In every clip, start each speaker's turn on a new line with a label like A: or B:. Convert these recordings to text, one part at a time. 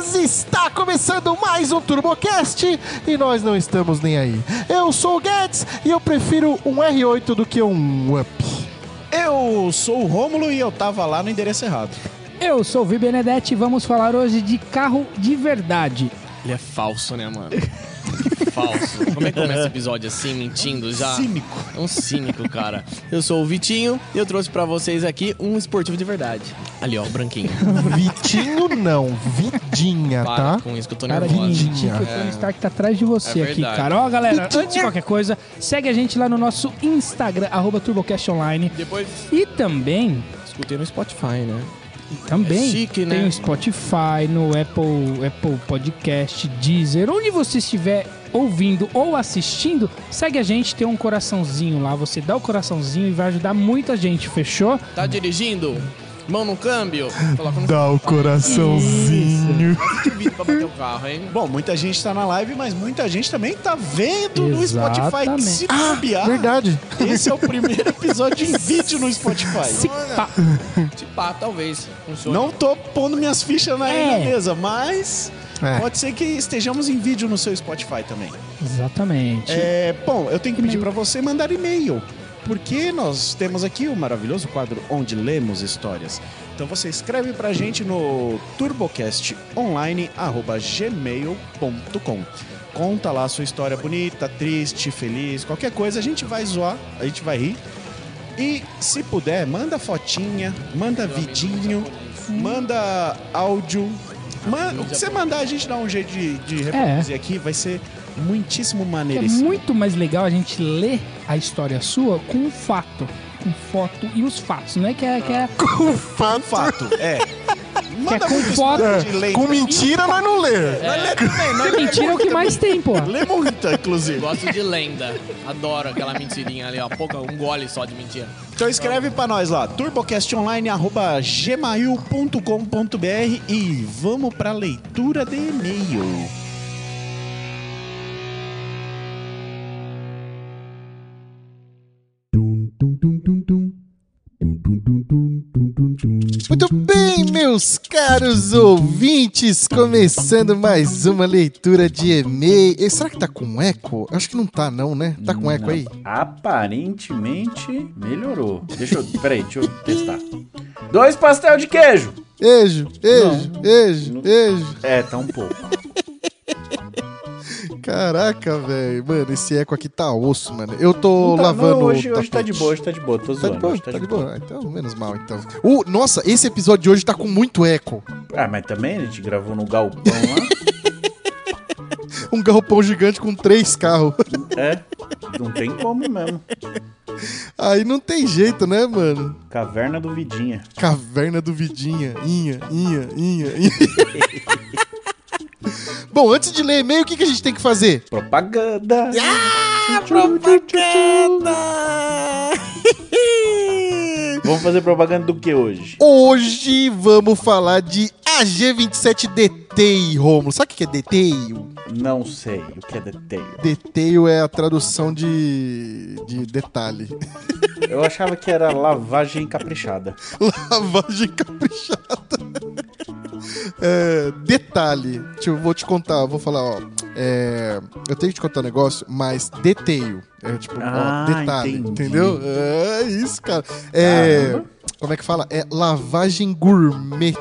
A: Está começando mais um TurboCast e nós não estamos nem aí. Eu sou o Guedes e eu prefiro um R8 do que um Up.
B: Eu sou o Rômulo e eu tava lá no endereço errado.
C: Eu sou o Vi Benedetti e vamos falar hoje de carro de verdade.
D: Ele é falso, né, mano? Que falso. Como é que começa o episódio assim, mentindo já?
B: Cínico.
D: É um cínico, cara. Eu sou o Vitinho e eu trouxe pra vocês aqui um esportivo de verdade. Ali, ó, o branquinho.
A: Vitinho Um não, Vidinha,
D: Para
A: tá?
D: com isso que eu tô
C: Cara,
D: nervoso.
C: gente, que o Tony Stark tá atrás de você
D: É
C: aqui,
D: verdade.
C: cara. Ó, galera, antes de qualquer coisa, segue a gente lá no nosso Instagram, arroba TurboCast Online.
D: Depois
C: E também,
D: escutei no Spotify, né?
C: também
D: É chique, né?
C: tem o Spotify, no Apple, Apple Podcast, Deezer, onde você estiver ouvindo ou assistindo, segue a gente, tem um coraçãozinho lá, você dá o coraçãozinho e vai ajudar muita gente, fechou?
D: Tá dirigindo? Mão no câmbio? Coloca no
A: Dá o coraçãozinho.
D: vídeo pra bater o carro, hein?
B: Bom, muita gente tá na live, mas muita gente também tá vendo no Spotify.
C: Exatamente. Ah!
B: Que se bobear,
A: Verdade.
B: esse é o primeiro episódio em vídeo no Spotify.
C: Se pá.
D: Se pá, talvez. Funcione.
B: Não tô pondo minhas fichas na
C: É.
B: na mesa, mas
A: É.
B: pode ser que estejamos em vídeo no seu Spotify também.
C: Exatamente.
B: É, bom, eu tenho que pedir
C: E-mail.
B: pra você mandar e-mail. Porque nós temos aqui o maravilhoso quadro onde lemos histórias. Então você escreve pra gente no turbocastonline.gmail.com Conta lá a sua história bonita, triste, feliz, qualquer coisa, a gente vai zoar, a gente vai rir. E se puder, manda fotinha, manda vidinho, manda áudio. Man- o que você mandar, a gente dá um jeito de, de reproduzir aqui, vai ser muitíssimo
C: É
B: maneiríssimo.
C: muito mais legal a gente ler a história sua com um fato, com foto e os fatos, não é que é, que
D: Ah.
C: é
B: Fato. é.
C: Quer com
B: muito
C: foto?
B: estudo de lei.
A: Com mentira nós não lê.
B: Nós lê também, nós
C: Porque
B: lê
C: mentira é o que mais tem, pô.
B: muito. Lê muito, inclusive.
D: Gosto de lenda. Adoro aquela mentirinha ali, ó. Pouca, um gole só de mentira.
B: Então escreve pra nós lá, turbocastonline.gmail.com.br e vamos pra leitura de e-mail.
A: Muito bem, meus caros ouvintes, começando mais uma leitura de e-mail. E Será que tá com eco? Acho que não tá não, né? Tá com eco
E: Não.
A: aí?
E: Aparentemente melhorou. Deixa eu. Peraí, deixa eu testar. Dois pastel de queijo!
A: Ejo, ejo, ejo,
E: Não.
A: ejo.
E: É, tá um pouco.
A: Caraca, velho. Mano, esse eco aqui tá osso, mano. Eu tô
E: Não tá,
A: lavando
E: não, hoje,
A: o
E: hoje tá de
A: tapete.
E: boa, hoje tá de boa. Tô
A: Tá de
E: zoando.
A: boa,
E: hoje
A: tá de boa. Ah, Então, menos mal, então. Uh, nossa, esse episódio de hoje tá com muito eco.
E: Ah, mas também a gente gravou no galpão lá.
A: Um galpão gigante com três carros.
E: é. Não tem como mesmo.
A: Aí não tem jeito, né, mano?
E: Caverna do Vidinha.
A: Caverna do Vidinha. Inha, inha, inha, inha. Bom, antes de ler e-mail, o que, que a gente tem que fazer?
E: Propaganda!
B: Ah,
E: Vamos fazer propaganda do que hoje?
A: Hoje vamos falar de AG27DTI, Romulo. Sabe o que que é DTI?
E: Não sei. O que é detail?
A: Detail é a tradução de, de detalhe.
E: Eu achava que era lavagem caprichada.
A: Lavagem caprichada. É, detalhe. Deixa eu vou te contar, eu vou falar, ó. É, eu tenho que te contar um negócio, mas detail. É tipo,
E: Ah,
A: ó, detalhe.
E: entendi.
A: Entendeu? É isso, cara. É, como é que fala? É lavagem gourmet.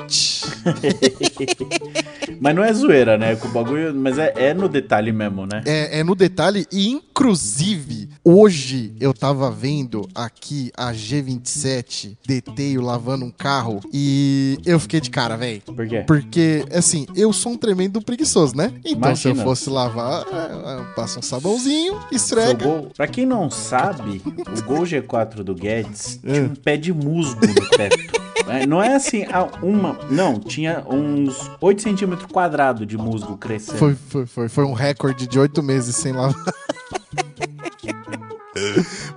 E: Mas não é zoeira, né? Com o bagulho, mas é, é no detalhe mesmo, né?
A: É, é no detalhe, e inclusive, hoje eu tava vendo aqui a G27 Detail lavando um carro e eu fiquei de cara, velho.
E: Por quê?
A: Porque, assim, eu sou um tremendo preguiçoso, né? Então, se eu
E: Imagina.
A: fosse lavar, é, eu passo um sabãozinho,
E: Seu
A: esfrega.
E: Gol, pra quem não sabe, o Gol G4 do Guedes tinha um pé de musgo no teto. É, Não é assim, ah, uma. Não, tinha uns 8 centímetros quadrados de musgo crescendo.
A: Foi, foi, foi, foi um recorde de oito meses sem lavar.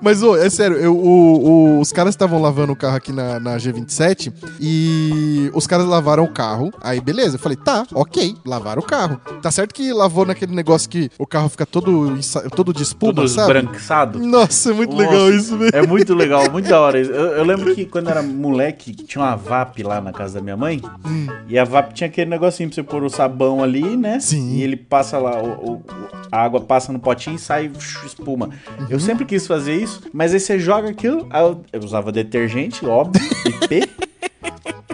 A: Mas, ô, é sério, eu- o- o- os caras estavam lavando o carro aqui na, na G27 e os caras lavaram o carro. Aí, beleza, eu falei, tá, ok, lavaram o carro. Tá certo que lavou naquele negócio que o carro fica todo, ensa- todo de espuma,
E: Tudo
A: sabe?
E: esbranquiçado.
A: Nossa, é muito
E: Nossa.
A: legal isso, velho.
E: É muito legal, muito da hora. Eu, eu lembro que quando era moleque, tinha uma VAP lá na casa da minha mãe.
A: Hum.
E: E a VAP tinha aquele negocinho pra você pôr o sabão ali, né?
A: Sim.
E: E ele passa lá, o- o- a água passa no potinho e sai shh, espuma.
A: Uhum.
E: Eu sempre quis fazer isso, mas aí você joga aquilo. aí Eu, eu usava detergente, óbvio, IP.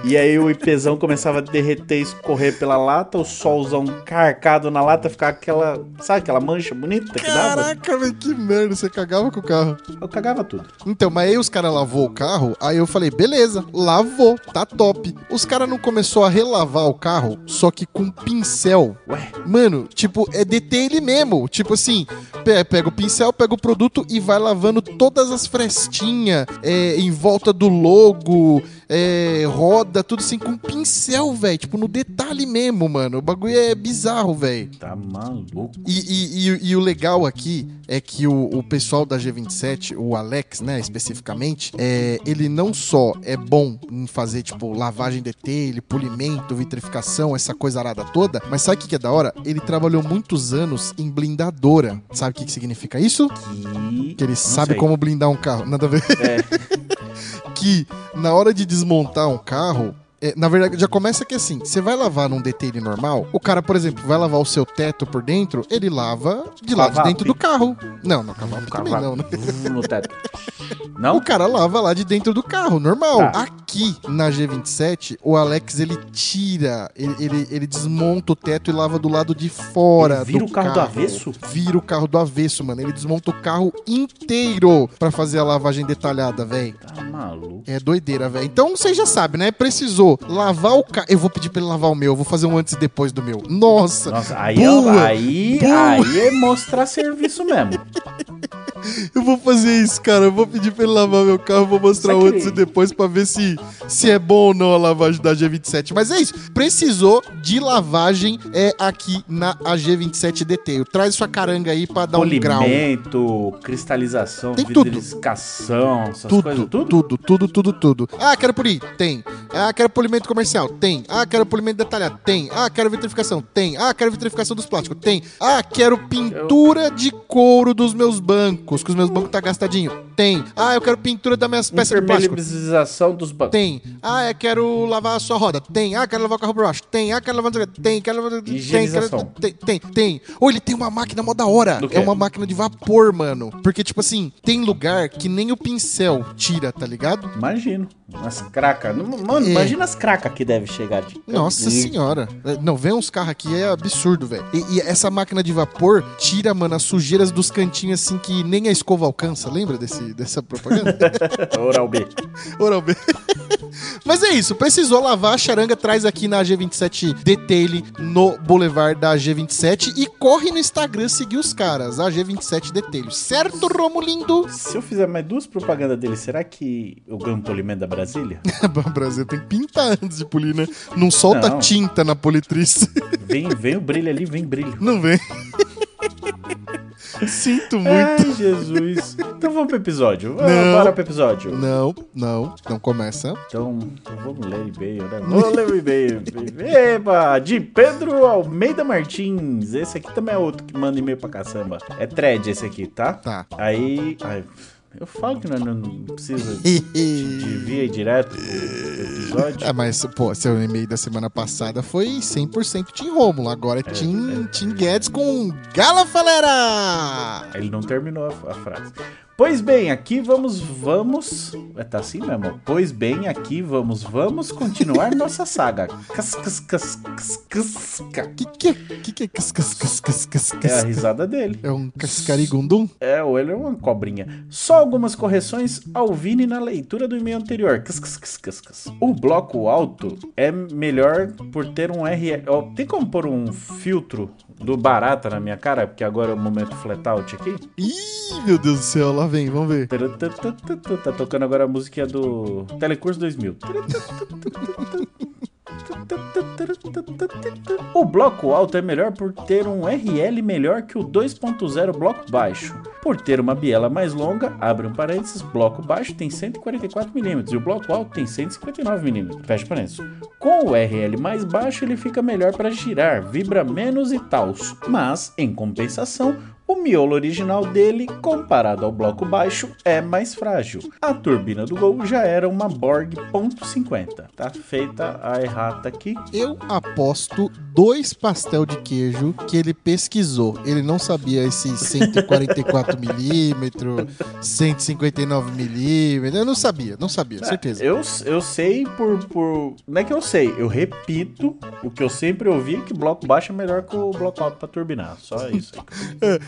E: E aí o IPzão começava a derreter, escorrer pela lata, o solzão carcado na lata, ficava aquela, sabe aquela mancha bonita que dava?
A: Caraca, velho, que merda, você cagava com o carro.
E: Eu cagava tudo.
A: Então, mas aí os caras lavou o carro, aí eu falei, beleza, lavou, tá top. Os caras não começou a relavar o carro, só que com pincel.
E: Ué?
A: Mano, tipo, é deter ele mesmo. Tipo assim, pe- pega o pincel, pega o produto e vai lavando todas as frestinhas é, em volta do logo, é, roda, tudo assim, com pincel, velho. Tipo, no detalhe mesmo, mano. O bagulho é bizarro, velho.
E: Tá maluco.
A: E, e- e- e o legal aqui é que o, o pessoal da G27, o Alex, né, especificamente, é, ele não só é bom em fazer, tipo, lavagem de telho, polimento, vitrificação, essa coisa arada toda, mas sabe o que que é da hora? Ele trabalhou muitos anos em blindadora. Sabe o que, que significa isso?
E: Que,
A: Que ele
E: Não
A: sabe
E: sei. É.
A: como blindar um carro. Nada a ver. que na hora de desmontar um carro. é, na verdade, já começa que assim, você vai lavar num detalhe normal, o cara, por exemplo, vai lavar o seu teto por dentro, ele lava de lá de
E: Cavape.
A: dentro do carro. Não, não, cavape também
E: Hum,
A: não,
E: Cavalo.
A: né?
E: No teto.
A: O
E: Não?
A: cara lava lá de dentro do carro, normal.
E: Tá.
A: Aqui na G27, o Alex ele tira, ele, ele, ele desmonta o teto e lava do lado de fora.
E: Ele vira
A: do
E: o carro do avesso?
A: Vira o carro do avesso, mano. Ele desmonta o carro inteiro pra fazer a lavagem detalhada, velho.
E: Tá maluco.
A: É doideira, velho. Então você já sabe, né? Precisou lavar o carro. Eu vou pedir pra ele lavar o meu, eu vou fazer um antes e depois do meu. Nossa!
E: Nossa, aí,
A: Boa!
E: é, aí,
A: Boa!
E: aí é mostrar serviço mesmo.
A: Eu vou fazer isso, cara. Eu vou pedir pra ele lavar meu carro, vou mostrar
E: Só que-
A: antes e depois pra ver se, se é bom ou não a lavagem da G27. Mas é isso. Precisou de lavagem é aqui na AG27 DT. Traz sua caranga aí pra dar um grau.
E: Polimento, cristalização,
A: Tem tudo.
E: vidriscação, essas
A: Tudo,
E: coisas, tudo.
A: tudo, tudo, tudo, tudo. Ah, quero polir, tem. Ah, quero polimento comercial, tem. Ah, quero polimento detalhado, tem. Ah, quero vitrificação, tem. Ah, quero vitrificação dos plásticos, tem. Ah, quero pintura de couro dos meus bancos, que os meus bancos tá gastadinho, tem. Ah, eu quero pintura das minhas peças de plástico,
E: Impermeabilização dos bancos.
A: tem. Ah, eu quero lavar a sua roda, tem. Ah, quero lavar o carro por baixo, tem. Ah, quero lavar... Tem, quero lavar... Tem, quero...
E: Higienização.
A: Tem, tem, tem. Ou ele tem uma máquina mó da hora.
E: Do quê?
A: É uma máquina de vapor, mano. Porque, tipo assim, tem lugar que nem o pincel tira, tá ligado?
E: Imagino. As cracas. Mano,
A: É.
E: imagina as cracas que deve chegar de.
A: Nossa
E: Ih,
A: senhora. É, Não, vem uns carros aqui, é absurdo, velho. E, e essa máquina de vapor tira, mano, as sujeiras dos cantinhos assim que nem a escova alcança. Lembra desse, dessa propaganda?
E: Oral B.
A: Oral B. Mas é isso, precisou lavar a charanga, traz aqui na G27 Detail no Boulevard da G27 e corre no Instagram seguir os caras, a G27 Detail. Certo, Romulindo?
E: Se eu fizer mais duas propagandas dele, será que eu ganho um polimento da Brasília?
A: O Brasil tem que pintar antes de polir, né? Não solta
E: Não.
A: tinta na politriz.
E: Vem, vem o brilho ali, vem brilho.
A: Não vem. Sinto muito.
E: Ai, Jesus. Então vamos pro episódio. Ah,
A: Não.
E: Bora pro episódio.
A: Não, não, não começa.
E: Então, vamos ler e-mail, né? Vamos ler o e-mail. Eba! De Pedro Almeida Martins. Esse aqui também é outro que manda e-mail pra caçamba. É thread esse aqui, tá?
A: Tá.
E: Aí. ai, eu falo que não, não precisa de via e direto pro episódio.
A: É, mas, pô, seu e-mail da semana passada foi 100% Tim Rômulo. Agora é Tim, Tim Guedes com um Gala Falera!
E: Ele não terminou a, a frase. Pois bem, aqui vamos, vamos. É, tá assim mesmo. Pois bem, aqui vamos, vamos continuar nossa saga. Cas, cas, cas, cas, cas, ca.
A: Que que é? Que que é? Cas, cas, cas, cas, cas,
E: É a
A: cas.
E: risada dele.
A: É um cascarigundum?
E: É, o ele é uma cobrinha. Só algumas correções ao Vini na leitura do e-mail anterior. Cas, cas, cas, cas, cas. O bloco alto é melhor por ter um RL. Ó, tem como pôr um filtro do barata na minha cara? Porque agora é o momento flatout aqui.
A: Ih, meu Deus do céu, lá vem, vamos ver.
E: Tarantatatatá, Tá tocando agora a musiquinha do Telecurso 2000. O bloco alto é melhor por ter um RL melhor que o 2.0 bloco baixo. Por ter uma biela mais longa, abre um parênteses, bloco baixo tem 144mm e o bloco alto tem 159mm. Fecha parênteses. Com o RL mais baixo, ele fica melhor para girar, vibra menos e tals. Mas, em compensação, o miolo original dele, comparado ao bloco baixo, é mais frágil. A turbina do Gol já era uma Borg .50. Tá feita a errata aqui.
A: Eu aposto dois pastel de queijo que ele pesquisou. Ele não sabia esse 144 milímetros, 159 milímetros. Eu não sabia, não sabia, certeza.
E: Eu, eu sei por, por... Não é que eu sei, eu repito o que eu sempre ouvi, que bloco baixo é melhor que o bloco alto pra turbinar. Só isso.
A: É,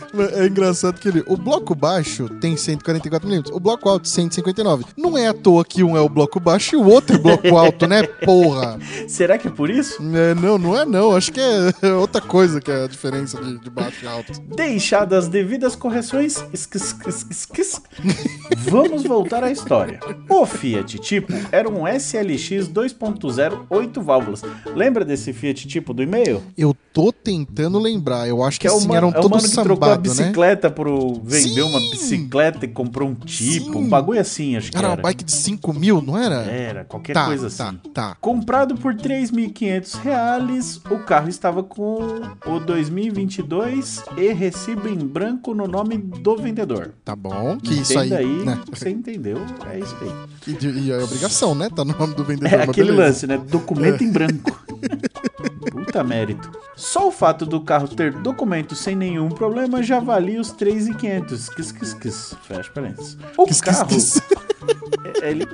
A: é engraçado que ele. O bloco baixo tem 144 milímetros, o bloco alto 159. Não é à toa que um é o bloco baixo e o outro é o bloco alto, né? Porra!
E: Será que é por isso?
A: É, não, não é não. Acho que é outra coisa que é a diferença de, de baixo e alto.
E: Deixadas as devidas correções, esquis, esquis, esquis, vamos voltar à história. O Fiat Tipo era um SLX 2.0 8 válvulas. Lembra desse Fiat Tipo do e-mail?
A: Eu tô tentando lembrar. Eu acho que,
E: Que é o,
A: assim,
E: mano,
A: eram
E: é o
A: todos
E: mano que trocou a
A: sambados, né?
E: bicicleta pro. Vendeu uma
A: Sim!
E: bicicleta e comprou um tipo.
A: Sim!
E: Um bagulho assim, acho que
A: Era
E: era.
A: uma bike de 5 mil, não era?
E: Era, qualquer
A: tá,
E: coisa assim.
A: tá, tá.
E: Comprado por 3.500 reais, o carro estava com o 2022 e recibo em branco no nome do vendedor.
A: Tá bom, que isso aí.
E: Entenda
A: né?
E: Você entendeu? É isso aí.
A: E, de- e é obrigação, né? Tá no nome do vendedor.
E: É
A: mas
E: aquele
A: beleza. É.
E: lance, né? Documento em branco. Puta mérito. Só o fato do carro ter documento sem nenhum problema já valia os 3,500. Quis, quis, quis. Fecha parênteses. O
A: Quis, quis,
E: um carro.
A: quis.
E: É, Ele,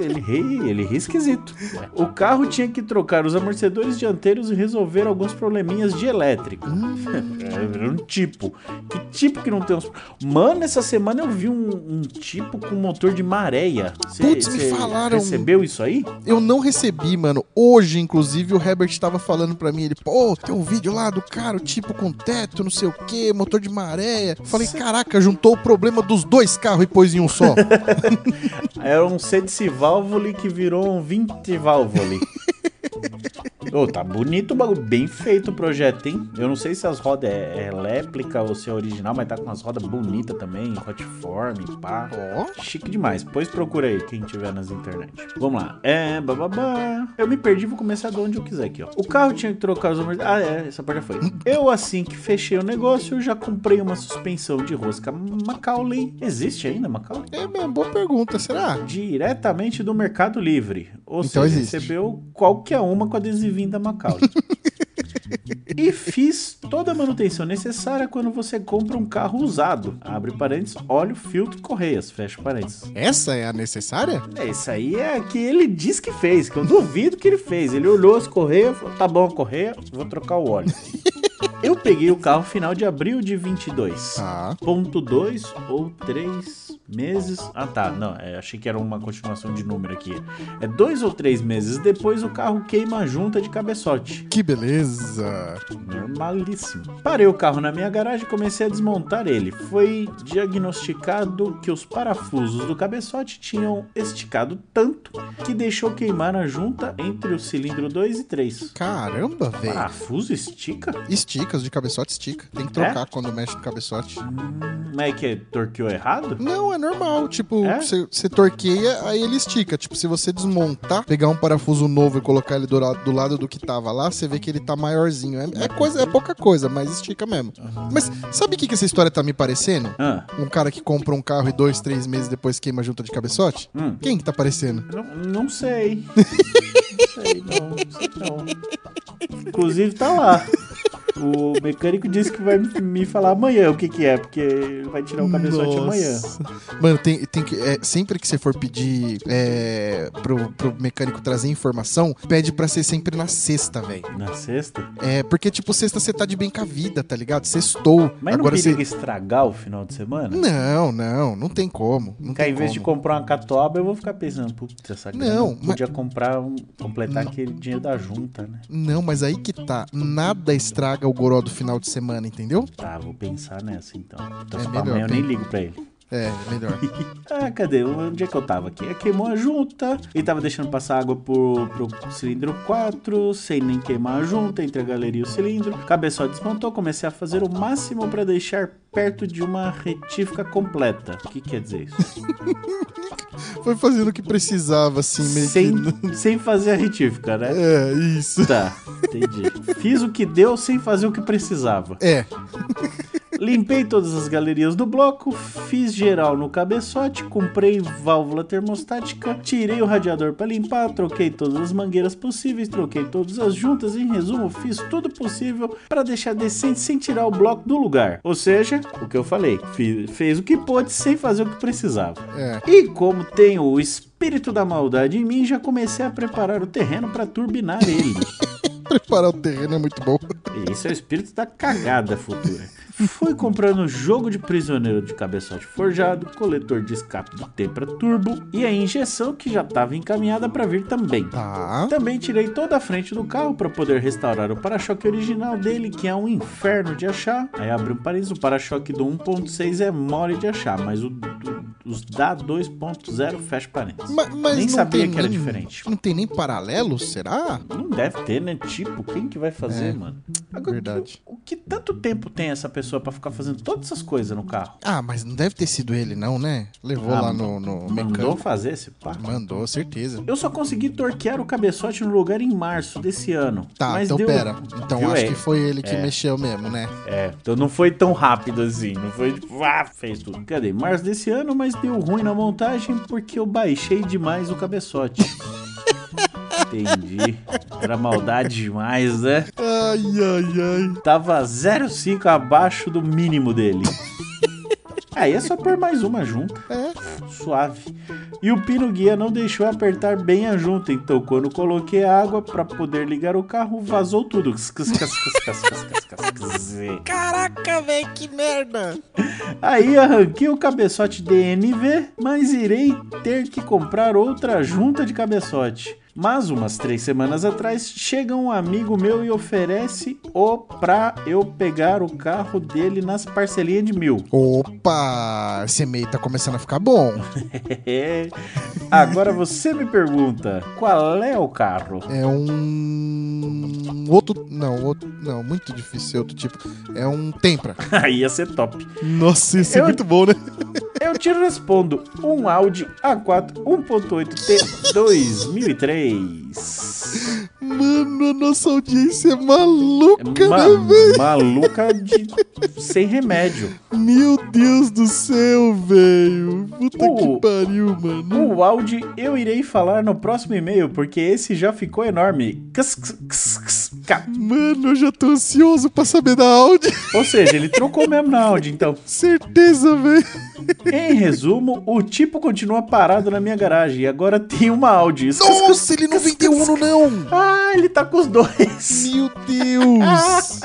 E: ele, ri, ele ri esquisito. O carro tinha que trocar os amortecedores dianteiros e resolver alguns probleminhas de elétrica. Era um tipo. Que tipo que não tem uns. Mano, essa semana eu vi um, um tipo com motor de maréia. Cê-
A: Putz, me
E: cê
A: falaram.
E: Recebeu isso aí?
A: Eu não recebi, mano. Hoje, inclusive, o Herbert tava falando pra mim. Ele, pô, tem um vídeo lá do cara, o tipo com teto, não sei o quê, motor de maré. Falei, caraca, juntou o problema dos dois carros e pôs em um só.
E: Era um Sense Valvole que virou um 20 Valvole. Ô, tá bonito o bagulho, bem feito o projeto, hein? Eu não sei se as rodas é, é réplica ou se é original, mas tá com umas rodas bonitas também, hotform, pá.
A: Ó.
E: Chique demais, pois procura aí quem tiver nas internet. Vamos lá. É, bababá. Eu me perdi, vou começar de onde eu quiser aqui, ó. O carro tinha que trocar os amorte- Ah, é, essa parte já foi. Eu, assim que fechei o negócio, eu já comprei uma suspensão de rosca Macaulay. Existe ainda Macaulay?
A: é mesmo, boa pergunta, será?
E: diretamente do Mercado Livre. Ou
A: Então
E: seja,
A: existe.
E: recebeu qualquer uma com adesivinho da Macaulay. e fiz toda a manutenção necessária quando você compra um carro usado. Abre parênteses, óleo, filtro e correias. Fecha parênteses.
A: Essa é a necessária?
E: É, isso aí é que ele diz que fez, que eu duvido que ele fez. Ele olhou as correias, falou, tá bom a correia, vou trocar o óleo. eu peguei o carro final de abril de 22
A: Tá.
E: ponto dois ou três meses. Ah, tá. Não, é, achei que era uma continuação de número aqui. É dois ou três meses depois o carro queima a junta de cabeçote.
A: Que beleza.
E: Normalíssimo. Parei o carro na minha garagem e comecei a desmontar ele. Foi diagnosticado que os parafusos do cabeçote tinham esticado tanto que deixou queimar a junta entre o cilindro 2 e 3.
A: Caramba,
E: Ah.
A: velho.
E: Parafuso estica?
A: Estica, os de cabeçote estica. Tem que trocar quando mexe no cabeçote.
E: Hum, mas é que torqueou errado?
A: Não, é normal. Tipo,
E: É?
A: você você torqueia, aí ele estica. Tipo, se você desmontar, pegar um parafuso novo e colocar ele do, la- do lado do que tava lá, você vê que ele tá maiorzinho. É, é coisa, é pouca coisa, mas estica mesmo. Mas sabe o que, que essa história tá me parecendo?
E: Ah,
A: Um cara que compra um carro e dois, três meses depois queima a junta de cabeçote?
E: hum.
A: Quem que tá parecendo?
E: Não, não sei. Não sei, não, não sei não. Inclusive tá lá. O mecânico disse que vai me falar amanhã o que que é, porque ele vai tirar o cabeçote amanhã.
A: Mano, tem, tem que. é, sempre que você for pedir é, pro, pro mecânico trazer informação, pede pra ser sempre na sexta, velho.
E: Na sexta?
A: É, porque, tipo, sexta você tá de bem com a vida, tá ligado? Sextou.
E: Mas
A: Agora
E: não
A: você.
E: periga estragar o final de semana?
A: Não, não, não tem como. Não
E: Porque ao
A: tem
E: invés de
A: como.
E: comprar uma catuaba, eu vou ficar pensando, putz, essa grana
A: Não,
E: eu podia comprar, um, completar aquele dinheiro da junta, né?
A: Não, mas aí que tá. Nada estraga o goró do final de semana, entendeu?
E: Tá, vou pensar nessa então. Então
A: É
E: se pá,
A: melhor,
E: amanhã eu nem
A: tem-
E: ligo pra ele.
A: É, melhor.
E: Ah, cadê? Onde é que eu tava aqui? Aí Queimou a junta e tava deixando passar água pro, pro cilindro 4, sem nem queimar a junta, entre a galeria e o cilindro. Cabeçote desmontou, comecei a fazer o máximo pra deixar perto de uma retífica completa. O que quer dizer isso?
A: Foi fazendo o que precisava, assim, meio
E: sem,
A: que.
E: sem fazer a retífica, né?
A: É, isso.
E: Tá, entendi. Fiz o que deu sem fazer o que precisava.
A: É,
E: Limpei todas as galerias do bloco, fiz geral no cabeçote, comprei válvula termostática, tirei o radiador para limpar, troquei todas as mangueiras possíveis, troquei todas as juntas, em resumo, fiz tudo possível para deixar decente sem tirar o bloco do lugar. Ou seja, o que eu falei, fi- fez o que pôde sem fazer o que precisava.
A: é.
E: E como tenho o espírito da maldade em mim, já comecei a preparar o terreno para turbinar ele.
A: Preparar o terreno é muito bom.
E: Esse é o espírito da cagada futura. Fui comprando um jogo de prisioneiro de cabeçote forjado, coletor de escape de T para turbo e a injeção que já estava encaminhada para vir também.
A: Tá.
E: Também tirei toda a frente do carro para poder restaurar o para-choque original dele, que é um inferno de achar. Aí abri um parênteses, o para-choque do 1.6 é mole de achar, mas o do- os da 2.0 fecha parênteses.
A: Ma- mas
E: Nem
A: não
E: sabia
A: tem
E: que era
A: nem-
E: diferente.
A: Não tem nem paralelo, será?
E: Não deve ter, né? Tipo, quem que vai fazer, mano? o que-
A: É, Verdade.
E: O que tanto tempo tem essa pessoa pra ficar fazendo todas essas coisas no carro?
A: Ah, mas não deve ter sido ele, não, né? Levou
E: Ah,
A: lá no, no
E: Mandou
A: mecânico.
E: fazer esse pá?
A: Mandou, certeza.
E: Eu só consegui torquear o cabeçote no lugar em março desse ano.
A: Tá,
E: mas
A: então
E: deu...
A: pera. Então
E: Viu,
A: acho
E: é?
A: que foi ele que mexeu mesmo, né?
E: É, então não foi tão rápido assim. Não foi tipo, ah, fez tudo. Cadê? Março desse ano, mas deu ruim na montagem porque eu baixei demais o cabeçote. Entendi. Era maldade demais, né?
A: Ai, ai, ai.
E: Tava 0,5 abaixo do mínimo dele. Aí é só pôr mais uma junta. Suave. E o pino guia não deixou apertar bem a junta, então quando coloquei a água pra poder ligar o carro, vazou tudo.
F: Caraca, velho, que merda!
E: Aí arranquei o cabeçote DNV, mas irei ter que comprar outra junta de cabeçote. Mas umas três semanas atrás chega um amigo meu e oferece o pra eu pegar o carro dele nas parcelinhas de mil.
A: Opa! Esse e-mail tá começando a ficar bom.
E: É. Agora você me pergunta, qual é o carro?
A: É um. Outro. Não, outro. Não, muito difícil, outro tipo. É um Tempra.
E: Aí ia ser top.
A: Nossa, isso
E: Eu-
A: é muito bom, né?
E: Eu te respondo, um Audi um A4 1.8T 2003.
A: Mano, a nossa audiência é maluca, né, velho?
E: Ma- maluca de... sem remédio.
A: Meu Deus do céu, velho. Puta
E: O-
A: que pariu, mano.
E: O Audi eu irei falar no próximo e-mail, porque esse já ficou enorme. Cus, cus, cus, cus, ca.
A: Mano, eu já tô ansioso pra saber da Audi.
E: Ou seja, ele trocou mesmo na Audi, então.
A: Certeza, velho.
E: Em resumo, o tipo continua parado na minha garagem e agora tem uma Audi. Cus, cus, cus,
A: Nossa, ele não
E: cus,
A: vendeu
E: cus,
A: Uno, não.
E: Ah, ele tá com os dois.
A: Meu Deus.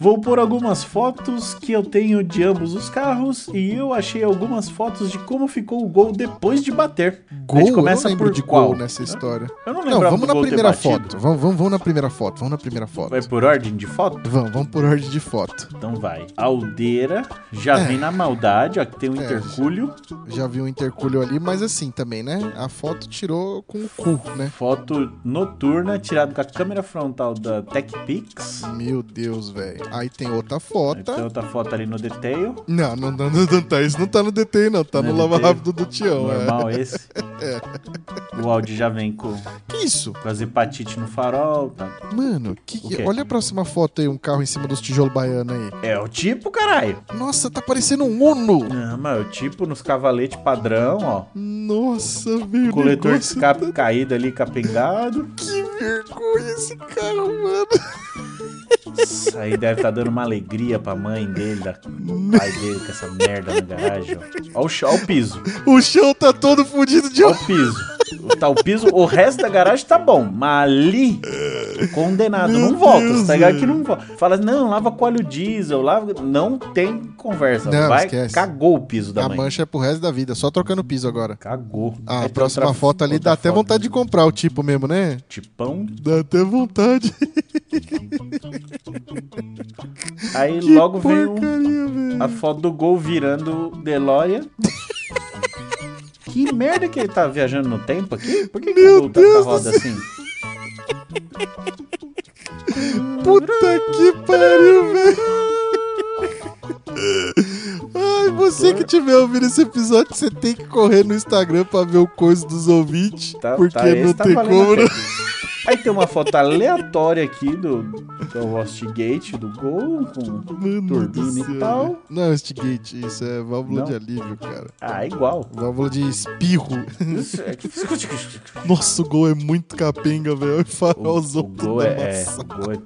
E: Vou pôr algumas fotos que eu tenho de ambos os carros e eu achei algumas fotos de como ficou o gol depois de bater.
A: Gol,
E: a gente
A: eu
E: começa
A: não lembro
E: por
A: de
E: qual?
A: gol nessa história.
E: Eu não
A: Não,
E: lembro.
A: vamos na primeira foto. Vamos, vamos, vamos na primeira foto. Vamos na primeira foto.
E: Vai por ordem de foto?
A: Vamos, vamos por ordem de foto.
E: Então vai. Aldeira, já
A: É.
E: vem na maldade, ó, que tem um
A: É.
E: intercúlio.
A: Já vi um intercúlio ali, mas assim também, né? A foto tirou com o cu, né?
E: Foto noturna, tirada com a câmera frontal da TechPix.
A: Meu Deus, velho. Aí tem outra
E: Aí Tem
A: foto.
E: outra foto ali no detail.
A: Não, não, não, não, não tá. Isso não tá no DT, não. Tá
E: Não é
A: no Lava
E: DT.
A: Rápido do Tião. É.
E: Normal esse. O Audi já vem com,
A: Que isso?
E: com as hepatite no farol. Tá.
A: Mano, que-
E: O quê?
A: olha a próxima foto aí, um carro em cima dos tijolos baiano aí.
E: É o tipo, caralho.
A: Nossa, tá parecendo um Uno.
E: Não, mas o tipo nos cavaletes padrão, ó.
A: Nossa, velho.
E: Coletor de
A: negócio né?
E: escape caído ali, capengado.
A: Que vergonha esse carro,
E: Isso aí deve estar dando uma alegria pra mãe dele, da pai dele, com essa merda na garagem, ó. Ó o, chão, ó o piso.
A: mano. O chão tá todo fudido de
E: Ó o piso. Tá o piso, o resto da garagem tá bom, mas ali, condenado,
A: Meu
E: não volta.
A: Deus,
E: Você tá ligado
A: velho.
E: que não volta. Fala, não, lava com óleo diesel, lava. Não tem conversa.
A: Não,
E: Vai,
A: esquece.
E: cagou o piso da
A: A
E: mãe.
A: mancha é pro resto da vida, só trocando piso agora.
E: Cagou.
A: Ah,
E: Aí
A: a
E: tem
A: próxima
E: outra-
A: foto ali
E: outra
A: dá até
E: foto.
A: vontade de comprar o tipo mesmo, né?
E: Tipão.
A: Dá até vontade.
E: Aí
A: Que
E: logo vem um
A: porcaria, velho.
E: a foto do Gol virando o DeLorean. que merda que ele tá viajando no tempo aqui? Por que, que o Gol tá com a roda assim?
A: Puta que pariu, velho. Ai, você que tiver ouvindo esse episódio, você tem que correr no Instagram pra ver o coisa dos ouvintes.
E: Tá,
A: porque
E: tá, esse
A: não
E: tá
A: tem
E: valendo
A: como. né?
E: a pena. Aí tem uma foto aleatória aqui do, do Hostgate, do Gol, com
A: Mano do
E: turbina
A: céu,
E: e tal.
A: velho. Não, Stigate, isso é válvula
E: Não.
A: de alívio, cara.
E: Ah, igual.
A: Válvula de espirro.
E: Isso é que-
A: Nossa, o gol é muito capenga, velho. O
E: O, o
A: farolzão
E: gol
A: toda
E: é, é,
A: amassado.
E: o gol é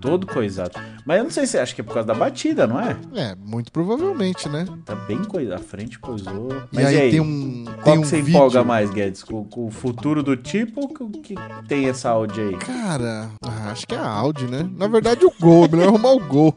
E: todo coisado. Mas eu não sei se acho que é por causa da batida, não é?
A: É, muito provavelmente, né?
E: Tá bem coisado. A frente coisou.
A: E
E: Mas
A: aí,
E: e aí?
A: tem um.
E: Qual
A: tem um
E: que você
A: vídeo.
E: empolga mais, Guedes? Com, com o futuro do tipo ou com o que tem essa Audi aí?
A: Cara, ah, acho que é a Audi, né? Na verdade, o gol. É melhor arrumar o gol.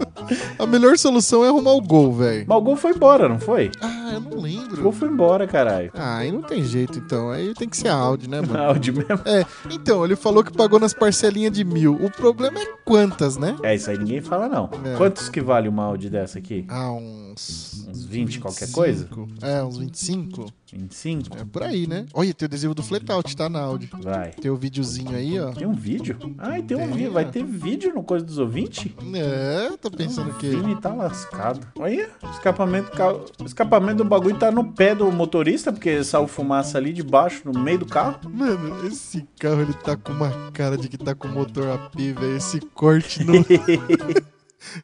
A: a melhor solução é arrumar o gol, velho.
E: Mas o gol foi embora, não foi?
A: Ah, eu não
E: O gol
A: lembro.
E: foi embora, caralho.
A: Ah, aí não tem jeito, então. Aí tem que ser a Audi, né, mano?
E: A Audi mesmo.
A: É, então, ele falou que pagou nas parcelinhas de mil. O problema é quantas, né?
E: É, isso aí ninguém fala, não.
A: É.
E: Quantos que vale uma Audi dessa aqui?
A: Ah, uns.
E: Uns 20, qualquer coisa?
A: 25. É, uns 25.
E: 25?
A: É por aí, né? Olha, tem o adesivo do Flatout, tá na Audi.
E: Vai.
A: Tem o videozinho aí, ó.
E: Tem um vídeo? Ai, tem um
A: Tem, é.
E: vídeo.
A: ó.
E: Vai ter vídeo no Coisa dos Ouvintes?
A: É, tá pensando o
E: O
A: quê?
E: Vini tá lascado. Olha, o escapamento, ca- o escapamento do bagulho tá no pé do motorista, porque saiu fumaça ali de baixo, no meio do carro.
A: Mano, esse carro ele tá com uma cara de que tá com motor AP, velho. Esse corte não.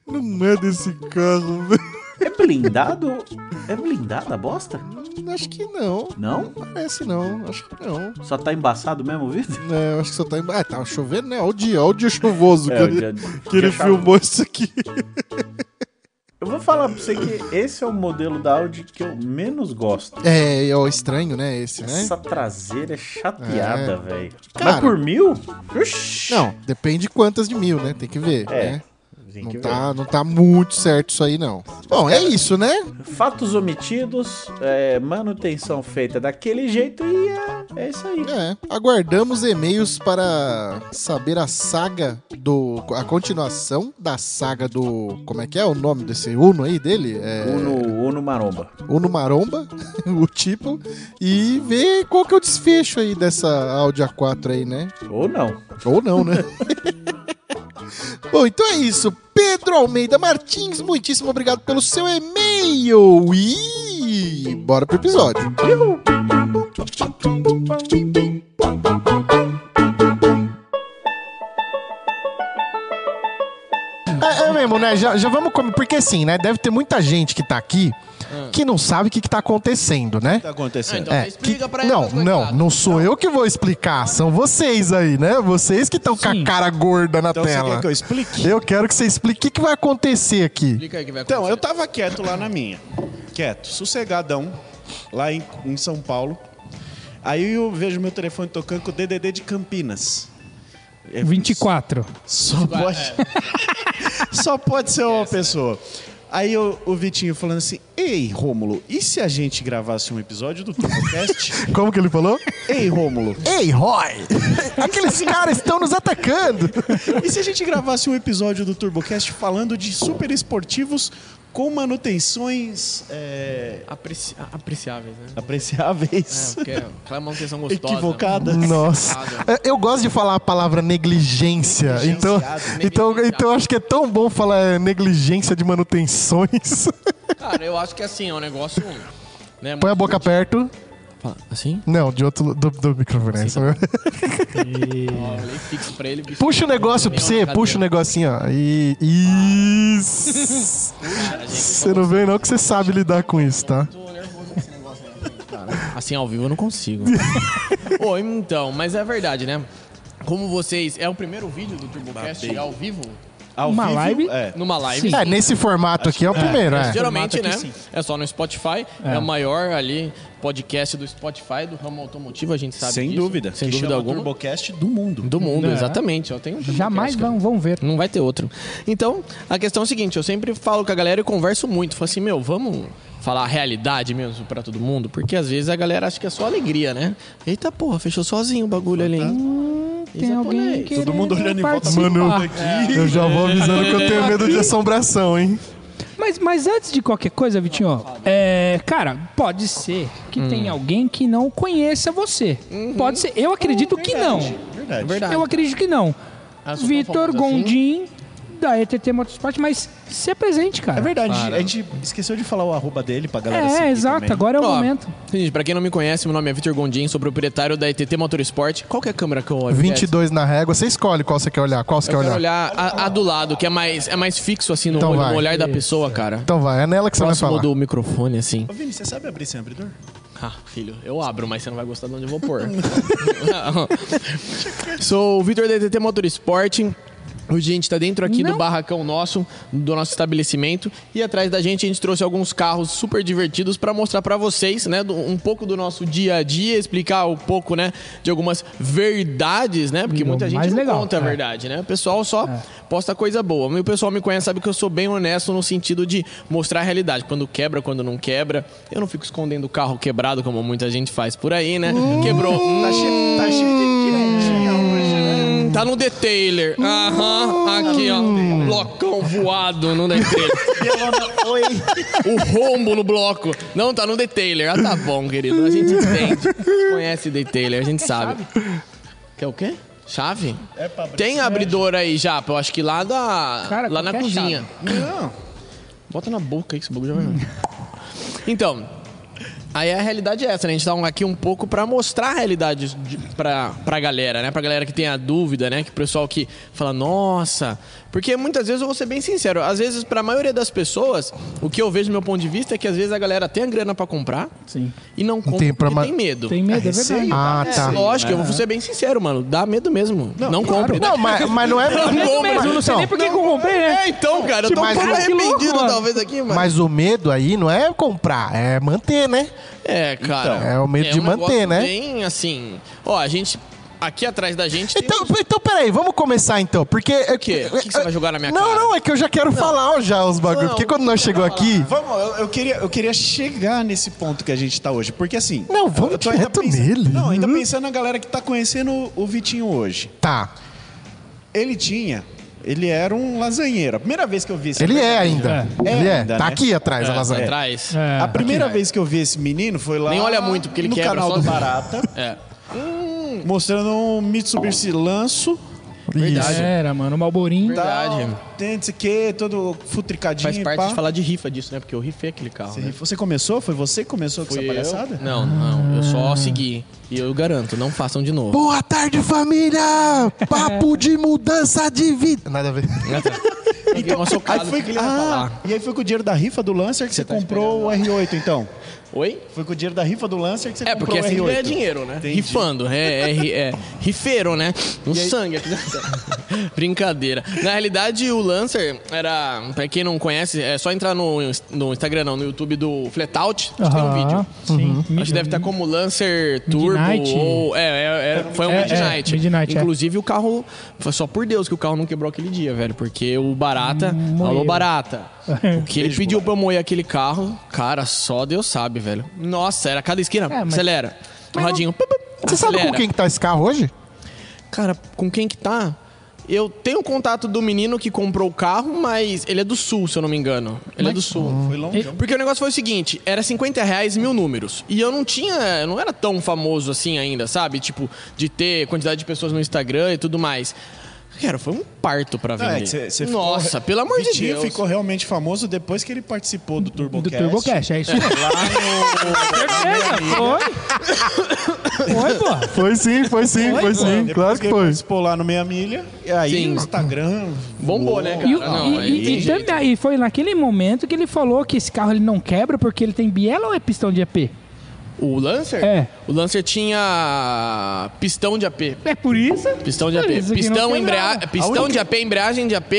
A: não é desse carro, velho.
E: É blindado? É blindado a bosta?
A: Acho que não.
E: Não?
A: Parece não, acho que não.
E: Só tá embaçado mesmo o vidro?
A: É, eu acho que só tá. em- Ah, tava chovendo, né? Olha o dia, olha o dia chuvoso que,
E: É,
A: ele,
E: eu já-
A: que ele
E: já achava.
A: filmou isso aqui.
E: Eu vou falar pra você que esse é o modelo da Audi que eu menos gosto.
A: É, ó, estranho, né? Esse, né?
E: Essa traseira é chateada, velho. Mas
A: Cara.
E: por mil? Oxi.
A: Não, depende quantas de mil, né? Tem que ver,
E: É,
A: né?
E: Tem que
A: Não
E: ver.
A: tá, não tá muito certo isso aí, não. Bom, é isso, né?
E: Fatos omitidos, é, manutenção feita daquele jeito e é, é isso aí.
A: É. Aguardamos e-mails para saber a saga do. a continuação da saga do. Como é que é o nome desse Uno aí dele? É,
E: Uno, Uno Maromba.
A: Uno Maromba, o tipo. E ver qual que é o desfecho aí dessa Audi A4 aí, né?
E: Ou não.
A: Ou não, né? Bom, então é isso. Pedro Almeida Martins, muitíssimo obrigado pelo seu e-mail. E bora pro episódio. É, é mesmo, né? Já, já vamos comer. Porque sim, né? Deve ter muita gente que tá aqui que não sabe o que, que tá acontecendo, né?
B: tá acontecendo?
D: então explica pra ele.
A: não, não, não sou eu que vou explicar, são vocês aí, né? Vocês que estão com a
C: Sim.
A: cara gorda na
B: Então você
A: tela.
B: quer que eu explique?
A: eu... quero que você explique o que, que vai acontecer aqui.
D: Explica aí que vai acontecer.
B: Então, eu tava quieto lá na minha. Quieto, sossegadão, lá em, em São Paulo. Aí eu vejo meu telefone tocando com o DDD de Campinas. É,
C: 24.
B: Só pode,
D: É.
B: só pode ser
D: né?
B: uma pessoa. Aí eu- o Vitinho falando assim: Ei, Rômulo, e se a gente gravasse um episódio do Topocast?
A: Como que ele falou?
B: Ei, Rômulo,
A: Ei, Roy! Aqueles caras estão nos atacando!
B: E se a gente gravasse um episódio do TurboCast falando de super esportivos com manutenções é,
D: Apreci- Apreciáveis, né? É,
B: apreciáveis?
D: porque aquela manutenção É, gostosa. né?
B: Equivocadas.
A: Nossa, É, eu gosto de falar a palavra negligência, então,
D: Negligenciado.
A: então, então acho que é tão bom falar é, negligência de manutenções.
D: Cara, eu acho que assim, é um negócio. Né,
A: Põe a boca perto.
D: Fala, Assim?
A: Não, de outro do, do microfone. né?
D: Ó, eu Falei fixo pra ele, bicho.
A: Puxa o negócio pra você, puxa o negocinho, ó. E. Isso!
D: Cara, gente,
A: Você não vem não que você sabe lidar com isso, tá?
D: eu tô nervoso com esse negócio aí, cara. Assim, ao vivo eu não consigo. Ô, então, mas é verdade, né? Como vocês. É o primeiro vídeo do TurboCast
B: Babei.
D: ao vivo?
B: Ao
C: Uma
B: vivo,
C: live?
B: É.
D: Numa live?
C: Sim.
A: É, nesse formato aqui é o primeiro, é.
D: Geralmente,
C: Formato
D: né?
C: aqui,
D: É só no Spotify. É.
C: É.
D: o maior ali podcast do Spotify, do ramo automotivo, a gente sabe
B: Sem
D: disso.
B: dúvida.
D: Sem
B: que
D: dúvida
B: chama
D: alguma.
B: TurboCast do mundo.
D: Do mundo,
C: É.
D: exatamente. Ó, tem um
C: Jamais
D: podcast, cara.
C: vão, vão ver.
D: Não vai ter outro. Então, a questão é a seguinte: eu sempre falo com a galera e converso muito. Falo assim, meu, vamos falar a realidade mesmo pra todo mundo? Porque às vezes a galera acha que é só alegria, né? Eita porra, fechou sozinho o bagulho ali, hein? é
C: Tem alguém que.
B: Todo mundo olhando em volta.
G: É.
A: Mano, eu já vou avisando que eu tenho medo de assombração, hein?
C: Mas, mas antes de qualquer coisa, Vitinho, é, cara, pode ser
D: Hum.
C: que tenha alguém que não conheça você. Pode ser. Eu acredito que não.
B: Verdade.
D: Uhum. Hum, Verdade. Tá.
C: Eu acredito que não.
D: Ah, sou tão
C: Vitor
D: famoso assim?
C: Gondim, da ETT Motorsport, mas se apresente, cara.
B: É verdade.
D: Para.
B: A gente esqueceu de falar o arroba dele pra galera seguir
C: É, exato.
B: também.
C: Agora é o
D: Ó,
C: momento.
D: Gente, pra quem não me conhece, meu nome é Vitor Gondim, sou proprietário da ETT Motorsport. Qual que é a câmera que eu olho?
G: 22 na régua. Você escolhe qual você quer olhar. Qual você
D: Eu
G: quer
D: quero
G: olhar.
D: olhar a, a do lado, que é mais, é mais fixo, assim, no,
G: Então
D: olho- no
G: vai.
D: olhar da pessoa, cara.
G: Então vai, é nela que você vai
D: Próximo
G: falar.
D: do microfone, assim.
B: Ô, Vini, você sabe abrir sem abridor?
D: Ah, filho, eu abro, mas você não vai gostar de onde eu vou pôr. Sou o Vitor da DTT Motorsport. Hoje a gente tá dentro aqui do barracão nosso, do nosso estabelecimento. E atrás da gente a gente trouxe alguns carros super divertidos pra mostrar pra vocês, né? do- um pouco do nosso dia a dia, explicar um pouco, né? De algumas verdades, né? Porque
C: Não,
D: muita gente
C: mais
D: não
C: legal,
D: conta a
C: é.
D: verdade verdade, né? O pessoal só posta coisa boa. O pessoal me conhece sabe que eu sou bem honesto no sentido de mostrar a realidade. Quando quebra, quando não quebra. Eu não fico escondendo o carro quebrado, como muita gente faz por aí, né?
C: Uh.
D: Quebrou. Tá cheio, tá hoje, né? Tá no detailer. Aham, aqui, ó.
C: Hum.
D: Blocão voado no detailer. Oi. O rombo no bloco. Não, tá no detailer. Ah, tá bom, querido. A gente entende. A gente conhece detailer, a gente sabe. Quer o quê? Chave?
B: É pra abrir.
D: Tem abridor aí já, eu acho que lá da.
C: Cara,
D: lá na
C: qualquer
D: cozinha.
B: Não.
D: Bota na boca aí que esse bagulho já vai. então. Aí a realidade é essa, né? A gente tá aqui um pouco pra mostrar a realidade de, pra, pra galera, né? Pra galera que tem a dúvida, né? Que o pessoal que fala, nossa. Porque muitas vezes eu vou ser bem sincero, às vezes, pra maioria das pessoas, o que eu vejo do meu ponto de vista é que às vezes a galera tem a grana pra comprar
C: Sim.
D: e não compra
G: tem pra
D: porque
G: ma-
D: tem medo.
C: Tem medo, é
B: receio.
C: verdade.
G: Ah,
D: É,
G: tá.
D: lógico, eu vou ser bem sincero, mano. Dá medo mesmo. Não, compre.
G: Não, mas, mas não é.
D: Não
C: Medo
D: compra.
C: mesmo, eu não sei
G: Então,
C: nem por que que eu comprei, né?
D: É, então, cara, eu tô um
G: Mas
D: pouco
G: o-
C: que
D: arrependido,
C: louco, mano.
D: talvez, aqui, mano.
G: Mas o medo aí não é comprar, é manter, né?
D: É, cara.
G: Então, é o medo de
D: um negócio
G: manter, né?
D: Bem, assim... Ó, a gente... Aqui atrás da gente tem...
G: Então, então peraí, vamos começar então, porque... O
D: quê? O que que você vai jogar na minha
G: não,
D: cara?
G: Não, não, é que eu já quero falar ó, já os bagulhos,
D: Não,
G: porque quando nós chegou aqui...
B: Vamos, eu, eu queria, eu queria chegar nesse ponto que a gente tá hoje, porque assim...
G: Não, vamos
B: eu tô ainda
G: direto
B: pensando-
G: nele.
B: Não, ainda
G: Uhum.
B: pensando na galera que tá conhecendo o Vitinho hoje.
G: Tá,
B: Ele tinha... Ele era um lasanheiro. A primeira vez que eu vi esse
G: ele é ainda,
B: É.
G: ele é,
B: Ainda,
G: tá
B: né?
G: aqui atrás
D: É,
G: a lasanha.
D: Atrás.
C: É.
B: A primeira vez que eu vi esse menino foi lá...
D: Nem olha muito, porque ele
B: no
D: quebra
B: canal
D: só
B: do
D: assim.
B: Barata,
D: É.
B: mostrando um Mitsubishi Lanço.
G: Isso.
C: Era, mano, o Malborinho.
D: Verdade.
B: tal, Tem não sei o que, todo futricadinho.
D: Faz
B: e
D: parte
B: pá.
D: de falar de rifa disso, né? Porque eu rifei aquele carro,
B: Você
D: né?
B: rifou- Você começou? Foi você que começou com
D: Fui
B: essa
D: eu?
B: palhaçada?
D: Não, não. Eu só segui. E eu garanto, não façam de novo.
G: Boa tarde, família! Papo de mudança de vida. Nada a ver.
D: Então, uma socada,
B: Aí
D: o
B: foi,
D: que ele ia
B: ah,
D: falar?
B: e aí foi com o dinheiro da rifa do Lancer que você,
D: tá
B: comprou o R8, então?
D: Oi?
B: Foi com o dinheiro da rifa do Lancer que você
D: É,
B: comprou
D: porque
B: o R8.
D: assim que ganha dinheiro, né?
B: Entendi.
D: Rifando, é, é, ri- é rifeiro, né? No sangue. Brincadeira. Na realidade, o Lancer era, pra quem não conhece, é só entrar no, no Instagram, não, no YouTube do Flatout, acho que tem um vídeo.
C: Sim.
D: Acho que deve estar como Lancer Turbo
C: Midnight.
D: ou... É, é, é, foi um
C: É, é,
D: Midnight.
C: Midnight, é.
D: Inclusive o carro... Foi só por Deus que o carro não quebrou aquele dia, velho. Porque o Barata...
C: Moeu.
D: Alô, Barata. O que ele pediu pra eu moer aquele carro, cara, só Deus sabe, velho. Nossa, era cada esquina.
C: É, mas-
D: Acelera. Rodinho. pup, pup,
G: Você sabe
D: acelera.
G: com quem que tá esse carro hoje?
D: Cara, com quem que tá? Eu tenho o contato do menino que comprou o carro, mas ele é do sul, se eu não me engano. Ele é do sul.
B: Foi longe.
C: Ele-
D: Porque o negócio foi o seguinte, era 50 reais mil números. E eu não tinha, eu não era tão famoso assim ainda, sabe? Tipo, de ter quantidade de pessoas no Instagram e tudo mais. Cara, foi um parto pra
B: Não,
D: vender.
B: é que você- você ficou-
D: Nossa, pelo amor de
B: Vitinho
D: Deus.
B: ficou realmente famoso depois que ele participou do
C: Do
B: TurboCast.
C: TurboCast, é isso.
B: Lá no...
C: Certeza, foi. Foi, pô.
G: Foi sim, foi sim, foi, sim.
B: Depois
G: Claro que
B: ele
G: foi.
B: participou lá no Meia Milha. E aí
D: Sim.
B: no Instagram...
D: Bombou, né, cara?
C: E, o-
D: Não,
C: e-
D: aí
C: e-
D: tem
C: e
D: jeito.
C: também- e foi naquele momento que ele falou que esse carro ele não quebra porque ele tem biela ou é pistão de EP?
D: O Lancer?
C: É.
D: O Lancer tinha pistão de AP.
C: É por isso?
D: Pistão de
C: Por
D: AP.
C: isso que não
D: Pistão,
C: tem
D: embrea...
C: nada.
D: pistão de AP, embreagem de AP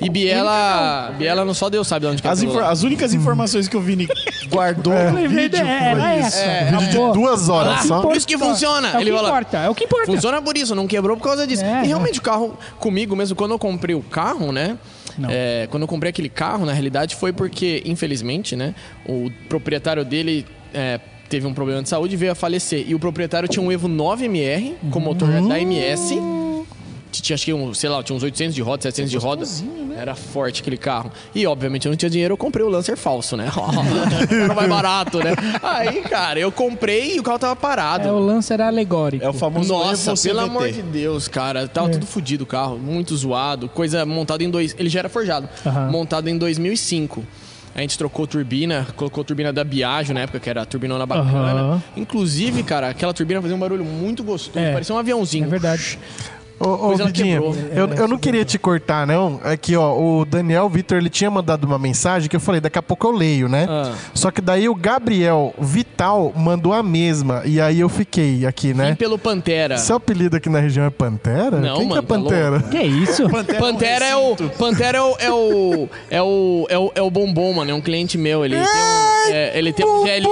D: e biela. Biela não só Deus sabe de onde que
B: As,
D: aquilo
B: infor-
D: lá.
B: as únicas
G: Hum.
B: informações que o Vini guardou
G: É.
B: no
C: Foi
B: vídeo
C: verdade, era
B: foi isso.
C: essa.
G: Vídeo de
C: Acabou.
G: duas horas
D: Ah,
G: só.
D: por isso que funciona.
C: É o que
D: Ele fala,
C: importa, é o que importa.
D: Funciona por isso, não quebrou por causa disso.
C: É,
D: e realmente o carro, comigo mesmo, quando eu comprei o carro, né?
C: Não.
D: é, quando eu comprei aquele carro, na realidade, foi porque, infelizmente, né? O proprietário dele é, teve um problema de saúde e veio a falecer. E o proprietário tinha um Evo 9MR com motor da MS. Tinha, acho que, um, sei lá, tinha uns 800 de roda, 700 de roda.
C: né?
D: Era forte aquele carro. E, obviamente, eu não tinha dinheiro, eu comprei o Lancer falso, né? Era mais barato, né? Aí, cara, eu comprei e o carro tava parado.
C: É, o lance era alegórico.
B: É o famoso
D: Nossa,
B: Evo
D: pelo
B: CVT.
D: amor de Deus, cara.
C: É.
D: Tava tudo fodido o carro, muito zoado. Coisa montada em dois. Ele já era forjado.
C: Aham.
D: Montado em 2005. A gente trocou turbina, colocou turbina da Biagio na época, que era a turbinona bacana.
C: Aham.
D: Inclusive, cara, aquela turbina fazia um barulho muito gostoso,
C: É.
D: parecia um
C: É
D: aviãozinho.
C: verdade.
A: Ô, ô
D: Pois ela
A: Vidinha,
D: quebrou. né? É,
A: eu, eu não queria te cortar, não. Aqui, ó, o Daniel Vitor, ele tinha mandado uma mensagem que eu falei, daqui a pouco eu leio, né?
D: Ah.
A: Só que daí o Gabriel Vital mandou a mesma. E aí eu fiquei aqui,
D: E
A: né?
D: pelo Pantera.
A: Seu apelido aqui na região é Pantera?
D: Então- Não,
A: Quem
D: mano,
A: que é
D: tá
A: Pantera?
C: Que isso?
D: Pantera é o. Pantera é o. É o, é o, é o, é o bombom, mano. É um cliente meu. Ele tem um. é, ele tem um velho.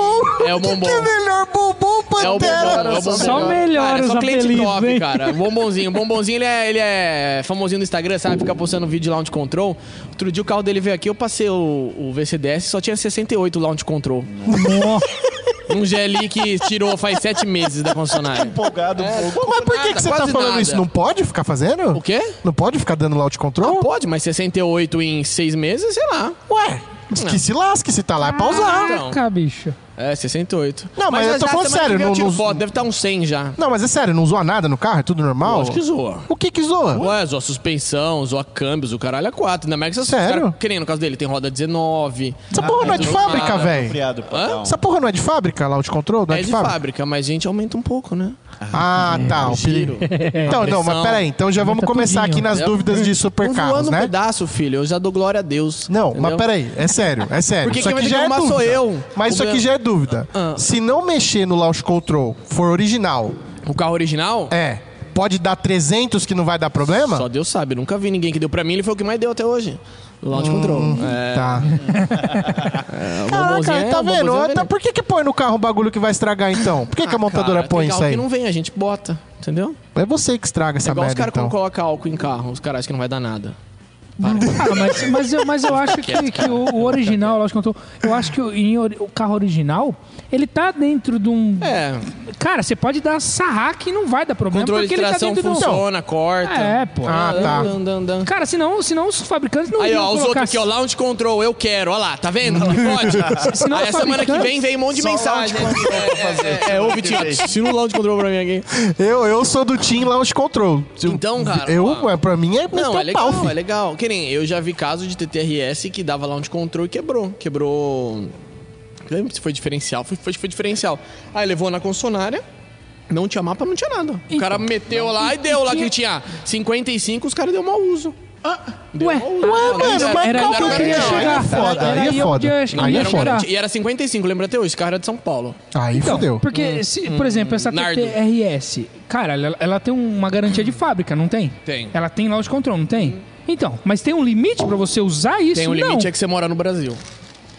D: É o bombom.
A: melhor, bombom
D: É o bombom, é o bombom.
C: Só melhora
D: Cara, é só
C: os
D: cliente
C: apelidos,
D: top,
C: hein?
D: cara. O bombonzinho. O bombonzinho, ele é, ele é famosinho no Instagram, sabe? Fica postando vídeo de launch control. Outro dia o carro dele veio aqui, eu passei o, o VCDS só tinha 68 launch control. Um GLI que tirou faz sete meses da concessionária.
B: Empolgado um pouco.
A: Mas por que,
D: nada,
A: que você tá
D: quase
A: falando
D: nada.
A: isso? Não pode ficar fazendo?
D: O quê?
A: Não pode ficar dando loud
D: Ah,
A: control?
D: pode, mas 68 em seis meses, sei lá.
A: Ué, que se lasque, se tá lá é pra usar.
D: então.
C: Caraca, bicho.
D: É, 68.
A: Não, mas eu tô
D: já
A: falando
D: semana que
A: sério,
D: vem Eu
A: não-
D: tiro
A: não-
D: foto, deve estar uns 100 já.
A: Não, mas é sério, não zoa nada no carro? É tudo normal?
D: Acho que zoa.
A: O que que zoa?
D: Ué, zoa suspensão, zoa câmbios, o caralho é 4. Ainda mais que essas
A: Sério?
D: caras- que nem no caso dele, tem roda Ah, 19.
A: Essa porra não é de
D: tudo
A: fábrica,
D: nada,
A: velho.
B: Friado pra
D: Hã?
B: dar um-
A: Essa porra não é de fábrica, loud control? Não é,
D: É de
A: fábrica?
D: fábrica, mas a gente aumenta um pouco, né?
A: Ah, tá. O perigo.
D: Giro.
A: Então, não, mas
D: Pressão.
A: peraí. Então já vamos
C: Aumenta
A: começar
C: tudinho.
A: aqui nas
D: É.
A: dúvidas de
D: Tô voando
A: supercarros,
D: um
A: né?
D: pedaço, filho. Eu já dou glória a Deus.
A: Não, mas
D: entendeu?
A: peraí, é sério, é sério.
D: Porque
A: isso
D: quem
A: aqui
D: vai
A: já é
D: reclamar
A: dúvida.
D: sou eu.
A: Mas
D: O
A: isso aqui
D: meu-
A: já é dúvida.
D: Ah.
A: Se não mexer no launch control for original,
D: O carro original?
A: é, pode dar 300 que não vai dar problema?
D: Só Deus sabe. Nunca vi ninguém que deu pra mim. Ele foi o que mais deu até hoje. O Launch Control. É,
A: Tá.
D: o bombonzinho
A: Hum. Caraca,
D: é-
A: tá
D: o bombonzinho
A: vendo?
D: é
A: Tá-
D: veneno.
A: por que que põe no carro um bagulho que vai estragar então? Por que, que a montadora
D: Ah, Cara,
A: põe
D: tem
A: isso
D: carro
A: aí?
D: que não vem, a gente bota, entendeu?
A: É você que estraga
D: É
A: essa
D: igual os
A: merda
D: caras
A: então.
D: quando colocam álcool em carro. Os caras acham que não vai dar nada.
C: Cara, Ah, mas, mas, eu, mas eu acho que, que o, o original, lógico que eu tô. Eu acho que o, em ori- o carro original, ele tá dentro de um.
D: É,
C: Cara, você pode dar sarrar que não vai dar problema.
D: controle
C: porque
D: de
C: ele tá
D: tração
C: dentro de um-
D: funciona, então. corta.
C: É, pô.
A: Ah, tá.
D: Dan, dan, dan.
C: Cara, senão, senão os fabricantes não
D: Aí,
C: iam
D: ó, os
C: colocar
D: outros aqui, ó, Launch Control, eu quero, ó lá, tá vendo? Não pode.
C: Se não,
D: Aí,
C: os
D: semana que
C: fabricantes-
D: vem vem um monte de
B: Só
D: mensagem.
B: Launch Control pra fazer.
D: É, é, é, ô, Vitinho, tira um Launch Control pra mim aqui.
A: Eu, eu sou do Team Launch Control. Se eu-
D: Então, cara,
A: Eu,
D: ó.
A: ué, pra mim é meter
D: Não,
A: o
D: é legal,
A: pau, filho.
D: é legal. Que nem, eu já vi caso de TTRS que dava Launch Control e quebrou. Quebrou... Eu lembro se foi diferencial, foi, foi, foi diferencial. Aí levou na concessionária, não tinha mapa, não tinha nada. O cara meteu lá e deu lá que tinha 55, os caras deu mau uso. Deu
C: Ué,
D: mau uso. Não, não
A: mano,
D: era-
A: mas
D: era-
A: qual
D: era
A: que eu queria
D: garantia.
A: chegar? Aí é foda,
C: Era
A: aí é
C: onde eu
A: foda.
C: acho que
A: Aí
C: eu
A: é
C: ia
A: foda.
C: chegar.
D: Garantia. E era 55, lembra até hoje, esse carro era de São Paulo.
A: Aí fodeu.
C: Porque, se, Então, por exemplo, essa
D: Hum. Nardo.
C: TTRS, cara, ela, ela tem uma garantia de fábrica, não tem?
D: Tem.
C: Ela tem lounge control, não tem? Então, mas tem um limite pra você usar isso?
D: Tem um limite,
C: não.
D: é que você mora no Brasil.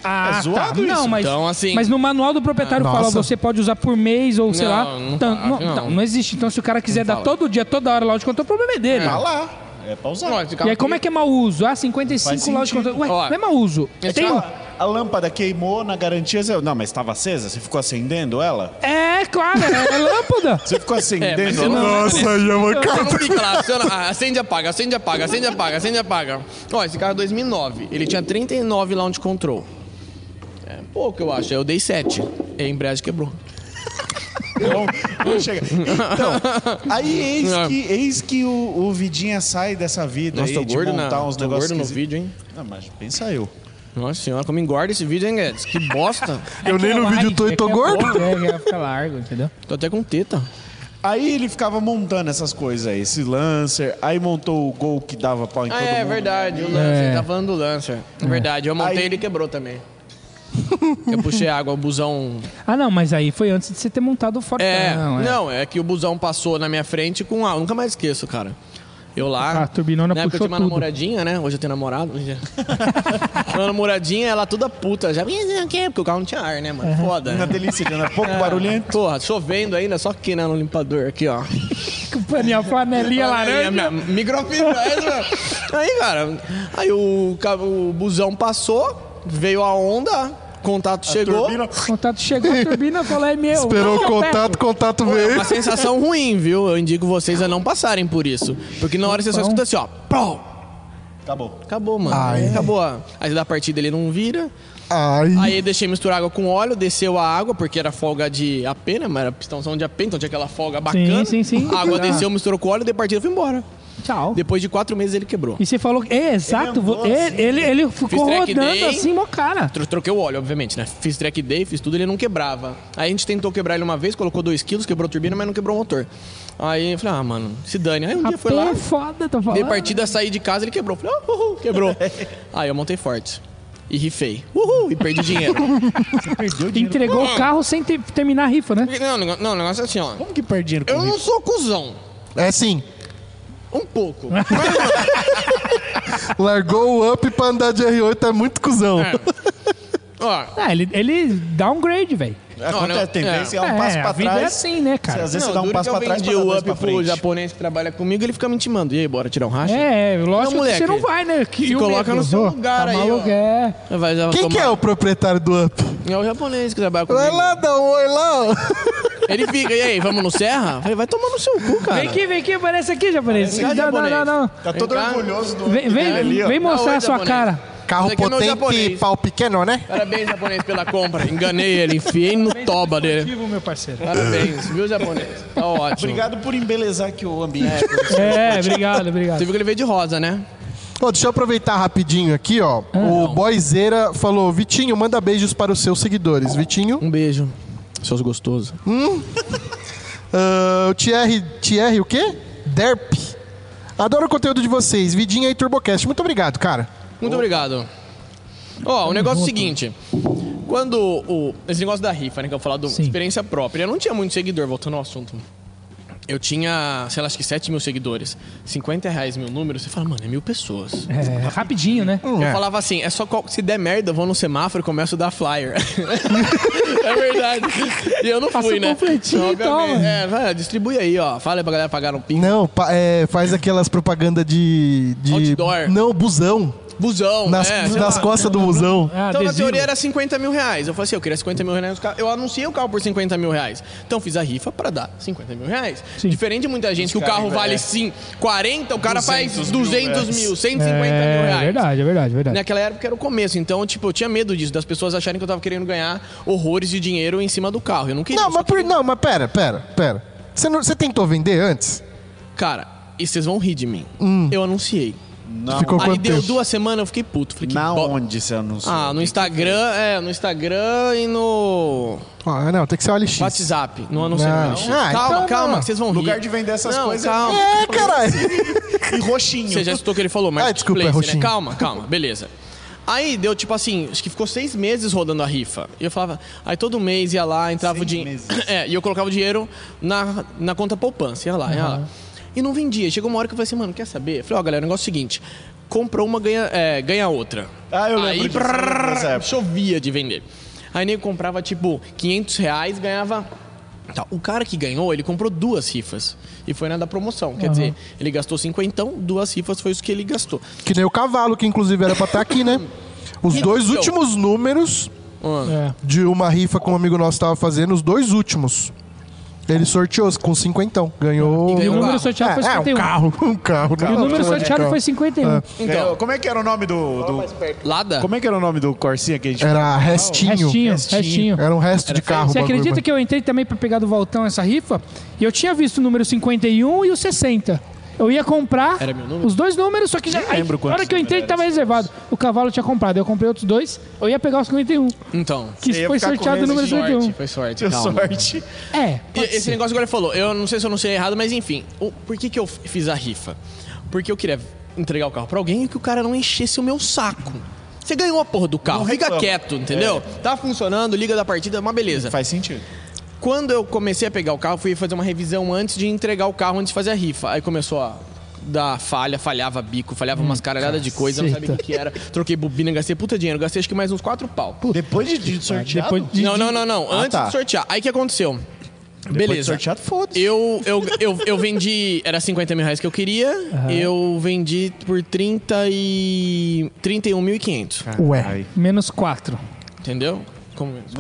C: Ah,
B: É
C: tá.
B: zoado isso.
C: Não, mas,
D: Então, assim-
C: mas no manual do proprietário
A: Ah,
C: fala
A: nossa.
C: você pode usar por mês ou sei
D: Não,
C: lá.
D: não
C: Tan-
D: fala, não.
C: então, não existe. Então, se o cara quiser dar
D: fala.
C: todo dia, toda hora lounge control, o problema é dele.
B: Tá lá. É pra usar.
C: E aí, como é que é mau uso? Ah, 55
B: Faz
C: lounge
B: sentido.
C: control. Ué,
D: Ó,
C: não é mau uso.
D: eu
C: Tem
D: te
C: um...
D: falo.
B: A lâmpada queimou na garantia. zero. Não, mas estava acesa? Você ficou acendendo ela?
C: É, claro, é, é lâmpada.
B: Você ficou acendendo
D: mas você
B: ela?
D: não-
A: Nossa, aí é uma
D: Você não fica lá, você não- ah, acende e apaga, acende e apaga, acende e apaga, acende e apaga. Ó, esse carro é 2009, ele tinha 39 launch control. É pouco, eu acho. Aí eu dei 7. E a embreagem quebrou.
B: Não, não chega. Então, aí eis
D: Não.
B: que, eis que o, o Vidinha sai dessa vida
D: Nossa,
B: aí
D: tô
B: de
D: gordo, na,
B: montar uns
D: tô
B: negócios
D: gordo no
B: esquisitos.
D: vídeo, hein?
B: Não, mas pensa eu.
D: Nossa senhora, como engorda esse vídeo, hein, Guedes? Que bosta.
A: Eu nem no vídeo tô e tô gordo.
C: É, é, fica largo, entendeu?
D: Tô até com teta.
B: Aí ele ficava montando essas coisas aí, esse Lancer, aí montou o gol que dava pau em todo mundo.
D: Ah, é verdade, o
C: Lancer, tá
D: falando do Lancer. Verdade, eu montei
B: Aí-
D: e ele quebrou também. É. Eu puxei água, o busão
C: Ah, não, mas aí foi antes de você ter montado o Fortão.
D: É, não, é. que o busão passou na minha frente com a. Nunca mais esqueço, cara. Eu lá.
C: A turbinona
D: na época eu
C: puxou
D: tinha uma
C: tudo.
D: namoradinha, né? Hoje eu tenho namorado. hoje- Minha namoradinha, ela toda puta já. "Ih, que é?" Porque o carro não tinha ar, né, mano? Foda.
B: Uma
D: né?
B: delícia, né? Pouco barulhento.
D: Porra, chovendo ainda, só que né, no limpador aqui, ó.
C: Com paninha, flanelinha laranja.
D: Minha- minha- Microfibra. é isso mesmo. Aí, cara, aí o, ca- o busão passou, veio a onda, contato chegou.
B: Turbina-
C: O contato chegou, a turbina falou, é meu.
A: Esperou o
C: Não,
A: contato,
C: perto.
A: contato
D: É
A: veio.
D: uma sensação
C: Então?
D: ruim, viu? Eu indico vocês a não passarem por isso. Porque na hora você só escuta assim, ó. Pau!
B: Acabou.
D: Acabou, mano.
C: Ah, é.
A: Ai.
D: Acabou. a- Aí da partida ele não vira.
A: Ai.
D: Aí eu deixei misturar água com óleo, desceu a água, porque era folga de AP, né? Mas era pistãozão de AP, então tinha aquela folga bacana.
C: sim, sim.
D: A água
C: Ah.
D: desceu, misturou com óleo, deu partida e foi embora.
C: Tchau.
D: Depois de quatro meses ele quebrou.
C: E você falou. É, exato. vo-
B: andou
C: é, Ele, ele, ficou
D: track
C: rodando
D: day.
C: assim, mó cara.
D: Tro- Troquei o óleo, obviamente, né? Fiz track day, fiz tudo, ele não quebrava. Aí a gente tentou quebrar ele uma vez, colocou 2 quilos, quebrou a turbina, mas não quebrou o motor. Aí eu falei, ah, mano, se dane. Aí um dia
C: A
D: foi lá,
C: é foda, tô
D: dei
C: falando.
D: partida, saí de casa, ele quebrou. Falei, ah, uhul, quebrou. Aí eu montei forte. E rifei. Uhul, e perdi dinheiro.
B: Perdeu dinheiro.
C: Entregou o carro sem ter- terminar a rifa, né?
D: Porque, não, o nego- não, o negócio é assim, ó.
B: Como que perde dinheiro
D: Eu
B: com
D: não
B: isso?
D: sou cuzão.
A: É assim,
D: Um pouco.
A: largou o up pra andar de R8 é muito cuzão.
D: É. Ó,
C: Ah, ele, ele dá um grade, velho.
B: Acontece,
D: não,
B: tem
D: é.
B: vezes que é um passo
C: a
B: pra
C: vida é
B: trás.
C: assim, né, cara?
B: Às vezes você
D: não,
B: dá um
D: duro
B: passo
D: que
B: pra
D: eu
B: trás pra
D: vendi
B: dar
D: o
B: dois
D: up
B: pra
D: pro
B: frente.
D: japonês que trabalha comigo, ele fica me intimando. E aí, bora tirar um racha?
C: É, lógico
D: Não,
C: que você
D: moleque.
C: não vai, né? Que,
D: Se
C: e o
D: coloca
C: medo?
D: no seu
C: Ô,
D: lugar
C: tá
D: aí,
C: maluco,
D: ó.
C: é.
D: Vai, já vai
A: Quem que é
D: tomar.
A: o proprietário do up?
D: É o japonês que trabalha comigo.
A: Vai lá, dá um oi lá. ó.
D: Ele fica, e aí, vamos no Serra? Eu Falei, vai tomar no seu cu, cara. é
C: Vem aqui, vem aqui, aparece aqui, japonês. Não, não, não, não.
B: Tá todo
D: Vem cá.
B: orgulhoso do
C: Vem,
D: é
C: vem, vem
D: Dá
C: mostrar
D: "Ah, oi,
C: a sua
D: japonês.
C: cara.
A: Carro
D: Esse aqui é meu
A: potente e
D: japonês.
A: pau pequeno, né?
D: Parabéns, japonês, pela compra. Enganei ele, enfiei no toba dele.
C: Vivo, meu parceiro.
D: Parabéns, viu, japonês? Tá ótimo.
B: Obrigado por embelezar aqui o ambiente.
C: É, obrigado,
D: Você
C: obrigado.
D: viu que ele veio de rosa, né?
A: Ô, deixa eu aproveitar rapidinho aqui, ó. o Boyzeira falou: Vitinho, manda beijos para os seus seguidores. Vitinho.
D: Um beijo. Seus gostosos.
A: Ah, o Thierry, Thierry, o quê? Derp. Adoro o conteúdo de vocês, Vidinha e Turbocast. Muito obrigado, cara.
D: Muito obrigado. Ó, o negócio é o seguinte. Quando o. Esse negócio da rifa, né? Que eu falar do
C: Sim.
D: experiência própria. Eu não tinha muito seguidor, voltando ao assunto. Eu tinha, sei lá, acho que 7 mil seguidores. 50 reais mil números, você fala, mano, é mil pessoas.
C: É, rapidinho, né?
D: Eu falava assim, é só qual- se der merda, eu vou no semáforo e começo a dar flyer. é verdade. E eu não
C: Passa
D: fui,
C: um
D: né?
C: panfletinho e
D: Obviamente.
C: toma.
D: É, vai, distribui aí, ó. Fala aí pra galera pagar um pin.
A: Não, pa- é, faz aquelas propaganda de. de-
D: Outdoor.
A: Não, busão.
D: Busão,
A: Nas,
D: né? Sei
A: nas
D: lá.
A: costas do busão.
C: Ah,
D: Então, na
C: adesivo.
D: teoria, era 50 mil reais. Eu falei assim, eu queria 50 mil reais. no carro. Eu anunciei o carro por 50 mil reais. Então, fiz a rifa pra dar 50 mil reais.
C: Sim.
D: Diferente de muita gente, que o
B: caras,
D: carro
B: é.
D: vale, sim, 40, o cara faz
B: 200 mil é.
D: 200
B: reais.
D: mil, 150 mil
C: É
D: reais. Né?
C: verdade, é verdade, é verdade.
D: Naquela época era o começo, então, tipo, eu tinha medo disso, das pessoas acharem que eu tava querendo ganhar horrores de dinheiro em cima do carro. Eu não queria.
A: Não,
D: isso.
A: mas por, não, mas pera, pera, pera. Você, não, você tentou vender antes?
D: Cara, e vocês vão rir de mim. Eu anunciei.
B: Não,
A: Ficou
D: Aí
A: Hum. quanto
D: deu
A: tempo?
D: duas semanas, eu fiquei puto. Falei, que
B: na
D: bo-
B: onde você anunciou?
D: Ah, no Instagram, é, no Instagram e no
A: Ah, não, tem que ser o LX.
D: WhatsApp. No anúncio
A: Não.
D: do
A: Ah,
D: LX. calma,
A: então não.
D: calma, que vocês vão rir.
B: Lugar de vender essas
D: não,
B: coisas é-
D: Calma.
A: É, caralho.
B: E roxinho.
D: Você já citou o que ele falou, mas. né?
A: Ah, desculpa, é roxinho.
D: Calma, calma, beleza. Aí deu tipo assim, acho que ficou seis meses rodando a rifa. E eu falava, aí todo mês ia lá, entrava o
B: Seis
D: dinheiro.
B: meses.
D: É, e eu colocava o dinheiro na, na conta poupança, ia lá, ia lá. E não vendia. Chegou uma hora que eu falei assim, mano, quer saber? Eu falei, ó, galera, o negócio é o seguinte: compra uma, ganha, é, ganha outra.
B: Ah, eu lembro
D: Aí
B: disso, eu lembro dessa época.
D: chovia de vender. Aí nego comprava tipo 500 reais, ganhava. Tá, o cara que ganhou, ele comprou duas rifas. E foi na da promoção. Quer dizer, ele gastou cinquentão, duas rifas foi isso que ele gastou.
A: Que nem o cavalo, que inclusive era pra estar aqui, né? Os dois
D: então?
A: últimos números
C: É.
A: de uma rifa que um amigo nosso tava fazendo, os dois últimos. Ele sorteou com cinquentão. Ganhou.
D: E
C: E o
D: ganhou um
C: número
D: carro.
C: sorteado foi
A: é, é, um
C: 51.
A: carro, um carro.
C: E o número sorteado foi 51.
D: Então,
B: Como é que era o nome do... do-
D: Lada?
B: Como é que era o nome do Corsinha que a gente...
A: Era um, restinho.
C: Restinho,
B: Restinho.
C: restinho.
A: Era um resto de carro.
C: Você
A: o bagulho,
C: acredita
A: mano.
C: que eu entrei também pra pegar do Valtão essa rifa? E eu tinha visto o número 51 e o 60. Eu ia comprar
D: Era meu número?
C: os dois números, só que já. Aí,
B: lembro
C: na hora
B: quantos
C: que eu entrei,
B: números
C: tava
B: era
C: reservado. O cavalo tinha comprado, eu comprei outros dois, eu ia pegar o 51.
D: Então.
C: Que
B: Você ia
C: foi
B: ficar com
C: sorteado o
B: esse
C: número
D: Sorte,
C: 51.
D: foi sorte.
B: Deu
D: calma.
B: então. sorte.
C: É,
D: E
C: pode
D: esse
C: ser.
D: negócio que ele falou, eu não sei se eu não sei errado, mas enfim, o- por que, que eu f- fiz a rifa? Porque eu queria entregar o carro pra alguém e que o cara não enchesse o meu saco. Você ganhou a porra do carro,
B: Não
D: fica
B: reclama. É.
D: quieto, entendeu? Tá funcionando, liga da partida, uma beleza.
B: Faz sentido.
D: Quando eu comecei a pegar o carro, fui fazer uma revisão antes de entregar o carro, antes de fazer a rifa. Aí começou a dar falha, falhava bico, falhava
B: Hum,
D: umas caralhadas de coisa, não sabia o que, que era. Troquei bobina, gastei puta dinheiro, gastei acho que mais uns quatro pau.
B: Depois de, de sorteado?
C: Depois de-
D: Não, não, não, não.
B: Ah,
D: Antes
B: tá.
D: de sortear. Aí o que aconteceu?
B: Depois de
D: Beleza.
B: sorteado, foda-se.
D: Eu, eu, eu, eu vendi. Era 50 mil reais que eu queria. Eu vendi por 30 e. 31.500.
A: Ué.
B: Aí.
C: Menos 4.
D: Entendeu? Como menos?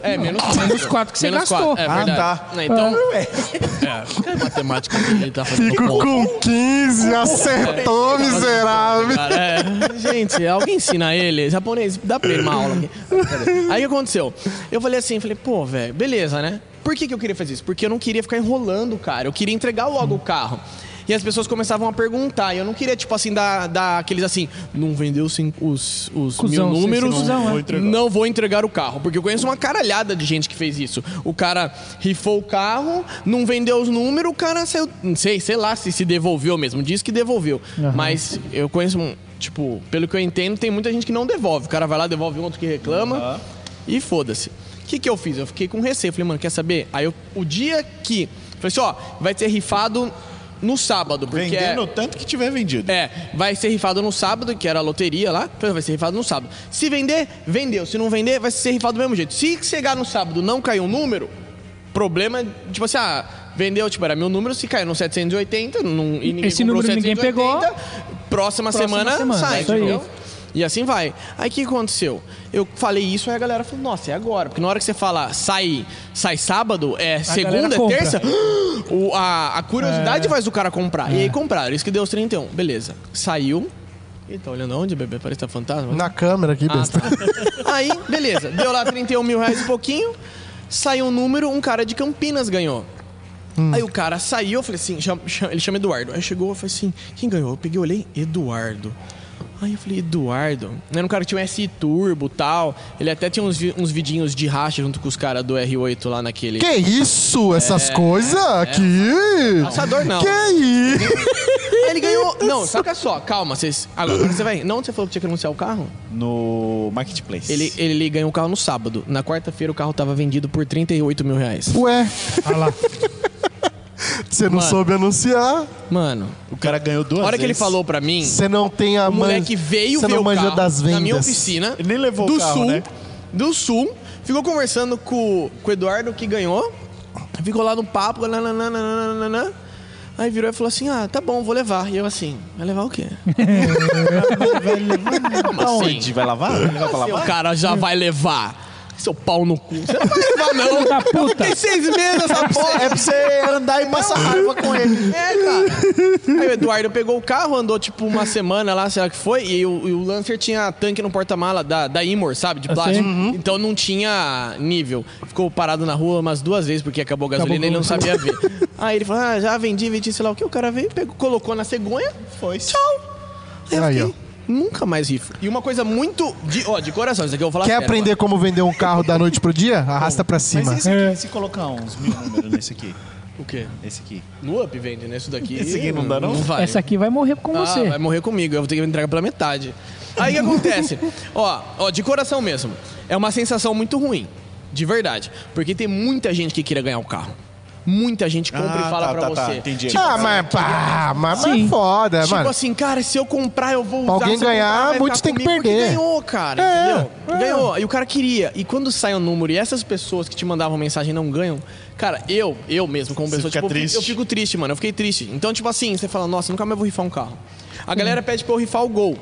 D: É, menos quatro.
C: Menos quatro que você gastou.
D: É
A: Ah,
D: verdade.
A: tá.
D: Não, Então, é. é matemática que ele tá fazendo
A: Fico
D: conta.
A: com 15, acertou, miserável.
D: Cara, é. Gente, alguém ensina ele. Japonês, dá pra ele uma aula aqui. Aí o que aconteceu? Eu falei assim, falei, pô, velho, beleza, né? Por que, que eu queria fazer isso? Porque eu não queria ficar enrolando o cara. Eu queria entregar logo o carro. E as pessoas começavam a perguntar. E eu não queria, tipo assim, dar, dar aqueles assim, não vendeu cin- os, os
C: Cusão,
D: mil
C: sem
D: números,
C: ser cuzão,
D: não,
C: é.
D: não vou entregar o carro. Porque eu conheço uma caralhada de gente que fez isso. O cara rifou o carro, não vendeu os números, o cara saiu. Não sei, sei lá se se devolveu mesmo. Diz que devolveu. Mas eu conheço, um- tipo, pelo que eu entendo, tem muita gente que não devolve. O cara vai lá, devolve um outro que reclama e foda-se. O que, que eu fiz? Eu fiquei com receio. Falei, mano, quer saber? Aí eu- o dia que. Falei assim, ó, vai ser rifado no sábado. Porque é-
B: Vendendo o tanto que tiver vendido.
D: é, vai ser rifado no sábado, que era a loteria lá, então vai ser rifado no sábado. Se vender, vendeu. Se não vender, vai ser rifado do mesmo jeito. Se chegar no sábado e não cair um número, problema, é, tipo assim, ah, vendeu, tipo, era meu número, se caiu no 780, não, e ninguém
C: Esse
D: comprou
C: número ninguém pegou.
D: próxima, semana,
C: semana, É
D: sai,
C: isso aí.
D: entendeu? E assim vai. Aí o que aconteceu? Eu falei isso, aí a galera falou, nossa, é agora. Porque na hora que você fala sai, sai sábado, é segunda,
C: galera
D: é
C: compra. É.
D: terça, o- a, a curiosidade faz o cara comprar. E aí compraram, isso que deu os 31. Beleza. Saiu. Ih, tá olhando onde, bebê? Parece que tá fantasma.
A: Na câmera
D: Ah,
A: aqui, besta.
D: tá. Aí, beleza. Deu lá 31 mil reais e pouquinho. Saiu um número, um cara de Campinas ganhou. Aí o cara saiu, eu falei assim, cham- cham- ele chama Eduardo. Aí chegou, eu falei assim, quem ganhou? Eu peguei, olhei, Eduardo. Aí eu falei, Eduardo. Era um cara que tinha um SI Turbo e tal. Ele até tinha uns, vi- uns vidinhos de racha junto com os caras do R8 lá naquele.
A: Que isso? Essas
D: É,
A: coisas aqui?
D: Assador não.
A: Que isso?
D: Aí ele ganhou. Não, saca só, calma, vocês. Agora você vai. Não, você falou que tinha que anunciar o carro?
B: No Marketplace.
D: Ele, ele ganhou o carro no sábado. Na quarta-feira o carro tava vendido por 38 mil reais.
A: Ué. Você não
D: Mano.
A: soube anunciar,
D: Mano,
B: O cara ganhou duas
D: a hora que ele
B: vezes.
D: falou pra mim,
A: você não tem a
D: o moleque veio
A: você
D: ver
A: não
D: o
A: manja
D: carro
A: das vendas.
D: na minha oficina.
B: Ele nem levou
D: do
B: o carro,
D: sul,
B: né?
D: Do sul. Ficou conversando com, com o Eduardo, que ganhou. Ficou lá no papo. nananana. Aí virou e falou assim, ah, tá bom, vou levar. E eu assim, vai levar o quê? assim?
B: Pra onde? Vai lavar? Ele vai pra
D: O
B: lavar?
D: cara já vai levar. Seu pau no cu. Você não vai levar, não.
C: Da puta.
D: Tem seis meses essa porra.
B: É pra você andar e passar raiva com ele.
D: É, cara. Aí o Eduardo pegou o carro, andou tipo uma semana lá, sei lá o que foi, e o, e o Lancer tinha tanque no porta-mala da, da Imor, sabe? De
B: Ah,
D: plástico.
B: Uhum.
D: Então não tinha nível. Ficou parado na rua umas duas vezes porque acabou a gasolina e ele não sabia ver. Aí ele falou: ah, já vendi, vendi, sei lá o que. O cara veio, pegou, colocou na cegonha, foi. Tchau. Aí eu
A: Aí,
D: fiquei, Nunca mais rifo. E uma coisa muito. De, ó, de coração, isso aqui eu vou falar.
A: Quer
D: sério,
A: aprender como vender um carro da noite pro dia? Arrasta pra
D: assim,
A: cima.
B: Mas esse
D: É.
B: aqui, se colocar uns mil números nesse aqui.
D: mano. O quê?
B: Esse aqui.
D: No up vende, né? Isso daqui.
B: Esse aqui não dá, não?
D: vai.
C: Essa aqui É, vai morrer com
D: Ah,
C: você.
D: vai morrer comigo, eu vou ter que entregar pela metade. Aí o que acontece? ó, ó, de coração mesmo. É uma sensação muito ruim, de verdade. Porque tem muita gente que queira ganhar o carro. Muita gente compra
B: Ah,
D: e fala
B: tá,
D: pra
B: tá, tá.
D: você.
B: Entendi.
D: Tipo,
A: Ah, mas pá, mas mas
C: Sim.
A: foda,
D: tipo
A: É, mano.
D: assim, cara, se eu comprar, eu vou
A: Pra
D: usar.
A: alguém
D: se eu
A: ganhar,
D: comprar, vai
A: muitos
D: ficar
A: tem que
D: comigo,
A: perder.
D: Porque ganhou, cara,
A: É,
D: entendeu? Ganhou. E o cara queria. E quando sai o número e essas pessoas que te mandavam mensagem não ganham, cara, eu, eu mesmo, como
B: Você
D: pessoa,
B: fica
D: tipo, eu fico-
B: triste.
D: eu fico triste, mano. Eu fiquei triste. Então, tipo assim, você fala, nossa, nunca mais vou rifar um carro. A galera
A: Hum.
D: pede pra eu rifar o gol.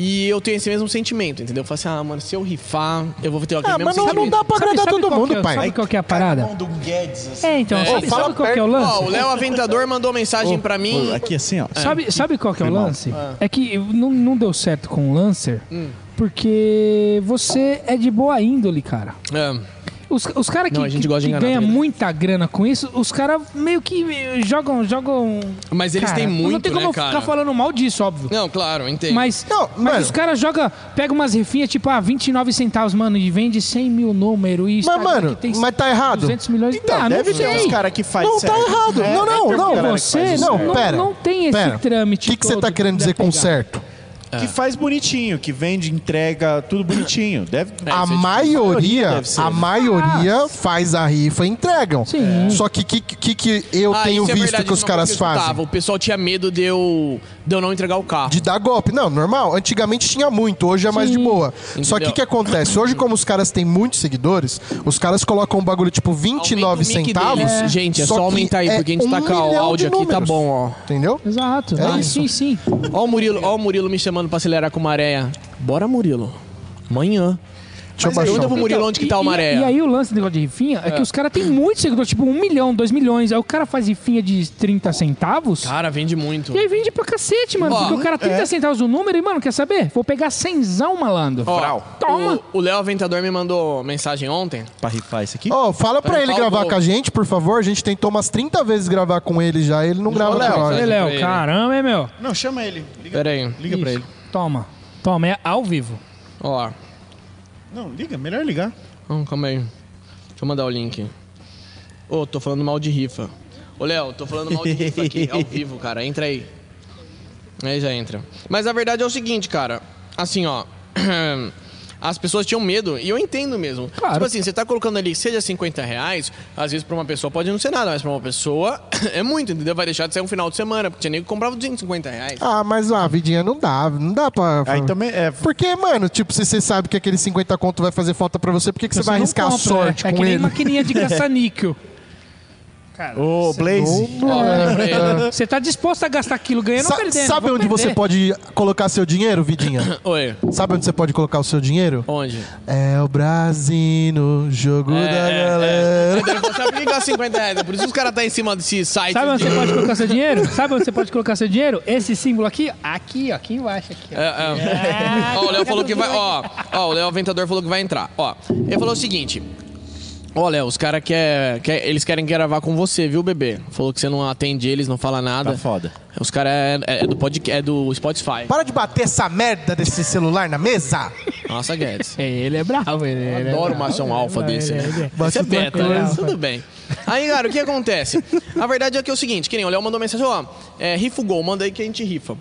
D: E eu tenho esse mesmo sentimento, entendeu? Eu falo assim, ah, mano, se eu rifar, eu vou ter aquele
A: Ah,
D: mesmo
A: mas não, não
D: sentimento.
A: dá pra
C: Sabe-
A: agradar
C: sabe
A: todo
C: qual que é-
A: mundo, pai.
C: Sabe qual que é a parada?
B: Mão do Guedes, assim.
C: É, então, sabe,
A: fala
C: sabe qual que é o
D: Ó, o
C: lance?
D: Léo Aventador mandou mensagem pra mim.
B: Aqui assim,
D: tá,
B: ó.
C: Sabe, sabe qual que é o
B: Foi mal.
C: lance?
D: Ah.
C: É que não, não deu certo com o Lancer,
D: Hum.
C: porque você é de boa índole, cara.
D: É.
C: Os, os caras que,
D: Não, a gente
C: que-
D: gosta de
C: que
D: enganar
C: ganha
D: também, né?
C: muita grana com isso, os caras meio que eh, jogam, jogam.
D: Mas eles
C: Cara,
D: têm muito,
C: Não tem como
D: né,
C: eu
D: cara?
C: ficar falando mal disso, óbvio.
D: Não, claro, eu entendo.
C: Mas,
A: Não,
C: mas
A: mano.
C: os caras jogam, pega umas rifinhas tipo, ah, 29 centavos, mano, e vende 100 mil número. E
A: Mas,
C: Instagram
A: mano,
C: que tem
A: mas tá errado.
C: 200 milhões de
A: Então,
C: ah,
B: Deve
C: não
B: ter
C: sei.
B: uns caras que faz
A: Não, tá
B: certo.
A: errado.
B: É,
A: Não, não,
B: tem uma galera
A: não.
B: que
C: Você
B: faz o
C: não,
B: certo.
C: não,
A: pera.
C: não tem esse
A: Pera. O
C: trâmite.
A: que que você tá
C: todo
A: querendo
C: pra
A: dizer com
C: pegar.
A: certo?
D: É.
B: Que faz bonitinho, que vende, entrega, tudo bonitinho. Deve...
A: A
D: isso é
A: maioria,
B: deve ser,
A: a
B: né?
A: maioria faz a rifa e entregam.
C: Ah, Sim.
A: Só que que, que que eu
D: Ah,
A: tenho
D: isso é
A: visto
D: verdade,
A: que os
D: isso é uma
A: caras
D: coisa que eu
A: fazem?
D: escutava. O pessoal tinha medo de eu, de eu não entregar o carro.
A: De dar golpe. Não, normal. Antigamente tinha muito, hoje é mais de boa. Só que o que acontece? Hoje, como os caras têm muitos seguidores, os caras colocam um bagulho tipo 29
D: Aumenta o mic
A: centavos.
D: deles. Gente, é
A: que
D: só aumentar aí,
A: é
D: porque a gente
A: um
D: tacar o
A: milhão de
D: áudio aqui, tá
A: números.
D: bom, ó.
A: Entendeu?
C: Exato.
A: É
C: Ah,
A: isso.
C: Sim, sim.
D: Ó o Murilo, ó o Murilo me chamando pra acelerar com uma areia. Bora, Murilo. Amanhã.
G: Deixa eu
A: Tipo
B: Mas
G: baixar
A: assim,
B: aí-
D: Pergunta
G: um
D: pro Murilo onde que tá o maré.
C: Então, E, e aí o lance do negócio de rifinha é, que os caras têm muito seguidor, tipo um milhão, dois milhões. Aí o cara faz rifinha de 30 centavos.
D: Cara, vende muito.
C: E aí vende pra cacete, mano.
D: Ó,
C: porque o cara 30
A: é.
C: centavos o número e, mano, quer saber? Vou pegar cenzão, malandro.
D: Ó,
C: Toma.
D: o- o Léo Aventador me mandou mensagem ontem.
B: Pra rifar isso aqui?
A: Ó, fala pra
D: Pra
A: ele
D: limpar o
A: gravar
D: bolo.
A: com a gente, por favor. A gente tentou umas 30 vezes gravar com ele já. Ele não grava
D: Léo,
A: com nós.
C: Olha,
D: Liga pra
C: Léo,
D: ele.
C: caramba, hein, meu?
B: Não, chama ele. Liga,
D: Pera aí.
B: liga pra
C: Isso.
B: ele.
C: Toma. Toma, é ao vivo.
D: Ó,
B: Não, liga, melhor ligar.
D: hum, calma aí. Deixa eu mandar o link. Ô, tô falando mal de rifa. Ô, Léo, tô falando mal de rifa aqui, ao vivo, cara. Entra aí. Aí já entra. Mas a verdade é o seguinte, cara. Assim, ó. As pessoas tinham medo, e eu entendo mesmo.
C: Claro.
D: Tipo assim, você tá colocando ali, seja 50 reais, às vezes pra uma pessoa pode não ser nada, mas pra uma pessoa é muito, entendeu? Vai deixar de ser um final de semana, porque tinha nego que comprava 250 reais.
A: Ah, mas a vidinha não dá. Não dá pra.
B: Aí também é.
A: Porque, mano, tipo, se você sabe que aquele 50 conto vai fazer falta pra você, por que, que você, vai
C: não
A: arriscar
C: compra,
A: a sorte
C: né? É que
A: com
C: nem
A: ele?
C: maquininha de caça-níquel. Cara,
B: Ô, Blaze.
C: Ah.
D: Ó, olha pra ele.
C: você tá disposto a gastar aquilo ganhando
A: Sa-
C: ou perdendo?
A: sabe
C: Vou
A: onde você
C: perder.
A: pode colocar seu dinheiro, Vidinha?
D: Oi,
A: sabe onde você pode colocar o seu dinheiro?
D: onde?
A: É o Brasino, jogo da
D: É,
A: galera.
D: é. Então, Sabe por que gasta 50 reais? É Por isso que os caras tá em cima desse site.
C: Sabe
D: de-
C: onde você pode colocar seu dinheiro? Sabe onde você pode colocar seu dinheiro? Esse símbolo aqui, aqui, ó, aqui embaixo. Aqui, ó.
D: É, é. Ó, o Léo falou que vai. Ó, ó, o Léo Aventador falou que vai entrar. Ó, ele falou o seguinte. Ó, Léo, os caras quer, quer, eles querem gravar com você, viu, bebê? Falou que você não atende eles, não fala nada.
B: Tá foda.
D: Os caras é, é do podcast, é do Spotify.
A: Para de bater essa merda desse celular na mesa!
D: Nossa, Guedes.
C: É, ele é bravo, ele, ele é
D: Adoro
C: bravo,
D: uma ação
C: ele é
D: alfa
C: bravo,
D: desse,
C: ele
D: né?
C: é- ele é-
D: Isso é
A: Bastante
D: beta, né?
C: coisa.
D: Tudo bem. Aí, cara, o que acontece? A verdade é que é o seguinte, que nem o Léo mandou mensagem, ó, é, rifa o gol, manda aí que a gente rifa.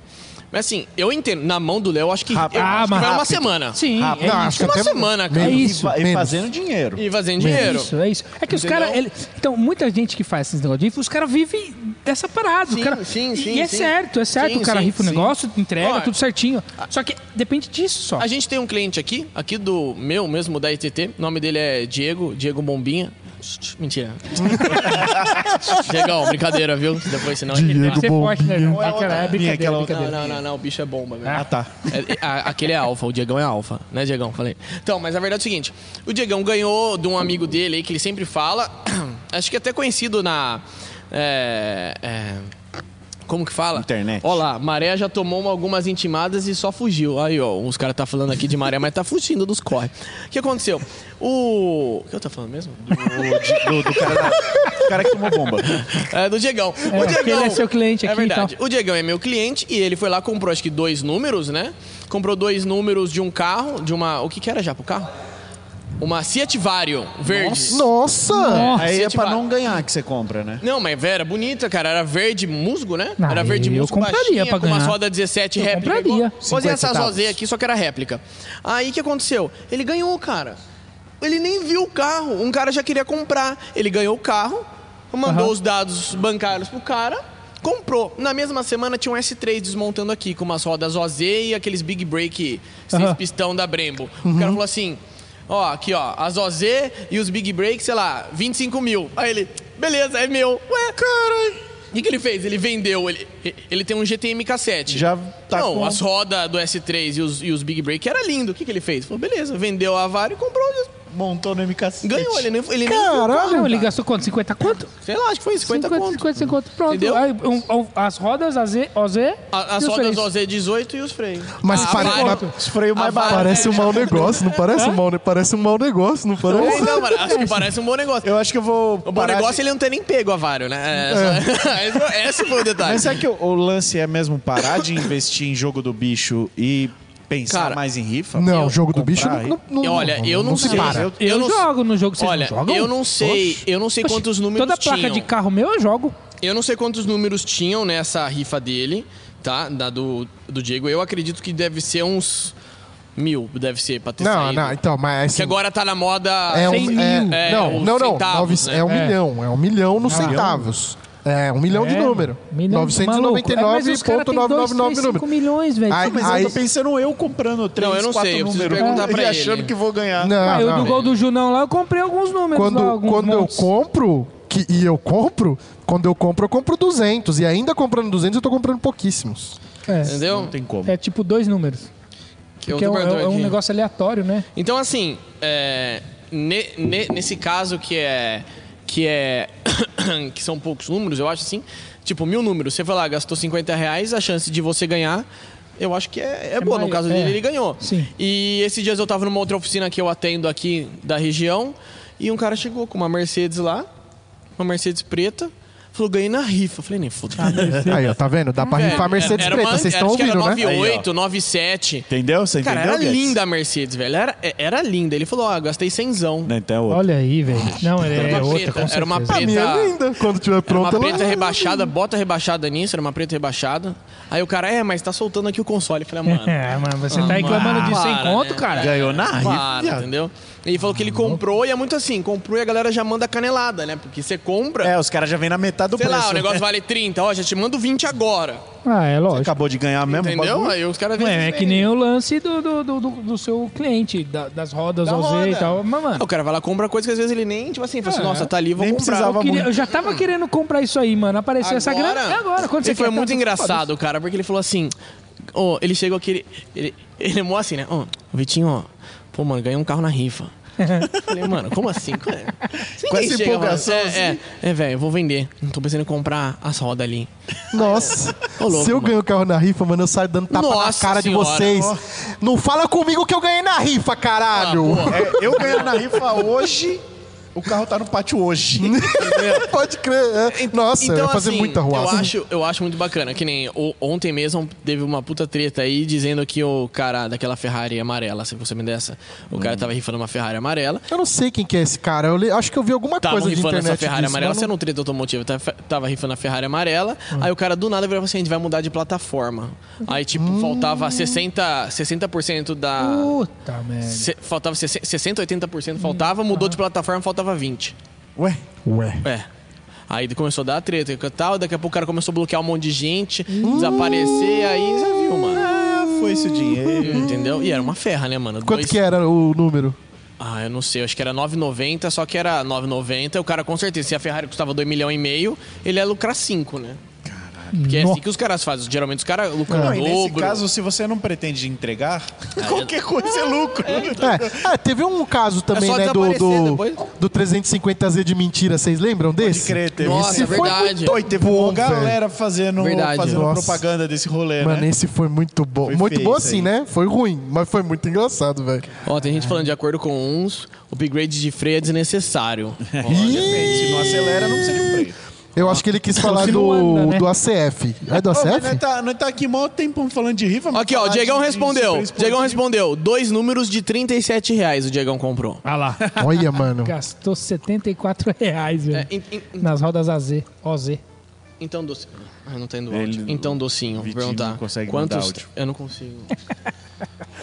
D: Mas assim, eu entendo, na mão do Léo, acho que, eu acho que
C: Ah, mas
D: vai uma
C: rápido.
D: semana.
C: Sim,
A: Ah,
C: é
A: não,
C: isso.
A: acho que
D: Uma
A: até-
D: semana, cara.
C: É
B: E
C: isso.
B: fa- E,
A: menos.
B: fazendo dinheiro.
D: E fazendo dinheiro.
C: É isso, é isso. É que os
D: Entendeu?
C: caras. Então, muita gente que faz esses negócios de rifa, os caras vivem dessa parada.
D: Sim,
C: o cara,
D: sim, sim,
C: E é
D: sim.
C: certo, é certo.
D: Sim,
C: o cara
D: sim,
C: rifa o
D: sim.
C: negócio, entrega,
D: Ó,
C: tudo certinho. Só que depende disso só.
D: A gente tem um cliente aqui, aqui do meu mesmo, da ITT. O nome dele é Diego, Diego Bombinha. Mentira. Diegão, brincadeira, viu? Depois, senão...
C: Tem que ser forte, né, João? Ah, cara, é
B: Minha,
C: brincadeira,
B: aquela
C: é
B: outra-
D: Não,
C: brincadeira.
D: não, não, não, o bicho é bomba mesmo.
B: Ah, tá.
D: É, é, a- aquele é alfa, o Diegão é alfa, né, Diegão? Falei. Então, mas a verdade é o seguinte: o Diegão ganhou de um amigo dele aí que ele sempre fala, acho que até conhecido na. é, é, como que fala?
B: Internet.
D: Ó lá, Maré já tomou uma- algumas intimadas e só fugiu. Aí, ó, os caras tá falando aqui de Maré, mas tá fugindo dos corre. O que aconteceu? O. O que eu tô falando mesmo?
B: O de- do, do cara, da- do cara que tomou bomba.
D: É, do Diegão. o
C: porque
D: Diegão.
C: ele é seu cliente
D: É
C: aqui e
D: verdade. O Diegão é meu cliente e ele foi lá, comprou acho que dois números, né? Comprou dois números de um carro, de uma. O que que era já pro carro? Uma Fiat Vario verde.
A: Nossa!
B: Aí é
D: Sete
B: pra
D: vara.
B: não ganhar que você compra, né?
D: Não, mas era bonita, cara. Era verde musgo, né?
C: Ah,
D: era verde
C: eu
D: musgo
C: compraria
D: baixinha,
C: pra
D: com uma
C: ganhar.
D: roda 17
C: Eu
D: réplica.
C: compraria.
D: igual- Fazia
B: 50
D: essa
B: centavos.
D: Zozé aqui, só que era réplica. Aí, o que aconteceu? Ele ganhou o cara. Ele nem viu o carro. Um cara já queria comprar. Ele ganhou o carro, mandou os dados bancários pro cara, comprou. Na mesma semana tinha um S3 desmontando aqui, com umas rodas OZ e aqueles Big Break seis
C: Aham.
D: pistão da Brembo.
B: Uhum.
D: O cara falou assim... Ó, aqui ó, as OZ e os Big Break, sei lá, 25 mil. Aí ele, beleza, é meu. Ué, caralho. O que, que ele fez? Ele vendeu, ele, ele tem um GTM K7.
B: Já tá
D: Não,
B: com-
D: as rodas do S3 e os, e os Big Break era lindo. O que, que ele fez? Falou, beleza, vendeu a Avaro e comprou.
B: Montou no MK7.
D: Ganhou, ele nem ele nem-
C: Não,
D: tá.
C: ele
A: Caralho!
C: gastou quanto? 50 quanto?
D: Sei lá, acho que foi 50,
C: 50,
D: conto.
C: 50, 50, pronto.
D: Entendeu?
C: Aí, um, um, as rodas, a Z, OZ.
D: A, as
C: e os
D: rodas
C: três.
D: OZ18 e os freios. Ah,
A: Mas
D: a,
A: pare-
D: Avaro-
A: mas-
B: Os freios mais
D: A vara-
B: baratos.
A: Parece um mau negócio, não parece um mau, ne- parece um mau negócio, não
D: É,
A: parece?
D: Não, mano, acho que parece um bom negócio.
B: Eu acho que eu vou.
D: O bom negócio é ele não ter nem pego a Avaro, né? É, só- Esse foi o detalhe.
B: Mas será que o, o lance é mesmo parar de investir em jogo do bicho e pensar
D: Cara,
B: mais em rifa?
A: Não, o jogo do bicho
B: comprar,
A: não, um não, não-
D: Olha, eu não,
A: se
D: sei.
A: para.
D: Eu,
C: Eu,
D: não
C: jogo no jogo, vocês
D: Olha,
C: não jogam?
D: eu não sei,
C: Oxi.
D: eu não sei
C: Oxi,
D: quantos números
C: Toda placa
D: tinham.
C: de carro meu eu jogo.
D: Eu não sei quantos números tinham nessa rifa dele, tá? Da do, do Diego. Eu acredito que deve ser uns mil, deve ser, pra ter
A: Não,
D: saído.
A: não, então, mas
D: Que
A: assim,
D: agora tá na moda...
A: é um,
C: cem mil.
A: é,
D: É,
A: não,
D: os
A: não, não,
D: centavos,
A: nove-
D: né?
A: é um
C: É.
A: milhão, é um milhão nos centavos. É, um milhão de
C: É,
A: número.
C: milhão de- maluco. É, mas os cara tem dois, três,
A: 999,999
C: cinco
A: número.
C: milhões, velho.
A: Aí-
B: Mas
A: aí-
B: eu tô pensando eu comprando três,
D: Não, eu não
B: quatro
D: sei, eu preciso
B: números
D: perguntar pra
B: e
D: ele.
B: achando que vou ganhar.
C: Ah, eu
A: Não,
C: do
A: não.
C: gol do Junão lá, eu comprei alguns números
A: Quando,
C: lá, alguns
A: quando eu
C: montes.
A: compro, que, e eu compro, quando eu compro, eu compro 200. E ainda comprando 200, eu tô comprando pouquíssimos.
C: É,
D: Entendeu?
B: Não tem como.
C: é tipo dois números. Porque é um, é um negócio aleatório, né?
D: Então, assim, é, ne- ne- nesse caso que é. Que é. que são poucos números, eu acho assim. Tipo, mil números. Você vai lá, gastou 50 reais, a chance de você ganhar. Eu acho que é, é boa. No
C: mais-
D: caso
C: é.
D: dele, ele ganhou.
C: Sim.
D: E esses dias eu tava numa outra oficina que eu atendo aqui da região. E um cara chegou com uma Mercedes lá, uma Mercedes preta. Falou, ganhei na rifa. Eu Falei, nem foda.
A: Aí, ó, tá vendo? Dá pra rifar Mercedes
D: É, Era
A: preta,
D: uma-
A: vocês estão
D: acho que
A: ouvindo,
D: era
A: né?
D: 98, 97.
B: Entendeu? Você
D: Cara,
B: entendeu?
D: era
B: Guedes?
D: linda a Mercedes, velho. Era, é- era linda. Ele falou, ó, gastei 100zão.
B: Não, então é outra.
C: Olha aí, velho. Não, é,
D: Era uma
C: outra, com
D: preta, era uma
C: certeza.
D: preta.
A: Minha linda. Quando tiver
D: Era uma
A: pronta, ela-
D: preta rebaixada, bota rebaixada nisso, era uma preta rebaixada. Aí o cara, é, mas tá soltando aqui o console. Eu falei, ah, mano.
C: É, mano, você tá reclamando de
D: para,
C: 100 conto,
D: né?
C: cara? Tá
B: Ganhou na
D: Para,
B: rifa.
D: entendeu? Ele falou que ele comprou e é muito assim, comprou e a galera já manda canelada, né? Porque você compra,
B: É, os caras já vêm na metade do
D: sei
B: preço.
D: lá, o negócio vale 30, ó, já te mando 20 agora.
C: Ah, é lógico.
B: Acabou de ganhar mesmo o
D: entendeu?
B: bagulho.
D: Aí os caras
C: Ué, é que nem
D: eu.
C: o lance do, do, do, do- do seu cliente, da- das rodas
D: Da
C: ao Z e
D: roda.
C: tal. Mas, mano,
D: Ah, O cara vai lá, compra coisa que às vezes ele nem, tipo assim, fala assim,
C: É.
D: nossa, tá ali, vou
B: Nem
D: comprar.
B: precisava
C: eu, queria-
B: muito.
C: eu já tava querendo comprar isso aí, mano. Apareceu essa grana é agora. Quando
D: ele
C: você
D: foi
C: quer
D: muito
C: tanto,
D: engraçado, cara, porque ele falou assim. ó, ele chegou aqui, ele, ele, ele é mó assim, né? Ó, Vitinho, ó. Pô, mano, ganhei um carro na rifa. Falei, mano, como assim? Qual é? Você
B: Com
D: nem
B: essa
D: chega, mano.
B: empolgação,
D: É,
C: assim.
D: é, é, velho, eu vou vender. Não tô pensando em comprar as rodas ali.
A: Nossa.
D: Ô, louco,
A: Se eu
D: mano.
A: ganho o carro na rifa, mano, eu saio dando tapa
D: Nossa
A: na cara
D: senhora.
A: de vocês. Não fala comigo que eu ganhei na rifa, caralho.
B: É, eu ganhei na rifa hoje, o carro tá no pátio hoje.
A: Pode crer. é. Nossa, eu ia fazer
D: assim,
A: muita
D: Eu
A: ruaça.
C: né?
D: acho, eu acho muito bacana. Que nem o- ontem mesmo teve uma puta treta aí dizendo que o cara daquela Ferrari amarela, se você me dessa, o
C: Hum.
D: cara tava rifando uma Ferrari amarela.
A: Eu não sei quem que é esse cara. Eu li- acho que eu vi alguma
D: Tava
A: coisa de
D: Tá, rifando
A: internet
D: essa Ferrari
A: disso, né?
D: amarela,
A: mas
D: você não treta automotivo, tava, tava rifando a Ferrari amarela,
A: Hum.
D: aí o cara do nada virou e falou assim, a gente vai mudar de plataforma. Aí, tipo,
A: Hum.
D: faltava 60%, 60 da...
C: Puta merda.
D: se- faltava 60%, 60, 80%
A: Hum.
D: faltava, mudou de plataforma, faltava 20%.
B: Ué, ué.
D: É. Aí começou a dar treta e tal, daqui a pouco o cara começou a bloquear um monte de gente,
A: Hum.
D: desaparecer, aí já viu, mano.
B: Foi esse o dinheiro.
D: Entendeu? E era uma ferra, né, mano?
A: Hum. Quanto que era o número?
D: Ah, eu não sei, acho que era 9,90, só que era 9,90. O cara com certeza, se a Ferrari custava 2 milhões e meio, ele ia lucrar 5, né? Porque é assim que os caras fazem. Geralmente os caras lucram
B: Não,
D: o
B: e nesse
D: dobro.
B: caso, se você não pretende entregar, qualquer coisa é lucro.
D: então.
A: É, é, teve um caso também,
D: só
A: né, do,
D: desaparecer
A: do,
D: depois.
A: do 350Z de mentira, vocês lembram desse?
B: crer, teve.
D: Nossa,
A: Esse
D: é
A: foi
D: verdade.
B: Oi, teve uma
A: Bom,
B: galera fazendo,
D: Verdade.
B: fazendo
A: Nossa.
B: propaganda desse rolê,
A: Mano,
B: né?
A: esse foi muito bom.
B: Foi
A: muito
B: feio
A: bom
B: isso
A: assim,
B: aí.
A: né? Foi ruim, mas foi muito engraçado, velho.
D: Ó, tem gente falando de acordo com uns, o upgrade de freio é desnecessário.
B: Se não acelera, não precisa de freio.
A: Eu acho que ele quis falar
C: se
A: do,
C: não anda, né?
A: do ACF. É do
B: Ô, mas nós
A: ACF?
B: tá, nós tá aqui mó tempo falando de rifa, mas
D: Aqui, ó, o
B: falar
D: Diegão
B: de- de
D: respondeu.
B: super
D: Diegão
B: esportivo.
D: respondeu. Dois números de 37 reais o Diegão comprou.
C: Ah lá.
A: Olha, mano.
C: Gastou 74 reais, velho.
D: É, en- en- en-
C: Nas rodas AZ, OZ.
D: então, docinho. Ah, não tá indo
B: Ele-
D: áudio. Então, docinho, vou
B: Vitinho
D: perguntar.
B: não consegue mandar
D: quantos.
B: áudio.
D: Eu não consigo.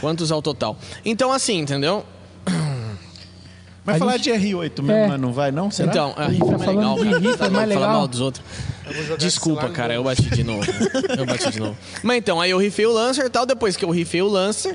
D: quantos ao total? Então, assim, entendeu?
B: Mas
C: A
B: falar
C: gente-
B: de R8 mesmo,
C: É.
B: mas não vai, não? Será?
D: Então, a rifa é mais
C: falando
D: legal,
C: de
D: cara.
C: rifa,
D: Tá
C: é mais
D: louco, falar
C: legal.
D: mal dos outros. Desculpa, cara, eu bati de novo. Eu bati de novo. Mas então, aí eu rifei o Lancer e tal. Depois que eu rifei o Lancer,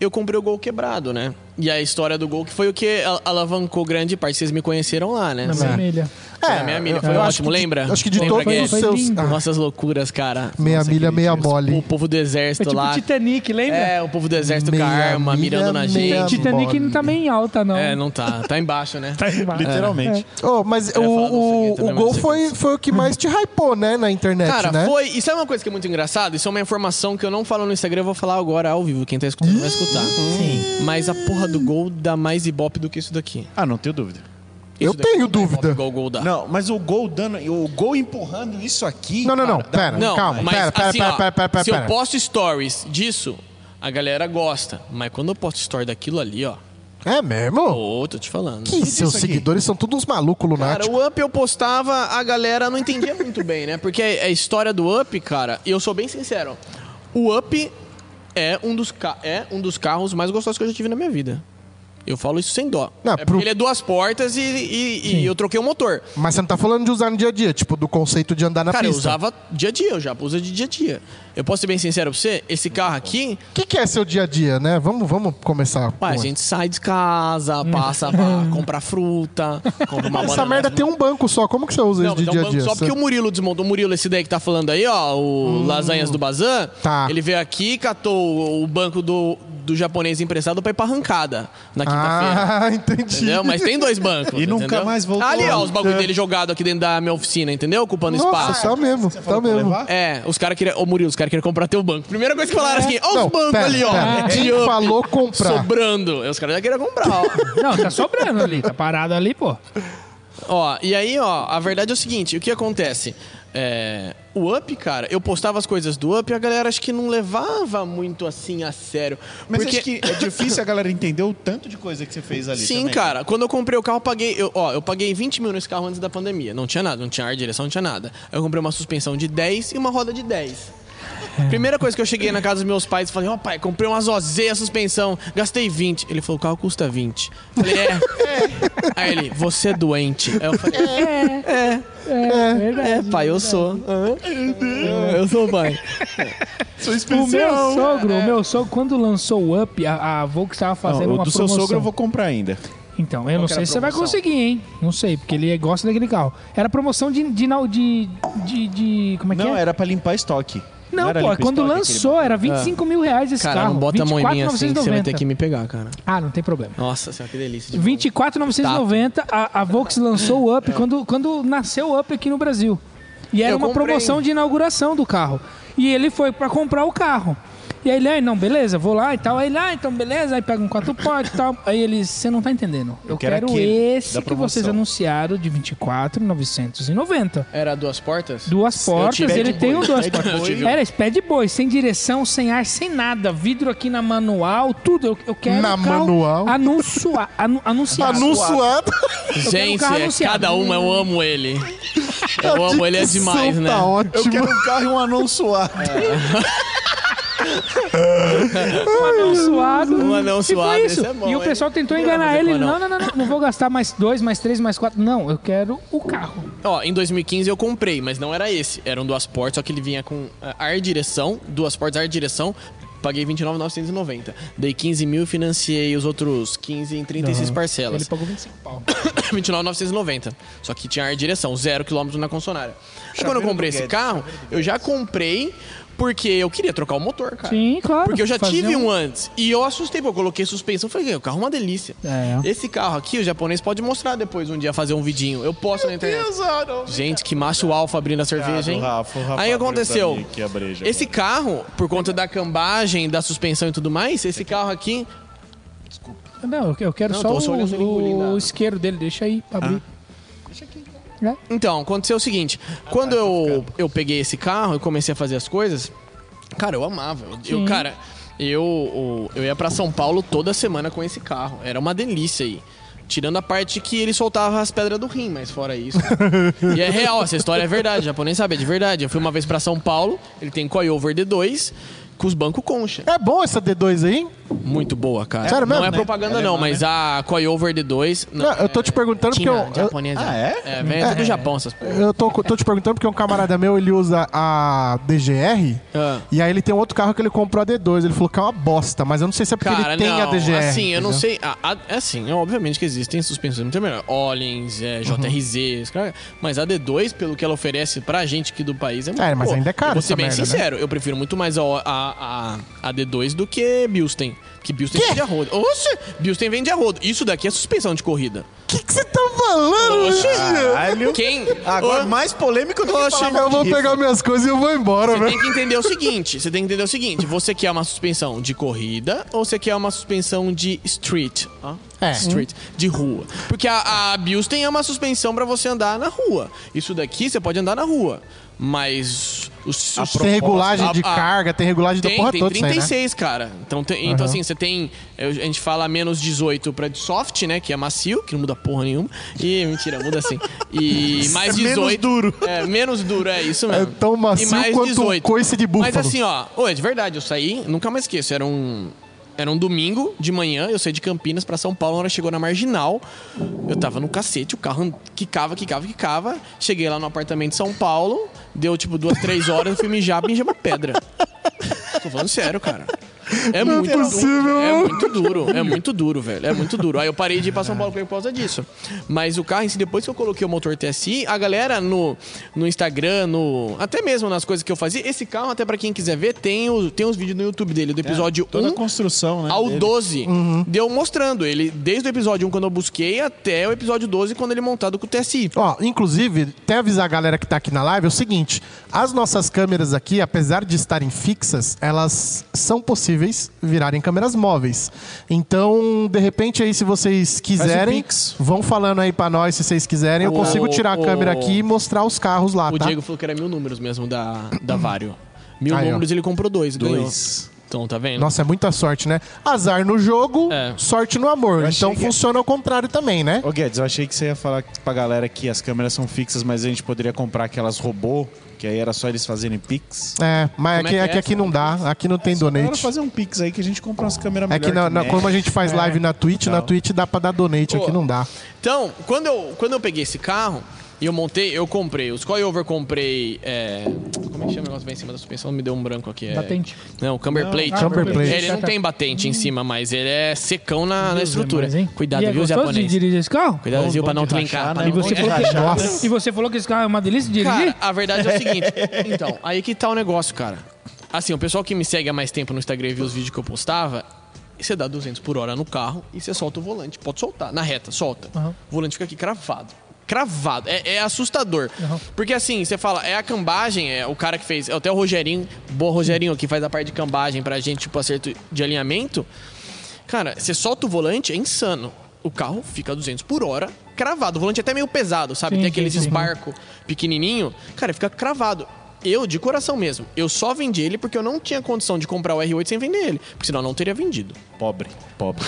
D: eu comprei o gol quebrado, né? E a história do gol que foi o que al- alavancou grande parte. Vocês me conheceram lá, né?
C: Na vermelha.
D: É, meia milha. Foi
A: eu acho
D: ótimo,
A: que de-
D: lembra?
A: acho que de
D: Lembra,
A: todos
D: Guedes?
A: os seus.
C: lindo.
A: Ah,
D: Nossas loucuras, cara.
A: meia milha, meia mole.
D: O povo do
C: Foi
D: exército
C: tipo
D: lá.
C: Titanic, lembra?
D: É, o povo do exército com a
A: Meia
D: arma,
A: milha,
D: mirando na
A: meia
D: gente.
C: Titanic
A: mole.
C: não tá meio em alta, não.
D: É, não tá. Tá embaixo, né?
C: Tá embaixo.
B: Literalmente.
A: Oh, mas o,
D: ia falar do
A: o,
D: seguinte,
A: o
D: né, mas
A: gol
D: não sei
A: foi, foi o que mais te hypou, né, na internet,
D: Cara,
A: né?
D: foi. E sabe uma coisa que é muito engraçada? Isso é uma informação que eu não falo no Instagram, eu vou falar agora ao vivo. Quem tá escutando vai escutar.
A: Hum,
D: Sim. Mas a porra do gol dá mais ibope do que isso daqui.
B: Ah, não tenho dúvida.
A: Eu
D: Isso daqui
A: tenho
D: não dá
A: dúvida.
D: ibope Igual o gol dá.
B: Não, mas o gol dando, o gol empurrando isso aqui.
A: Não, não, não,
B: cara,
A: pera,
D: Não,
A: calma,
D: mas
A: pera, pera,
D: assim,
A: pera,
D: ó,
A: pera, pera, pera,
D: se eu
A: pera.
D: posto stories disso, a galera gosta. Mas quando eu posto story daquilo ali, ó,
A: É mesmo?
D: ô, tô te falando.
A: Que seus
B: isso aqui?
A: seguidores são todos uns malucos
D: Cara,
A: lunáticos.
D: o Up eu postava, a galera não entendia muito bem, né? Porque a a história do Up, cara, e eu sou bem sincero, o Up é um dos, ca- é um dos carros mais gostosos que eu já tive na minha vida. Eu falo isso sem dó.
A: Não,
D: é
A: pro-
D: porque ele é duas portas e, e- e eu troquei o motor.
A: Mas você não tá falando de usar no dia a dia, tipo, do conceito de andar na
D: Cara, eu
A: pista.
D: usava dia a dia, eu já uso de dia a dia. Eu posso ser bem sincero pra você, esse carro aqui,
A: O que, que é seu dia a dia, né? Vamos, vamos começar.
D: ué, a
A: com-
D: gente sai de casa, passa pra comprar fruta, compra uma
A: Essa
D: banana
A: merda tem um banco só, como que você usa
D: Não,
A: isso de
D: mas é um
A: dia a
D: banco
A: dia?
D: Só porque
A: Você-
D: o Murilo desmontou. O Murilo, esse daí que tá falando aí, ó, o Lasanhas do Bazan.
A: Hum. Tá.
D: Ele veio aqui, catou o- o banco do, do japonês emprestado pra ir pra arrancada na quinta-feira.
A: Ah, entendi.
D: tá Entendeu? Mas tem dois bancos.
B: E nunca
D: entendeu?
B: mais voltou.
D: Ali, ó, os bagulho dele jogado aqui dentro da minha oficina, entendeu? Ocupando
A: É. Nossa,
D: espaço.
A: tá mesmo, tá
B: Vou
A: mesmo.
B: levar?
D: É, os caras queriam. Ô, Murilo, os caras queriam comprar teu banco. Primeira coisa que falaram assim: ó, os
A: Não,
D: bancos
A: pera,
D: ali, ó.
A: pera. Quem
D: de up,
A: falou comprar?
D: Sobrando. Aí Os caras já queriam comprar, ó.
C: Não, tá sobrando ali, tá parado ali, pô.
D: Ó, e aí, ó, a verdade é o seguinte, o que acontece? É, o Up, cara, eu postava as coisas do Up e a galera acho que não levava muito assim a sério.
B: Mas
D: porque...
B: acho que é difícil a galera entender o tanto de coisa que você fez ali.
D: Sim,
B: também.
D: cara. Quando eu comprei o carro, eu paguei. Eu, ó, eu paguei 20 mil nesse carro antes da pandemia. Não tinha nada, não tinha ar, direção, não tinha nada. Aí eu comprei uma suspensão de 10 e uma roda de 10. Primeira coisa que eu cheguei na casa dos meus pais e falei, ó pai, comprei uma Zozé a suspensão, gastei 20. Ele falou, o carro custa 20. Eu Falei, é. Aí ele, você é doente. Aí eu falei, é, é, é, pai, eu sou. É, Eu sou o pai.
C: O meu sogro, o meu sogro, quando lançou o Up, a, a Volks tava
B: Não,
C: fazendo
B: o
C: uma
B: do seu
C: promoção.
B: sogro eu vou comprar ainda.
C: Então, eu não
D: que
C: sei
D: era a
C: se você vai
D: promoção?
C: conseguir, hein? Não sei, porque ele gosta daquele carro. Era promoção de... de, nau- de, de, de- como é que
B: Não,
C: é?
B: era pra limpar estoque.
C: Não,
B: era
C: pô,
B: limpa
C: quando
B: estoque,
C: lançou era 25 mil reais esse
D: Cara,
C: carro.
D: não bota a mão em mim assim, que você vai
C: 24,990.
D: ter que me pegar, cara.
C: Ah, não tem problema.
D: Nossa senhora, que delícia. de
C: 24,990, a, a Vox lançou o Up quando, quando nasceu o Up aqui no Brasil. E era
D: Eu
C: uma
D: comprei.
C: promoção de inauguração do carro. E ele foi pra comprar o carro. E aí ele, ah, não, beleza, vou lá e tal. Aí ele, ah, então beleza, aí pega um quatro pote e tal. Aí ele, você não tá entendendo. Eu,
B: quero
C: quero,
B: aquele
C: esse
B: da
C: que vocês
B: promoção."
C: anunciaram de 24,990.
D: Era duas portas?
C: Duas portas,
D: tive
C: ele
D: Bad
C: tem
D: Boy.
C: um duas
D: Bad
C: portas.
D: Boy. Eu tive-
C: Era esse pé de boi, sem direção, sem ar, sem nada. Vidro aqui na manual, tudo. Eu, eu quero
A: Na
C: um carro
A: manual?
C: Anunciar, anu,
A: Tá
C: anunciado.
A: Anunciado.
D: Gente,
C: um carro
D: é
C: anunciado.
D: cada uma eu amo ele. Eu amo ele é demais, né?
A: Tá
B: Eu
A: ótimo.
B: quero um carro e um anúncio
C: anão suado.
D: Um anão
C: E foi
D: suado,
C: Tipo isso.
D: esse é bom,
C: e o
D: hein?
C: pessoal tentou
D: Não,
C: enganar
D: mas é
C: ele.
D: bom,
C: Não,
D: não.
C: não, não, não. Não vou gastar mais dois, mais três, mais quatro. Não, eu quero o carro.
D: Ó, em 2015 eu comprei, mas não era esse. Eram duas portas, só que ele vinha com ah, ar e direção, duas portas, ar e direção. Paguei 29.990. Dei 15 mil e financiei os outros 15 em 36
C: Ele
D: parcelas.
C: pagou 25 pau.
D: 29.990. Só que tinha ar e direção, zero quilômetro na concessionária. Aí quando eu comprei esse carro, eu já comprei porque eu queria trocar o motor, cara.
C: Sim, claro.
D: Porque eu já
C: Fazer
D: tive um... antes. E eu assustei, pô. Eu coloquei suspensão. Falei, o carro é uma delícia.
C: É.
D: Esse carro aqui, o japonês pode mostrar depois um dia, fazer um vidinho. Eu posto na internet. Gente, que macho alfa abrindo a cerveja, hein?
B: Rafa, o Rafa
D: Aí
B: abriu pra
D: aconteceu.
B: mim aqui a breja
D: Esse
B: agora.
D: carro, por conta da cambagem, da suspensão e tudo mais, esse carro aqui.
C: Não, eu- eu quero
D: um- Não,
C: só
D: tô só
C: o,
D: olhando ele engolindo
C: o,
D: a-
C: isqueiro dele. Deixa aí pra abrir.
D: Então, aconteceu o seguinte:
A: Ah,
D: quando
A: tá,
D: eu, eu peguei esse carro e comecei a fazer as coisas, cara, eu amava. Eu, cara, eu, o- eu ia pra São Paulo toda semana com esse carro. Era uma delícia aí. Tirando a parte que ele soltava as pedras do rim, mas fora isso. e é real, essa história é verdade, o japonês sabe, é de verdade. Eu fui uma vez pra São Paulo, ele tem coilover D2 com os bancos concha.
A: É bom essa D2 aí? hein?
D: Muito boa, cara.
A: Sério
D: não
A: mesmo,
D: é
A: né?
D: propaganda, não, mas a Coilover D2. Não, é,
A: Não, eu tô te perguntando porque
D: China,
A: eu, eu,
D: japonesa.
B: Ah, é?
D: É, vem é, do Japão essas porra.
A: eu tô, tô te perguntando porque um camarada meu, ele usa a DGR
D: Ah.
A: e aí ele tem um outro carro que ele comprou a D2. Ele falou que é uma bosta, mas eu não sei se é porque
D: Cara,
A: ele tem
D: não,
A: a DGR.
D: assim, eu não
A: entendeu?
D: sei. a- a- é assim, é, obviamente que existem suspensões muito melhor. Olins,
A: Uhum.
D: é, JRZ, esse cara- mas a D2, pelo que ela oferece pra gente aqui do país, é muito
A: É, mas
D: boa.
A: ainda é cara
D: Eu Vou
A: essa
D: ser bem
A: merda, né?
D: sincero, eu prefiro muito mais a, a, a, a D2 do que Bilstein. Que Bilstein vende a rodo. Oxe, Bilstein vende a rodo. Isso daqui é suspensão de corrida.
A: O que que você tá falando,
D: Oxe,
B: Caralho.
D: quem.
B: Agora,
D: Ô,
B: mais polêmico do que falar mal
A: Eu
B: de
A: vou
B: rifa.
A: pegar minhas coisas e eu vou embora,
D: Você
A: velho.
D: tem que entender o seguinte, você tem que entender o seguinte, você quer uma suspensão de corrida ou você quer uma suspensão de street? ó?
A: É.
D: Street, de rua. Porque a, a Bills tem uma suspensão pra você andar na rua. Isso daqui você pode andar na rua, mas os, os
A: Tem regulagem de
D: tá a- a-
A: carga, tem regulagem da
D: tem,
A: porra
D: tem
A: toda isso aí, né?
D: 36, cara. Então, tem- então assim, você tem. eu- A gente fala menos 18 pra de soft, né? Que é macio, que não muda porra nenhuma. E mentira, muda assim. E mais
B: É menos
D: 18.
B: duro.
D: É, menos duro, é isso mesmo.
A: É tão macio
D: E mais
A: quanto um coice de
D: Mas
A: búfalo.
D: assim, ó, ô, é de verdade, eu saí, nunca mais esqueço. Era um. Era um domingo de manhã, eu saí de Campinas pra São Paulo, na hora que chegou na Marginal. Eu tava no cacete, o carro quicava, quicava, quicava. Cheguei lá no apartamento de São Paulo, deu tipo duas, três horas, eu fui mijar, mijei uma pedra. Tô falando sério, cara. É muito possível. É muito duro, é muito duro, velho. É muito duro. Aí eu parei de ir pra São Paulo por causa disso. Mas o carro, em si, depois que eu coloquei o motor TSI, a galera no, no Instagram, no, até mesmo nas coisas que eu fazia, esse carro, até pra quem quiser ver, tem, o, tem os vídeos no YouTube dele, do episódio
B: Toda a
D: 1
B: construção, né?
D: ao
B: dele.
D: 12, deu mostrando ele desde o episódio 1 quando eu busquei até o episódio 12 quando ele é montado com o TSI.
A: Ó, inclusive, até avisar a galera que tá aqui na live é o seguinte: as nossas câmeras aqui, apesar de estarem fixas, elas são possíveis virarem câmeras móveis. Então, de repente aí, se vocês quiserem,
B: pix.
A: vão falando aí pra nós se vocês quiserem. Eu
D: um O-
A: consigo tirar a
D: o-
A: câmera aqui e mostrar os carros lá,
D: o
A: tá?
D: Diego falou que era mil números mesmo da, da Vario. Mil
A: Aí, ó.
D: números ele comprou dois,
B: Dois.
D: dois. Então, tá vendo?
A: Nossa, é muita sorte, né? Azar no jogo,
D: É.
A: sorte no amor.
B: Eu achei
A: Então
B: que-
A: funciona ao contrário também, né?
B: Ô Guedes, eu achei que você ia falar pra galera que as câmeras são fixas, mas a gente poderia comprar aquelas robô, que aí era só eles fazerem pix.
A: É, mas
D: Como é
A: aqui,
D: que é
A: aqui, aqui
D: essa?
A: não dá, aqui não tem
B: Bora
A: donate.
B: fazer um pix aí que a gente compra umas câmeras
A: É
B: melhor
A: que na, na-
B: nessa.
A: como a gente faz
D: É.
A: live na Twitch, na
B: Não.
A: Twitch dá pra dar donate,
D: Pô.
A: aqui não dá.
D: Então, quando eu, quando eu peguei esse carro e eu montei, eu comprei os coilover, comprei. é, como é que chama o negócio que vai em cima da suspensão? Me deu um branco aqui. É,
C: Batente. Tá,
D: Não, camber plate.
A: ah, camber plate.
D: Ele não tem
C: Hum.
D: batente em cima, mas ele é secão na, na estrutura.
C: Mas, hein?
D: Cuidado,
C: e é
D: viu,
C: gostoso de
D: japonês?
C: dirigir esse carro?
D: Cuidado, viu, pra não
B: de rachar,
D: trincar. pra
B: né?
C: Ah, E
D: não
C: você,
B: Bom
C: falou
B: de
C: que,
B: rajada.
C: e você falou que esse carro é uma delícia de dirigir?
D: Cara, a verdade é o seguinte. Então, aí que tá o negócio, cara. Assim, o pessoal que me segue há mais tempo no Instagram e viu os vídeos que eu postava, você dá 200 por hora no carro e você solta o volante. Pode soltar, na reta, solta. O volante fica aqui cravado. Cravado. É, é assustador. Porque assim, você fala, é a cambagem, é o cara que fez, é até o Rogerinho, boa Rogerinho, que faz a parte de cambagem pra gente, tipo, acerto de alinhamento. Cara, você solta o volante, é insano. O carro fica a 200 por hora, cravado. O volante é até meio pesado, sabe?
C: Sim,
D: Tem aqueles
C: sim, sim.
D: esbarco pequenininho. Cara, fica cravado. Eu, de coração mesmo, eu só vendi ele porque eu não tinha condição de comprar o R8 sem vender ele. Porque senão eu não teria vendido.
A: é-
B: Pobre, pobre.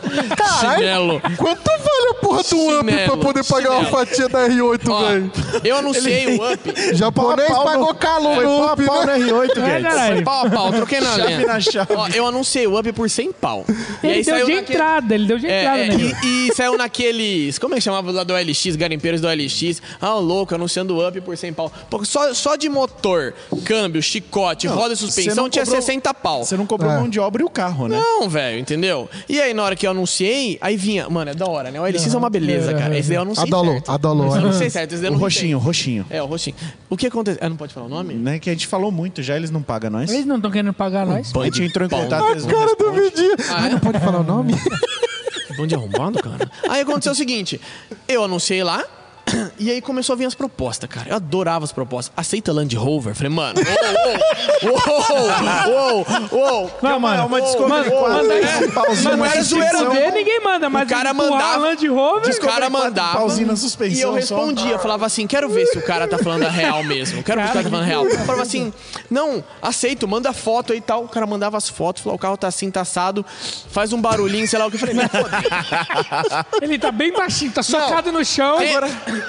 D: Chinelo.
A: Quanto vale a porra do
D: Chinelo,
A: up pra poder pagar uma
D: chinelo.
A: fatia da R8,
D: Ó,
A: velho?
D: eu anunciei o up.
A: Japonês pagou calo no up,
B: Pau
A: né?
B: na R8,
C: É,
B: Guedes.
C: caralho.
D: Pau a pau, troquei na
B: Chave
D: lenda.
B: na chave.
D: Ó, eu anunciei o up por 100 pau. E
C: Ele
D: aí
C: deu
D: saiu
C: de
D: naquele-
C: entrada, ele deu de entrada,
D: É, é,
C: né?
D: e, e saiu naqueles. Como é que chamava lá do LX, garimpeiros do LX? Ah, o louco, anunciando up por 100 pau. Pô, só, só de motor, câmbio, chicote, roda e
B: Você
D: suspensão
B: não
D: tinha
B: cobrou-
D: 60 pau.
B: Você não cobrou mão de obra e o carro, né?
D: Não, velho, entendeu? E aí, na hora que eu anunciei, aí vinha. Mano, é da hora, né? O LX é uma beleza,
C: é,
D: cara.
C: é.
D: Esse daí eu anunciei.
A: Adolou,
D: certo.
A: adolou.
D: Esse eu anunciei é certo. Esse daí eu
B: O
D: não
B: roxinho, o
D: sei.
B: roxinho.
D: É, o roxinho. O que aconteceu? Ah, não pode falar o nome?
B: Né, que a gente falou muito já, eles não pagam nós.
C: Eles não estão querendo pagar nós.
B: A gente entrou em
D: Pão.
B: contato, eles não
A: Cara do Vidinha. Ah, não pode falar o nome?
D: Bom de é arrombado, cara. Aí aconteceu o seguinte: eu anunciei lá. E aí começou a vir as propostas, cara. Eu adorava as propostas. Aceita Land Rover? Falei, mano, uou, uou, uou, uou, uou.
C: Não, mano.
B: é uma descoberta
C: mano, manda isso.
B: pauzinho
D: um Não
B: na
D: era zoeira,
B: suspensão.
D: não.
C: Fuder, ninguém manda, mas
D: O cara
C: empurrar
D: mandava-
C: a Land Rover...
D: O cara mandava.
B: pauzinho na suspensão
D: E eu
B: só.
D: respondia, falava assim: quero ver se o cara tá falando a real mesmo. Quero ver se o cara tá falando a real. Eu falava assim: não, aceito, manda foto aí e tal. O cara mandava as fotos, falou: o carro tá assim, tá assado, faz um barulhinho, sei lá o que. Eu falei: não, pô,
C: Ele tá bem baixinho, tá socado no chão.
D: É,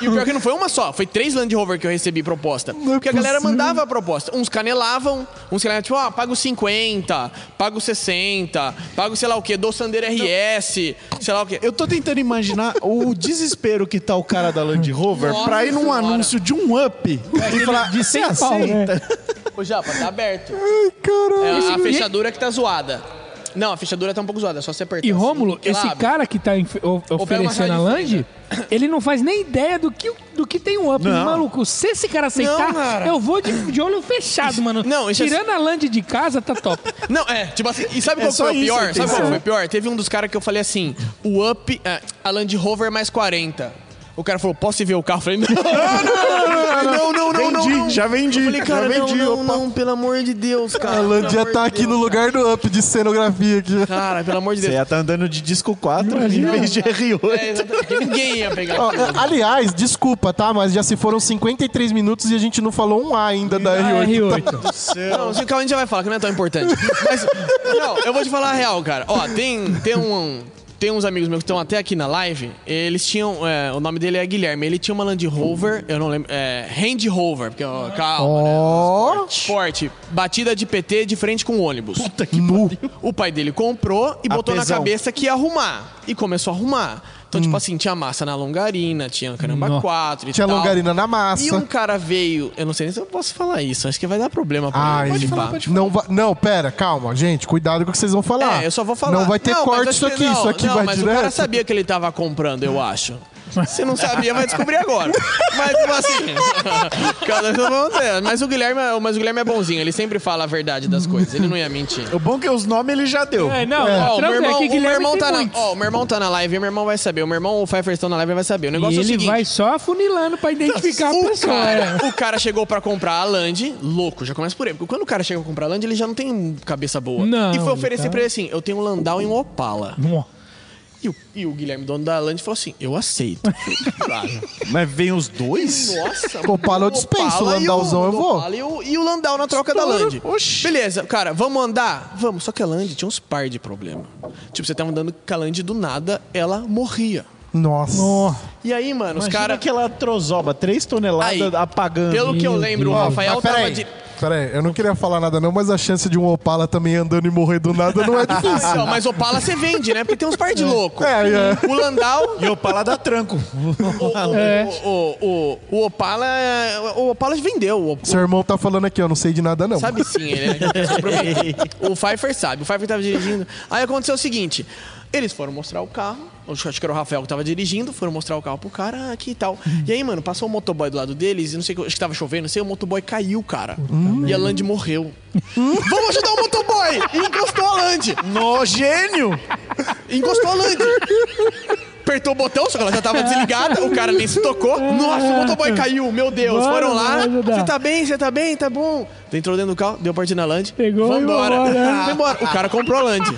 D: E o pior que não foi uma só, foi três Land Rover que eu recebi proposta.
C: é
D: porque a galera mandava a proposta. Uns canelavam, uns canelavam, tipo, ah, pago 50, pago 60, pago sei lá o quê, dou Sandero RS, sei lá o quê. Eu
B: Eu tô tentando imaginar o desespero que tá o cara da Land Rover
D: Nossa
B: pra ir num
D: senhora.
B: anúncio de um up e falar de 100
C: pau, né?
D: Ô, Japa, tá aberto. É a fechadura que tá zoada. Não, a fechadura tá um pouco zoada, é só você apertar.
C: E
D: assim,
C: Rômulo,
D: que ela
C: esse
D: abre.
C: cara que tá inf- o- oferecendo a
D: chave de
C: Land, ele não faz nem ideia do que, do que tem o up.
B: Não.
C: Maluco, se esse cara aceitar,
D: Não, cara.
C: eu vou de, de olho fechado, mano.
D: Não, isso é-
C: Tirando a Land de casa, tá top.
D: Não, é, tipo assim, e sabe
B: É
D: qual
B: só
D: foi o
B: isso,
D: pior? Sabe
B: entendeu?
D: qual foi o pior? Teve um dos caras que eu falei assim, o up, é, a Land Rover mais 40. O cara falou, posso ir ver o carro? Eu falei, não, não, não, não, não, não, não.
B: Ah, Vendi, já vendi,
D: Eu falei,
B: já
D: cara,
B: vendi,
D: não,
B: opa."
D: não, não, pelo amor de Deus, cara.
A: A Landia
D: Pelo amor
A: tá
D: de
A: aqui
D: Deus,
A: no lugar do up de cenografia aqui.
D: Cara, pelo amor de
B: Você
D: Deus.
B: ia tá andando de disco 4 em vez de
D: É,
B: R8.
D: exatamente, porque ninguém ia pegar.
A: Ó, é, Aliás, desculpa, tá? Mas já se foram 53 minutos e a gente não falou um A ainda da
C: Ah, é
A: R8.
C: R8.
D: Não, se- calma, a gente já vai falar, que não é tão importante. Mas, não, eu vou te falar a real, cara. Ó, tem, tem um... Tem uns amigos meus que estão até aqui na live. Eles tinham. é, o nome dele é Guilherme. Ele tinha uma Land Rover, eu não lembro. É, Hand Rover, porque é o carro.
A: Ó,
D: Sport. Batida de PT de frente com o ônibus.
A: Nu.
D: O pai dele comprou e
B: A
D: botou na
B: tesão.
D: cabeça que ia arrumar. E começou a arrumar. Então, tipo assim, tinha massa na longarina, tinha caramba
C: Nó.
D: 4 e
A: Hum. Tinha
D: tal.
A: longarina na
D: E um
A: massa.
D: cara veio, eu não sei nem se eu posso falar isso, acho que vai dar problema pra
A: Ai,
D: mim. Pode falar,
A: não, va- não, pera, calma, gente, cuidado com o que vocês vão falar.
D: É, eu só vou falar.
A: Ah, Não vai ter
D: mas
A: corte
D: acho
A: isso
D: que-
A: aqui,
D: não,
A: isso aqui
D: não,
A: vai
D: mas o
A: direto.
D: cara sabia que ele tava comprando, eu acho. Se não sabia, vai descobrir agora. Mas tipo assim. cada- mas o Guilherme, é- mas o Guilherme é bonzinho, ele sempre fala a verdade das coisas, ele não ia mentir.
B: O bom é que os nomes ele já deu.
C: É, não,
D: Ó,
C: é.
D: o meu
C: tranquilo, é
D: irmão,
C: que
D: o meu
C: Guilherme
D: irmão
C: tem
D: tá na,
C: muitos.
D: ó, o meu irmão tá na live, e meu irmão vai saber. O meu irmão, o Pfeiffer estão na live, vai saber. O negócio
C: E
D: é o
C: ele
D: seguinte. Tá
C: vai só funilando pra identificar a
D: O
C: pessoa. é.
D: cara, o cara chegou pra comprar a Land, louco, já começa por ele. Porque quando o cara chega pra comprar a Land, ele já não tem cabeça boa.
C: Não,
D: e foi
C: ele
D: oferecer
C: tá-
D: pra ele assim: eu tenho um Landau e um Opala.
C: Nó.
D: E o, e o Guilherme, dono da Land, falou assim: eu aceito. Caralho.
B: Mas vem os dois?
D: Nossa,
A: Opala eu dispenso,
D: Opala e
A: Landauzão eu
D: o
A: vou.
D: Opala e o, e o Landau na troca da Land. Beleza, cara, vamos andar? Vamos. Só que a Land tinha uns par de problema. Tipo, você tava andando com a Land do nada, ela morria.
A: Nossa.
C: Nó.
D: E aí, mano, os
B: Os
D: caras.
B: aquela trozoba, 3 toneladas
D: Aí,
B: apagando.
D: Pelo que eu
C: Meu
D: lembro, o
C: Deus.
D: Rafael
A: Mas
D: tava
A: peraí,
D: de.
A: peraí, eu não queria falar nada não, mas a chance de um Opala também andando e morrer do nada não é difícil.
D: Não, mas Opala você vende, né? Porque tem uns par de louco.
A: É, é.
D: O Landau,
B: E o Opala dá tranco.
D: o, o,
C: É.
D: o, o, o Opala. O Opala vendeu. O,
A: Seu irmão tá falando aqui, eu não sei de nada não.
D: Sabe sim, ele é. o Pfeiffer sabe, o Pfeiffer tava dirigindo. Aí aconteceu o seguinte: eles foram mostrar o carro, eu acho que era o Rafael que tava dirigindo, foram mostrar o carro pro cara ah, aqui e tal. E aí, mano, passou o motoboy do lado deles, e não sei o que, acho que tava chovendo, não sei, o motoboy caiu, cara. E a Land morreu. Vamos ajudar o motoboy! E encostou a Land!
B: No gênio!
D: Encostou a Land! Apertou o botão, só que ela já tava desligada, o cara nem se tocou. Nossa, o motoboy caiu, meu Deus.
C: Bora,
D: Foram lá.
C: vai ajudar.
D: Você tá bem, você tá bem, tá bom. Entrou dentro do carro, deu partida na Land.
C: Pegou e
D: Vambora.
C: vambora. né?
D: Vambora. O cara comprou a Land.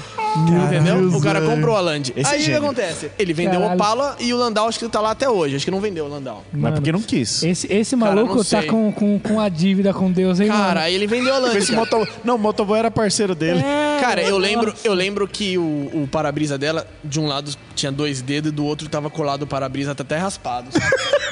D: Entendeu? o cara comprou a Land.
B: Esse é
D: Aí o que
B: gênio.
D: acontece? Ele vendeu o
C: Caralho.
D: Opala e o Landau acho que tá lá até hoje. Acho que não vendeu o Landau.
B: Mas porque não quis.
C: Esse, esse
D: Cara,
C: maluco
D: não
C: tá
D: sei.
C: com, com, com a dívida com Deus, hein,
D: Cara,
C: mano?
D: aí ele vendeu a Land.
B: Esse
D: cara.
B: moto... Não, o motoboy era parceiro dele.
C: É,
D: Cara, eu
C: nossa.
D: lembro, eu lembro que o, o para-brisa dela, de um lado tinha dois dedos e do outro tava colado o para-brisa tá até raspado. sabe?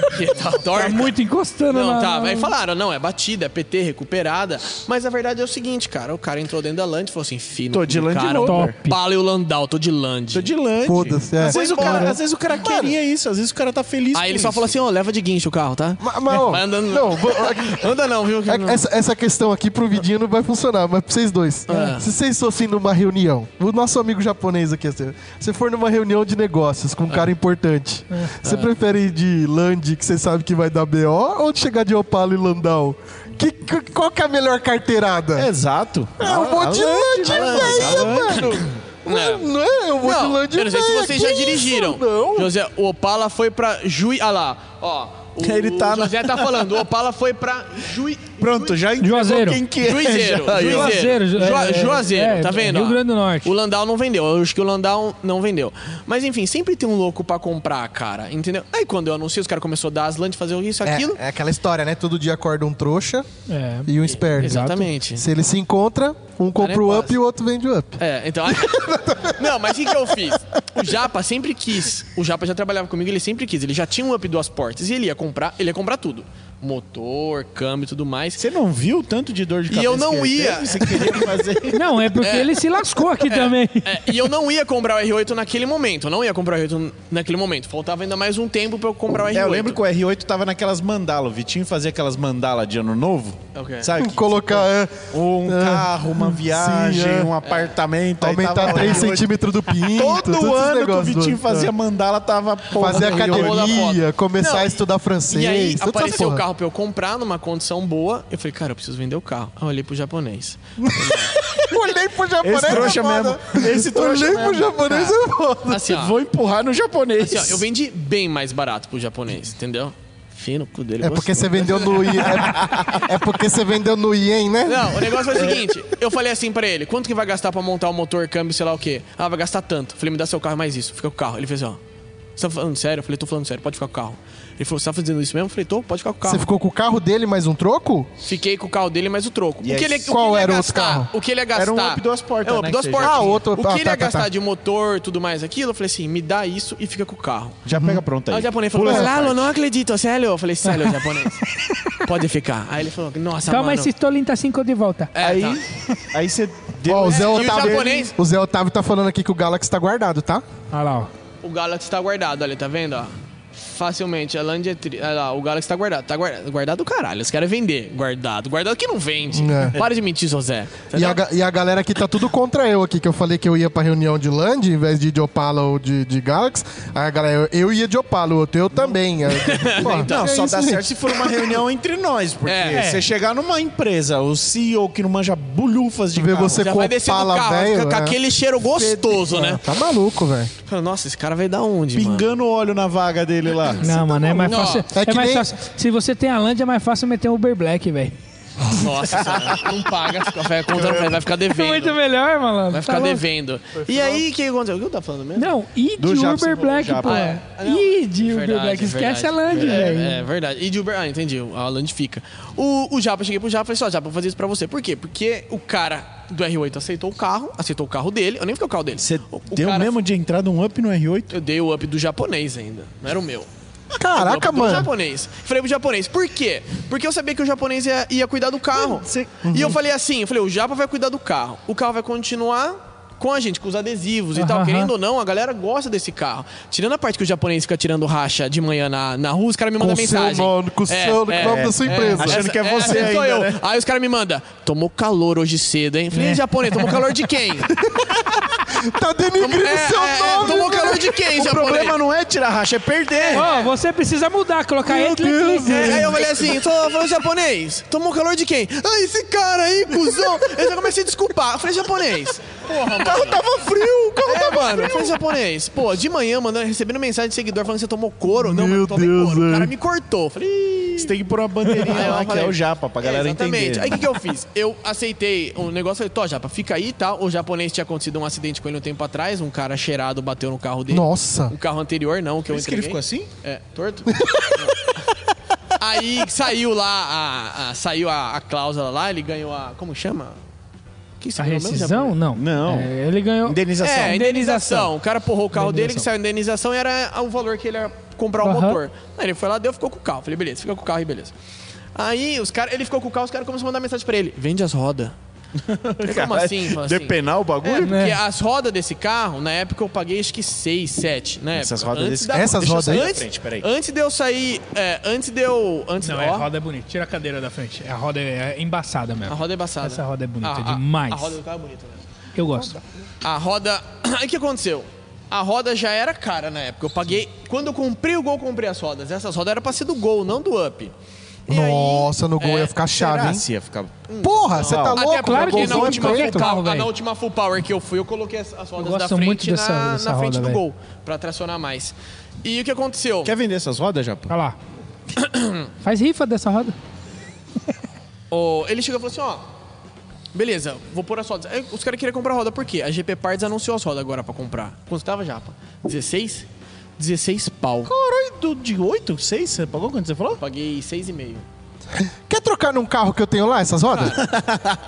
D: Porque tá torta.
C: Tá muito encostando
D: Não,
C: na-
D: tava. Aí falaram, não, é batida, é PT, recuperada. Mas a verdade é o seguinte, cara, o cara entrou dentro da Land e falou assim, fino.
B: Tô de Land
D: cara,
B: Rover.
C: Top.
D: Pala e o Landau, tô de Land.
B: Tô de lanche.
A: Foda-se, é.
B: Às vezes, o cara,
C: Cara.
B: às vezes o cara queria isso, às vezes o cara tá feliz
D: Aí
B: com
D: ele só
B: isso.
D: falou assim, ó, leva de guincho o carro, tá?
A: Mas, mas, ó,
D: Vai andando.
A: não, vou-
D: Anda não, viu?
A: É, Essa, essa questão aqui pro Vidinho não vai funcionar, mas pra vocês dois.
D: Ah.
A: Se vocês fossem numa reunião, o nosso amigo japonês aqui, assim, você for numa reunião de negócios
D: Ah.
A: com um cara importante, você prefere ir de Land, que você sabe que vai dar BO, ou de chegar de Opala e Landau? Que, que- qual que é a melhor
D: É,
B: assim, "É,
A: carteirada?
B: Exato.
A: eu vou de Land, velho, Ah, mano.
D: Não.
A: Não é? Eu vou de
D: Não,
A: Land,
D: eu não sei se
A: velho,
D: vocês
A: que
D: já
A: isso?
D: dirigiram.
A: Não.
D: José, o Opala foi pra Juiz. Ah lá, ó. O,
B: Ele tá
D: o
B: na-
D: José tá falando, o Opala foi pra Juiz.
B: Pronto, já entendeu
C: Juazeiro.
B: quem que é.
D: Juizeiro,
B: já.
D: Juazeiro,
C: Juazeiro, ju-
D: Jua-
C: é,
D: Juazeiro,
C: é,
D: tá vendo?
C: Rio
D: ó?
C: Grande do Norte.
D: O Landau não vendeu, eu acho que o Landau não vendeu. Mas enfim, sempre tem um louco pra comprar, cara, entendeu? Aí quando eu anunciei, os caras começaram a dar as lantes, fazer isso, aquilo.
A: É, é aquela história, né? Todo dia acorda um trouxa
C: É.
A: e um esperto.
D: Exatamente. é
A: Se eles se encontram, um compra o up
D: negócio.
A: e o outro vende o up.
D: É, então. não, mas o que, que eu fiz? O Japa sempre quis. O Japa já trabalhava comigo, ele sempre quis. Ele já tinha um up duas portas e ele ia comprar, ele ia comprar tudo. Motor, câmbio e tudo mais.
B: Você não viu o tanto de dor de
D: E
B: cabeça?
D: eu não
B: que ele
D: ia.
B: teve? Você queria fazer.
C: Não, é porque ele se lascou aqui também.
D: É, e eu não ia comprar o R8 naquele momento. Eu não ia comprar o R8 naquele momento. Faltava ainda mais um tempo pra eu comprar o R8.
B: É, eu lembro que o R8 tava naquelas mandala. O Vitinho fazia aquelas mandala de ano novo.
D: Ok.
B: Sabe? que-
A: Colocar. é,
B: Um
A: É.
B: carro, uma viagem,
A: Sim, é.
B: um apartamento. aí tava
A: Aumentar
B: lá
A: 3
B: R oito.
A: centímetros do pinto. todos
B: Todo
A: esses
B: ano que o
A: negócios
B: Vitinho
A: do-
B: fazia mandala, tava porra,
A: Fazer
B: no R oito.
D: da
A: academia,
D: foto.
A: começar
D: Não,
A: a
D: e-
A: estudar francês.
D: E
A: toda
D: aí
A: essa
D: apareceu o
A: tá porra.
D: carro pra eu comprar numa condição boa. Eu falei, cara, eu preciso vender o carro. Aí eu olhei pro japonês.
A: Olhei pro japonês.
B: Esse trouxa
A: é foda.
B: mesmo. Esse trouxa
A: Olhei pro
B: mesmo.
A: japonês é foda.
D: Assim, ó,
B: Vou empurrar no japonês.
D: assim, ó, eu vendi bem mais barato pro japonês, entendeu? Fino o cu dele.
A: É
D: gostou.
A: porque você vendeu no i- É, é porque você vendeu no Ien, né?
D: Não, o negócio foi o seguinte: eu falei assim pra ele, quanto que vai gastar pra montar o motor, câmbio, sei lá o quê? Ah, vai gastar tanto. Eu Falei, me dá seu carro mais isso, fica com o carro. Ele fez, ó. Você tá falando sério? Eu falei, tô falando sério, pode ficar com o carro. Ele falou, você tá fazendo isso mesmo? Eu falei, tô, pode ficar com o carro.
A: Você ficou com o carro dele mais um troco?
D: Fiquei com o carro dele, mas o troco.
B: E
D: o que
B: aí,
D: ele, o que
A: qual
D: ele ia
A: era o outro
D: gastar,
A: carro?
D: O que ele ia gastar?
B: Era um up duas portas,
D: É um
B: né,
D: up
B: que
D: duas
B: você
D: portas.
A: tinha. Ah, outro-
D: O que
A: ah,
D: ele
A: tá,
D: ia
A: tá,
D: gastar
A: tá.
D: de motor, tudo mais aquilo, eu falei assim, me dá isso e fica com o carro.
B: Já pega pronto aí.
D: Aí o japonês falou,
B: Pula essa
D: Lalo,
B: parte.
D: não acredito, sério? Eu falei, sério, japonês. Pode ficar. Aí ele falou, nossa,
C: Calma,
D: mano.
C: esse Tolin tá 5 de volta.
D: É,
B: Aí,
D: tá.
B: aí você deu...
A: Ó, o Zé
D: E o
A: Otávio.
D: japonês?
A: O Zé Otávio tá falando aqui que o Galaxy tá guardado, tá?
D: É.
C: Olha lá, ó.
D: O Galaxy tá guardado ali, tá vendo? ó? Facilmente, a Landetri... Olha lá, o Galaxy tá guardado. Tá guardado, guardado o caralho. Os caras vender. Guardado. Guardado que não vende.
A: É.
D: Para de mentir, José.
A: E a, ga- e a galera aqui tá tudo contra eu aqui, que eu falei que eu ia pra reunião de Land, em vez de ir de Opala ou de, de Galaxy. Aí a galera, eu, eu ia de Opala, o outro eu também. Aí, pô,
B: Não,
A: é
B: só
A: isso,
B: dá
A: gente.
B: certo se for uma reunião entre nós, porque
D: É.
B: você chegar numa empresa, o CEO que não manja bulhufas de
A: Ver
B: carro,
A: você
D: Já vai descer do
A: Opala,
D: carro,
A: velho,
D: fica com
A: é.
D: aquele cheiro gostoso, né?
A: Tá maluco, velho.
D: Fala, Nossa, esse cara veio da onde, mano?
B: pingando óleo na vaga dele lá.
D: Assim,
C: Não,
D: tá
C: mano, é mais
D: maluco?
C: fácil.
A: Ó, é
C: É,
A: que
C: mais
A: nem-
C: fácil. Se você tem a Land, é mais fácil meter um Uber Black, velho.
D: Nossa, senhora, não paga. fica- vai- conta- vai ficar devendo.
C: É Muito melhor, malandro.
D: Vai
C: Tá
D: ficar
C: louco.
D: devendo. E aí, o que aconteceu? O que eu tava falando mesmo?
C: Não, e de
B: Do Japa, você
C: Uber
B: falou
C: Black,
B: Japa.
C: pô.
D: Ah, é. Ah, não.
C: E de Uber
D: Verdade,
C: Black. Esquece
D: verdade.
C: a Land,
D: É,
C: velho.
D: É, verdade. E de Uber. Ah, entendi. A Land fica. O, o Japa, eu cheguei pro Japa e falei assim: ó, Japa, vou fazer isso pra você. Por quê? Porque o cara do R8 aceitou o carro, aceitou o carro dele. Eu nem fiquei o carro dele.
B: Você
D: o, o
B: deu
D: cara-
B: mesmo de entrada um up no R8?
D: Eu dei o up do japonês ainda. Não era o meu.
A: Caraca,
D: Eu dei o up Do
A: mano.
D: japonês. Falei pro japonês. Por quê? Porque eu sabia que o japonês ia, ia cuidar do carro.
B: Você-
D: E
A: Uhum.
D: eu falei assim: eu falei, o Japa vai cuidar do carro. O carro vai continuar. Com a gente, com os adesivos e tal.
C: Aham.
D: Querendo ou não, a galera gosta desse carro. Tirando a parte que o japonês fica tirando racha de manhã na, na rua, os caras me
A: Com
D: mandam
A: o seu
D: mensagem.
A: nome, com o
D: É,
A: seu, com o nome da sua empresa.
B: achando
D: Essa-
B: que é você
D: essa sou
B: ainda,
D: eu.
B: né?
D: Aí os caras me mandam, tomou calor hoje cedo, hein?
A: É.
D: Falei, japonês, tomou calor de quem?
A: Tá
D: Tomou-
A: denigrando o
D: é,
A: seu
D: é,
A: nome, né?
D: tomou
A: velho.
D: calor de quem,
B: O
D: japonês?
B: problema não é tirar racha, é perder.
C: Ó, você precisa mudar, colocar ele
D: É, aí eu falei assim, tô falando japonês, tomou calor de quem? Ah, esse cara aí, cuzão. Eu já comecei a desculpar. Eu falei, japonês. Porra, mano. O carro tava frio, o carro é, tava mano, frio. Eu falei, japonês. Pô, de manhã, mandando, recebendo mensagem de seguidor falando que você tomou couro.
A: Meu
D: Não, mano, eu tomei
A: Deus,
D: couro. O cara
A: velho.
D: me cortou. Eu Falei, "Ih".
B: Você tem que pôr uma bandeirinha
D: Aí
B: lá,
D: eu
B: que é
D: falei-
B: o japa, pra galera
D: É, exatamente.
B: entender.
D: Aí o que, que eu fiz? Eu aceitei o negócio, falei, Tó, japa, fica aí e tal. O japonês tinha acontecido um acidente com ele um tempo atrás, um cara cheirado bateu no carro dele.
A: Nossa.
D: O carro anterior não, que eu
B: Por isso que ele
D: entreguei.
B: ficou assim?
D: É, torto? Aí saiu lá a, a- saiu a, a cláusula lá, ele ganhou a. Como chama? Que isso
C: A
D: é o nome mesmo,
C: rescisão?
D: japonês?
C: Não.
B: Não.
C: É, ele ganhou.
B: Indenização.
D: É, a indenização. O cara porrou o carro dele, que
C: Indenização.
D: saiu a indenização e era o valor que ele ia comprar o
C: Aham.
D: motor. Aí ele foi lá, deu, ficou com o carro. Falei, beleza, fica com o carro e beleza. Aí os cara, ele ficou com o carro, os caras começaram a mandar mensagem pra ele: vende as rodas. Ele, Como
B: Caralho,
D: assim? Fala assim.
B: Depenar o
D: É,
B: bagulho?
D: porque
C: né?
D: as rodas desse carro, na época eu paguei acho que 6, 7, né?
B: Essas rodas desse-
A: Essas rodas aí?
B: Da frente, peraí.
D: Antes de eu sair. é, antes de eu. Antes
C: Não,
D: ó,
C: é, a roda é bonita. Tira a cadeira da frente. A roda é, é embaçada
D: A
C: mesmo.
D: roda é embaçada.
C: Essa roda é bonita
D: A- a-
C: demais.
D: A roda do carro é bonita mesmo.
C: Eu gosto.
D: A roda. Aí o que aconteceu? A roda já era cara na época. Eu paguei. Quando eu comprei o gol, eu comprei as rodas. Essas rodas eram pra ser do gol, não do up. E aí-
A: Nossa, no gol
D: É,
A: ia ficar chave,
B: Será?
A: hein?
B: Se ia ficar...
A: Porra, você tá
B: Até
A: louco?
D: Claro que
C: porque
A: Golzão
D: na
C: golzinho
A: de
D: última,
C: preto.
D: full
A: preto.
C: Cara,
D: power,
C: velho.
D: na última full power que eu fui, eu coloquei as, as rodas da
C: gosto
D: frente
C: muito dessa-
D: na,
C: dessa
D: na frente
C: roda,
D: do
C: velho.
D: gol, pra tracionar mais. E o que aconteceu?
B: Quer vender essas rodas, japa?
C: Olha lá. Faz rifa dessa roda.
D: O- ele chegou e falou assim, ó. Beleza, vou pôr as rodas. Aí os caras queriam comprar roda, por quê? A GP Parts anunciou as rodas agora pra comprar. Quanto tava, Japa? 16? 16 pau.
B: Caralho, do- de 8, 6, você pagou quanto você falou?
D: Paguei 6,5.
A: Quer trocar num carro que eu tenho lá, essas rodas?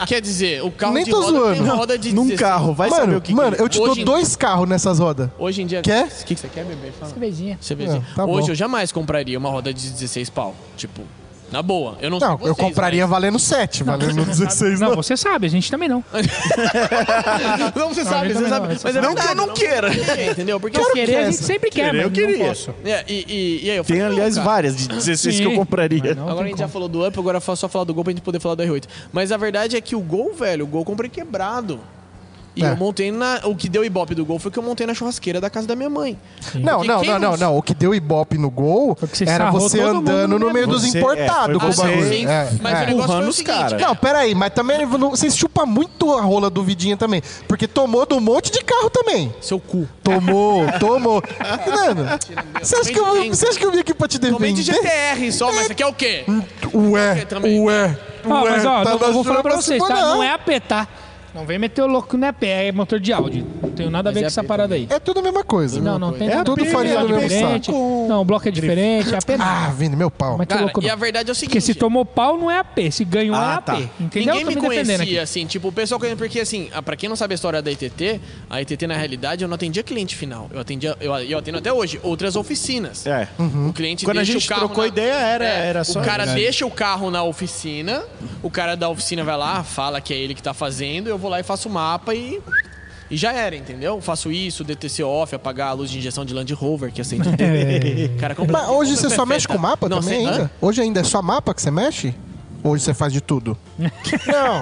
D: Quer dizer, o carro
A: Nem
D: de
A: tô
D: roda
A: zoando.
D: tem roda de
B: Num
D: 16.
B: carro, vai saber
A: mano,
B: o que
A: mano,
B: que...
A: eu te dou
D: Hoje em-
A: dois carros nessas rodas.
D: Hoje em dia...
A: Quer?
D: O que que você quer, bebê? Fala.
C: Cervejinha.
D: Você vê assim.
A: tá bom.
D: Hoje eu jamais compraria uma roda de 16 pau. Tipo, na boa. Eu não, sei
A: Não, eu
D: Então, vocês,
A: compraria valendo 7, valendo 16
C: Não,
A: não.
C: você sabe, a gente também não.
D: mas- Não, você sabe,
C: eu
D: você
C: também
D: sabe.
C: não, eu
D: Mas é
B: Não que eu
D: verdade,
B: não queira.
D: queria, entendeu? Porque
C: Quero
D: eu
C: querer, a gente
A: essa.
C: sempre quer,
B: Querer, eu
C: mas não
B: queria.
C: posso.
D: É, e, e, e aí eu
B: Tem,
D: falei, não,
B: aliás,
D: cara.
B: várias de 16 que eu
C: Sim.
B: compraria.
C: Mas não
D: Agora a
C: tem
D: gente já
C: como.
D: falou do Up, agora é só falar do Gol pra gente poder falar do R8. Mas a verdade é que o Gol, velho, o Gol eu comprei quebrado. E
A: É.
D: eu montei na... O que deu ibope do Gol foi que eu montei na churrasqueira da casa da minha mãe.
A: Não,
D: Porque
A: não,
D: quem
A: não, não, não. O que deu ibope no gol
C: Foi que você
A: era
C: sarrou
A: você
C: todo mundo
A: andando
C: no
A: no meio
C: mesmo.
A: dos
B: Você- é,
A: importados
C: Ah,
B: foi
A: com o
B: você.
A: bagulho.
D: sim.
A: É,
D: mas
A: é.
D: o negócio foi
B: Empurrando
D: o
B: os
D: seguinte,
B: cara.
A: Não, peraí, mas também não- vocês chupam muito a rola do Vidinha também. Porque tomou de um monte de carro também.
D: Seu cu.
A: Tomou, tomou. Mano, você acha, que eu, vou- você acha que eu vim aqui pra te
D: Tomei de
A: defender?
D: GTR só, mas isso aqui é o quê?
A: Ué,
D: também.
A: ué,
C: Ó,
A: ué.
C: Ah, mas
A: tá
C: ó, não- eu vou
A: lançando
C: falar pra vocês, tá?
A: segurar.
C: Não é apetar. Não vem meter o louco, né? É motor de áudio. Não tenho nada a ver
D: Mas é
C: com essa
D: AP
C: parada aí.
A: É tudo a mesma coisa.
C: Não, não tem
A: É
C: nada
A: tudo
C: a ver.
A: farinha do
C: É
A: mesmo
C: diferente.
B: saco.
C: Não, o bloco é diferente, é AP
A: Ah,
C: nada.
A: Vini, meu pau.
C: Mas que
D: Cara,
C: louco
D: e
C: não.
D: a verdade é o
C: Porque
D: seguinte.
C: se tomou pau, não é AP. Se ganhou,
B: Ah,
C: é AP.
B: tá.
C: Entendeu?
D: Ninguém me
C: Tô defendendo
D: conhecia,
C: aqui.
D: assim, tipo, o pessoal conhece, porque assim, ah, pra quem não sabe a história da ETT, a ETT na realidade eu não atendia cliente final, eu atendia, eu, eu atendo até hoje outras oficinas.
B: É.
D: O cliente
B: Quando a
D: deixa
B: gente
D: o carro
B: trocou
D: na-
B: ideia, era-
D: É,
B: era só-
D: O cara
B: Verdade.
D: deixa o carro na oficina, o cara da oficina vai lá, fala que é ele que tá fazendo, eu vou lá e faço o mapa e. E já era, entendeu? Faço isso, DTC off, apagar a luz de injeção de Land Rover, que acende.
B: É.
D: o cara compra.
A: Mas hoje você
D: compra
A: só mexe
D: tá- perfeita.
A: com mapa
D: Não,
A: também
D: sei-
A: ainda?
D: hã?
A: Hoje ainda é só mapa que você mexe? Ou Hoje você faz de tudo? Não.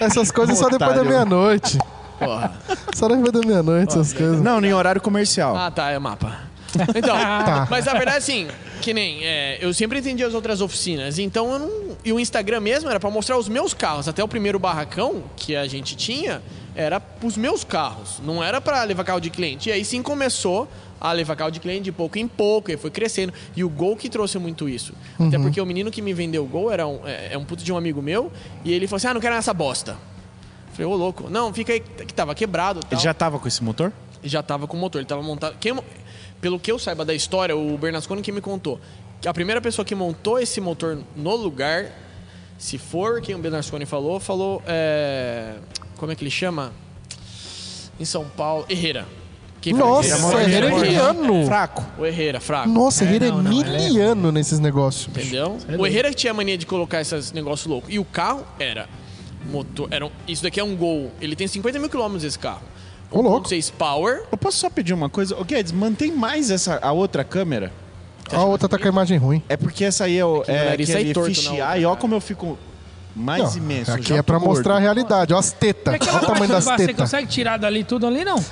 A: Essas coisas só depois da
B: Otário.
A: meia-noite.
D: Porra.
A: Só depois da meia-noite, essas coisas.
B: Não, em horário comercial.
D: Ah, tá, é mapa. Então,
A: Tá.
D: mas na verdade, assim, que nem é, eu sempre entendi as outras oficinas, então eu não. E o Instagram mesmo era pra mostrar os meus carros. Até o primeiro barracão que a gente tinha era os meus carros, não era pra levar carro de cliente. E aí sim começou a levar carro de cliente de pouco em pouco, e foi crescendo. E o Gol que trouxe muito isso. Até porque o menino que me vendeu o Gol era um, é, é um puto de um amigo meu, e ele falou assim: ah, não quero essa bosta. Falei, ô louco, não, fica aí que tava quebrado. Tal
B: Ele já tava com esse motor?
D: já tava com o motor, ele tava montado. Quem, mo- pelo que eu saiba da história, o Bernasconi que me contou. Que a primeira pessoa que montou esse motor no lugar, se for quem o Bernasconi falou, falou. é, como é que ele chama? Em São Paulo. Herrera. Quem falou
A: Nossa, Herrera é miliano.
B: Fraco.
D: O Herrera, fraco.
A: Nossa, ele é
C: não, é. não, ele é-
A: miliano nesses negócios. bicho.
D: Entendeu? O Herrera que tinha a mania de colocar esses negócios loucos. E o carro era. Motor, era um- isso daqui é um gol. Ele tem 50 mil quilômetros esse carro.
A: Ô, louco.
D: 1.6 Power.
B: Eu posso só pedir uma coisa? Ô, Guedes, mantém mais essa, a outra câmera.
A: Ó, a outra tá com a imagem ruim.
B: É porque essa aí é, o,
D: meu
B: é
D: nariz sai
B: aquele
D: torto na
B: fichiar
D: outra,
B: e ó
D: cara.
B: como eu fico mais
A: Não,
B: imenso.
A: aqui
B: já
A: é
B: tô
A: pra
B: gordo.
A: mostrar a realidade. Ó as
C: E
D: é
A: tetas.
C: aquela
A: Olha o
C: parte
A: tamanho
C: do
A: das
C: bar, Você
A: tetas.
C: consegue tirar dali tudo ali, não?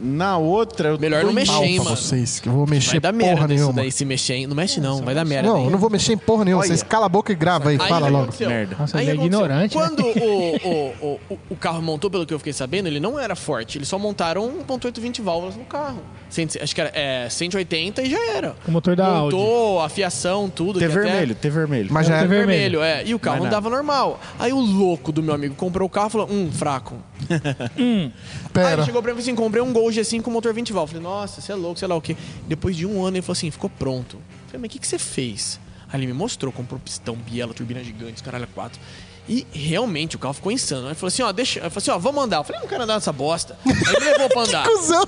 B: Na outra, eu
D: Melhor
B: tô
D: não
B: em
D: mexer,
B: mal
A: Pau
D: hein,
B: pra
A: pra
D: mano.
A: vocês, que eu vou mexer
D: Vai dar
A: porra
D: merda isso
A: nenhuma.
D: daí se mexer, hein? Não mexe não, vai dar merda.
A: Não,
D: hein?
A: eu não vou mexer em porra nenhuma. Vocês cala a boca e grava aí.
D: Aí
A: Fala
D: o que
A: logo.
D: aconteceu?
B: Merda.
C: Nossa,
D: Aí
C: ele é
D: o que aconteceu?
C: ignorante, né?
D: Quando o, o, o, o carro montou, pelo que eu fiquei sabendo, ele não era forte. Eles só montaram 1.8 20 válvulas no carro. Cento- acho que era é, 180 e já era.
C: O motor da Audi.
D: Montou, a fiação, tudo.
B: T
D: que até-
B: vermelho, T vermelho.
A: Mas já
D: T
A: é.
D: vermelho, é. E o carro
B: Mais nada.
D: andava normal. Aí o louco do meu amigo comprou o carro e falou, hum, fraco. Aí ele
A: Pera.
D: chegou pra mim e falou assim: comprei um Gol G5 com motor 20 válvulas. Falei, nossa, você é louco, sei lá o quê. Depois de um ano ele falou assim: ficou pronto. Falei, mas o que, que você fez? Aí ele me mostrou, comprou pistão, biela, turbina gigante, os caralho, a quatro. E realmente o carro ficou insano. Aí ele falou assim: ó, deixa. Ele falou assim: ó, vamos andar. Eu falei, não quero andar nessa bosta. Aí ele me levou pra andar.
A: Cusão.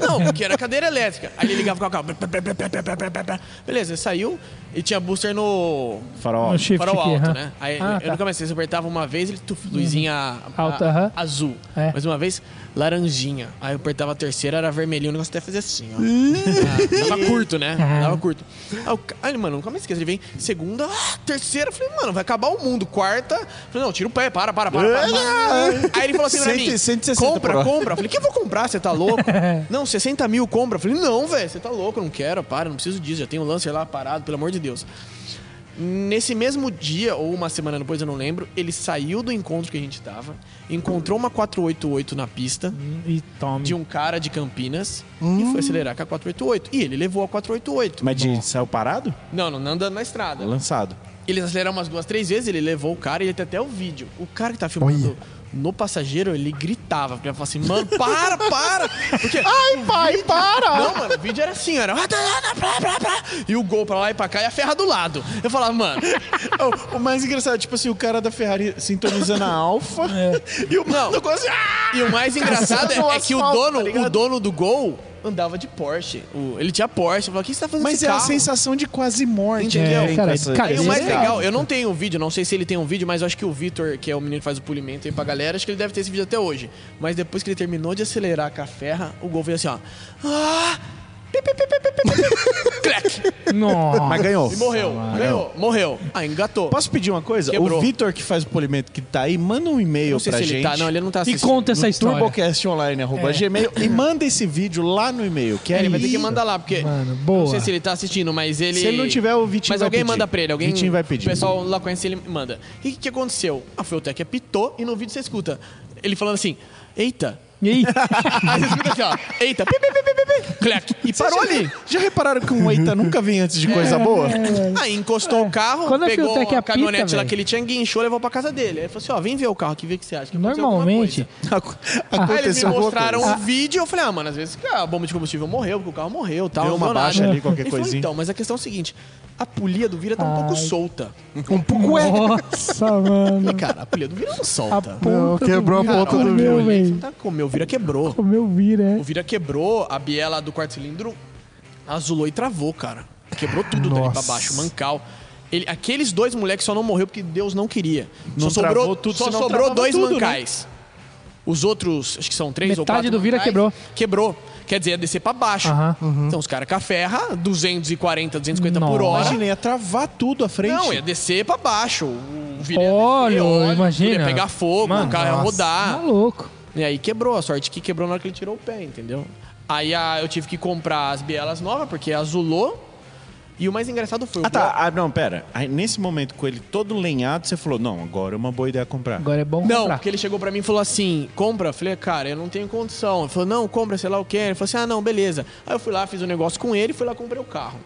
D: Não, porque era cadeira elétrica. Aí ele ligava com o carro. blá, blá, blá, blá, blá, blá, blá, blá. Beleza, ele saiu e tinha booster no
B: Farol.
C: No shift
D: farol
C: aqui,
D: alto,
C: aham.
D: né? Aí
C: Ah,
D: eu
C: tá.
D: nunca mais sei, você apertava uma vez, ele tuf, luzinha a-
C: Alta,
D: a-
C: aham.
D: azul.
C: É.
D: Mais uma vez, laranjinha. Aí eu apertava a terceira, era vermelhinho, o negócio até fazia assim, ó. Ah, Dava curto, né?
B: É.
D: Dava curto. Aí, o ca- aí ele, mano, nunca me esqueço. Ele vem segunda, ah, terceira, eu falei, mano, vai acabar o mundo. Quarta, eu falei, não, tira o pé, para, para, para. para,
B: É.
D: para. Aí ele falou assim pra mim,
B: 100, 160
D: compra,
B: por hora. É.
D: compra. Eu falei, que eu vou comprar, você tá louco? não, 60 mil, compra. Eu falei, não, velho, você tá louco, eu não quero, para, não preciso disso, já tem um Lancer lá parado, pelo amor de Deus. Nesse mesmo dia, ou uma semana depois, eu não lembro, ele saiu do encontro que a gente tava, encontrou uma 488 na pista
C: E tome.
D: de um cara de Campinas
A: Hum.
D: e foi acelerar com a 488. E ele levou a 488.
B: Mas de, saiu parado? É
D: Não, não, não andando na estrada.
B: Lançado.
D: Eles aceleraram umas duas, três vezes, ele levou o cara e ele tem até o vídeo. O cara que tá filmando no passageiro, ele gritava, porque ele falava assim, mano, para, para! Porque
A: Ai, pai, para!
D: não, mano, o vídeo era assim, era. E o gol pra tá lá e pra cá e a ferra do lado. Eu falava, mano.
B: o, o mais engraçado, tipo assim, o cara da Ferrari sintonizando a Alfa.
D: É. E o, não.
B: ah,
D: e o mais engraçado é,
A: Caçando o
D: é que o
A: asfalto, tá
D: dono,
A: ligado?
D: o dono do gol andava de Porsche. O- ele tinha Porsche. Eu falava, o que você tá fazendo com
B: Mas
D: esse
B: é a
D: carro?
B: sensação de quase morte. é
D: Entendeu?
A: É,
B: que vem
C: Cara,
B: com essa-
C: cara,
D: Aí o
C: Esse
D: um mais
C: carro.
D: legal, eu não tenho o vídeo, não sei se ele tem um vídeo, mas eu acho que o Vitor, que é o menino que faz o polimento aí pra galera, acho que ele deve ter esse vídeo até hoje. Mas depois que ele terminou de acelerar com a ferra, o gol veio assim, ó. Ah! Pi, pi, pi, pi, pi, pi, pi. Crack!
B: Mas
C: Nossa.
B: ganhou.
D: E morreu, ganhou, morreu. Ah, engatou.
B: Posso pedir uma coisa?
D: Quebrou.
B: O Vitor que faz o polimento que tá aí, manda um
D: Eu
B: e-mail
D: não sei
B: pra
D: se
B: gente.
D: ele tá, não, ele não tá
C: E
D: assistindo.
C: conta essa história.
B: turbocastonline.gmail e manda esse vídeo lá no e-mail. Que
D: É, ele vai
B: aí-
D: ter que mandar lá, porque.
C: Mano, boa.
D: Não sei se ele tá assistindo, mas ele.
B: Se ele não tiver, o Vitinho
D: Mas
B: vai
D: alguém
B: pedir.
D: manda pra ele, alguém.
B: Vitinho vai pedir.
D: O pessoal lá conhece ele manda. E o que, que aconteceu? A Feltec apitou e no vídeo você escuta ele falando assim: Eita.
C: E aí?
D: assim, Aí você escuta aqui, ó. Eita. Pi, pi, pi, pi, pi, pi. Clack. E parou
B: já,
D: ali.
B: Já repararam que um Eita nunca vem antes
D: É.
B: de coisa boa?
D: Ah, Aí encostou o carro,
C: É. Quando a
D: pegou
C: Fiotec
D: a
C: apita,
D: caminhonete lá
C: velho.
D: que ele tinha, guinchou, levou pra casa dele. Aí ele falou assim, ó, vem ver o carro aqui, ver o que você acha. que aconteceu alguma
C: Normalmente,
D: coisa. Aí eles me
B: Aconteceu alguma
D: mostraram
B: coisa.
D: um vídeo, eu falei, ah, mano, às vezes que a bomba de combustível morreu, porque o carro morreu e tal.
B: Deu
D: não
B: uma
D: deu nada.
B: baixa ali, qualquer
D: Ele falou,
B: coisinha.
D: então, mas a questão é o seguinte, a polia do Vira tá um pouco solta.
G: Um pouco é.
C: Nossa, mano.
D: E, cara, a polia do Vira não
C: A
D: solta.
C: ponta
A: quebrou a
C: do
A: ponta do
C: meu,
D: Olha, você não
C: velho.
D: tá comendo, o Vira quebrou.
C: O meu vira, é.
D: O Vira quebrou, a biela do quarto cilindro azulou e travou, cara. Quebrou tudo dali pra
A: Nossa.
D: baixo, mancal. Ele- aqueles dois moleques só não morreu porque Deus não queria.
B: Não
D: só
B: travou
D: sobrou,
B: tudo,
D: só
B: senão
D: sobrou
B: travava
D: dois
B: tudo, né?
D: mancais. Os outros, acho que são três ou
C: Metade
D: quatro.
C: do Vira
D: mancais,
C: quebrou.
D: Quebrou. Quer dizer, ia descer pra baixo.
C: Aham,
D: Então os caras com a ferra, 240, 250 por
C: Nossa.
D: hora.
B: Imagina, ia travar tudo à frente.
D: Não, ia descer pra baixo. O Vira ia
C: Olha,
D: descer, óleo,
C: imagina.
D: Ia pegar fogo,
C: Mano,
D: o carro ia
C: nossa,
D: rodar.
C: Maluco.
D: E aí quebrou, a sorte que quebrou na hora que ele tirou o pé, entendeu? Aí a- eu tive que comprar as bielas novas, porque azulou. E o mais engraçado foi o
B: Ah, tá. Ah, não, pera. Aí, nesse momento, com ele todo lenhado, você falou, não, agora é uma boa ideia comprar.
C: Agora é bom
D: Não,
C: comprar.
D: porque ele chegou pra mim e falou assim: compra. Eu falei, cara, eu não tenho condição. Ele falou, não, compra, sei lá o quê. Ele falou assim: ah, não, beleza. Aí eu fui lá, fiz um negócio com ele, fui lá, comprei o carro.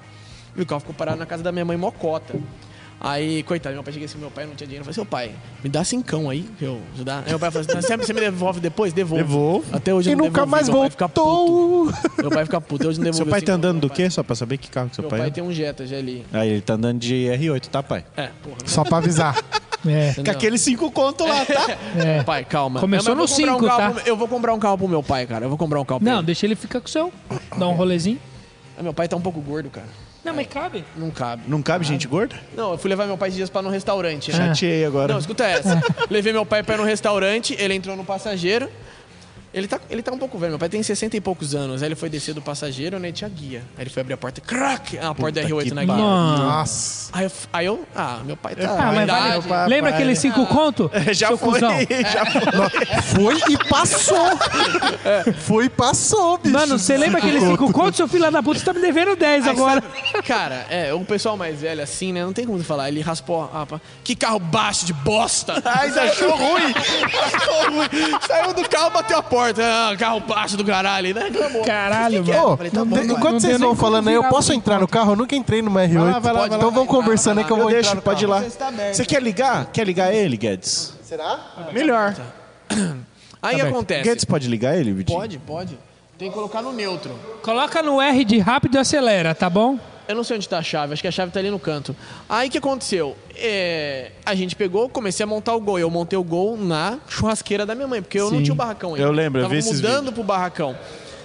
D: E o carro ficou parado na casa da minha mãe, em mocota. Aí, coitado, meu pai cheguei assim, meu pai não tinha dinheiro. Eu falei, seu pai, me dá cincão aí, que eu vou ajudar. Aí meu pai falou assim, sempre você me devolve depois? Devolvo.
B: Devolvo.
D: Até hoje
A: E
D: eu não
A: nunca
D: devolvi,
A: mais
D: meu pai fica
A: voltou.
D: puto. Meu pai fica puto, hoje não devolvi.
B: Seu
D: o
B: pai tá
D: cincão,
B: andando
D: meu
B: do
D: pai.
B: quê? Só pra saber que carro que seu
D: Meu
B: pai, é
D: pai
B: anda.
D: tem um Jetta GLI.
B: Aí ele tá andando de R8, tá, pai?
D: É, porra. não-
A: Só pra avisar.
C: É,
B: Com aqueles cinco conto lá, tá?
C: é.
D: Pai, calma.
C: Começou
D: Eu- eu
C: no
D: vou comprar um
C: cinco,
D: carro
C: tá?
D: pro- Eu vou comprar um carro pro meu pai, cara. Eu vou comprar um carro pro
C: Não,
D: ele.
C: deixa ele ficar com o seu. Dá um rolezinho.
D: Ah, Meu pai tá um pouco gordo, cara.
C: Não, mas cabe.
D: Não cabe.
B: Não cabe gente gorda?
D: Não, eu fui levar meu pai esses dias pra ir num restaurante,
C: É.
D: né?
B: Chateei agora.
D: Não, escuta essa. Levei meu pai pra ir num restaurante, ele entrou no passageiro. Ele tá, ele tá um pouco velho, meu pai tem 60 e poucos anos. Aí ele foi descer do passageiro, né? e Tinha guia. Aí ele foi abrir a porta, crack! A porta da R8 na guia.
A: Nossa.
D: Aí eu, f- aí eu. Ah, meu pai tá.
C: Ah, mas
D: idade.
C: vale.
B: papai.
C: Lembra aqueles cinco conto?
B: já
C: seu
B: foi,
C: cuzão?
B: já foi.
A: Foi e passou. Foi e passou, bicho.
C: Mano, você lembra aqueles cinco conto? Seu filho lá da puta, você tá me devendo 10
D: Aí,
C: agora.
D: sabe, cara, é, o pessoal mais velho assim, né? Não tem como falar. Ele raspou a apa. Que carro baixo de bosta! Mas achou ruim! achou ruim! Saiu do carro, bateu a porta. Ah, carro baixo do caralho, né? ainné? Reclamou.
C: Caralho,
A: Ô,
C: mano.
D: Falei, tá bom,
A: de-
D: pai.
A: enquanto
C: Não
A: vocês
C: deu nem
A: vão
C: como
A: falando aí, eu
C: virar
A: posso
C: o
A: entrar no carro? Eu nunca entrei numa R8.
B: Vai lá, vai lá, vai lá.
A: então vão conversando aí que eu
B: Eu
A: vou
B: deixo,
A: entrar. no
B: pode ir
A: carro.
B: lá.
D: Você está aberto.
B: Você quer ligar? Quer ligar ele, Guedes?
D: Melhor. Aí
B: Aberto.
D: acontece.
B: Guedes pode ligar ele, Vitinho?
D: Pode, pode. Tem que colocar no neutro.
C: Coloca no R de rápido e acelera, tá bom?
D: Eu não sei onde tá a chave, acho que a chave tá ali no canto. Aí o que aconteceu? É, a gente pegou, comecei a montar o gol. Eu montei o gol na churrasqueira da minha mãe, porque eu não
C: Sim.
D: tinha o barracão ainda.
B: Eu lembro, eu
D: Tava
B: vi esses
D: mudando pro barracão.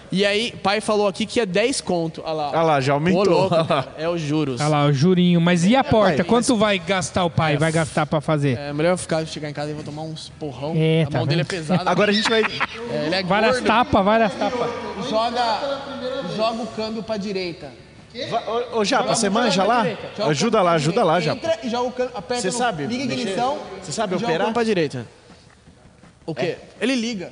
D: E aí, pai falou aqui que é 10 conto. Olha lá.
B: Ah lá, já
D: Ô,
B: aumentou.
D: louco,
B: Ah lá.
D: cara, é os juros.
C: Olha Tá lá, o jurinho. Mas e a porta?
D: pai,
C: Quanto vai gastar o pai? Vai gastar pra fazer?
D: É melhor eu ficar, chegar em casa e vou tomar uns porrão.
C: É,
D: a
C: tá
D: mão
C: vendo?
D: dele é pesada.
B: Agora a gente vai...
D: É, ele é
C: Várias
D: gordo.
C: tapas, várias tapas.
D: Joga, joga o câmbio pra direita.
B: Vai- Ô, ô, Japa,
D: Joga
B: você
D: o câmbio
B: manja
D: pra
B: lá?
D: direita. Joga o
B: Ajuda
D: câmbio
B: lá,
D: pra
B: ajuda
D: direita.
B: lá, Japa.
D: Entra e joga o câmbio. Aperta
B: Você
D: no-
B: sabe
D: Liga a
B: mexer?
D: ignição.
B: Você sabe
D: e joga
B: operar?
D: o câmbio pra direita. O quê? Ele liga.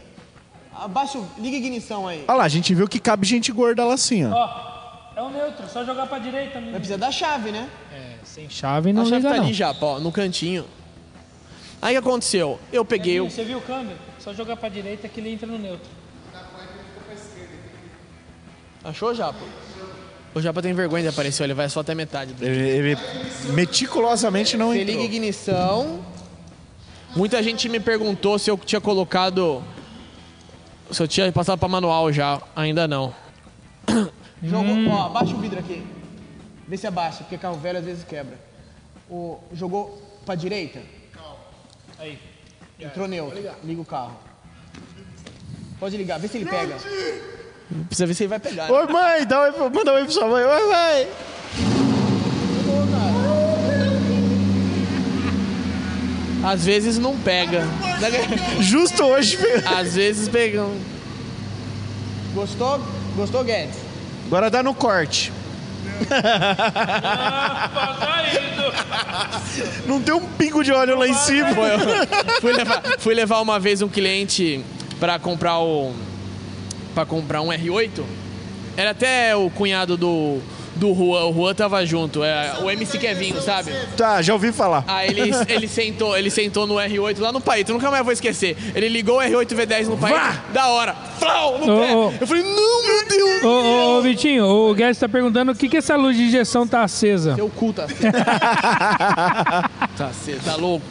D: Abaixa, o- liga a ignição aí.
B: Olha lá, a gente viu que cabe gente gorda lá assim, ó.
C: É o neutro, só jogar pra direita.
D: Mas precisa da chave, né?
C: Sem chave não
D: a chave
C: liga
D: tá
C: não.
D: ali já, ó, no cantinho. Aí o que aconteceu? Eu peguei o...
C: Você viu o câmbio? Só jogar pra direita que ele entra no neutro.
D: Achou, Japa? O Japa tem vergonha de aparecer, ele vai só até metade. Do...
B: Ele, ele meticulosamente não
D: Você liga a
B: entrou.
D: ignição. Muita gente me perguntou se eu tinha colocado... Se eu tinha passado pra manual já. Ainda não. Jogou, ó, abaixa o vidro aqui. Vê se abaixa, porque carro velho às vezes quebra. O, jogou pra direita? Aí. Entrou neutro. Liga o carro. Pode ligar, vê se ele pega. Precisa ver se ele vai pegar. né?
B: Oi, mãe, dá um oi, pra- manda um oi pra sua mãe. Oi, mãe.
D: Às vezes não pega.
B: Justo hoje, veio.
D: Às vezes pegam. Gostou? Gostou, Guedes?
B: Agora dá no corte. Não tem um pingo de óleo lá em cima.
D: é fui, levar, fui levar uma vez um cliente pra comprar o. para comprar um R8. Era até o cunhado do, do Juan. O Juan tava junto. É, o MC Kevinho, sabe?
B: Tá, já ouvi falar.
D: Ah, ele, ele, sentou, ele sentou no R8 lá no Paito, nunca mais vou esquecer. Ele ligou o R8 V10 no Paito, da hora. Flau, no
C: Ô,
D: pé.
C: ô.
D: Eu falei, não, meu Deus.
C: Ô, ô, ô, Vitinho, o Guedes tá perguntando o que que essa luz de injeção tá acesa.
D: Seu cu tá aceso. tá aceso, tá louco.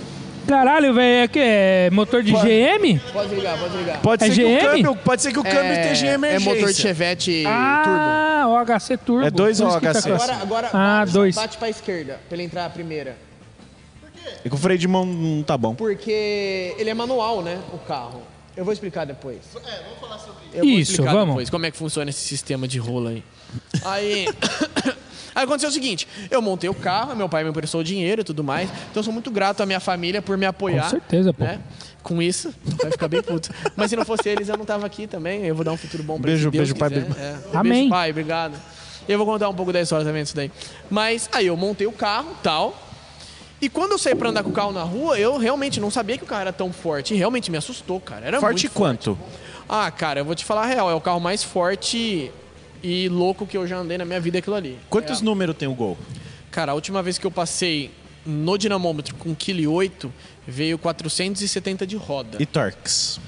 C: Caralho, velho, é que é motor de GM?
D: Pode ligar, pode ligar.
B: Pode
C: É
B: ser que o
C: GM?
B: câmbio, pode ser que o câmbio esteja em
D: é
B: emergência.
D: motor de Chevette turbo.
C: Ah, OHC turbo.
B: É dois
C: Por isso que tá
B: OHC.
C: com-
D: Agora, agora
C: Ah,
D: bate,
C: dois.
D: bate pra esquerda, pra ele entrar a primeira.
B: É que o freio de mão não tá bom.
D: Porque ele é manual, né? O carro. Eu vou explicar depois. É, vamos falar sobre isso.
C: Isso, vamos.
D: Depois, como é que funciona esse sistema de rola aí. Aí. Aí aconteceu o seguinte, eu montei o carro, meu pai me emprestou o dinheiro e tudo mais, então eu sou muito grato à minha família por me apoiar.
C: Com certeza, pô.
D: né? Com isso, vai ficar bem puto. Mas se não fosse eles, eu não tava aqui também, eu vou dar um futuro bom pra
B: Beijo,
D: eles, se Deus
B: beijo, pai,
D: quiser.
B: beijo.
D: É.
C: Amém.
D: Beijo, pai, obrigado. Eu vou contar um pouco da história também disso daí. Mas aí eu montei o carro, tal, e quando eu saí pra andar com o carro na rua, eu realmente não sabia que o carro era tão forte. E realmente me assustou, cara.
C: É
D: Era
B: Forte
D: muito
B: quanto?
D: Ah, cara, eu vou te falar a real. É o carro mais forte e louco que eu já andei na minha vida, aquilo ali. Tá
B: Quantos números tem o gol?
D: Cara, a última vez que eu passei no dinamômetro com 1,8 kg, veio 470 de roda.
B: E torques?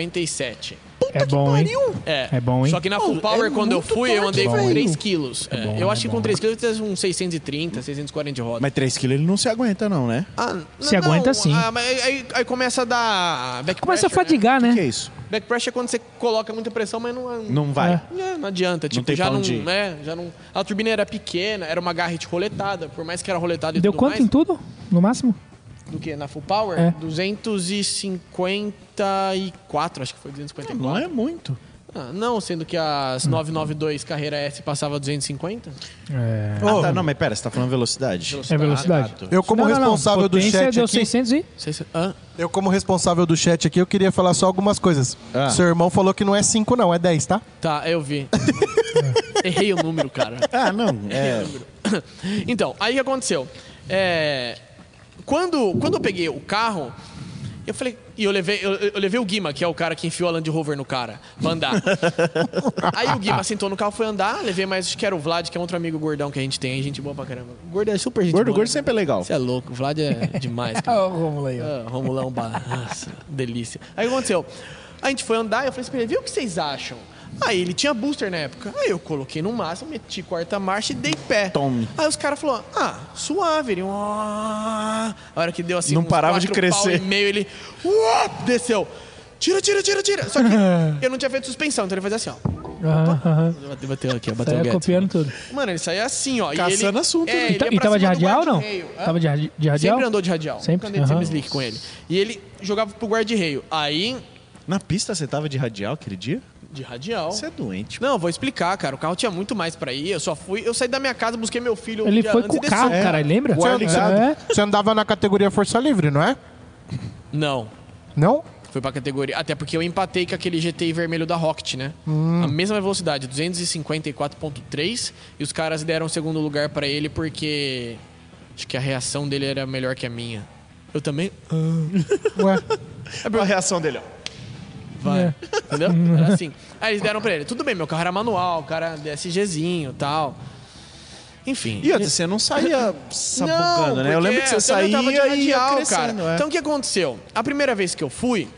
D: 57.
C: É bom, hein?
D: É.
C: É bom, hein?
D: Só que na Full Power, quando eu fui, eu andei com 3 quilos. É, eu acho que com 3 quilos eu tinha uns 630, 640 de roda.
B: Mas 3 kg ele não se aguenta, não, né?
D: Ah, n-
C: Se aguenta sim.
D: Ah, mas aí- aí, aí começa a dar back
C: Começa a
D: pressure, né?
C: fatigar,
B: O que é
C: né?
B: isso?
D: Back pressure é quando você coloca muita pressão, mas não,
B: Não vai.
C: É.
D: é, não adianta. Tipo,
B: tem
D: já
B: pra
D: não,
B: onde ir.
D: né, já não. A turbina era pequena, era uma garrete roletada, por mais que era roletada e
C: Deu
D: tudo
C: quanto
D: mais.
C: em tudo? No máximo?
D: Do que? Na full power?
C: É.
D: 254, acho que foi 254.
B: Não é muito.
D: Ah, não, sendo que as
C: Hum.
D: 992 carreira S passava 250.
C: É.
B: Ah, tá. Não, mas pera, você tá falando velocidade.
C: É velocidade.
A: Eu, como
C: Não, não, não.
A: responsável do
C: Potência é
A: chat
C: deu
A: aqui.
C: 600 e...
D: Sei se- hã?
A: Eu, como responsável do chat aqui, eu queria falar só algumas coisas.
B: Ah.
A: Seu irmão falou que não é 5, não, é 10, tá?
D: Tá, eu vi. Errei o número, cara.
B: Ah, não. É.
D: Então, aí o que aconteceu? É, quando, quando eu peguei o carro, eu falei. E eu levei, eu, eu levei o Guima, que é o cara que enfiou a Land Rover no cara, pra andar. aí o Guima sentou no carro, foi andar, levei mais, acho que era o Vlad, que é outro amigo gordão que a gente tem, gente boa pra caramba. O Gordo é super gente
B: Gordo,
D: boa,
B: gordo
D: né?
B: sempre é legal.
D: Você é louco, o Vlad é demais, cara. Ah, Romulão, ba- nossa, delícia. Aí o que aconteceu? A gente foi andar e eu falei assim pra ele, viu o que vocês acham? Aí ele tinha booster na época. Aí eu coloquei no máximo, meti quarta marcha e dei pé.
B: Tome.
D: Aí os caras falaram, ah, suave. Ele, "Ah." a hora que deu assim,
B: Não
D: uns
B: parava de
D: quatro pau
B: crescer.
D: e meio, ele "Uá!" desceu. Tira, tira, tira, tira. Só que eu não tinha feito suspensão, então ele fazia assim, ó.
C: Aham, aham.
D: Bateu aqui, ó, bateu o
C: Saia
D: Guedes.
C: contando tudo.
D: Mano, ele saía assim, ó. e
B: Caçando
D: ele,
B: assunto, né?
D: É, ele
C: é E, ta-
D: ia
C: e
D: pra
C: tava de
D: cima do
C: radial ou não?
D: guarda-reio. Hã?
C: Tava de, radi- de radial?
D: Sempre andou de radial.
C: Sempre?
D: Sempre. Andei de
C: Aham.
D: semi-slick com ele. E ele jogava pro guarda-reio. Aí,
B: Na pista você tava de radial aquele dia?
D: de radial.
B: Você é doente.
D: Não, vou explicar, cara. O carro tinha muito mais pra ir. Eu só fui. Eu saí da minha casa, busquei meu filho. um
C: Ele
D: dia
C: foi
D: antes
C: com
D: e
C: o
D: desci.
C: carro, cara, lembra?
B: O ar ligado.
C: É.
A: Você andava na categoria Força Livre, não é?
D: Não.
A: Não?
D: Foi pra categoria. Até porque eu empatei com aquele GTI vermelho da Rocket, né? A mesma velocidade, 254,3. E os caras deram o segundo lugar pra ele porque. Acho que a reação dele era melhor que a minha. Eu também.
A: Ué.
B: Olha É a reação dele, ó.
D: Vai. Entendeu? Era assim. Aí eles deram pra ele. Tudo bem, meu carro era manual, o cara era DSGzinho e tal. Enfim.
B: E outra, você não saía sabugando, né? Eu lembro que você
D: também
B: saía
D: tava de
B: e ia
D: radial, cara.
B: crescendo, é.
D: Então o que aconteceu? A primeira vez que eu fui,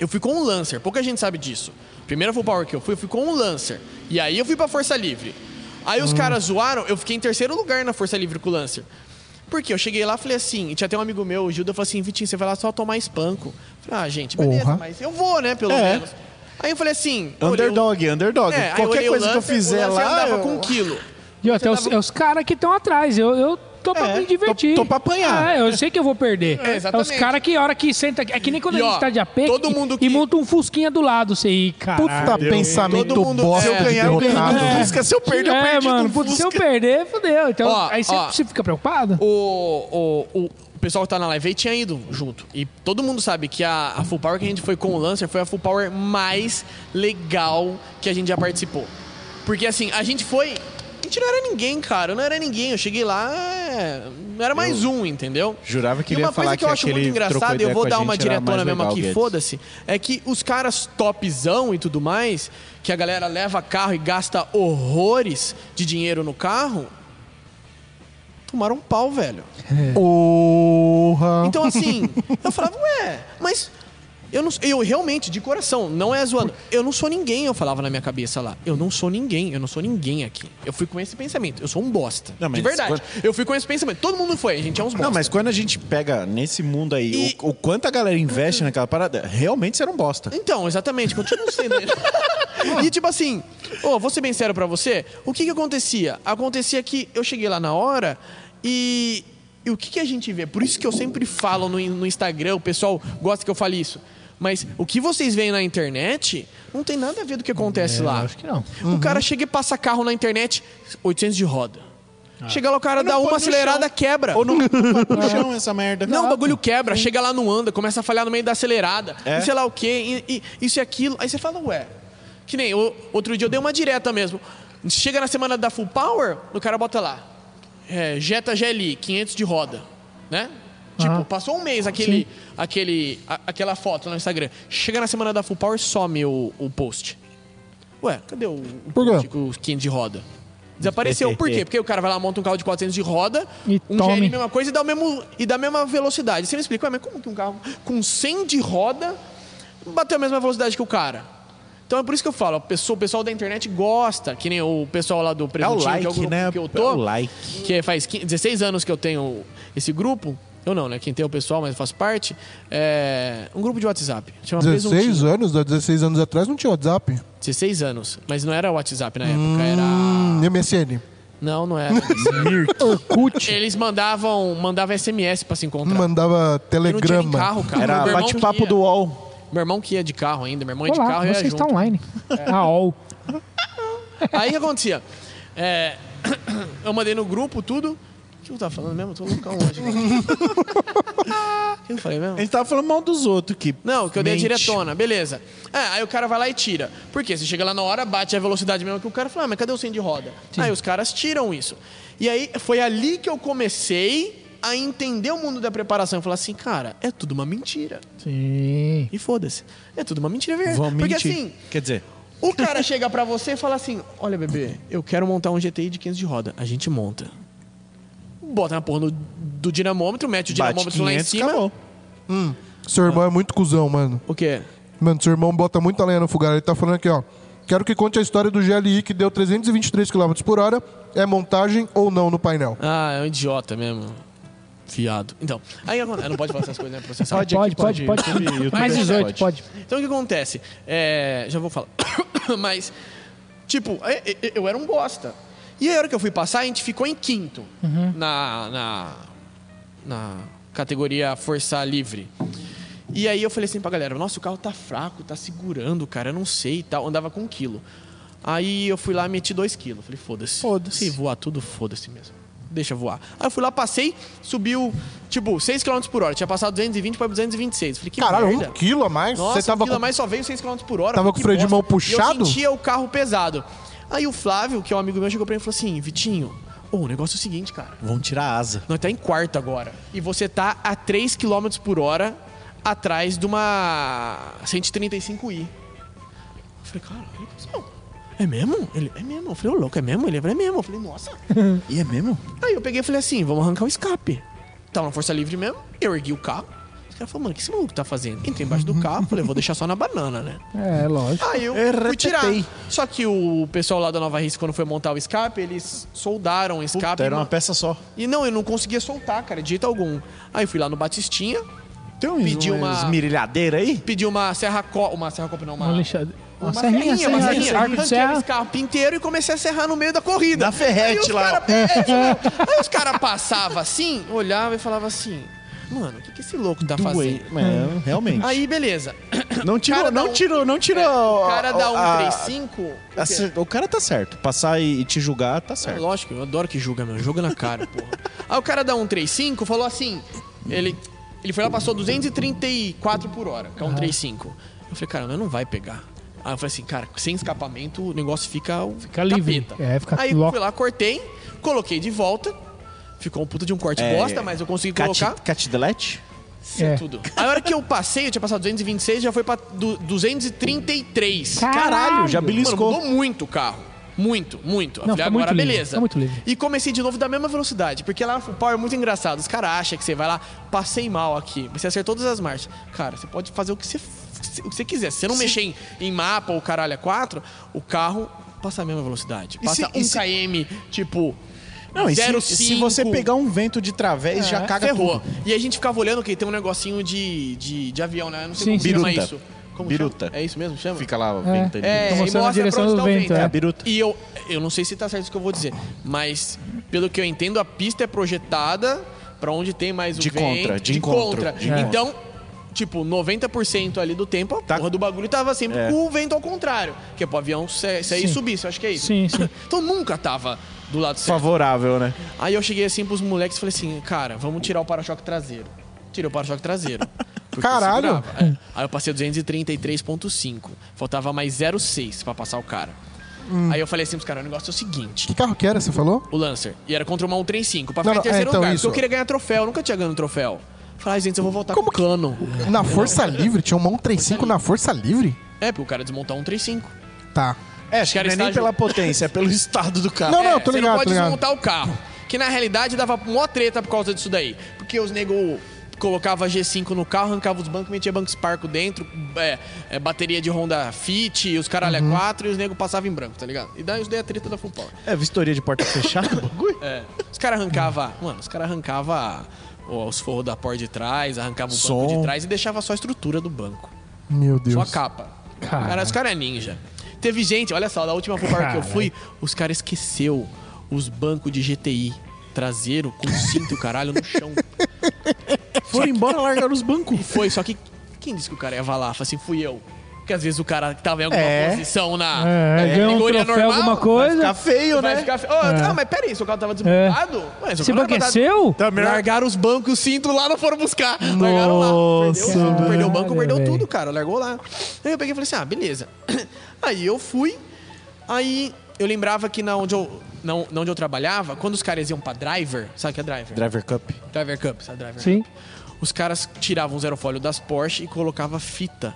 D: eu fui com um Lancer. Pouca gente sabe disso. Primeira full power que eu fui, eu fui com um Lancer. E aí eu fui pra Força Livre. Aí
B: Hum.
D: os caras zoaram, eu fiquei em terceiro lugar na Força Livre com o Lancer. Porque eu cheguei lá e falei assim, e tinha até um amigo meu, o Gilda, falou assim, Vitinho, você vai lá só tomar espanco. Eu falei, ah, gente, beleza,
A: Porra.
D: mas eu vou, né, pelo
B: É.
D: menos. Aí eu falei assim...
B: Então,
D: eu olhei o-
B: Underdog, underdog.
D: É, aí eu
B: Qualquer
D: olhei o
B: coisa que eu
D: Lancer,
B: fizer
D: o Lancer
B: lá.
D: andava
B: eu-
D: com um quilo.
C: E ó, até os, é os caras que estão atrás. Eu, eu tô pra
B: É,
C: me divertir.
B: tô- tô pra apanhar.
C: É, eu sei que eu vou perder.
D: É,
C: É,
D: exatamente.
C: os caras que a hora que senta. É que nem quando
D: E,
C: a
D: ó,
C: gente tá de AP
D: todo
C: e-
D: mundo
C: e
D: que-
C: monta um fusquinha do lado, sei, cara.
A: Puta pensamento
D: Todo mundo-
A: bosta
D: Se eu
A: de
D: ganhar,
B: é, eu ganho
A: derrotado.
B: do Fusca, se eu perder, eu
C: É,
B: perdi
C: mano,
B: do
C: putz, se eu
B: Fusca.
C: perder, fodeu. Então,
D: Ó,
C: aí você
D: ó.
C: você fica preocupado?
D: o, o, o pessoal que tá na live aí tinha ido junto. E todo mundo sabe que a, a Full Power que a gente foi com o Lancer foi a Full Power mais legal que a gente já participou. Porque assim, a gente foi. A gente realmente não era ninguém, cara. Eu não era ninguém. Eu cheguei lá, é, eu era mais um, entendeu?
B: Jurava
D: e
B: que ele ia
D: uma coisa
B: falar
D: que, eu
B: que
D: acho
B: aquele
D: muito
B: trocou
D: engraçado,
B: ideia
D: eu vou
B: com a
D: dar uma
B: gente era mais
D: diretona mesmo
B: legal,
D: aqui,
B: Guedes.
D: foda-se, é que os caras topzão e tudo mais, que a galera leva carro e gasta horrores de dinheiro no carro, tomaram um pau, velho.
A: Porra.
D: Então, assim, eu falava, ué, mas eu, não, eu realmente, de coração, não é zoando. Eu não sou ninguém, eu falava na minha cabeça lá. Eu não sou ninguém, eu não sou ninguém aqui. Eu fui com esse pensamento, eu sou um bosta.
B: Não, mas
D: de verdade.
B: quando-
D: Eu fui com esse pensamento. Todo mundo foi, a gente é uns bosta.
B: Não, mas quando a gente pega nesse mundo aí,
D: E-
B: o, o quanto a galera investe naquela parada, realmente você não bosta.
D: Então, exatamente, continua sendo. ele. e tipo assim, ô, vou ser bem sério pra você, o que que acontecia? Acontecia que eu cheguei lá na hora e, e o que que a gente vê? Por isso que eu sempre falo no, in- no Instagram, o pessoal gosta que eu fale isso. Mas o que vocês veem na internet não tem nada a ver do que acontece lá.
H: É, acho que Uhum. não.
D: O cara chega e passa carro na internet, 800 de roda.
H: Ah.
D: Chega lá, o cara
B: Ou não
D: dá
B: põe
D: uma
B: no
D: acelerada,
B: chão.
D: quebra.
B: Ou não põe no chão essa
G: É
B: merda.
D: Não, o bagulho quebra, chega lá, não anda, começa a falhar no meio da acelerada,
B: É.
D: e sei lá o quê, e, e isso e aquilo. Aí você fala, ué. Que nem o- outro dia eu dei uma direta mesmo. Chega na semana da Full Power, o cara bota lá. É, Jetta GLI, 500 de roda, né? Tipo, passou um mês aquele, aquele, a- aquela foto lá no Instagram. Chega na semana da Full Power, some o, o post. Ué, cadê o, o
G: Por quê?
D: post com os 500 de roda? Desapareceu. Por quê? Porque o cara vai lá, monta um carro de 400 de roda,
C: E
D: um
C: tome.
D: GL mesma coisa e dá, o mesmo, e dá a mesma velocidade. Você me explica, "Ué, mas como que um carro com 100 de roda bateu a mesma velocidade que o cara? Então é por isso que eu falo, a pessoa- o pessoal da internet gosta, que nem o pessoal lá do
B: É o
D: Presuntinho, que é o
B: like,
D: grupo
B: né?
D: que eu tô,
B: É o like.
D: que faz 15 16 anos que eu tenho esse grupo. Eu não, né? Quem tem é o pessoal, mas eu faço parte. É um grupo de WhatsApp. Chama Presuntinho.
G: 16 anos, há 16 anos atrás não tinha WhatsApp.
D: 16 anos. Mas não era WhatsApp na época,
G: Hum,
D: era...
G: MSN.
D: Não, não era.
G: Orkut
D: Eles mandavam, mandavam SMS pra se
A: Hum,
D: encontrar.
G: mandava
D: Eu não tinha nem
G: telegrama.
D: um carro, cara.
B: Era
D: Meu irmão que
B: bate-papo
D: ia.
B: do UOL.
D: Meu irmão que ia de carro ainda, meu irmão ia de
C: Olá,
D: carro e ia
C: você
D: junto.
C: está online. Ah, A all.
D: Aí o que acontecia? É, eu mandei no grupo tudo. O que eu tava falando mesmo? Eu tô loucão hoje. né? O que eu falei mesmo?
B: A gente tava falando mal dos outros que.
D: Não, que eu dei a
B: Mente.
D: diretona, beleza. É, aí o cara vai lá e tira. Por quê? Você chega lá na hora, bate a velocidade mesmo que o cara fala, ah, mas cadê o 100 de roda? Aí os caras tiram isso. E aí foi ali que eu comecei a entender o mundo da preparação. Eu falei assim, cara, é tudo uma mentira.
H: Sim.
D: E foda-se. É tudo uma mentira verdade.
B: Vão
D: Porque
B: mentir.
D: assim,
B: Quer dizer,
D: O cara chega pra você e fala assim: Olha, bebê, eu quero montar um GTI de 500 de roda. A gente monta. Bota na porra no- do dinamômetro, mete o
B: bate
D: dinamômetro lá em
B: 500,
D: cima.
B: acabou.
G: Seu irmão é muito cuzão, mano.
D: O quê?
G: Mano, seu irmão bota muita lenha no fogareiro. Ele tá falando aqui, ó. Quero que conte a história do GLI que deu 323 km por hora. É montagem ou não no painel?
D: Ah, é um idiota mesmo. Fiado. Então, aí acontece. Não pode falar essas coisas, né? Processar.
B: Pode,
C: Pode,
B: aqui,
C: pode, pode.
B: YouTube, YouTube,
C: Mais
B: aqui
C: 18, pode.
D: Então o que acontece? É, já vou falar. Mas, tipo, é- é- é- eu era um bosta. E a hora que eu fui passar, a gente ficou em quinto
A: Uhum.
D: na, na, na categoria Força Livre. E aí eu falei assim pra galera, nossa, o carro tá fraco, tá segurando, cara, eu não sei e tal. Andava com um quilo. Aí eu fui lá e meti dois quilos. Falei, foda-se. Foda-se. Se voar tudo, foda-se mesmo. Deixa voar. Aí eu fui lá, passei, subiu, tipo, 6 km por hora. Tinha passado 220 pra 226. Falei, que
A: Caralho,
D: merda.
A: um quilo a mais?
D: Nossa,
A: Você tava
D: o Vila
A: com...
D: mais só veio 6 km por hora.
A: Tava com
D: que
A: o freio de
D: bosta.
A: mão
D: E eu
A: puxado?
D: sentia o carro pesado. Aí o Flávio, que é um amigo meu, chegou pra mim e falou assim, Vitinho, ô, o negócio é o seguinte, cara.
B: Vão tirar a asa.
D: Nós tá em quarto agora. E você tá a 3 km por hora atrás de uma 135i. Eu falei, cara, olha que cuzão. É mesmo? Ele, é mesmo. Eu falei, ô louco, é mesmo? Ele, é mesmo. Eu falei, nossa.
B: E é mesmo?
D: Aí eu peguei e falei assim, vamos arrancar o escape. Tava na força livre mesmo, eu ergui o carro. Os caras falaram, mano, o que esse maluco tá fazendo? Entrei embaixo do carro, falei, vou deixar só na banana, né?
C: É, lógico.
D: Aí eu fui tirar. Só que o pessoal lá da Nova Risca, quando foi montar o escape, eles soldaram o escape.
B: Puta, era
D: e-
B: uma peça só.
D: E não, eu não conseguia soltar, cara, de jeito algum. Aí fui lá no Batistinha,
B: Tem uns,
D: Pedi uma-
B: umas mirilhadeiras aí?
D: pedi uma serra copa, uma serra copa não, uma...
H: Uma lixada.
D: Uma,
H: Uma
D: serrinha,
H: serrinha,
D: uma
H: serrinha,
D: serrinha.
H: arco de
D: Arranquei
H: serra.
D: o escape inteiro e comecei a serrar no meio da corrida.
B: Na ferrete
D: Aí os
B: lá,
D: cara- É, isso mesmo. Aí os caras passavam assim, olhavam e falavam assim, mano, o que, que esse louco tá
B: Ué,
D: fazendo?
B: é, realmente.
D: Aí, beleza.
B: não tirou,
D: cara dá
B: não
D: um-
B: tirou, não tirou.
D: o cara dá um
B: a-
D: 3-5...
B: a- a- o cara tá certo. Passar e, e te julgar, tá
D: É,
B: certo.
D: lógico, eu adoro que julga, meu. Joga na cara, porra. Aí o cara da 135 falou assim. Ele, um ele foi lá, passou 234 por hora, que é 135. Eu falei, caramba, não vai pegar. Aí eu falei assim, cara, sem escapamento o negócio fica.
C: Fica livre. É, fica
D: Aí
C: lo-
D: fui lá, cortei, coloquei de volta. Ficou um puta de um corte bosta, mas eu consegui colocar.
B: Cat Delete?
D: Isso é tudo. A hora que eu passei, eu tinha passado 226, já foi pra du- 233.
C: Caralho,
B: já beliscou.
D: Mano, mudou muito o carro. Muito, muito. Eu
C: Não,
D: falei,
C: fica muito
D: agora
C: livre,
D: beleza.
C: fica muito livre.
D: E comecei de novo da mesma velocidade, porque lá o power é muito engraçado. Os caras acham que você vai lá, passei mal aqui, você acertou todas as marchas. Cara, você pode fazer o que você, o que você quiser. Se você não mexer em, em mapa ou caralho a 4, o carro passa a mesma velocidade.
B: E se-
D: Passa
B: e se-
D: 1 km, tipo.
B: Não, e se,
D: 05.
B: se você pegar um vento de través, já caga
D: É. Ferrou.
B: tudo.
D: E a gente ficava olhando que tem um negocinho de, de, de avião, né? Eu não sei
C: Sim,
D: como
C: sim.
D: chama
B: Biruta.
D: isso. Como
B: Biruta.
D: chama? É isso mesmo? Chama?
B: Fica lá,
C: É.
B: ventando.
D: É,
C: Tá
D: e
C: mostrando a
D: mostra
C: direção
D: pra onde
C: do
D: tá o
C: vento, é.
B: a biruta.
D: E eu, eu não sei se tá certo isso que eu vou dizer, mas pelo que eu entendo, a pista é projetada pra onde tem mais o
B: De
D: vento.
B: contra, de encontro, de encontro.
D: Então, tipo, 90% ali do tempo, a
B: Tá.
D: porra do bagulho tava sempre
B: É.
D: com o vento ao contrário. Que é pro avião sa- sair e
C: Sim.
D: subir, isso, eu acho que é isso.
C: Sim, sim.
D: Então nunca tava do lado certo.
B: Favorável, né?
D: Aí eu cheguei assim pros moleques e falei assim, cara, vamos tirar o para-choque traseiro. Tirei o para-choque traseiro. Porque
A: Caralho!
D: segurava. É. Aí eu passei 233.5. Faltava mais 0,6 pra passar o cara.
A: Hum.
D: Aí eu falei assim pros caras, o negócio é o seguinte.
A: Que carro que era, você falou?
D: O Lancer. E era contra uma 135 pra
A: Não,
D: ficar em
A: não, é,
D: terceiro
A: então,
D: lugar.
A: isso.
D: Porque eu queria ganhar troféu. Eu nunca tinha ganho troféu. Falei, ai, gente, eu vou voltar com o cano.
A: Na Força Livre? Tinha um uma 135 na Força Livre?
D: É, porque o cara desmontar um 135.
A: Tá.
B: É, acho que não
D: Cara,
B: é nem
D: estágio-
B: pela potência, é pelo estado do carro.
A: Não,
D: É,
A: não, tô
D: você
A: ligado,
D: não pode
A: tô ligado.
D: desmontar o carro. Que na realidade dava mó treta por causa disso daí. Porque os nego colocava G5 no carro, arrancava os bancos, metia banco Sparco dentro, é, é, bateria de Honda Fit, os caralho
A: Uhum.
D: a 4 e os nego passavam em branco, tá ligado? E daí isso daí é treta da Full Power.
B: É, vistoria de porta fechada, bagulho.
D: É. Os caras arrancavam. Mano, os caras arrancavam os forros da porta de trás, arrancavam o banco
B: Som.
D: de trás e deixava só a estrutura do banco.
A: Meu
D: Só a
A: Deus.
D: capa.
C: Cara.
D: Cara, os caras é ninja. Teve gente, olha só, da última Full Power que eu
C: Cara.
D: fui, os caras esqueceu os bancos de GTI traseiro com cinto, caralho, no chão.
B: Foram embora, largaram os bancos.
D: E foi, só que quem disse que o cara ia valar? Falei assim, fui eu. Porque às vezes o cara que tava em alguma
B: É.
D: posição na, na
C: É, ganhou um troféu, alguma coisa.
B: Tá feio,
D: vai
B: né?
D: ficar fe... Ô, Ah, mas peraí, seu carro tava desmontado? Ué, seu
C: Se
D: carro não é pra tá-
C: enlouqueceu?
B: Tá melhor-
D: Largaram os bancos e o cinto lá, não foram buscar. Largaram lá.
A: Nossa,
D: Perdeu, perdeu o banco,
C: velho.
D: perdeu
C: Caralho,
D: tudo,
C: velho.
D: cara. Largou lá. Aí eu peguei e falei assim, ah, beleza. Aí eu fui. Aí eu lembrava que na onde eu, na, na onde eu trabalhava, quando os caras iam pra driver, sabe o que é driver?
B: Driver Cup.
D: driver Cup, sabe driver?
C: Sim.
D: Os caras tiravam o aerofólio das Porsche e colocava fita.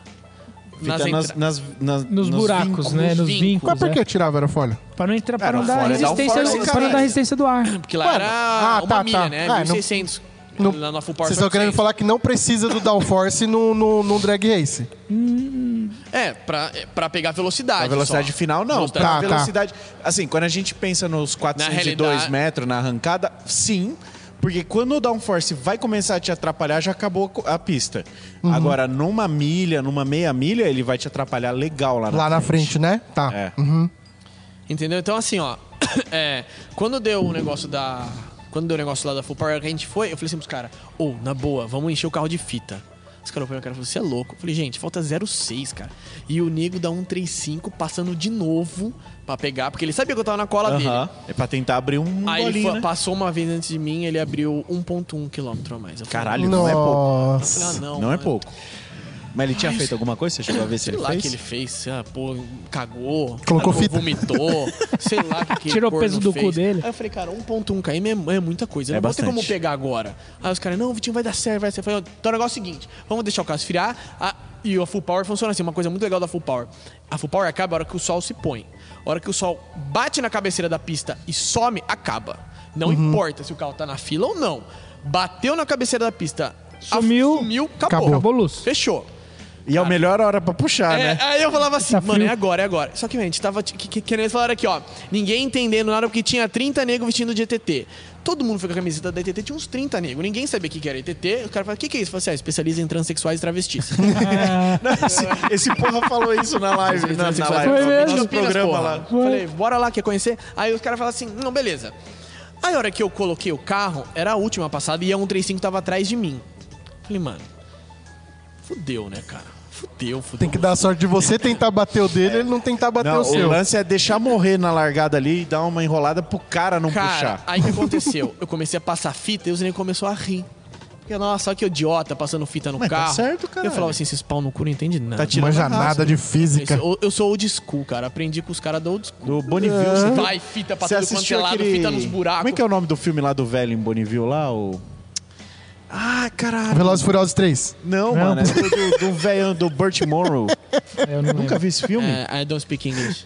B: Fita
D: entra-
B: nas, nas, nas,
C: Nos buracos,
B: vincos.
C: né? Nos
D: vincos.
C: vincos.
A: Mas por
C: é.
A: que tirava a aerofólio?
C: Pra não entrar, pra
B: Era
C: não dar
B: fora, dá um
C: resistência,
B: fora,
C: pra não
B: cara.
C: dar resistência do ar.
D: Porque lá era
A: ah,
D: uma
A: tá,
D: milha,
A: tá.
D: né?
A: Ah, não-
D: 1600.
A: Não-
D: Lá na Full Power
A: Vocês estão querendo
D: 800.
A: falar que não precisa do downforce no, no, no drag race.
D: É, pra, é, pra pegar velocidade.
B: A velocidade
D: só.
B: final, não.
D: Velocidade.
B: Pra
A: Tá, tá.
B: velocidade. Assim, quando a gente pensa nos 402
D: realidade-
B: metros na arrancada, sim. Porque quando o downforce vai começar a te atrapalhar, já acabou a co- a pista.
D: Uhum.
B: Agora, numa milha, numa meia milha, ele vai te atrapalhar legal lá na
A: Lá na frente, né? Tá.
B: É.
D: Uhum. Entendeu? Então, assim, ó. é, quando deu o negócio da. Quando deu o negócio lá da Full Power que a gente foi, eu falei assim pros caras: Ô, na boa, vamos encher o carro de fita. Os caras olharam pra minha cara e falaram: Você é louco? Eu falei: Gente, falta 06, cara. E o nego da 135 passando de novo pra pegar, porque ele sabia que eu tava na cola
B: Aham.
D: dele.
B: É pra tentar abrir um
D: Uhum. Aí ele
B: bolinho,
D: fa-
B: né?
D: passou uma vez antes de mim, ele abriu 1,1 km a mais. Eu falei,
B: Caralho, não é pouco.
D: "Ah,
A: Nossa.
D: não,
B: Não, é
D: mano."
B: pouco. Mas ele tinha feito alguma coisa? Você chegou a ver se
D: Sei
B: ele
D: lá o
B: fez?
D: que ele fez, sei lá, pô, cagou,
A: Colocou
D: cagou,
A: fita.
D: vomitou, sei lá o que que
C: Tirou o
D: corno
C: peso do
D: fez.
C: cu dele.
D: Aí eu falei, cara, 1.1 km é, é muita coisa, eu
B: É
D: não vou ter
B: bastante.
D: como pegar agora. Aí os caras, não, Vitinho, vai dar certo, vai dar certo. Eu falei, ó, então o negócio é o seguinte, vamos deixar o carro esfriar, a- e a Full Power funciona assim, uma coisa muito legal da Full Power. A Full Power acaba a hora que o sol se põe. A hora que o sol bate na cabeceira da pista e some, acaba. Não
B: Uhum.
D: importa se o carro tá na fila ou não. Bateu na cabeceira da pista,
C: Sumiu.
D: a- sumiu acabou.
A: Acabou.
C: Acabou a luz.
D: Fechou.
B: E é a melhor hora pra puxar,
D: É,
B: né?
D: Aí eu falava assim,
C: Tá
D: mano,
C: frio.
D: é agora, é agora. Só que, velho, a gente tava. Que, que, que eles falaram aqui, ó. Ninguém entendendo nada porque tinha 30 negros vestindo de ETT. Todo mundo foi com a camiseta da ETT, tinha uns 30 negros. Ninguém sabia o que, que era ETT. O cara falou, o que, que é isso? Eu falei assim, ah, especializa em transexuais e travestis.
B: Esse, esse porra falou isso na live. na, na live.
C: Foi mesmo?
B: No programa
D: porra.
B: lá.
D: Falei, bora lá, quer conhecer? Aí os caras falaram assim, não, beleza. Aí a hora que eu coloquei o carro, era a última passada e a 135 tava atrás de mim. Falei, mano, fudeu, né, cara? Fudeu, fudeu.
A: Tem que dar a sorte de você tentar bater o dele, ele não tentar bater
B: Não,
A: o
B: o,
A: seu.
B: lance é deixar morrer na largada ali e dar uma enrolada pro cara não
D: Cara,
B: puxar.
D: aí o que aconteceu? Eu comecei a passar fita e o Zinei começou a rir. E eu, nossa, olha que idiota passando fita no
B: Mas tá
D: carro.
B: certo, caralho.
D: Eu falava assim, esses pau no cu não entende nada.
B: Tá
A: Não
B: tirando
A: manja
B: a raça.
A: nada de
D: Esse- é
A: física.
D: eu, eu sou old school, cara. Aprendi com os caras da old school.
B: Do Bonneville. você viu?
D: Vai, fita pra
B: Você
D: tudo quanto é
B: assistiu
D: lado,
B: aquele...
D: fita nos buracos.
B: Como é que é o nome do filme lá do velho em Bonneville lá? O... Ah, caralho.
A: Velozes e Furiosos 3.
B: Não, mano. É do, do velho do Burt Monroe.
C: Eu não
B: Nunca
C: lembro.
B: vi esse filme?
D: É, I don't speak English.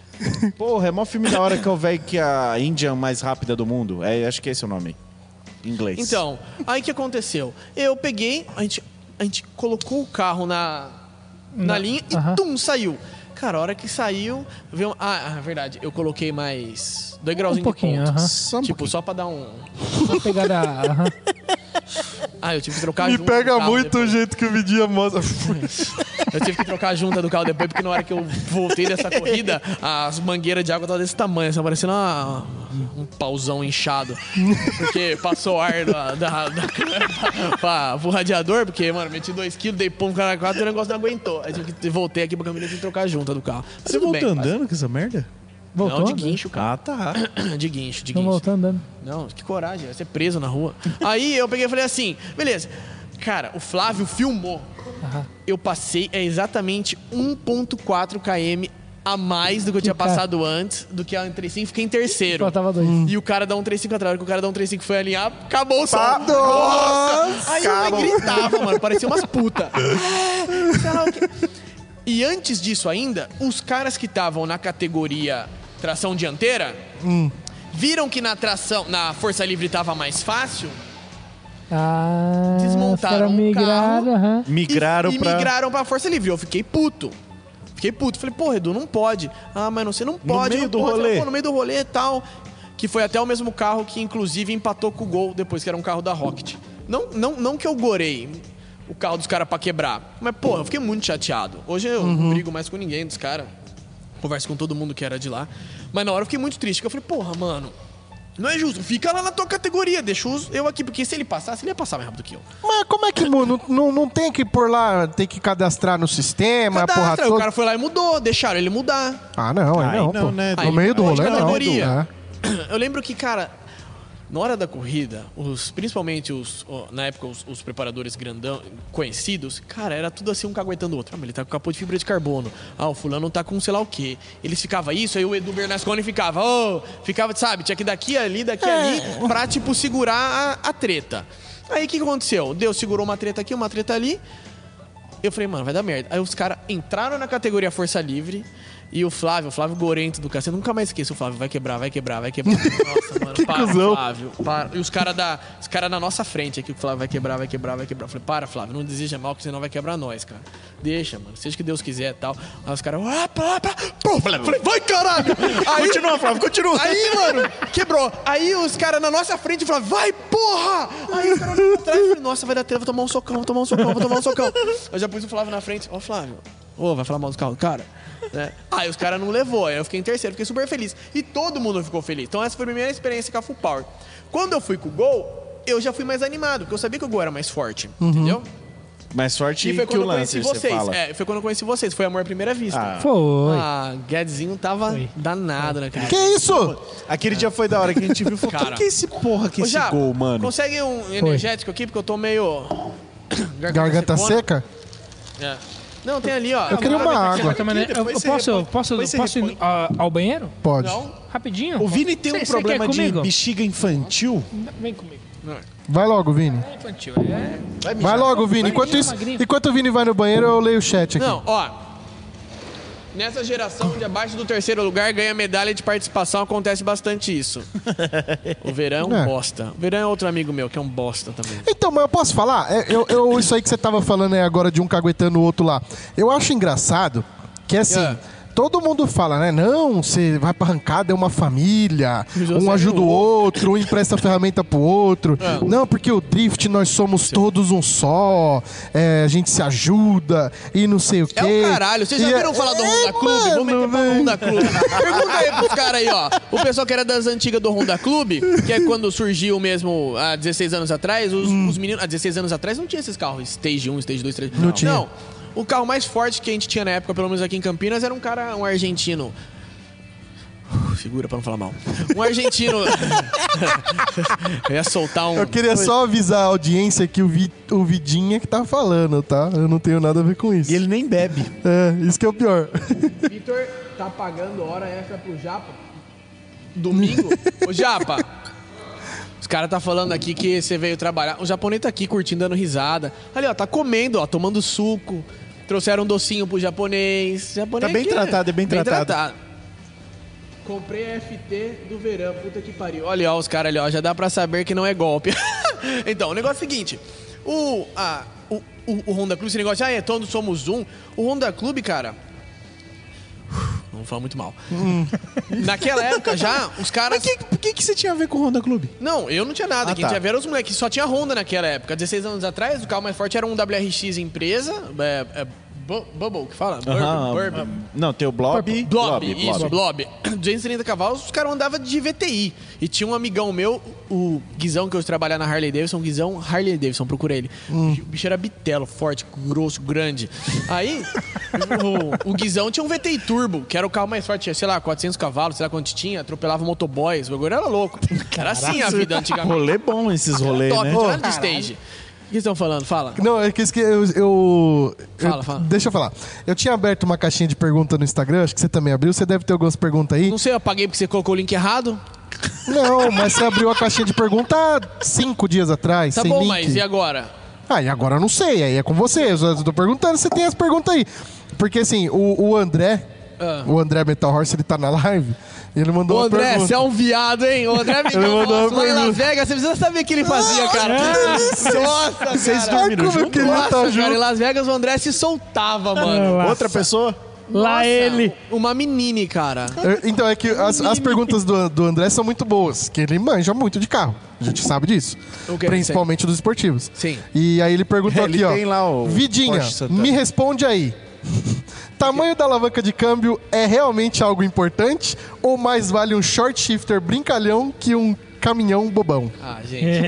B: Porra, é mó filme da hora que é o velho que é a Índia mais rápida do mundo. É, acho que esse é o nome. Em inglês.
D: Então, aí o que aconteceu? Eu peguei, a gente, a gente colocou o carro na, na
C: Na-
D: linha e
C: aham.
D: tum, saiu. Cara, a hora que saiu, veio. um- Ah, ah, verdade, eu coloquei mais dois grauzinhos
C: pouquinho,
D: de ponto.
C: aham.
G: Só um
D: tipo,
G: pouquinho.
D: só pra dar um.
C: Só pegar da. aham.
D: Ah, eu tive que trocar
A: Me
D: junto do
A: pega
D: carro
A: muito o
D: depois.
A: jeito que o Vidinha mostra.
D: Eu tive que trocar a junta do carro depois, porque na hora que eu voltei dessa corrida, as mangueiras de água estavam desse tamanho, assim, parecendo uma- um pauzão inchado. Porque passou ar da, da, da, pra- pro radiador, porque, mano, meti dois quilos, dei pão no cara quatro e o negócio não aguentou. Aí tive que voltei aqui pra caminhão e tive que trocar a junta do carro. Mas
B: Você
D: tudo
B: voltou
D: bem,
B: andando com essa merda?
D: mas-
C: Voltou?
D: Não, de guincho, cara.
B: Ah, tá.
D: De guincho, de
C: Não
D: guincho.
C: voltou andando.
D: Não, que coragem, vai ser preso na rua. Aí eu peguei e falei assim, beleza. Cara, o Flávio filmou. Eu passei é exatamente 1.4 km a mais do que eu tinha
C: cara.
D: passado antes, do que a 135, fiquei em terceiro.
C: Faltava dois.
D: E o cara dá um 35 atrás, que o cara dá um 35 foi alinhar, acabou o som.
G: Pá,
D: Nossa! Aí eu
G: acabou.
D: gritava, mano, parecia umas puta. É, sei lá o quê. E antes disso ainda, os caras que estavam na categoria tração dianteira viram que na tração, na força livre tava mais fácil
C: Ah,
D: Desmontaram
C: os caras
D: um
C: migraram,
D: carro.
C: aham.
B: Migraram
D: e,
B: pra.
D: e migraram pra força livre. Eu fiquei puto. Fiquei puto. Falei, pô, Edu, não pode. Ah, mas não, você não pode.
B: meio
D: não
B: do
D: pode. Eu falei,
B: rolê.
D: Pô, no meio do rolê e tal. Que foi até o mesmo carro que, inclusive, empatou com o gol depois, que era um carro da Rocket. Não, não, não que eu gorei o carro dos caras pra quebrar. Mas, pô, eu fiquei muito chateado. Hoje eu
B: Uhum.
D: não brigo mais com ninguém dos caras. Converso com todo mundo que era de lá. Mas na hora eu fiquei muito triste. que Eu falei, porra, mano. Não é justo, fica lá na tua categoria, deixa os- eu aqui, porque se ele passasse, ele ia passar mais rápido que eu.
A: Mas como é que muda? Não, não tem que pôr lá, tem que cadastrar no sistema, a porra
D: Cadastra, o
A: toda.
D: cara foi lá e mudou, deixaram ele mudar.
A: Ah, não, aí,
B: Aí
A: não,
B: não,
A: pô.
B: né?
A: No
D: Aí,
A: meio do
D: aí
A: rolê,
D: de
A: não.
D: categoria.
A: É.
D: Eu lembro que, cara, na hora da corrida, os, principalmente os, ó, na época os, os preparadores grandão, conhecidos, cara, era tudo assim um caguetando o outro. Ah, mas ele tá com capô de fibra de carbono. Ah, o fulano tá com sei lá o quê. Eles ficavam isso, aí o Edu Bernasconi ficava, ô, ficava, sabe, tinha que daqui ali, daqui ali, pra tipo segurar a, a treta. Aí o que que aconteceu? Deus segurou uma treta aqui, uma treta ali. Eu falei, mano, vai dar merda. Aí os caras entraram na categoria Força Livre. E o Flávio, o Flávio Gorento do cacete, eu nunca mais esqueço. O Flávio vai quebrar, vai quebrar, vai quebrar. Nossa, mano, para,
A: cuzão.
D: Flávio. Para. E os caras cara na nossa frente aqui, o Flávio vai quebrar, vai quebrar, vai quebrar. Eu falei, para, Flávio, não deseja mal, que senão vai quebrar nós, cara. Deixa, mano, seja o que Deus quiser e tal. Aí os caras, ah, pá, pá. Pô, falei, vai, caralho. Aí,
B: Continua, Flávio, continua.
D: Aí, mano, quebrou. Aí os caras na nossa frente falaram, vai, porra! Aí os caras olham pra trás e falaram, nossa, vai dar treta, vou tomar um socão, vou tomar um socão, vou tomar um socão. Eu já pus o Flávio na frente, ó, Flávio, ô, vai falar mal dos carros do cara? Né? Aí os caras não levou, aí eu fiquei em terceiro, fiquei super feliz. E todo mundo ficou feliz. Então essa foi a minha primeira experiência com a Full Power. Quando eu fui com o Gol, eu já fui mais animado, porque eu sabia que o Gol era mais forte, entendeu?
B: Mais sorte
D: E foi
B: Uhum. que
D: quando
B: o
D: eu conheci
B: lance, você
D: vocês.
B: fala.
D: É, foi quando eu conheci vocês, foi amor à primeira vista.
B: Ah.
C: Foi.
D: Ah, Guedezinho tava danado naquele
A: Que isso?
B: Aquele dia foi da hora que a gente viu e falou,
D: Cara.
B: "Que que é esse porra que
D: Ô,
B: esse
D: Japa,
B: gol, mano?
D: Consegue um energético aqui, porque eu tô meio.
A: Garganta seca?
D: É. Não, tem ali, ó.
A: Eu queria uma água.
C: Mas, né, eu,
B: depois
C: eu
B: você
C: posso,
B: repõe-
C: posso,
B: depois você
C: posso ir
B: repõe.
C: ah, ao banheiro?
A: Pode.
D: Não?
C: Rapidinho?
B: O Vini tem
C: Cê-
B: um
C: cê
B: problema
C: quer
B: de
C: comigo?
B: bexiga infantil.
C: Vem comigo.
A: Vai logo, Vini.
C: É infantil, é.
A: Vai logo, Vini. Enquanto, isso, enquanto o Vini vai no banheiro, eu leio o chat aqui.
D: Não, ó. Nessa geração de abaixo do terceiro lugar ganha medalha de participação, acontece bastante isso. O Verão é um
A: É.
D: bosta. O Verão é outro amigo meu, que é um bosta também.
A: Então, mas eu posso falar? É, Eu, eu- isso aí que você tava falando aí agora de um caguetando o outro lá. Eu acho engraçado que assim.
D: É.
A: Todo mundo fala, né? Não, você vai pra arrancada, é uma família,
D: José
A: um ajuda o
D: é o
A: outro, um empresta ferramenta pro outro.
D: É.
A: Não, porque o drift nós somos todos um só, é, a gente se ajuda e não sei o quê.
D: É o caralho. Vocês já
A: E é-
D: viram falar do
A: É,
D: Honda Clube? Vamos meter
A: mano,
D: pra
A: velho.
D: Honda Clube. Pergunta aí pros caras aí, ó. O pessoal que era das antigas do Honda Clube, que é quando surgiu mesmo há 16 anos atrás, os, os meninos. Há 16 anos atrás não tinha esses carros. Stage 1, Stage 2, Stage 3. Não
A: tinha.
D: Não. O carro mais forte que a gente tinha na época, pelo menos aqui em Campinas, era um cara, um argentino. Segura pra não falar mal. Um argentino. eu ia soltar um.
A: Eu queria só avisar a audiência que o, Vi- o Vidinha que tá falando, tá? Eu não tenho nada a ver com isso.
B: E ele nem bebe.
A: É, isso que é o pior.
D: Vitor tá pagando hora extra pro Japa. Domingo? Ô, Japa! Os caras tá falando aqui que você veio trabalhar. O japonês tá aqui curtindo, dando risada. Ali, ó, tá comendo, ó, tomando suco. Trouxeram um docinho pro japonês. japonês
B: Tá bem
D: aqui é-
B: tratado, é bem tratado.
D: Comprei a FT do verão, puta que pariu. Olha, ó, os caras ali, ó, já dá pra saber que não é golpe. então, o negócio é o seguinte: o, a, o, o, o Honda Club, esse negócio, ah, é, todos somos um. O Honda Club, cara. Vamos falar muito mal. Naquela época já, os caras.
B: Hum. Mas o que, que, que você tinha a ver com o Honda Clube?
D: Não, eu não tinha nada.
B: Ah,
D: Quem
B: tá.
D: tinha ver era os moleques. Só tinha Honda naquela época. 16 anos atrás, o carro mais forte era um WRX empresa. É, é, bu- bubble, que fala? Bourbon, bourbon.
B: Não, tem o Blob.
D: Blob, isso, Blob. 230 cavalos, os caras andavam de VTI. E tinha um amigão meu, o Guizão, que eu trabalhava na Harley Davidson, Guizão Harley Davidson, procura ele.
A: Hum.
D: O bicho era bitelo, forte, grosso, grande. Aí, o, o Guizão tinha um VTI Turbo, que era o carro mais forte, tinha, sei lá, 400 cavalos, sei lá quanto tinha, atropelava motoboys, o bagulho era louco. Era assim a vida antigamente.
B: Rolê bom esses rolês,
D: Top,
B: né?
D: entrando de stage. O que vocês estão falando? Fala.
A: Não, é que isso que eu, eu-
D: Fala,
A: eu-
D: fala.
A: Deixa eu falar. Eu tinha aberto uma caixinha de pergunta no Instagram, acho que você também abriu. Você deve ter algumas perguntas aí.
D: Não sei, eu apaguei porque você colocou o link errado.
A: Não, mas você abriu a caixinha de pergunta há cinco dias atrás,
D: Tá
A: sem
D: bom,
A: link.
D: mas e agora?
A: Ah, e agora eu não sei, aí é com você. Eu só tô perguntando, você tem as perguntas aí. Porque assim, o, o André,
D: Ah.
A: o André Metal Horse, ele tá na live, e ele mandou
D: Ô
A: uma
D: André,
A: pergunta.
D: você é um viado, hein? O André me
A: Ele
D: deu
A: mandou
D: nosso
A: uma
D: lá em Las
A: pergunta. Ah,
D: Vegas, você precisa saber o que ele fazia, cara. Nossa,
B: Vocês
D: cara.
B: dormiram
A: Como eu
B: junto?
A: queria
D: Nossa,
A: estar
D: cara, em
A: tá junto. Ah,
D: Las Vegas o André se soltava, mano.
C: Lá,
B: Tipo, Outra pessoa?
C: lá
D: Nossa,
C: ele.
D: Uma menine, cara.
A: Eu- Então, é que as, as perguntas do, do André são muito boas, que ele manja muito de carro. A gente sabe disso.
D: O quê?
A: Principalmente dos esportivos.
D: Sim.
A: E aí ele perguntou
B: Ele
A: aqui,
B: tem
A: ó.
B: lá o
A: Vidinha,
B: Porsche Santana."
A: me responde aí. Tamanho da alavanca de câmbio é realmente algo importante? Ou mais vale um short shifter brincalhão que um caminhão bobão?
D: Ah, gente.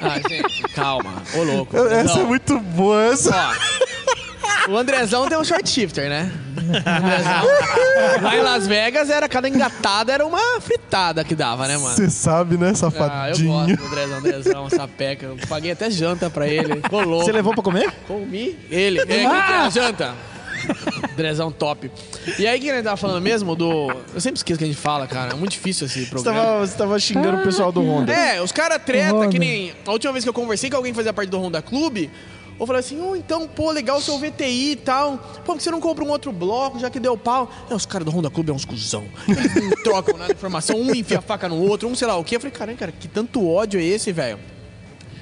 D: ah, gente, calma. Ô, louco.
A: É. Eu- Essa
D: Não.
A: é muito boa. Essa...
D: Ó, o Andrezão tem um short shifter, né? Andrezão. Lá em Las Vegas, era, cada engatada era uma fritada que dava, né, mano?
A: Você sabe, né,
D: Ah, eu gosto
A: safadinho?
D: do Andrezão, Andrezão, sapeca. Eu paguei até janta pra ele. Colou.
B: Você levou pra comer?
D: Comi ele. É,
C: Ah!
D: ah! janta. Drezão top. E aí, que a gente tava falando mesmo do. Eu sempre esqueço o que a gente fala, cara. É muito difícil esse
B: Você
D: programa.
B: tava, você tava xingando o pessoal do Honda.
D: É, os caras treta,
C: Roda.
D: que nem. A última vez que eu conversei com alguém que fazia parte do Honda Clube, eu falei assim: oh, então, pô, legal seu VTI e tal. Pô, por que você não compra um outro bloco, já que deu pau? É, os caras do Honda Clube é uns cuzão. Eles não trocam nada de informação, um enfia a faca no outro, um sei lá o quê. Eu falei: caramba, cara, que tanto ódio é esse, velho?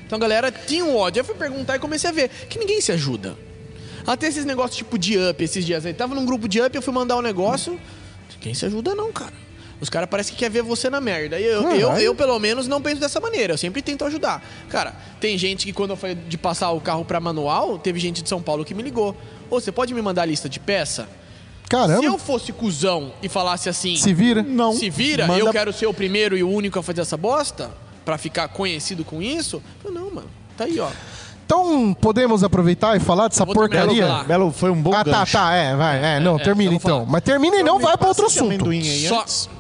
D: Então a galera tinha um ódio. Aí Eu fui perguntar e comecei a ver que ninguém se ajuda. Até esses negócios tipo de up esses dias aí. Tava num grupo de up, eu fui mandar um negócio. Ninguém se ajuda, não, cara. Os caras parecem que quer ver você na merda. E eu,
B: é.
D: eu, eu, pelo menos, não penso dessa maneira. Eu sempre tento ajudar. Cara, tem gente que quando eu falei de passar o carro pra manual, teve gente de São Paulo que me ligou. Ô, você pode me mandar a lista de peça? Se eu
A: Caramba,
D: fosse cuzão e falasse assim,
A: se vira.
B: Não.
D: se vira,
B: Manda-
D: eu quero ser o primeiro e o único a fazer essa bosta, pra ficar conhecido com isso, eu, não, mano. Tá aí, ó.
A: Então, podemos aproveitar e falar dessa
D: Vou terminar,
A: porcaria?
D: vou falar.
B: Belo, foi um bom
A: Ah, tá,
B: gancho.
A: tá, é, vai. É, não, termina
D: vamos
A: então.
D: falar.
A: Mas termina e não vai pra outro
B: Esse
A: assunto.
B: amendoim aí né?
D: Só-
B: antes.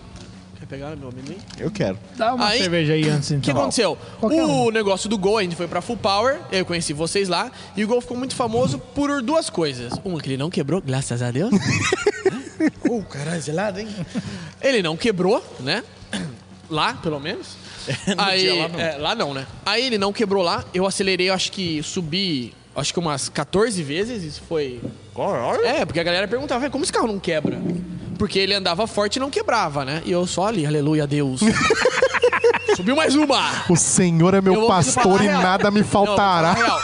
D: Quer pegar meu amendoim?
B: Eu quero.
C: Dá uma
D: Aí-
C: cerveja aí antes,
D: O que
C: então.
D: aconteceu?
C: Qualquer
D: o negócio do Gol, a gente foi pra Full Power, eu conheci vocês lá, e o Gol ficou muito famoso por duas coisas. Uma, que ele não quebrou, graças a Deus. oh, caralho, gelado, hein? Ele não quebrou, né? Lá, pelo menos. Aí, lá, não. lá não, né? Aí ele não quebrou lá, eu acelerei, eu acho que subi, acho que umas 14 vezes, isso foi é, porque a galera perguntava, "Ué, como esse carro não quebra? Porque ele andava forte e não quebrava, né? E eu só ali, aleluia, Deus. Subiu mais uma!
A: O Senhor é
D: Eu
A: meu
D: vou
A: pastor
D: falar
A: e
D: real.
A: nada me
D: Não, vou falar
A: faltará.
D: real.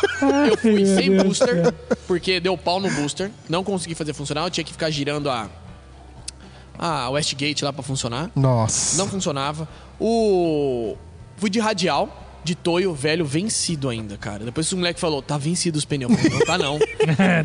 D: Eu fui
C: Meu
D: sem
C: Deus do
D: booster, porque deu pau no booster. Não consegui fazer funcionar, eu tinha que ficar girando a, a Westgate lá pra funcionar.
A: Nossa.
D: Não funcionava. O. Fui de radial. de Toyo velho vencido ainda, cara. Depois o moleque falou, tá vencido os pneus. Eu falei, Não tá não.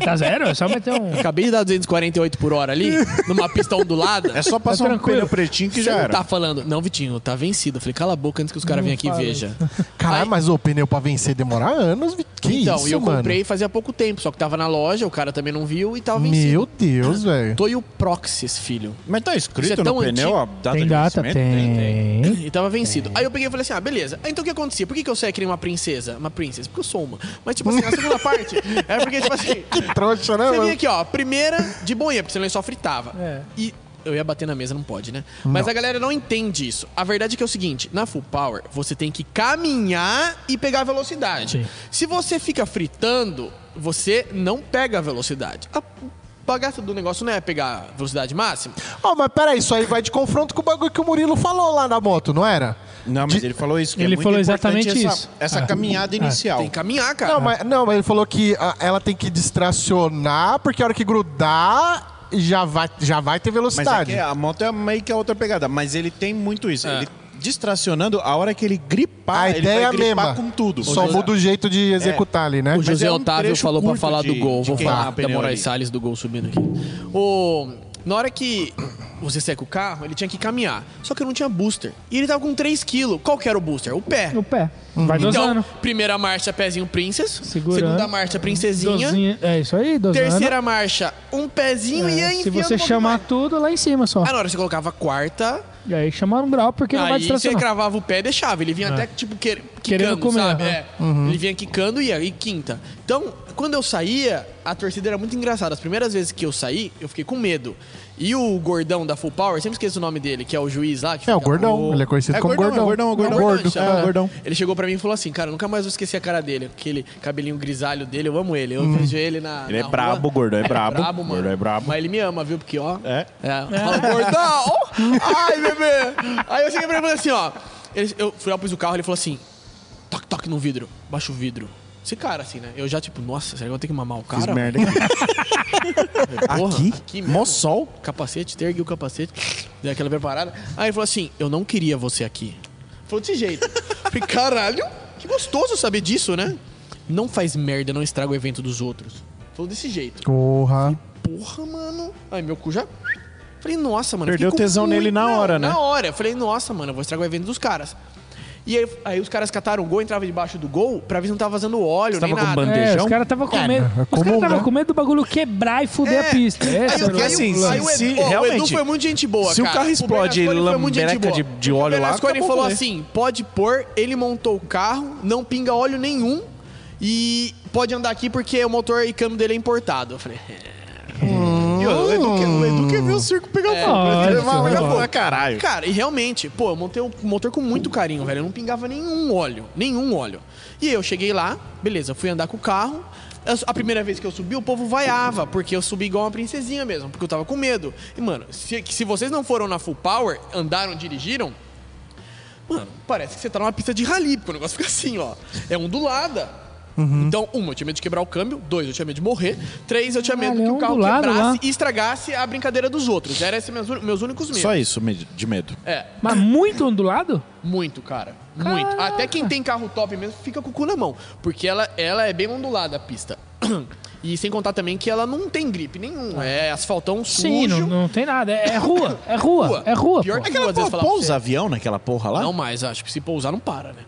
C: tá zero? É só meter um.
D: Acabei de dar 248 por hora ali, numa pista ondulada.
B: É só passar um
C: tranquilo.
B: pneu pretinho que
D: Você
B: já
D: não
B: era.
D: tá falando, não, Vitinho, tá vencido. Eu falei, cala a boca antes que os caras venham aqui e vejam.
A: Caralho,
D: Ai.
A: mas o pneu pra vencer demora anos. vi- Que
D: então,
A: isso,
D: e eu
A: mano?
D: comprei fazia pouco tempo, só que tava na loja, o cara também não viu e tava vencido.
A: Meu Deus, velho.
D: Toyo Proxys, filho.
B: Mas tá
D: Isso
B: escrito
D: é tão
B: no
D: antigo.
B: pneu a data
C: Tem
B: de
C: data?
B: vencimento?
C: Tem.
D: E tava
A: É.
D: vencido. Aí eu peguei e falei assim: ah, beleza. Aí, Então o que acontecia? Por que, que eu saí que nem uma princesa? Uma princesa? Porque eu sou uma. Mas, tipo assim, na segunda parte, é porque, tipo assim.
A: Trouxa, né,
D: Você vinha
A: mano?
D: aqui, ó, primeira de boinha, porque senão ele só fritava.
C: É.
D: E eu ia bater na mesa, não pode, né? Mas a galera não entende isso. A verdade é que é o seguinte, na full power, você tem que caminhar e pegar a velocidade.
C: Sim.
D: Se você fica fritando, você não pega a velocidade. A bagaça do negócio não é pegar a velocidade máxima.
A: Ó, mas peraí, isso aí vai de confronto com o bagulho que o Murilo falou lá na moto, não era?
B: Não, mas ele falou isso. Que
C: Ele
B: é muito
C: falou
B: importante
C: exatamente
B: essa,
C: isso.
B: Essa
C: Ah.
B: caminhada inicial.
D: Tem que caminhar, cara.
A: Não, mas, não, mas ele falou que ah, ela tem que distracionar, porque a hora que grudar, já vai, já vai ter
B: Mas é
A: velocidade.
B: que a moto é meio que a outra pegada. Mas ele tem muito isso.
D: É.
B: Ele distracionando, a hora que ele gripar,
A: a
B: ele
A: ideia é a
B: vai gripar
A: mesma.
B: com tudo.
A: Só
C: é.
A: muda o jeito de executar ali, né?
D: O José
B: é um
D: Otávio
B: trecho
D: falou pra
B: curto
D: falar
B: de-
D: do gol.
B: de
D: Vou
B: quem tá
D: falar da
B: pneu
D: Moraes
B: ali.
D: Salles do gol subindo aqui. O, na hora que você seca o carro, ele tinha que caminhar. Só que eu não tinha booster. E ele tava com 3kg. Qual que era o booster? O pé.
C: O pé.
B: Hum.
C: Vai dosando.
D: Então, primeira marcha, pezinho princess.
C: Segurando.
D: Segunda marcha, princesinha.
C: Dozinha. É isso aí, dosando.
D: Terceira marcha, um pezinho e
C: É,
D: aí
C: Se
D: enfiando
C: você
D: um pouco
C: chamar
D: mais.
C: tudo, lá em cima só.
D: Ah, na hora você colocava a quarta,
C: E aí chamar um grau porque não vai
D: aí você
C: distracionar.
D: cravava o pé e deixava. Ele vinha até, tipo, que, quicando,
C: Querendo comer,
D: sabe?
C: né?
D: É. Ele vinha quicando e aí quinta. Então, quando eu saía, a torcida era muito engraçada. As primeiras vezes que eu saí, eu fiquei com medo. E o gordão da Full Power, sempre esqueço o nome dele, que é o juiz lá. que
A: É, o
D: fica-
A: gordão. Ele é conhecido
B: É
A: como
B: gordão,
A: gordão.
B: é gordão,
D: É
B: é
D: o
B: gordão.
D: gordão,
B: Gordo,
D: chama.
B: é, o gordão.
D: Ele chegou pra mim e falou assim, cara, nunca mais vou esquecer a cara dele. Aquele cabelinho grisalho dele, eu amo ele. Eu vejo ele na
B: Ele é
D: na rua.
B: brabo, o gordão é brabo.
D: brabo, mano.
B: Gordão é brabo.
D: Mas ele me ama, viu? Porque, ó...
B: É.
D: Fala, gordão! Ai, bebê! Aí eu cheguei pra ele e falei assim, ó... Ele- eu fui lá, pus o carro, ele falou assim... Toque, toque no vidro. Baixa o vidro. Esse cara, assim, né? Eu já, tipo, nossa, será que eu vou ter que mamar o cara?
B: Fiz merda aqui.
D: Porra,
B: aqui?
D: aqui mesmo.
B: Mó sol?
D: capacete, ergui o capacete, deu aquela preparada. Aí ele falou assim: Eu não queria você aqui. Falou desse jeito. Falei, caralho, que gostoso saber disso, né? Não faz merda, não estraga o evento dos outros. Falou desse jeito.
A: Porra.
D: Porra, mano. Aí meu cu já. Falei, nossa, mano.
B: Perdeu
D: fiquei com
B: tesão
D: muito-
B: nele na
D: Não,
B: hora, né?
D: Na hora. Eu Falei, nossa, mano, eu vou estragar o evento dos caras. E aí, aí os caras cataram o gol, entrava debaixo do gol, pra ver se não tava vazando óleo,
B: Você
D: nem
B: tava com
D: nada.
B: bandeja?
C: É, os
B: Bandejão?
C: caras tava com
A: É,
C: medo.
A: é
C: os caras
A: comum,
C: tava
A: né?
C: com medo do bagulho quebrar e fuder a pista. É,
D: É. Aí,
C: Esse era o
D: o- aí,
B: assim,
D: o- aí, o-
B: se-
D: ó, o
B: realmente,
D: Edu foi muito gente boa,
B: se o
D: cara.
B: carro explode
D: Bernasconi foi muito gente
B: lambereca
D: boa.
B: de- de óleo lá,
D: O Bernasconi
B: acabou o
D: falou
B: rolê.
D: assim, pode pôr, ele montou o carro, não pinga óleo nenhum e pode andar aqui porque o motor e câmbio dele é importado. Eu falei, "É."
B: E o Edu, quer- o Edu quer ver o circo pegar
C: É,
B: fogo. Ele
C: óbvio,
B: quer ver o pegar
C: óbvio.
B: fogo, caralho.
D: Cara, e realmente, pô, eu montei o motor com muito carinho, velho. Eu não pingava nenhum óleo, nenhum óleo. E eu cheguei lá, beleza, fui andar com o carro. Eu- A primeira vez que eu subi, o povo vaiava, porque eu subi igual uma princesinha mesmo, porque eu tava com medo. E, mano, se, se vocês não foram na full power, andaram, dirigiram, mano, parece que você tá numa pista de rali, porque o negócio fica assim, ó. É ondulada.
C: Uhum.
D: Então, uma, eu tinha medo de quebrar o câmbio. Dois, eu tinha medo de morrer. Três, eu tinha medo
C: Caralho,
D: que o
C: é
D: carro
C: ondulado
D: quebrasse
C: lá.
D: e estragasse a brincadeira dos outros. Era esses meus, meus únicos medos.
B: Só isso me- de medo.
D: É.
C: Mas muito ondulado?
D: Muito, cara. Muito. Até quem tem carro top mesmo fica com o cu na mão. Porque ela, ela é bem ondulada a pista. E sem contar também que ela não tem gripe nenhum. É asfaltão
C: Sim,
D: sujo.
C: não, não tem nada. É, é rua, é rua, é rua.
D: Pior
C: pô.
D: que aquela às vezes
B: Pô,
D: falar pra
B: pousa
D: você.
B: avião naquela porra lá?
D: Não mais, acho que se pousar não para, né?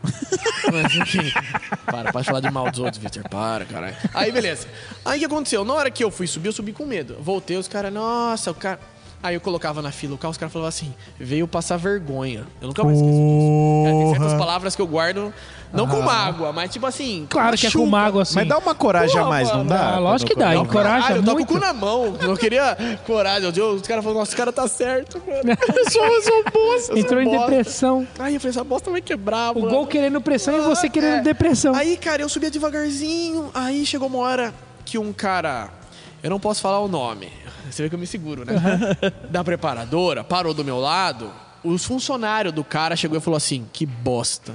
D: Mas enfim. Para, pode falar de mal dos outros, Victor. Para, caralho. Aí, beleza. Aí o que aconteceu? Na hora que eu fui subir, eu subi com medo. Voltei, os caras, nossa, o cara. Aí eu colocava na fila o carro, os caras falavam assim: veio passar vergonha. Eu nunca mais esqueci disso. É, tem certas palavras que eu guardo, não com mágoa, mas tipo assim.
C: Claro que é com mago assim.
B: Mas dá uma coragem a
D: Porra,
B: mais, não
D: mano.
B: dá?
C: Ah, lógico que dá,
B: Não,
C: encoraja
D: eu tava
C: é muito.
D: com o cu na mão. Eu queria coragem. Eu- Os caras falaram, nossa, o cara tá certo, mano. Eu sou, eu sou bosta. eu sou
C: Entrou em
D: bosta.
C: depressão.
D: Aí eu falei, essa bosta vai quebrar,
C: O
D: mano.
C: gol querendo pressão e você querendo
D: É.
C: depressão.
D: Aí, cara, eu subia devagarzinho. Aí chegou uma hora que um cara. Eu não posso falar o nome. Você vê que eu me seguro, né? da preparadora, parou do meu lado. Os funcionários do cara chegou e falou assim: que bosta.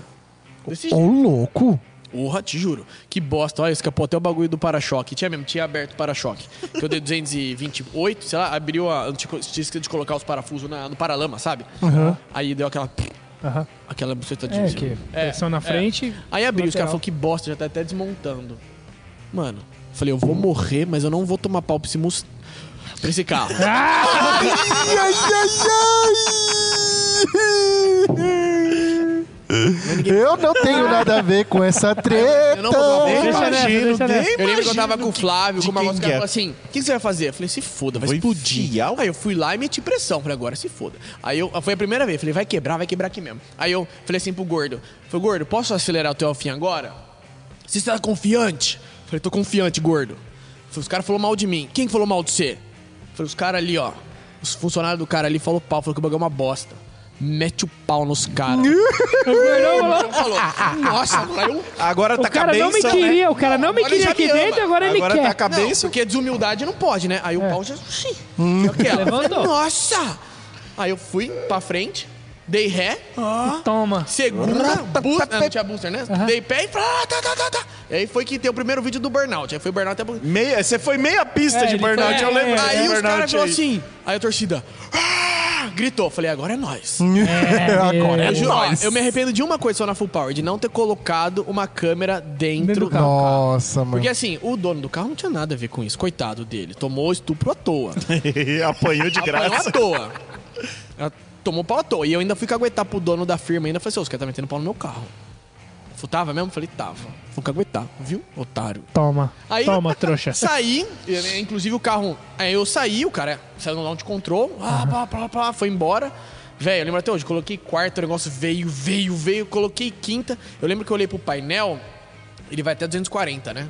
D: Desse
A: Ô,
D: jeito.
A: louco.
D: Porra, te juro. Que bosta. Olha, escapou até o bagulho do para-choque. Tinha mesmo, tinha aberto o para-choque. Que eu dei 228, sei lá, abriu a. Tinha esquecido de colocar os parafusos na- no paralama, sabe? Aí deu aquela.
C: Aham.
D: Aquela buceta de.
C: É, que pressão na frente.
D: Aí abriu, os
C: Lateral.
D: caras falaram que bosta, já tá até desmontando. Mano, falei, eu vou morrer, mas eu não vou tomar pau pra esse, mus... pra esse carro.
A: Eu não tenho nada a ver com essa treta.
D: Eu não vou tomar
B: Nem
D: pau.
C: Deixa nessa,
B: imagino,
C: deixa nessa.
B: nem
D: Eu lembro que eu tava
B: imagino
D: com o Flávio,
B: de
D: com uma
B: quem
D: moça,
B: que
D: que
B: é.
D: falou assim, o que, que você vai fazer? Eu falei, se foda, vai
B: Vou
D: explodir.
B: enfiar o-
D: Aí eu fui lá e meti pressão. Falei, agora se foda. Aí eu, foi a primeira vez, falei, vai quebrar, vai quebrar aqui mesmo. Aí eu falei assim pro gordo, falei, gordo, posso acelerar o teu alfinho agora? Você está confiante? Falei, tô confiante, gordo. Falei, os caras falaram mal de mim. Quem que falou mal de você? Falei, os caras ali, ó. Os funcionários do cara ali falou pau, falou que o bagulho é uma bosta. Mete o pau nos caras. falou, nossa, agora eu
B: Agora tá
C: O cara não me
B: cabeça,
C: queria, o cara não me
D: né? Agora ele
C: queria
D: já
C: aqui
D: me ama.
C: dentro, agora ele me
B: Agora tá
C: quer.
B: acabando. cabeça.
D: Não, porque desumildade não pode, né? Aí o pau já. Xii, aquela.
C: É. Levantou.
D: Nossa! Aí eu fui pra frente, dei ré,
C: Toma.
D: segura, booster. Não, não tinha booster, né? Dei pé e. Tá, tá, tá, tá, tá. E aí foi que tem o primeiro vídeo do burnout. Aí foi o burnout até.
B: né? Meia, você foi meia pista
C: É,
B: de
C: ele foi-
B: burnout,
C: é,
B: eu lembro.
C: é,
B: desse
D: Aí os
B: burnout
D: caras falaram
B: aí.
D: assim. Aí a torcida. "Ah!" Gritou. Falei, agora é nós.
A: Agora
D: Eu
A: Hum, é
D: juro, ó,
A: nóis.
D: eu me um arrependo de uma coisa só na Full Power, de não ter colocado uma câmera dentro
C: Dentro do
D: do
C: carro.
A: Nossa, mano.
D: Porque assim, o dono do carro não tinha nada a ver com isso. Coitado dele. Tomou estupro à toa.
B: Apanhou de
D: Apanhou
B: graça.
D: à toa. Ela tomou pau à toa. E eu ainda fui caguetar pro dono da firma ainda. Falei assim, "Ô, os caras tá metendo pau no meu carro. Falei, tava mesmo? Falei, tava. Vou caguetar, viu, otário?
C: Toma.
D: Aí-
C: Toma, trouxa.
D: Saí, e- inclusive o carro. Aí eu saí, o cara saiu no de control, ah, pá, pá, pá, foi embora. Velho, eu lembro até hoje, coloquei quarta, o negócio veio, veio, veio, coloquei quinta. Eu lembro que eu olhei pro painel, ele vai até 240, né?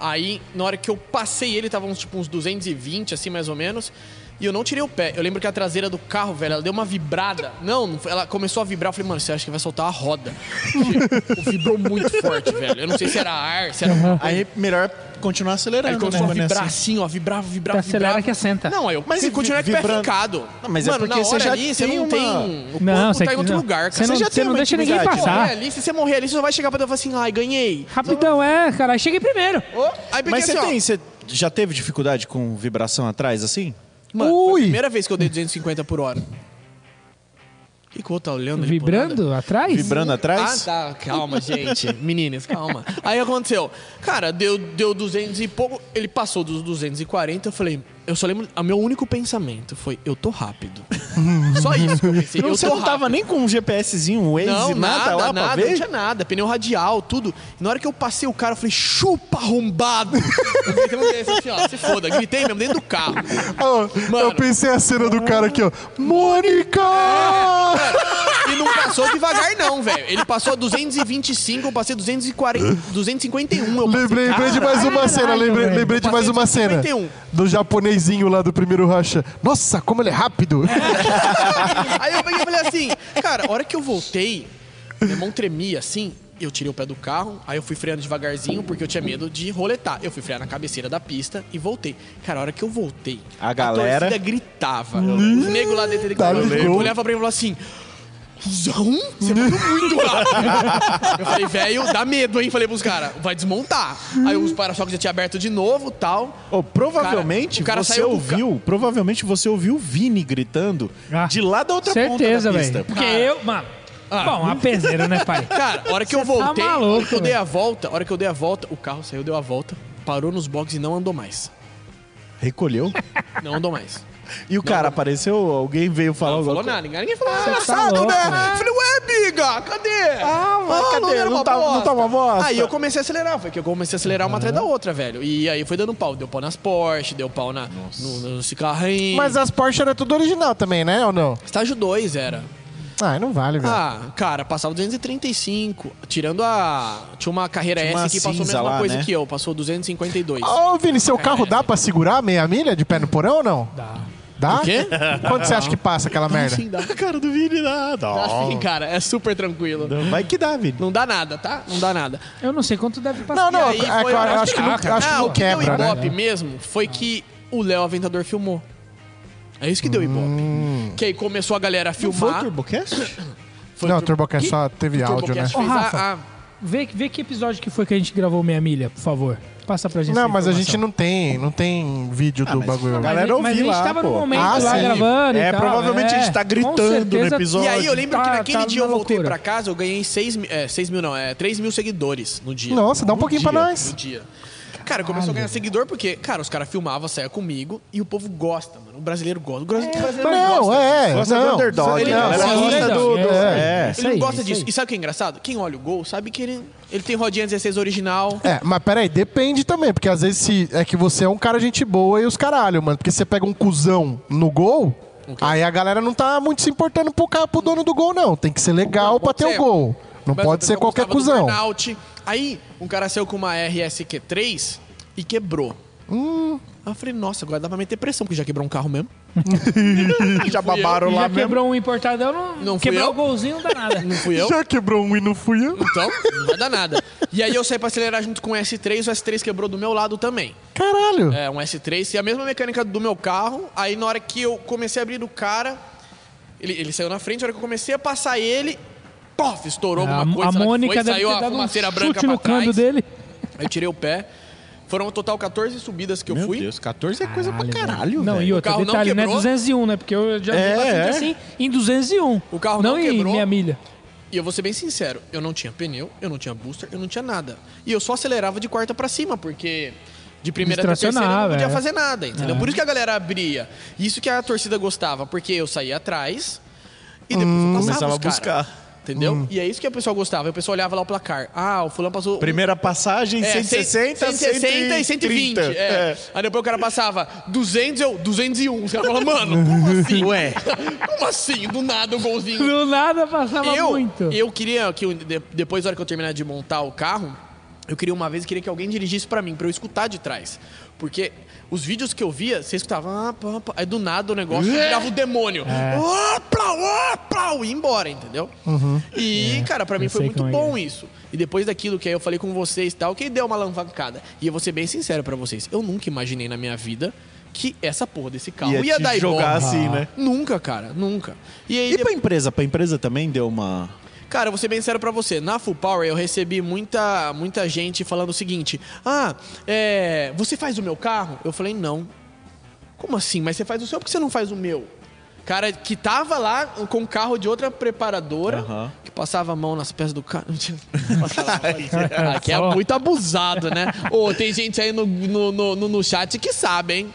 D: Aí, na hora que eu passei ele, tava uns, tipo, uns 220, assim, mais ou menos. E eu não tirei o pé. Eu lembro que a traseira do carro, velho, ela deu uma vibrada. Não, não foi- ela começou a vibrar. Eu falei, mano, você acha que vai soltar a roda? Porque Vibrou muito forte, velho. Eu não sei se era ar, se era alguma coisa.
B: Aí melhor continuar
D: Aí
B: acelerando,
D: ele começou
B: né?
D: a
B: Quando é
D: vibrar
B: assim.
D: assim, ó, vibrava, vibrava,
C: Acelera
D: vibrava.
C: Tá que assenta.
D: Não, aí eu
B: Mas
D: mas continua com o pé
B: vibrando-
D: ficado.
B: Não, mas é
D: Mano,
B: porque
D: na
B: você
D: hora
B: já
D: ali, você
B: tem
D: não
B: uma-
D: tem... um O
C: Não,
D: corpo
C: você
D: tá em outro
C: não-
D: lugar, cara.
C: você não-
D: já
C: você
D: tem
C: não
D: uma
C: deixa ninguém
D: intimidade.
C: passar.
D: Morrer ali, se você morrer ali, você só vai chegar pra Deus e falar assim, ai, ganhei.
C: Rapidão, é, caralho. Cheguei primeiro.
D: Ô, Aí peguei
B: Mas
D: assim,
B: você
D: ó.
B: tem, você já teve dificuldade com vibração atrás, assim?
D: Mano, foi
A: Ui!
D: a primeira vez que eu dei 250 por hora. O que, que o outro tá olhando? ali por nada?
C: Vibrando atrás?
B: Vibrando
D: Ah,
B: atrás?
D: tá. Calma, gente. Meninas, calma. Aí aconteceu. Cara, deu, deu 200 e pouco. Ele passou dos 240. Eu falei... Eu só lembro... O meu único pensamento foi... Eu tô rápido. só isso que eu pensei.
B: Então
D: eu
B: você
D: tô
B: não tava
D: rápido.
B: nem com um GPSzinho, um Waze,
D: Não,
B: nada,
D: nada,
B: lá pra
D: nada,
B: ver?
D: não tinha nada. Pneu radial, tudo. E na hora que eu passei o cara, eu falei, chupa arrombado. eu gritei uma vez assim, ó, se foda. Gritei mesmo dentro do carro.
A: Ó, eu
D: Mano.
A: pensei a cena do cara aqui, ó. Mônica!
D: E não passou devagar, não, velho. Ele passou 225, eu passei 240, 251. Eu passei.
A: Lembrei, lembrei de mais uma
C: Caralho,
A: cena, lembrei,
C: velho.
A: lembrei de mais uma cena.
D: 51.
A: Do japonesinho lá do primeiro racha. Nossa, como ele é rápido!
D: Aí eu peguei e falei assim, cara, a hora que eu voltei, minha mão tremia assim, eu tirei o pé do carro, aí eu fui freando devagarzinho, porque eu tinha medo de roletar. Eu fui frear na cabeceira da pista e voltei. Cara, a hora que eu voltei,
B: A galera-
D: torcida gritava. Os negros lá dentro de
A: Tá
D: casa
A: louco.
D: olhava pra mim e falou assim. Cusão? Você mandou muito rápido. Eu falei, velho, dá medo, hein? Falei pros caras, vai desmontar. Aí os para-choques já tinha aberto de novo tal.
B: Ô, provavelmente
D: Cara, o cara
B: você
D: saiu do ca-
B: ouviu, provavelmente você ouviu o Vini gritando
C: Ah,
B: de lá da outra
C: Certeza,
B: ponta da pista. Ah.
C: velho. Porque eu, mano. Bom, a peseira, né, pai?
D: Cara, a hora que eu voltei, a
C: maluco,
D: hora que eu dei
C: velho.
D: a volta, a hora que eu dei a volta, o carro saiu, deu a volta, parou nos boxes e não andou mais.
B: Recolheu.
D: Não andou mais.
B: E o cara apareceu, alguém veio falar
D: Não
B: alguma
D: falou
B: coisa.
D: nada, ninguém ninguém falou nada.
C: tá
D: Engraçado,
C: louco,
D: né? Falei, ué, biga, cadê? Ah,
B: mas cadê?
D: era
B: Não
D: uma
B: tá- não
D: bosta.
B: tá uma bosta?
D: Aí eu comecei a acelerar, foi que eu comecei a acelerar uma atrás da outra, velho. E aí foi dando pau. Deu pau nas Porsche, deu pau na, no, no cigarrinho.
A: Mas as Porsche era tudo original também, né? Ou não?
D: Estágio 2 era.
A: Ah, não vale, velho.
D: Ah, cara, passava 235. Tirando a. Tinha uma carreira
B: Tinha uma
D: S que passou a
B: cinza
D: mesma
B: lá,
D: coisa
B: né?
D: que eu, passou 252.
A: Ô, Vini, seu carro dá pra segurar meia milha de pé no porão ou não?
C: Dá.
A: Dá?
D: O quê?
A: Quanto você acha que passa aquela merda?
D: Sim, dá.
B: A cara do Vini nada.
D: Assim, cara, é super tranquilo.
B: Vai que dá, Vini.
D: Não dá nada, tá? Não dá nada.
C: Eu não sei quanto deve
A: Não,
C: passar.
A: não,
D: E aí
A: é
D: foi-
A: claro, eu acho que não,
C: Ah, cara,
A: acho que
D: Ah,
A: não
D: o que
A: quebra,
D: deu
A: né?
D: ibope mesmo foi que o Léo Aventador filmou. É isso que deu ibope.
A: Hum.
D: Que aí começou a galera a
B: Foi o
D: filmar.
B: TurboCast?
D: Foi
A: Não, o
D: Tur-
A: TurboCast
D: Ih,
A: só teve
D: o
A: áudio,
D: TurboCast
C: né?
D: fez Ah,
C: Ô,
D: a-
C: Rafa.
D: a-
C: Vê, vê que episódio que foi que a gente gravou Meia Milha, por favor. Passa pra gente.
A: Não,
C: essa
A: mas a
C: informação.
A: gente não tem, não tem vídeo do bagulho.
C: Mas
B: galera
C: a gente-
B: ouvi
C: Mas a
B: lá,
C: gente tava no
B: pô.
C: momento
A: Ah,
C: lá
A: sim.
C: gravando. e
B: É,
C: tal,
B: provavelmente a gente tá
C: Com
B: gritando no
C: certeza
B: episódio.
D: E aí eu lembro que
C: tá-
D: naquele
C: tá
D: dia eu
C: na
D: voltei pra
C: loucura.
D: casa, eu ganhei 6 mil. É, 6 mil não, é 3 mil seguidores no dia.
A: Nossa, dá um pouquinho pra
B: dia.
A: nós.
D: No dia. Cara, começou a ganhar seguidor porque, cara, os caras filmavam, saía comigo e o povo gosta, mano. O brasileiro gosta. O brasileiro,
A: não, é.
B: Gosta
A: não.
B: do underdog,
A: Ele
B: né?
A: não,
B: Galera
A: sim,
B: gosta
C: então,
A: não.
B: do- do-
A: É.
B: É.
C: Isso
D: ele
C: aí,
D: não gosta
C: isso
D: disso.
C: aí.
D: E sabe o que é engraçado? Quem olha o gol sabe que ele, ele tem rodinha 16 original.
A: É, mas peraí, depende também, porque às vezes se é que você é um cara gente boa e os caralho, mano. Porque você pega um cuzão no gol, aí a galera não tá muito se importando pro, cara, pro dono do gol, não. Tem que ser legal pra
D: pode
A: ter
D: ser.
A: o gol. Não
D: Mas
A: pode
D: o
A: ser
D: pessoal
A: qualquer
D: gostava do
A: cuzão.
D: burnout. Aí, um cara saiu com uma RSQ3 e quebrou.
A: Hum.
D: Aí eu falei, nossa, agora dá pra meter pressão, porque já quebrou um carro mesmo.
B: Já babaram
C: E
B: lá
C: já
B: mesmo.
C: quebrou um importadão, não,
D: Não fui
C: quebrou
D: eu?
C: o golzinho, não dá nada.
D: Não fui eu.
A: Já quebrou um e não fui eu.
D: Então, não vai dar nada. E aí eu saí pra acelerar junto com o S3, o S3 quebrou do meu lado também.
A: Caralho.
D: É, um S3, e a mesma mecânica do meu carro. Aí na hora que eu comecei a abrir do cara, ele, ele saiu na frente, na hora que eu comecei a passar ele, pof, estourou
C: É, A,
D: alguma coisa.
C: a
D: lá que
C: Mônica
D: foi,
C: deve
D: saiu
C: ter
D: a
C: dado um
D: fumaceira branca
C: chute
D: pra
C: no canto
D: trás.
C: dele.
D: Aí eu tirei o pé. Foram ao total 14 subidas que eu
B: Meu
D: fui.
B: Deus, 14 é coisa pra caralho,
C: Não,
B: velho.
C: e outra,
D: carro não
C: detalhe, não, é
D: quebrou?
C: 201, né? Porque eu já vi
B: É,
C: bastante
B: é.
C: assim em 201.
D: O carro não
C: em
D: quebrou.
C: minha milha.
D: E eu vou ser bem sincero, eu não tinha pneu, eu não tinha booster, eu não tinha nada. E eu só acelerava de quarta pra cima, porque de primeira até terceira eu não
C: Distracionava,
D: podia
C: é.
D: fazer nada, entendeu? Por isso que a galera abria. Isso que a torcida gostava, porque eu saía atrás e depois eu passava
B: Começava
D: os
B: a
D: cara,
B: buscar.
D: Entendeu? E é isso que a pessoa gostava. E o pessoal olhava lá o placar. Ah, o fulano passou...
B: Primeira passagem,
D: É,
B: 160,
D: 160 e 120. é. Aí depois o cara passava 200, eu 201. Os caras falam, mano, como assim? Ué. como assim? Do nada o golzinho
C: Do nada passava
D: eu,
C: muito.
D: eu queria que eu- de- depois da hora que eu terminar de montar o carro, eu queria uma vez, eu queria que alguém dirigisse pra mim, pra eu escutar de trás. Porque os vídeos que eu via, você escutava, ah, pá, pá, aí do nada o negócio
C: É.
D: virava o demônio. Ah, plau, ah, plau, e ia embora, entendeu? E, cara, pra mim foi
C: sei
D: muito
C: como Uhum. é que
D: bom isso. E depois daquilo que aí eu falei com vocês e tal, que deu uma alavancada. E eu vou ser bem sincero pra vocês, eu nunca imaginei na minha vida que essa porra desse carro ia,
B: Ia, te
D: dar
B: é jogar
D: igual.
B: assim, né?
D: Nunca, cara, nunca. E aí
B: E pra empresa? Pra empresa também deu uma...
D: Cara, eu vou ser bem sincero pra você. Na Full Power eu recebi muita, muita gente falando o seguinte: Ah, é, você faz o meu carro? Eu falei, não. Como assim? Mas você faz o seu, por que você não faz o meu? Cara que tava lá com o carro de outra preparadora,
B: Aham.
D: que passava a mão nas peças do carro. Ah, que é muito abusado, né? Ô, tem gente aí no, no, no, no- no chat que sabe, hein?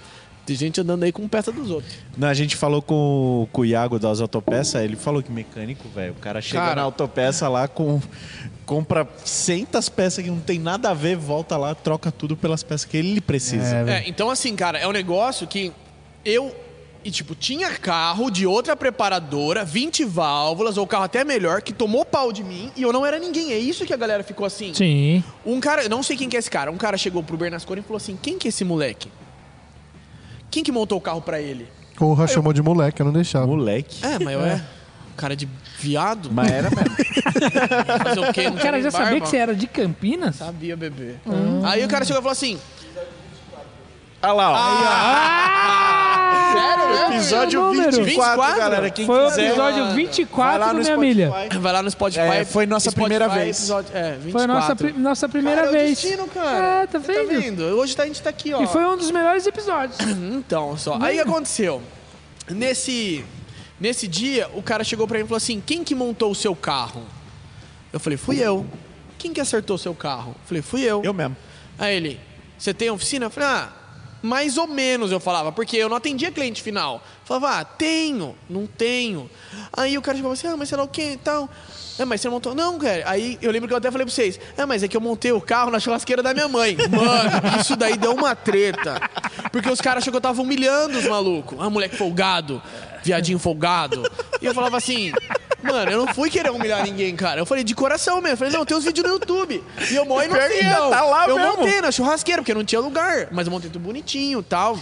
D: Tem gente andando aí com peça dos outros.
B: Não, a gente falou com, o- com o Iago das autopeças, ele falou que mecânico, velho. O cara chega
D: Cara.
B: na autopeça lá com. Compra centas peças que não tem nada a ver, volta lá, troca tudo pelas peças que ele precisa.
D: É, então assim, cara, é um negócio que eu. E, tipo, tinha carro de outra preparadora, 20 válvulas, ou carro até melhor, que tomou pau de mim e eu não era ninguém. É isso que a galera ficou assim.
C: Sim.
D: Um cara, eu não sei quem que é esse cara, um cara chegou pro Bernasconi e falou assim: quem que é esse moleque? Quem que montou o carro pra ele?
A: Porra, chamou de moleque, eu não deixava.
B: Moleque.
D: É, mas eu é. Cara de viado?
B: Mas era mesmo.
D: Fazer o quê? Não
C: O cara
D: tinha
C: já
D: nem
C: sabia
D: barba.
C: que você Ah. era de Campinas?
D: Sabia, bebê. Aí o cara chegou e falou assim:
B: Olha lá, ó.
C: Ah,
D: sério, né?
B: episódio
C: Olha o um número.
B: 24,
D: 24?
B: galera. Quem
C: Foi o
B: quiser,
C: episódio
B: vai
C: 24
B: lá
C: do
B: no
C: Minha
B: Spotify.
C: Milha.
D: Vai lá no Spotify.
B: É, foi nossa
D: Spotify,
B: primeira vez.
D: episódio- é, 24.
C: Foi a nossa, pri- nossa primeira
D: Cara, é o
C: vez.
D: destino, cara.
C: É, tá
D: Você
C: vendo?
D: Hoje tá- a gente tá aqui, ó.
C: E foi um dos melhores episódios.
D: Então, só. Aí o que aconteceu? Nesse, nesse dia, o cara chegou pra mim e falou assim: quem que montou o seu carro? Eu falei, fui eu. Quem que acertou o seu carro? Eu falei, fui eu.
B: Eu mesmo.
D: Aí ele, você tem oficina? Eu falei, ah, mais ou menos, eu falava, porque eu não atendia cliente final. Eu falava, ah, tenho, não tenho. Aí o cara chegou assim, ah, mas sei lá o que e tal. É, mas você não montou? Não, cara. Aí eu lembro que eu até falei pra vocês, é, mas é que eu montei o carro na churrasqueira da minha mãe. Mano, isso daí deu uma treta. Porque os caras acharam que eu tava humilhando os malucos. Ah, moleque folgado, viadinho folgado. E eu falava assim, Mano, eu não fui querer humilhar ninguém, cara. Eu falei de coração mesmo. Eu falei, não, tem uns vídeos no YouTube. E eu mó inocentão.
B: tá lá
D: eu
B: mesmo.
D: montei na churrasqueira, porque não tinha lugar. Mas eu montei tudo bonitinho e tal.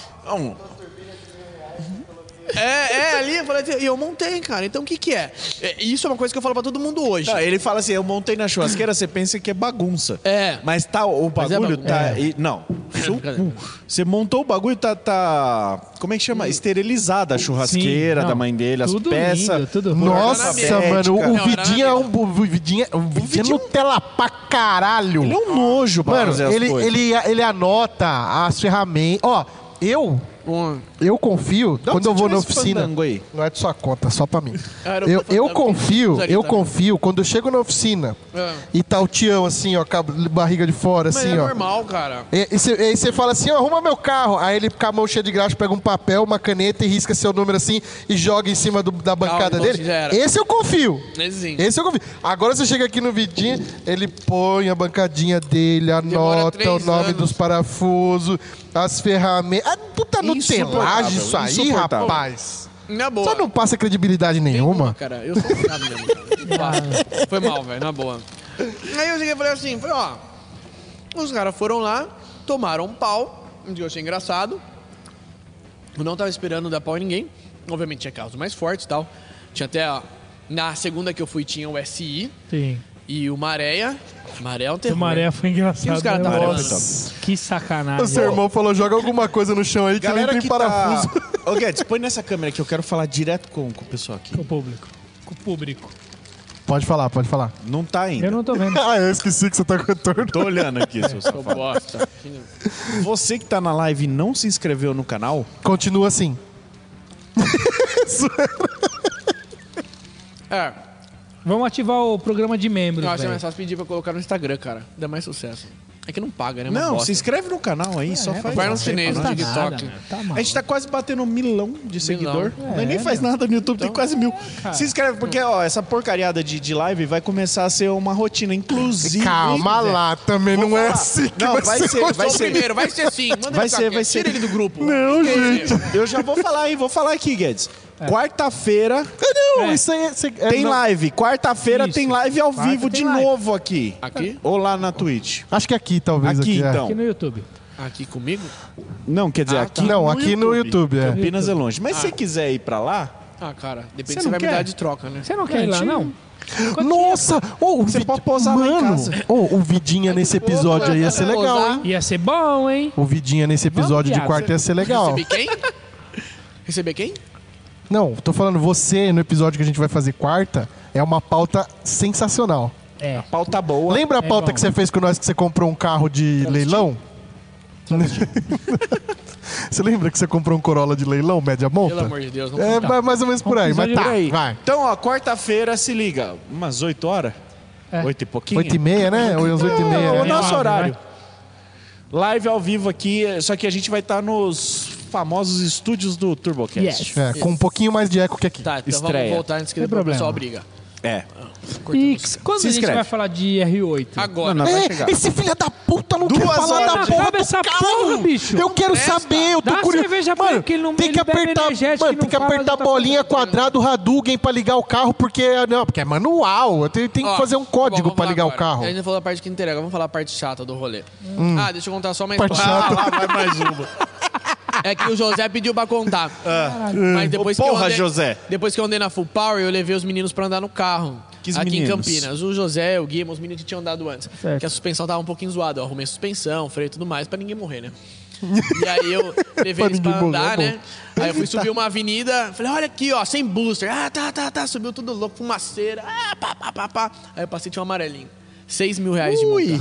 D: É, é, ali, eu falei assim, e eu montei, cara. Então o que que é? É, Isso é uma coisa que eu falo pra todo mundo hoje.
A: Tipo-
B: Não, ele fala assim, eu montei na churrasqueira, você pensa que é bagunça.
D: É.
B: Mas tá, o
D: Mas é
B: bagulho
D: bagun-
B: tá...
D: é.
B: e- não. Seu
D: brincadeira.
B: cu. Você montou o bagulho, tá... tá- como é que
A: Hum.
B: chama? Esterilizada a churrasqueira
C: Sim, não.
B: da mãe dele, as
C: Tudo
B: peças.
C: lindo, tudo
A: Nossa,
B: alfabética.
A: mano,
B: Não,
A: o
D: era
A: Vidinha é
D: amigo.
A: um. bu- O Vidinha, o Vidinha é
B: Vidinha-
A: Nutella pra caralho.
B: Ele é um nojo pra
A: Mano,
B: fazer as
A: ele,
B: coisas.
A: ele, ele anota as ferramentas. Ó, eu.
D: Hum.
A: Eu confio,
B: De onde
A: quando eu
B: você
A: vou na
B: tirou esse
A: oficina.
B: fandango aí?
A: Não é de sua conta, só pra mim.
D: Era o
A: Eu, eu
D: fandango.
A: confio,
D: Zé
A: eu
D: Guitarra.
A: confio, quando eu chego na oficina
D: É.
A: e tá o Tião assim, ó, com a barriga de fora,
D: Mas
A: assim,
D: é
A: ó.
D: normal, cara.
A: E e cê- e aí você fala assim, ó, arruma meu carro. Aí ele com a mão cheia de graxa, pega um papel, uma caneta e risca seu número assim e joga em cima do- da bancada
D: então
A: dele.
D: já era.
A: Esse eu confio.
D: Esse sim.
A: Esse eu confio. Agora você chega aqui no Vidinha, ele põe a bancadinha dele,
D: Demora
A: anota o
D: três
A: nome
D: anos.
A: dos parafusos, as ferramentas. Ah, puta nutelagem
B: Insuportável,
A: isso aí,
B: insuportável.
A: rapaz.
D: Na boa.
A: Só não passa credibilidade
D: Tem
A: nenhuma.
D: Cara, eu sou focado mesmo, cara. Vai. Foi mal, velho, na boa. Aí eu cheguei e falei assim, falei, ó. Os caras foram lá, tomaram um pau, que eu achei engraçado. Eu não tava esperando dar pau em ninguém. Obviamente tinha carros mais fortes e tal. Tinha até, ó, na segunda que eu fui tinha o SI
C: Sim.
D: e o Maréia. Maré é um
C: O
D: terror.
C: Maré foi engraçado.
D: E os caras
C: né,
D: tavam
C: mano?
D: falando.
B: tá
C: Que sacanagem.
A: O seu irmão falou, joga alguma coisa no chão aí que ele
B: Galera
A: entra
B: que
A: em parafuso.
B: tá... Ô, Guedes, põe nessa câmera que eu quero falar direto com, com o pessoal aqui.
C: Com o público. Com o público.
A: Pode falar, pode falar.
B: Não tá ainda.
C: Eu não tô vendo.
A: Ah, eu esqueci que você tá com retorno.
B: Tô olhando aqui, seu
C: é
D: Ô,
B: safado.
D: bosta.
B: Você que tá na live e não se inscreveu no canal,
A: Continua assim.
D: É,
C: Vamos ativar o programa de membros,
D: eu acho
C: velho.
D: mais fácil pedir pra colocar no Instagram, cara. Dá mais sucesso. É que não paga, né? Uma
B: Não,
D: bosta.
B: se inscreve no canal aí, só faz.
D: vai nos chineses, no
C: Tá nada,
D: TikTok.
C: mano. Tá mal.
B: A gente tá quase batendo um milão de seguidor.
C: Milão.
B: Nós nem
C: É,
B: faz nada no YouTube, tem quase mil. Se inscreve, porque ó, essa porcariada de, de live vai começar a ser uma rotina. Inclusive.
A: Calma lá, também
B: Vou
A: não é
B: falar.
A: assim que
B: Não,
A: vai,
B: vai
A: ser.
B: ser, vai
D: Só o
B: ser.
D: primeiro, vai ser sim. Manda
B: Vai
D: ele
B: ser,
D: sacar.
B: vai ser.
D: Tira ele do grupo.
B: Não,
D: gente.
B: Eu já vou falar aí, vou falar aqui, Guedes. Quarta-feira
A: Não, isso aí é- cê- é,
B: tem
A: não-
B: live. Quarta-feira
C: Isso.
B: tem live ao
C: Quarta
B: vivo
C: tem
B: de
C: live.
B: novo aqui.
D: Aqui?
B: Ou lá na Twitch.
A: Acho que aqui, talvez.
B: Aqui,
A: é.
B: então.
C: Aqui no YouTube.
D: Aqui comigo?
B: Não, quer dizer,
D: Ah, tá.
B: aqui.
A: Não, aqui no YouTube, é.
B: Campinas é longe. Mas se você quiser ir pra lá,
D: Ah, cara, depende
B: Você
D: se você
B: não
D: vai
B: quer?
D: me dar de troca, né?
C: Você não quer ir lá, não?
A: é. Nossa! ô, o
B: Você
A: Vid-
B: pode posar lá em
A: Mano,
B: casa.
A: ô, o Vidinha nesse episódio aí ia ser é legal, hein?
C: Ia ser bom, hein?
A: O Vidinha nesse episódio de
C: viado,
A: quarta ia ser legal.
D: Receber quem? Receber quem?
A: Não, tô falando, você no episódio que a gente vai fazer quarta é uma pauta sensacional.
C: É.
B: pauta boa.
A: Lembra a
C: É
A: pauta
C: bom.
A: que você fez com nós que você comprou um carro de leilão? você lembra que você comprou um Corolla de leilão, média monta?
D: Pelo amor de Deus, não
A: É ma- mais ou menos por aí, mas
C: episódio
A: tá,
C: por aí.
A: vai.
B: Então, ó, quarta-feira, se liga, umas 8 horas?
C: É.
B: 8 e pouquinho?
A: Oito e meia, né? Ou às oito e meia.
B: É o
A: né?
B: nosso
C: Nove,
B: horário. Live ao vivo aqui, só que a gente vai estar nos famosos estúdios do TurboCast.
C: Yes.
A: É, com um pouquinho mais de eco que aqui.
D: Tá, então
B: Estreia.
D: vamos voltar antes que
C: Tem
D: depois
C: problema.
D: o pessoal briga.
B: É.
C: E quando
B: Se
C: a gente
B: inscreve.
C: vai falar de R8?
D: Agora.
B: Não, não. vai chegar.
A: É, esse filho da puta não quer
B: Duas
A: falar
B: horas
A: da
B: de-
A: porra do
C: Acaba essa
A: carro.
C: porra, bicho.
A: Eu quero saber, eu tô
C: Dá
A: curioso.
C: cerveja pra ele, que ele não-
A: tem
C: ele
A: que
C: bebe
A: apertar,
C: energético
A: mano,
C: e
A: tem
C: não
A: que
C: fala de
A: apertar
C: outra
A: bolinha quadrado Hadouken pra ligar o carro, porque não, porque é manual. Eu tenho, tem que
D: Ó,
A: fazer um
D: tá bom,
A: código
D: vamos
A: pra
D: lá
A: ligar
D: agora. É
A: o carro.
D: A gente não falou da parte que entrega, vamos falar a parte chata do rolê. Ah, deixa eu contar só uma
A: Parte
D: história.
A: chata.
B: Ah, vai mais uma.
D: É que o José pediu pra contar. Mas depois
B: É. Hum. Ô,
D: que eu
B: porra,
D: andei,
B: José.
D: Depois que eu andei na Full Power, eu levei os meninos pra andar no carro.
B: Que
D: aqui
B: meninos?
D: em Campinas. O José, o Guima, os meninos que tinham andado antes.
C: Certo.
D: Que a suspensão tava um pouquinho zoada. Eu arrumei suspensão, freio e tudo mais, pra ninguém morrer, né? E aí eu levei eles pra
A: ninguém morrer,
D: andar,
A: é bom.
D: né? Aí eu fui subir uma avenida, falei, olha aqui, ó, sem booster. Ah, tá, tá, tá. Subiu tudo louco, fumaceira. Ah, pá, pá, pá, pá. Aí eu passei, tinha um amarelinho. 6 mil reais de multa.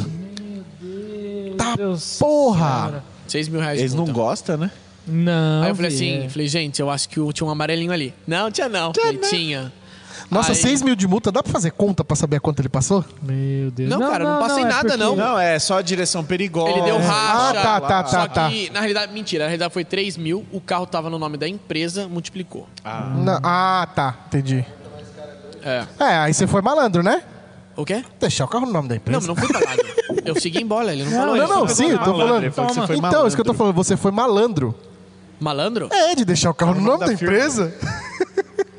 C: Tá, Deus.
A: Porra!
D: 6 mil reais
B: Eles
D: de
B: não
D: multa.
B: gostam, né?
C: Não.
D: Aí eu falei
C: velho.
D: assim, falei, gente, eu acho que o- tinha um amarelinho ali. Não, tinha não. Falei, tinha.
A: Nossa,
D: Aí-
A: 6 mil de multa, dá pra fazer conta pra saber quanto ele passou?
C: Meu Deus.
D: Não, cara, eu não passei
C: é
D: nada,
C: porque-
D: não.
B: Não, é só a direção perigosa. É.
D: Ele deu
A: Ah,
D: racha.
A: tá, tá,
D: Só
A: tá, tá.
D: que, na realidade, mentira, na realidade foi 3 mil, o carro tava no nome da empresa, multiplicou.
A: Na- Ah, tá, entendi.
D: É.
A: É, aí você foi malandro, né?
D: O quê?
A: Deixar o carro no nome da
D: Não,
A: empresa.
D: mas não foi balado. Eu segui embora, ele não, falou
A: Não,
D: isso.
A: não, sim, eu tô
B: Malandro,
A: falando.
B: ele falou que você foi
A: Então, isso que eu tô
B: malandro.
A: falando, você foi malandro.
D: Malandro?
A: É, de deixar o carro no nome da
B: da firma.
A: empresa.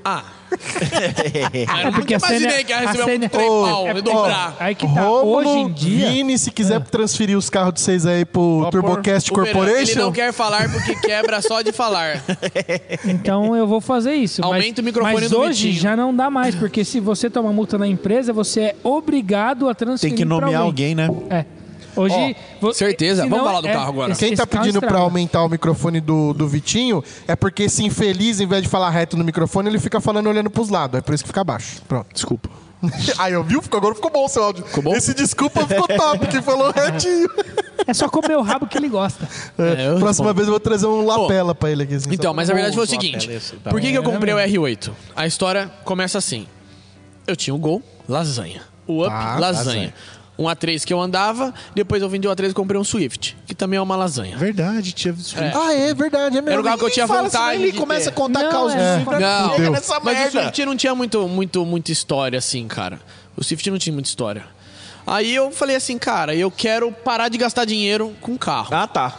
D: Ah,
C: Cara, É porque a cena,
D: Imaginei que ia
C: a
D: receber
C: cena,
D: um trem pau,
C: é-
D: ia dobrar.
C: Aí que tá,
A: Rômulo,
C: hoje em dia...
A: Vini, se quiser transferir os carros de vocês aí pro
B: Vapor.
A: TurboCast
D: O Verão, Ele
A: Corporation.
D: não quer falar porque quebra só de falar.
C: Então eu vou fazer isso. mas-
D: Aumenta o microfone
C: mas
D: do
C: hoje
D: Vitinho.
C: já não dá mais, porque se você tomar multa na empresa, você é obrigado a
B: Tem
C: transferir
B: que
C: pra
B: nomear alguém, né?
C: É. Hoje... vo-
D: certeza.
C: senão
D: Vamos falar do
C: é-
D: carro agora.
C: esse-
A: Quem tá
C: esse carro
A: pedindo pra
C: estraga.
A: aumentar o microfone do, do Vitinho é porque esse infeliz, em vez de falar reto no microfone, ele fica falando olhando pros lados. É por isso que fica baixo. Pronto.
D: Desculpa.
A: Aí, ó, viu? Ficou, agora ficou bom o seu áudio.
D: bom?
A: Esse desculpa ficou top, que falou retinho.
C: É só comer o rabo que ele gosta.
D: É, eu-
A: Próxima vez eu vou trazer um lapela pra ele aqui. assim,
D: Então,
A: só-
D: mas a verdade foi o seguinte: por que, que eu comprei o R8? A história começa assim: eu tinha o Gol, lasanha. O Up,
A: Tá,
D: lasanha. Um A3 que eu andava, depois eu vendi o A3 e comprei um Swift, que também é uma lasanha.
B: Verdade, tinha.
D: É.
A: Ah, é verdade, é mesmo.
D: Era o carro que eu
B: Nem
D: tinha
B: fala,
D: vontade.
B: senão Ele
D: de
B: começa a
D: ter.
B: contar
C: Não,
B: causa
C: é.
B: de pra-
D: Não,
B: Chega nessa
D: mas o
B: merda.
D: Swift não tinha muito, muito, muita história, assim, cara. O Swift não tinha muita história. Aí eu falei assim, cara, eu quero parar de gastar dinheiro com carro.
B: Ah, tá.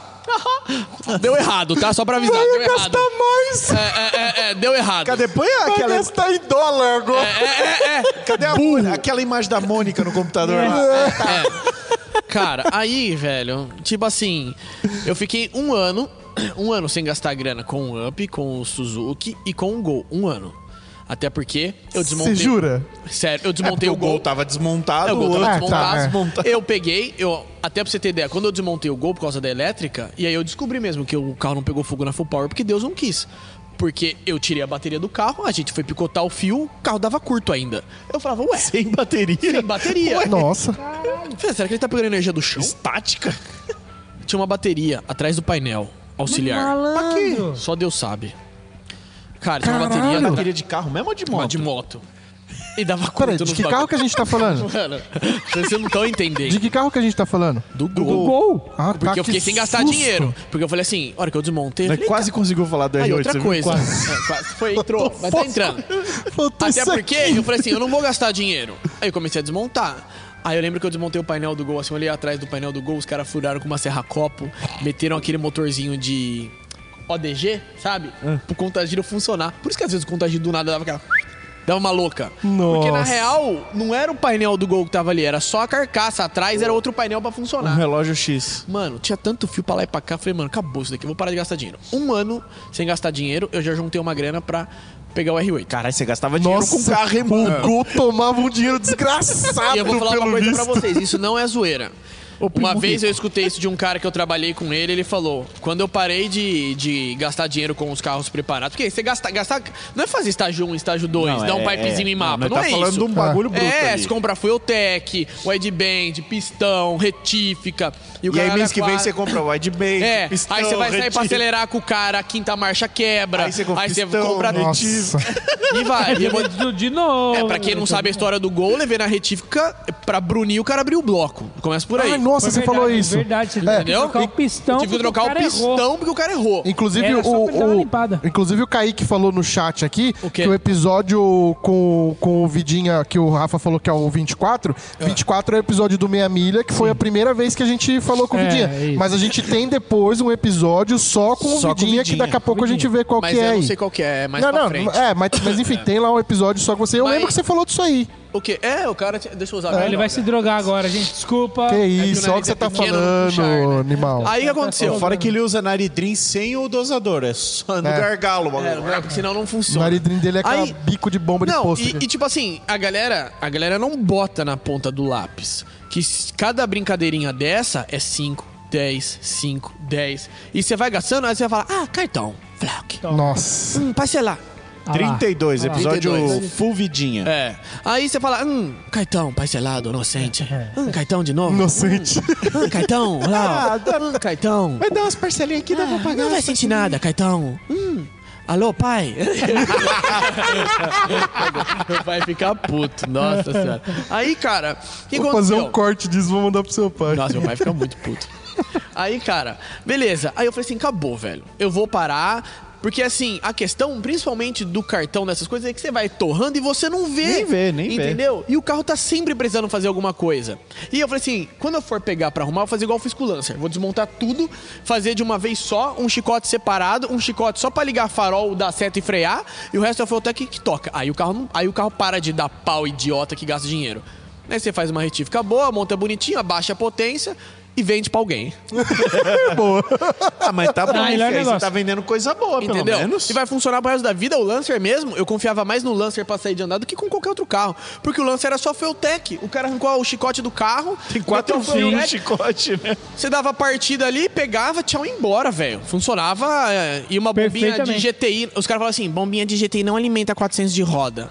D: Deu errado, tá? Só pra avisar, deu errado.
A: gastar mais.
D: É, é, é, é, deu errado.
B: Cadê depois é
A: Vai
B: aquela,
A: gastar em dólar agora.
B: cadê a Mônica? aquela imagem da Mônica no computador lá?
D: É. Cara, aí, velho, tipo assim, eu fiquei um ano, um ano sem gastar grana com o Up, com o Suzuki e com o Gol. Um ano. Até porque eu desmontei.
A: Você jura?
D: Sério, eu
B: É,
D: desmontei
B: porque
D: o Gol.
B: tava desmontado.
D: É, o Gol tava
A: Ah, tá,
D: desmontado.
A: é.
D: desmontado. Eu peguei, eu, até pra você ter ideia, quando eu desmontei o Gol por causa da elétrica, e aí eu descobri mesmo que o carro não pegou fogo na Full Power porque Deus não quis. Porque eu tirei a bateria do carro, a gente foi picotar o fio, o carro dava curto ainda. Eu falava, ué,
B: Sem bateria.
D: sem bateria.
A: Nossa.
D: Falei, será que ele tá pegando energia do chão?
B: Estática.
D: Tinha uma bateria atrás do painel auxiliar.
C: Malandro.
D: Só Deus sabe. Cara, tinha uma bateria, atra-
B: Bateria de carro mesmo ou de
D: uma
B: moto?
D: de moto. E dava curto
A: Peraí, de
D: nos
A: que carro
D: bagulho.
A: que a gente tá falando?
D: Mano, vocês não estão
A: De
D: entendendo.
A: que carro que a gente tá falando?
D: Do
C: O
D: gol.
C: Gol.
A: Ah, tá,
D: Porque eu
A: que
D: fiquei sem gastar
A: susto.
D: dinheiro. Porque eu falei assim, a hora que eu desmontei, eu
B: Mas
D: falei,
B: é quase conseguiu falar do
D: "Cara,
B: R8.
D: aí
B: você
D: outra
B: viu?
D: coisa.
B: Quase.
D: É, quase. Foi, entrou, mas tá entrando.
A: Faltou
D: Até
A: isso aqui.
D: porque eu falei assim, eu não vou gastar dinheiro. Aí eu comecei a desmontar. Aí eu lembro que eu desmontei o painel do gol, assim, eu olhei atrás do painel do gol, os caras furaram com uma serra copo, meteram aquele motorzinho de ODG, sabe?
A: Hum.
D: Pro contagiro funcionar. Por isso que às vezes o contagiro do nada dava aquela. Dava uma louca. Porque na
A: Nossa.
D: real, não era o painel do gol que tava ali, era só a carcaça atrás, era outro painel pra
B: Um
A: Uhum.
D: funcionar.
B: relógio X.
D: Mano, tinha tanto fio pra lá e pra cá. Falei, mano, acabou isso daqui, eu vou parar de gastar dinheiro. Um ano sem gastar dinheiro, eu já juntei uma grana pra pegar o R8.
B: Caralho, você gastava dinheiro
A: Nossa,
B: com carro, hein, mano?
A: o Gol tomava um dinheiro desgraçado
D: E eu vou falar uma
A: pelo
D: coisa pra
A: visto.
D: vocês, isso não é zoeira. Uma vez eu escutei isso de um cara que eu trabalhei com ele, ele falou: quando eu parei de, de gastar dinheiro com os carros preparados, porque você gastar, gastar. Não é fazer estágio 1, estágio 2,
B: Não,
D: dar um
B: é-
D: pipezinho
B: é.
D: em mapa. Não,
B: Não, mas
D: é
B: tá falando
D: isso.
B: de um bagulho bruto
D: É,
B: ali.
D: se comprar Fueltec, Wideband, pistão, retífica. o
B: E aí,
D: caralho
B: mês que vem,
D: quatro.
B: você compra o wideband,
D: É,
B: pistão,
D: aí você vai sair pra
B: retiro.
D: acelerar com o cara, a quinta marcha quebra.
B: Aí você compra pistão,
D: compra.
B: retiro.
A: Nossa.
D: E vai. E eu vou-
C: De, de novo.
D: é, pra quem não sabe a história do gol, eu levei na retífica pra Brunir, o cara abriu o bloco. Começa por aí.
A: Ai, nossa,
C: Foi
A: você
C: É verdade,
A: falou isso. É.
C: Verdade, você teve que
D: Entendeu?
C: trocar o pistão.
D: Tive que
C: porque
D: trocar o
C: cara errou.
D: pistão porque o cara errou.
A: Inclusive
C: Era só pra ele dar uma
A: o, o
C: limpada.
A: inclusive o Kaique falou no chat aqui
D: O quê?
A: que o episódio com, com o Vidinha que o Rafa falou que é o 24, 24 é o episódio do Meia Milha, que foi a primeira vez que a gente falou com o
C: É,
A: Vidinha.
C: é isso.
A: Mas a gente tem depois um episódio só com o
B: Só com o
A: Vidinha, que
B: Vidinha.
A: daqui a pouco a gente vê qual
D: Mas
A: que
D: eu
A: é
D: não
A: aí.
D: sei qual que é, é mais
A: não,
D: pra
A: não,
D: frente.
A: é, mas, mas enfim, tem lá um episódio só com você. Eu
D: Mas-
A: lembro que você falou disso aí.
D: O quê? É, o cara... tinha- Deixa eu usar.
C: Ah,
D: agora.
C: Ele vai se drogar agora, gente. Desculpa.
A: Que
D: o
A: isso,
D: nariz
A: olha o que você
D: é
A: tá
D: pequeno,
A: falando,
D: puxar, né?
A: animal.
D: Aí o que aconteceu?
B: Fora que ele usa naridrim sem o dosador, é só no
A: É.
B: gargalo. mano.
D: É, porque senão não
A: O
D: funciona.
A: naridrim dele é aquela
D: Aí-
A: bico de bomba de né?
D: Não,
A: posto.
D: e, e tipo assim, a galera, a galera não bota na ponta do lápis que s- cada brincadeirinha dessa é 5, 10, 5, 10. E você vai gastando, aí você vai falar, ah, cartão, flac,
A: Nossa.
D: hum, parcelar.
C: Ah lá.
B: 32,
C: Ah lá.
B: episódio
D: 32.
B: full vidinha.
D: É. Aí você fala, hum, cartão, parcelado, inocente. Hum, cartão de novo.
A: É. Inocente. Ah, tá.
D: Hum, cartão, lá. ó. Hum, cartão.
B: Vai dar umas parcelinhas aqui, dá pra pagar.
D: Ah, Não vai sentir nada, cartão. Hum. Alô, pai? Meu pai fica puto, nossa senhora. Aí, cara, o que
A: Vou fazer
D: aconteceu?
A: um corte disso, vou mandar pro seu pai.
D: Nossa, meu pai fica muito puto. Aí, cara, beleza. Aí eu falei assim: acabou, velho. Eu vou parar. Porque assim, a questão, principalmente do cartão dessas coisas, é que você vai torrando e você não vê.
B: Nem vê, nem vê.
D: Entendeu? E o carro tá sempre precisando fazer alguma coisa. E eu falei assim: quando eu for pegar pra arrumar, eu vou fazer igual eu fiz com o Lancer. Vou desmontar tudo, fazer de uma vez só, um chicote separado, um chicote só pra ligar farol, dar seta e frear, e o resto é o Feltec que toca. Aí o carro não, aí o carro para de dar pau idiota que gasta dinheiro. Aí você faz uma retífica boa, monta bonitinho, abaixa a potência e vende pra alguém.
B: Ah, mas tá bom,
C: melhor
B: filho, você
C: negócio.
B: tá vendendo coisa boa, pelo
D: é Entendeu?
B: menos.
D: Se vai funcionar pro resto da vida, o Lancer mesmo, eu confiava mais no Lancer pra sair de andar do que com qualquer outro carro. Porque o Lancer era só Feltec. O cara arrancou o chicote do carro.
B: Tem quatro
D: bateu o
B: fios no
D: Feltec,
B: chicote, né?
D: Você dava a partida ali, pegava, tchau, ia embora, velho. Funcionava. é, E uma bombinha de
C: Perfeitamente.
D: GTI. Os caras falavam assim: bombinha de GTI não alimenta 400 de roda.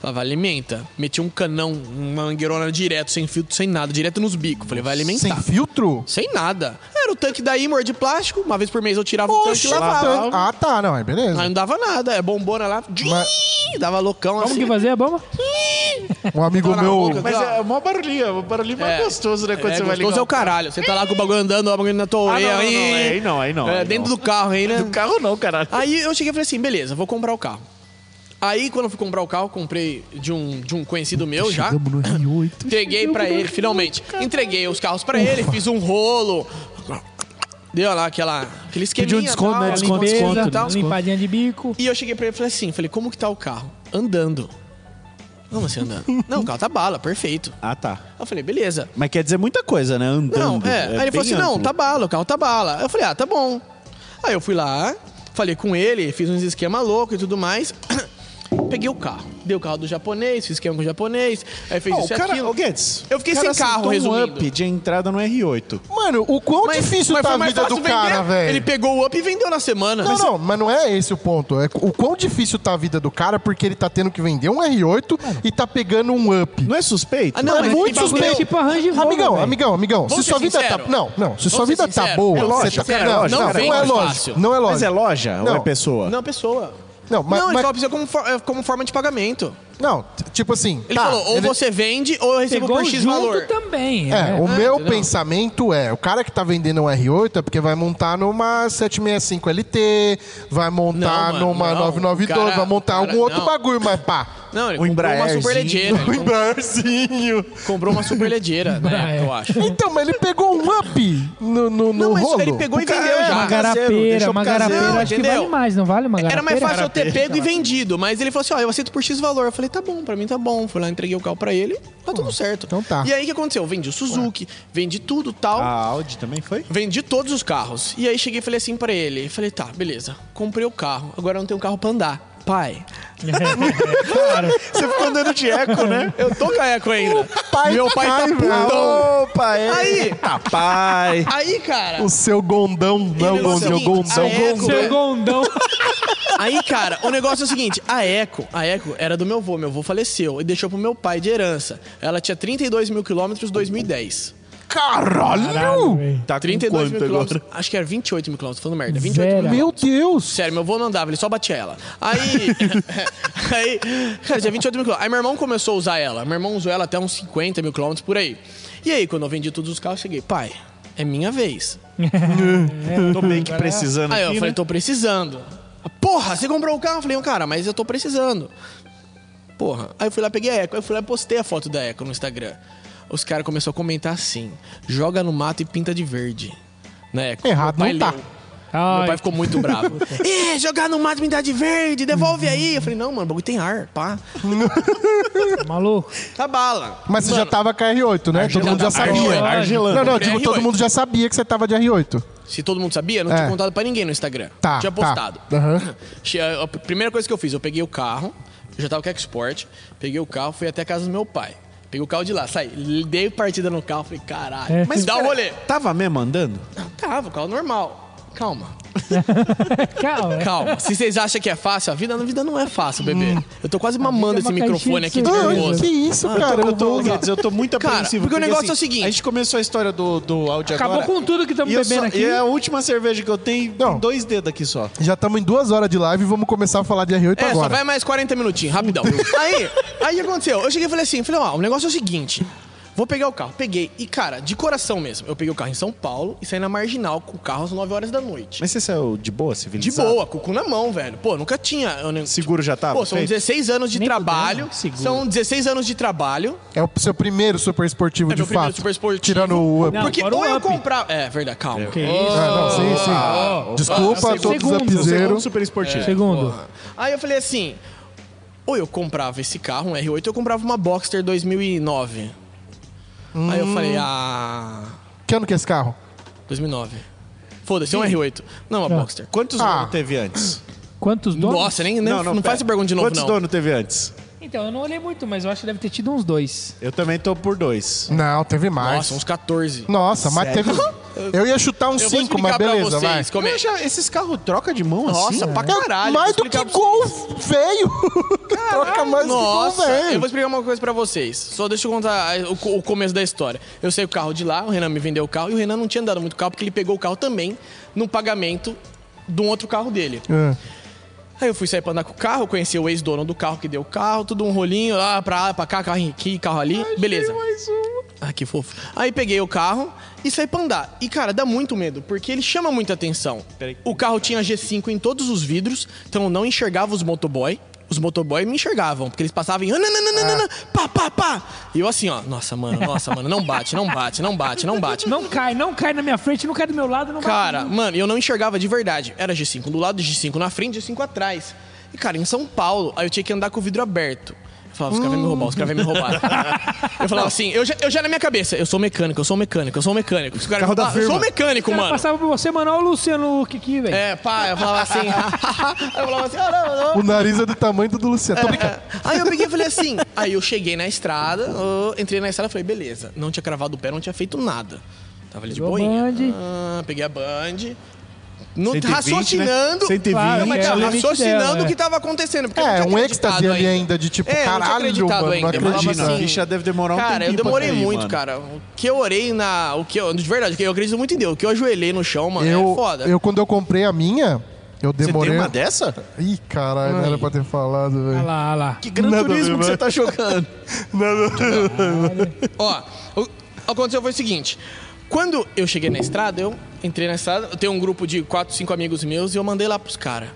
D: Falava, alimenta. Metia um canão, uma mangueirona direto, sem filtro, sem nada, direto nos bicos. Falei, vai alimentar.
A: Sem filtro?
D: Sem nada. Era o tanque da Imor de plástico. Uma vez por mês eu tirava o tanque e lavava.
A: Ah, tá, não, é
D: Aí
A: beleza.
D: não dava nada. É bombona lá. Dava loucão
C: Como
D: assim.
C: que fazia a bomba?
A: Um amigo
D: Tá na
A: meu.
D: boca.
B: Mas
D: Claro.
B: é o maior barulhinho, é o barulhinho mais
D: É.
B: gostoso, né? Quando
D: é,
B: você vai
D: gostoso
B: ligar.
D: é o caralho. Você tá lá com o bagulho andando, o bagulho na tua
B: Ah, não,
D: orelha,
B: não, não,
D: aí,
B: é, aí não, aí não.
D: É,
B: aí
D: dentro
B: não.
D: do carro aí, né?
B: Do carro não, caralho.
D: Aí eu cheguei e falei assim, beleza, vou comprar o carro. Aí quando eu fui comprar o carro, comprei de um, de um conhecido meu já.
A: Chegamos no R8.
D: Entreguei pra ele, finalmente. Entreguei os carros pra ele, fiz um rolo. Deu lá aquela, aquele esqueminha.
A: Pediu um desconto,
D: tal,
A: né? Desconto,
D: limpeza,
A: desconto, né?
D: tal.
C: limpadinha de bico.
D: E eu cheguei pra ele e falei assim, falei, como que tá o carro? Andando. Como assim andando? Não, o carro tá bala, perfeito.
B: Ah, tá.
D: Aí Eu falei, beleza.
B: Mas quer dizer muita coisa, né?
D: Não,
B: Andando.
D: é. Aí ele
B: bem
D: falou assim: não,
B: amplo.
D: tá bala, o carro tá bala. Aí Eu falei, ah, tá bom. Aí eu fui lá, falei com ele, fiz uns esquema louco e tudo mais. Peguei o carro. Dei o carro do japonês, fiz esquema com o japonês, aí fez
B: Ó,
D: isso
B: o
D: e
B: cara,
D: aquilo.
B: ô Guedes,
D: Eu fiquei
B: o cara
D: sem carro,
B: acertou um
D: resumindo.
B: up de entrada no R8.
A: Mano, o quão difícil
D: mas
A: tá
D: foi
A: a
D: mais
A: vida do
D: fácil vender.
A: cara,
D: Ele
A: velho.
D: pegou o up e vendeu na semana.
A: Não,
D: Mas-
A: não, mas não é esse o ponto. É o quão difícil tá a vida do cara porque ele tá tendo que vender um R8 e tá pegando um up.
B: Não é suspeito?
D: Ah, não,
A: é
D: mas
A: muito
D: que bagulho
A: suspeito.
C: é tipo arranjo e rouba,
A: amigão,
C: velho.
A: amigão, amigão,
D: Vamos
A: se sua
D: ser
A: vida
D: sincero.
A: tá, não, não, se sua
D: Vamos ser
A: vida tá
D: sincero.
A: boa,
D: É
A: você tá
D: lógico, sincero.
A: não,
D: Não
A: não,
D: vende
A: não é
D: mais
A: lógico.
D: fácil.
A: Não é lógico.
B: Mas é loja ou
A: Não.
B: é pessoa?
D: Não, pessoa.
A: Não, mas-
D: não, ele
A: mas-
D: só precisa como, for- eh, como forma de pagamento.
A: Não, t- tipo assim,
D: Ele
A: tá,
D: falou, ou
A: ele-
D: você vende ou eu recebo
C: Pegou
D: por X
C: junto tá.
D: valor.
C: também.
A: um É, o meu
D: né? entendeu?
A: pensamento é, o cara que tá vendendo um R8 é porque vai montar numa 765 LT, vai montar
D: Não, mano,
A: numa
D: não,
A: 992,
D: o cara-
A: vai montar
D: o cara-
A: algum outro
D: não. Então-
A: bagulho, mas pá.
D: Não, ele
B: Um
D: comprou uma
B: Embraerzinho.
D: superlegeira.
A: O
D: Ele com-
A: Embraerzinho.
D: comprou uma superlegeira, né?
C: Embraer.
D: Eu acho.
A: Então, mas ele pegou um up no, no, no
D: Não, mas
A: rolo.
D: ele pegou e
B: cara-
D: vendeu
B: é,
D: já.
C: Uma
B: Ah, caseiro,
C: garapeira,
B: deixou
C: uma
B: pro caseiro,
C: garapeira. Acho que
D: entendeu?
C: vale mais, não vale uma garapeira?
D: Era mais fácil eu
B: Garapeira.
D: ter pego e vendido, mas ele falou assim: ó, eu aceito por X valor. Eu falei: tá bom, pra mim tá bom. Fui lá, entreguei o carro pra ele, tá tudo certo.
A: então tá.
D: E aí o que aconteceu? Eu vendi o Suzuki, vendi tudo tal.
B: A Audi também foi?
D: Vendi todos os carros. E aí cheguei e falei assim pra ele: falei, tá, beleza, comprei o carro, agora eu não tenho carro pra andar. Pai,
B: Você ficou andando de eco, né?
D: eu tô caeco ainda.
A: pai
D: Meu pai tá
A: cai, velho.
D: putão.
B: Opa, é.
D: Aí.
B: Tá, pai.
D: Aí, cara.
A: O seu gondão, não,
D: negócio
A: o
D: é o
A: meu
D: seguinte,
A: gondão.
D: a Eco-
C: Seu gondão.
D: Aí, cara, o negócio é o seguinte: a Eco, a Eco era do meu avô, meu avô faleceu e deixou pro meu pai de herança. Ela tinha 32 mil quilômetros em 2010.
A: Caralho!
B: Tá com
D: 32 mil
B: quanto
D: quilômetros.
B: agora?
D: Acho que era 28 mil quilômetros, tô falando merda. 28 mil
C: Zero.
D: quilômetros.
A: Meu Deus!
D: Sério, meu avô não andava, ele só batia ela. Aí. aí. Cara, tinha 28 mil quilômetros. Aí meu irmão começou a usar ela. Meu irmão usou ela até uns 50 mil quilômetros por aí. E aí, quando eu vendi todos os carros, eu cheguei, pai, é minha vez.
B: Tô meio que precisando
D: Aí eu
B: aqui,
D: falei,
B: né?
D: tô precisando. "Ah, Porra, você comprou o carro? Eu falei, "Um cara, mas eu tô precisando. Porra. Aí eu fui lá, peguei a Eco. Aí eu fui lá e postei a foto da Eco no Instagram. Os caras começaram a comentar assim: joga no mato e pinta de verde. Na Eco.
A: Errado
D: Meu pai
A: não tá.
D: leu. Meu pai ficou muito bravo. É, jogar no mato me dá de verde, devolve aí. Eu falei, não, mano, o bagulho tem ar, pá.
C: Maluco.
D: Tá bala.
A: Mas você já
D: Mano,
A: tava com a R8, né? Todo mundo já
D: tava-
A: sabia.
B: Argelando.
A: Não, não, eu
D: Comprei
A: digo, todo
D: R8.
A: mundo já sabia que você tava de R8.
D: Se todo mundo sabia, eu não
A: É.
D: tinha contado pra ninguém no Instagram.
A: Tá,
D: Tinha
A: tá.
D: postado.
A: Aham.
D: Che- A a primeira coisa que eu fiz, eu peguei o carro, eu já tava com a Export, peguei o carro, fui até a casa do meu pai. Peguei o carro de lá, saí, dei partida no carro, falei, caralho,
C: É.
D: mas dá o
B: pera-
D: rolê.
B: Tava mesmo andando?
D: Tava, o carro normal. Calma,
C: Calma.
D: calma. Se vocês acham que é fácil, a vida, a vida não é fácil, bebê. Eu tô quase
C: é
D: mamando esse
C: uma caixinha
D: microfone
C: de
D: aqui de
C: surpresa.
A: Ah,
D: nervoso.
A: que isso, cara?
D: então
B: eu tô,
A: vou-
B: quer dizer, eu tô muito
D: Cara,
B: apreensivo. assim,
D: porque o negócio é o seguinte-
B: A gente começou a história do, do áudio
C: Acabou
B: agora.
C: com tudo que estamos
B: e eu
C: bebendo
B: só-
C: aqui.
B: E é a última cerveja que eu tenho, tem
A: Não.
B: dois dedos aqui só.
A: Já estamos em duas horas de live e vamos começar a falar de R8
D: É, só
A: agora.
D: vai mais 40 minutinhos, rapidão. aí, aí o que aconteceu? Eu cheguei e falei assim, falei, ó, o negócio é o seguinte. Vou pegar o carro. Peguei. E, cara, de coração mesmo, eu peguei o carro em São Paulo e saí na marginal com o carro às 9 horas da noite.
B: Mas você saiu de boa,
D: de
B: civilizado?
D: boa, com o cu na mão, velho. Pô, nunca tinha. Eu nem-
B: Seguro já tava?
D: Pô, são
B: feito?
D: 16 anos de
C: Nem
D: trabalho.
C: fudendo, seguro.
D: São 16 anos de trabalho.
A: É o seu primeiro super esportivo
D: É
A: de
D: meu primeiro
A: fato.
D: super esportivo.
A: Tirando o up.
C: Não,
D: porque
C: fora o
D: ou eu
C: up.
D: comprava. É, verdade, calma.
C: Que isso?
A: Ah, não, sim, sim.
D: ah,
A: Desculpa a todos os
C: Segundo,
B: Segundo
A: upzeiros.
B: super esportivo.
C: Segundo.
D: Porra. Aí eu falei assim: ou eu comprava esse carro, um R8, ou eu comprava uma Boxster 2009. Aí
A: Hum.
D: eu falei: ah.
A: Que ano que é esse carro?
D: 2009. Foda-se, é um R8. Não, uma Boxster.
B: Quantos
A: Ah.
B: donos teve antes?
C: Quantos donos?
D: Nossa, nem, nem- não, faz
B: pera.
D: essa pergunta de novo,
B: Quantos
A: um
D: não.
B: donos teve antes?
C: Então, eu não olhei muito, mas eu acho que deve ter tido uns dois.
B: Eu também tô por dois.
A: Não, teve mais.
D: Nossa, uns 14.
A: Nossa, mas teve.
B: Sério?
A: Eu ia chutar uns
D: eu vou
A: 5, mas
D: explicar pra
A: beleza,
D: vocês
A: vai.
D: como é.
B: Eu já- esses carros troca de mão assim?
D: Nossa, pra caralho.
A: mais
D: vou
A: do que
D: explicar pra
A: gol feio. Troca mais do que gol
D: Nossa, eu vou
A: velho.
D: explicar uma coisa pra vocês. Só deixa eu contar o, co- o começo da história. Eu saí com o carro de lá, o Renan me vendeu o carro e o Renan não tinha andado muito com o carro porque ele pegou o carro também no pagamento de um outro carro dele.
A: É.
D: Aí eu fui sair pra andar com o carro, conheci o ex-dono do carro que deu o carro, tudo um rolinho, ah, pra lá, pra cá, carro aqui, carro ali. Beleza. Ah, que fofo. Aí peguei o carro e saí pra andar. E, cara, dá muito medo, porque ele chama muita atenção. O carro tinha G5 em todos os vidros, então eu não enxergava os motoboy. Os motoboy me enxergavam, porque eles passavam em... "Ananananana", Pá, pá, pá. E eu assim, ó. Nossa, mano, nossa, mano. Não bate, não bate, não bate, não bate.
C: Não cai, não cai na minha frente, não cai do meu lado, não
D: Cara,
C: vai.
D: mano, eu não enxergava de verdade. Era G5 do lado, G5 na frente, G5 atrás. E, cara, em São Paulo, aí eu tinha que andar com o vidro aberto. Eu falava, os caras vão me roubar, os caras vão me roubar. eu falava assim, eu já, eu já na minha cabeça, eu sou um mecânico, eu sou mecânico, eu sou um mecânico. Os caras
B: Carro da
D: roubar, eu sou um
B: firma.
D: mecânico,
C: O cara
D: mano.
C: passava por você, mano, olha o Luciano Kiki, velho.
D: É, pá, eu falava assim. aí eu falava assim, ah, não, não.
A: O nariz é do tamanho do Luciano. Tô brincando.
D: Aí eu peguei e falei assim. Aí eu cheguei na estrada, eu entrei na estrada e falei, beleza. Não tinha cravado o pé, não tinha feito nada. Tava ali de
C: Pegou a
D: boinha.
C: Band.
D: Ah, peguei a band. No,
B: 120, né?
D: raciocinando.
B: 120.
C: Claro,
D: Não, mas
C: É,
D: tá
C: o limite
D: raciocinando
C: dela,
D: o que
C: é.
D: tava acontecendo. porque eu não
A: É,
D: tinha
A: um
D: acreditado
A: êxtase ali ainda de tipo,
D: É, eu não tinha
A: caralho,
D: acreditado
A: mano, não
D: ainda, eu falava
A: acredito.
D: assim,
B: Imagina, a ficha deve demorar um
D: Cara, eu
B: tempinho pra
D: demorei
B: cair,
D: muito,
B: mano.
D: cara. O que eu orei na. O que eu, de verdade, o que eu acredito muito em Deus. O que eu ajoelhei no chão, mano, é
A: Eu,
D: foda.
A: eu, quando eu comprei a minha, eu
B: Você
A: demorei. um-
B: tem uma dessa?
A: Ih, caralho, não era pra ter falado,
C: Olha
A: velho.
C: lá, olha lá.
D: Que gran
A: Nada a
D: turismo
A: ver,
D: que você
A: mano.
D: tá jogando. Ó, o aconteceu foi o seguinte. Quando eu cheguei na estrada, eu entrei na estrada, eu tenho um grupo de 4, 5 amigos meus e eu mandei lá pros caras.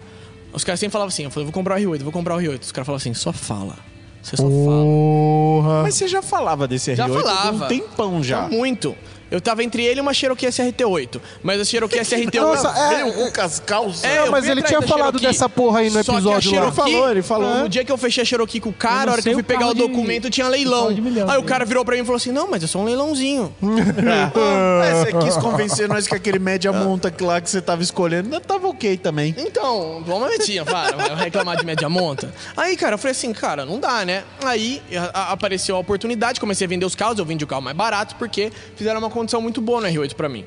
D: Os caras sempre falavam assim, eu falei, vou comprar o R8, vou comprar o R8. Os caras falavam assim, só fala. Você só
A: Oh.
D: fala.
A: Porra.
B: Mas você já falava desse R8
D: Já
B: há
D: falava.
B: um tempão já.
D: Tá muito. Eu tava entre ele e uma Cherokee SRT8. Mas a Cherokee SRT8...
A: Nossa, é,
B: com cascalça.
D: É, eu
A: mas
D: fui
A: ele
D: atrás
A: tinha
D: da
A: falado
D: Cherokee,
A: dessa porra aí no
D: só que a
A: episódio lá.
D: Cherokee-
B: falou, ele falou.
D: No dia que eu fechei a Cherokee com o
C: Eu
D: cara,
C: não
D: a hora que
C: sei
D: eu fui
C: o
D: pegar
C: carro
D: o
C: de-
D: documento, tinha leilão.
C: carro de milhão,
D: Aí o
C: né?
D: cara virou pra mim e falou assim, não, mas é só um leilãozinho.
B: Ah, você quis convencer nós que aquele média monta que lá que você tava escolhendo não tava ok também.
D: Então, vamos mentir, para, vai reclamar de média monta. Aí, cara, eu falei assim, cara, não dá, né? Aí a- a- apareceu a oportunidade, comecei a vender os carros, eu vendi o carro mais barato, porque fizeram uma condição muito boa no R8 pra mim.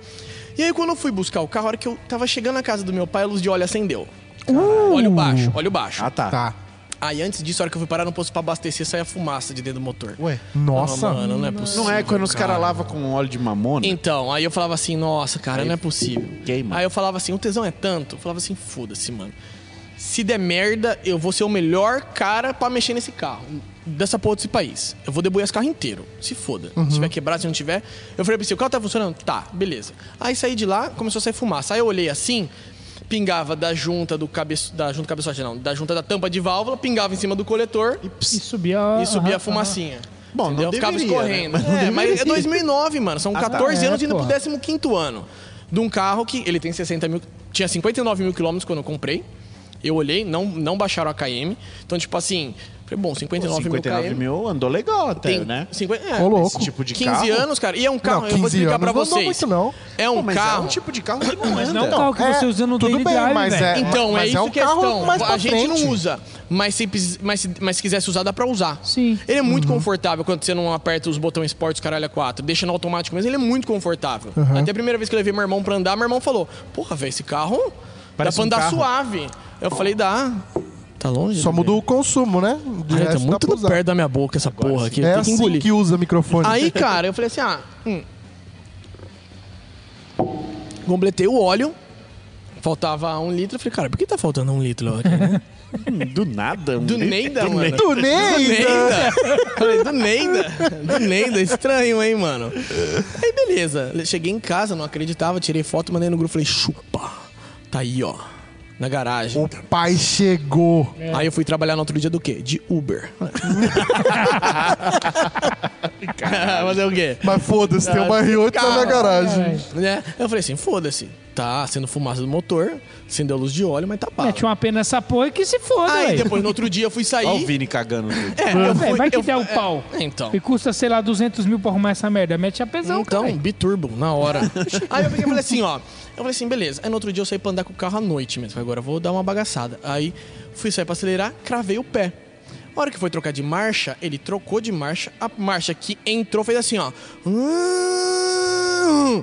D: E aí, quando eu fui buscar o carro, a hora que eu tava chegando na casa do meu pai, a luz de óleo acendeu.
C: Uh!
D: Olha o baixo, olha o baixo.
B: Ah, tá.
A: Tá.
D: Aí, antes disso, a hora que eu fui parar no posto pra abastecer, saía fumaça de dentro do motor.
B: Ué.
D: Ah,
A: Nossa.
D: mano, não é possível.
B: Não é quando os caras lavam com óleo de mamona?
D: Então, aí eu falava assim, nossa, cara, não é possível.
B: queima.
D: Aí eu falava assim, o tesão é tanto. Eu falava assim, foda-se, mano. Se der merda, eu vou ser o melhor cara pra mexer nesse carro. Dessa porra desse país. Eu vou debulhar esse carro inteiro. Se foda.
B: Uhum.
D: Se tiver quebrado, se não tiver. Eu falei pra você, o carro tá funcionando? Tá, beleza. Aí saí de lá, começou a sair fumaça. Aí eu olhei assim, pingava da junta do cabeço... Da junta do cabeçote, não. Da junta da tampa de válvula, pingava em cima do coletor
C: E subia a...
D: e subia a
C: aham,
D: fumacinha.
B: Bom, não
D: Entendeu? ficava
B: deveria,
D: escorrendo.
B: né? Mas não
D: é, mas é 2009, mano. São 14
C: É,
D: anos indo
C: porra.
D: pro 15 ano. De um carro que ele tem 60 mil. Tinha 59 mil quilômetros quando eu comprei. Eu olhei, não, não baixaram a KM. Então, tipo assim, falei, bom, 59,
B: 59
D: mil. KM,
B: mil andou legal até,
D: tem
B: né?
D: 50, é,
A: Ô, louco.
B: Esse tipo de
D: 15
B: carro.
D: anos, cara. E é um carro,
A: Não,
D: eu vou
A: 15
D: explicar pra
A: anos não
D: vocês.
A: andou muito, não.
D: É um
B: Pô, mas
D: carro.
B: é um tipo de carro que não
C: Mas
B: anda.
C: não é um carro que você usa no
A: tudo
C: daily
A: bem,
C: drive,
A: mas
C: velho.
A: é-
D: Então,
A: mas
D: é isso
A: um
D: que é a
A: carro
D: questão.
A: mais
D: a
A: pra
D: gente
A: frente.
D: não usa, mas se, pis- mas, se- mas se quisesse usar, dá pra usar.
C: Sim.
D: Ele é
A: Uhum.
D: muito confortável quando você não aperta os botões esportes, caralho, a 4. Deixa no automático mesmo, ele é muito confortável.
A: Uhum.
D: Até a primeira vez que eu levei meu irmão pra andar, meu irmão falou: Porra, velho, esse carro dá
B: Parece
D: pra
B: um
D: andar
B: carro."
D: suave. Eu falei: Dá. Tá longe?
A: Só mudou o consumo, né? De
D: Cara, tá
A: resto, dá
D: muito
A: pra usar.
D: perto da minha boca essa porra aqui.
A: É
D: Tem que
A: assim
D: engolir.
A: que usa microfone.
D: Aí, cara, eu falei assim, ah, hum. Completei o óleo. Faltava um litro. Eu falei, cara, por que tá faltando um litro aqui, né?
B: Hum, Do nada. um
D: Do
B: nem-
D: Neida,
B: do
D: mano.
B: nem-
G: Do
A: né?
G: Neida!
D: Neida. Falei, do Neida. Do Neida. Estranho, hein, mano? Aí, beleza. Cheguei em casa, não acreditava, tirei foto, mandei no grupo. Falei, chupa. Tá aí, ó. Na garagem.
G: O pai chegou.
D: Aí eu fui trabalhar no outro dia do quê? De Uber. Fazer o quê?
G: Mas foda-se, tem uma R8 tá na
A: É
G: garagem.
C: Caralho.
D: Né? Eu falei assim, foda-se. Tá sendo fumaça do motor, acendeu a luz de óleo, mas tá pago.
C: Mete uma pena nessa porra e que se foda,
D: Aí
C: velho.
D: depois, no outro dia, Ah, eu fui sair.
B: Olha o Vini cagando tudo.
D: É,
C: É,
D: eu
C: velho,
D: fui-
C: vai que
D: eu-
C: der o
D: é,
C: pau.
D: Então.
C: E custa, sei lá, 200 mil pra arrumar essa merda. Mete a pesão,
D: então,
C: caralho.
D: biturbo, na hora. aí eu peguei e falei assim, ó. Eu falei assim, beleza. Aí no outro dia eu saí pra andar com o carro à noite mesmo. Agora eu vou dar uma bagaçada. Aí fui sair pra acelerar, cravei o pé. A hora que foi trocar de marcha, ele trocou de marcha. A marcha que entrou fez assim, ó.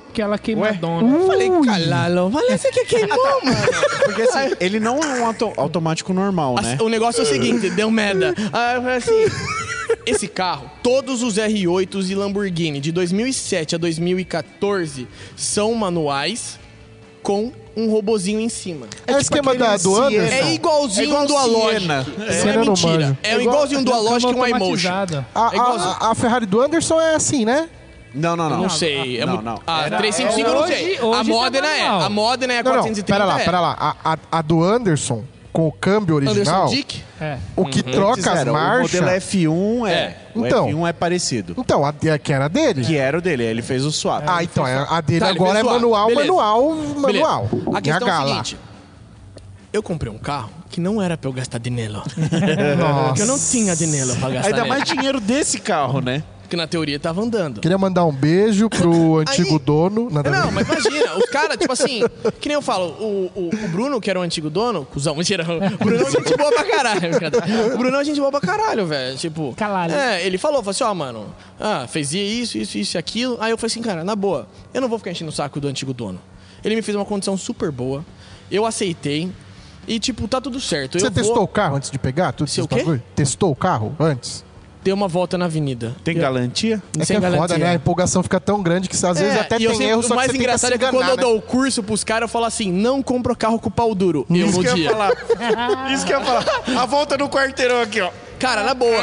C: Aquela
D: Eu
C: é queimadona.
D: Falei, calalo, parece que queimou, mano.
B: Porque assim, ele não é um auto- automático normal,
D: Assim,
B: né?
D: O negócio é o seguinte, deu merda.
B: Ah,
D: Aí eu falei assim, esse carro, todos os R8s e Lamborghini de 2007 a 2014 são manuais com um robozinho em cima.
G: É o esquema da do Anderson?
D: É igualzinho
B: igual
D: um do Alog.
B: Siena.
D: Isso
A: Siena
D: é
A: eu não manjo.
D: mentira. É
C: Igual-
D: igualzinho um do Alog
C: Câmara
D: com a Emotion.
C: automatizada.
A: A,
D: É igualzinho.
A: a- a Ferrari do Anderson é assim, né?
B: Não, não, não.
D: Não sei. É
B: Não,
D: mu-
B: não.
D: Ah,
B: Era-
D: 355 eu não
C: hoje-
D: sei.
C: hoje
D: a
C: tá
D: Modena é.
C: manual.
D: A Modena é a
A: Não, não,
D: 430.
A: pera lá,
D: é.
A: pera lá. A, a- a do Anderson, com o câmbio original,
D: Anderson Dick.
C: É.
A: o que troca as
B: Era, O
A: marchas...
B: modelo F1 é.
D: É.
B: O
A: Então.
B: F1 é parecido.
A: Então, a, a que era dele.
B: Que era o dele, aí ele fez o swap.
A: Ah, então, é- a dele
D: Tá, ele
A: agora é
D: fez zoar.
A: manual,
D: Beleza.
A: manual,
D: Beleza.
A: manual.
D: A
A: E a
D: questão é o
A: gala.
D: seguinte. Eu comprei um carro que não era pra eu gastar dinheiro. Porque
A: Nossa.
D: eu não tinha dinheiro pra gastar
B: Ainda
D: nele.
B: mais dinheiro desse carro, né?
D: Porque na teoria tava andando.
A: Queria mandar um beijo pro antigo dono. Nada
D: É, Não,
A: a ver.
D: mas imagina, os caras, tipo assim, que nem eu falo, o, o, o Bruno, que era o antigo dono, cuzão, mentira, o Bruno é gente boa pra caralho. brincadeira. O Bruno é gente boa pra caralho, velho. Tipo,
C: Caralho.
D: É, ele falou, falou assim, ó, mano, ah, fazia isso, isso, isso e aquilo. Aí eu falei assim, cara, na boa, eu não vou ficar enchendo o saco do antigo dono. Ele me fez uma condição super boa, eu aceitei, e tipo, tá tudo certo.
A: Você
D: eu
A: testou
D: vou
A: o carro antes de pegar? Tudo
D: Você
A: esses
D: o quê?
A: bagulho? Testou o carro antes?
D: ter uma volta na avenida.
B: Tem
D: Eu-
B: garantia?
A: É que
D: Sem
A: é foda,
D: garantia.
A: né? A empolgação fica tão grande que às vezes
D: É,
A: até
D: e eu
A: tem
D: sempre-
A: erro,
D: o
A: só que
D: mais
A: você tenta
D: engraçado
A: se
D: é que
A: enganar,
D: quando eu
A: né?
D: dou o curso pros caras, eu falo assim: não compra carro com pau duro. Eu no
B: Isso que eu ia
D: dia.
B: falar. Isso que eu ia falar. A volta no quarteirão aqui, ó.
D: Cara, na boa.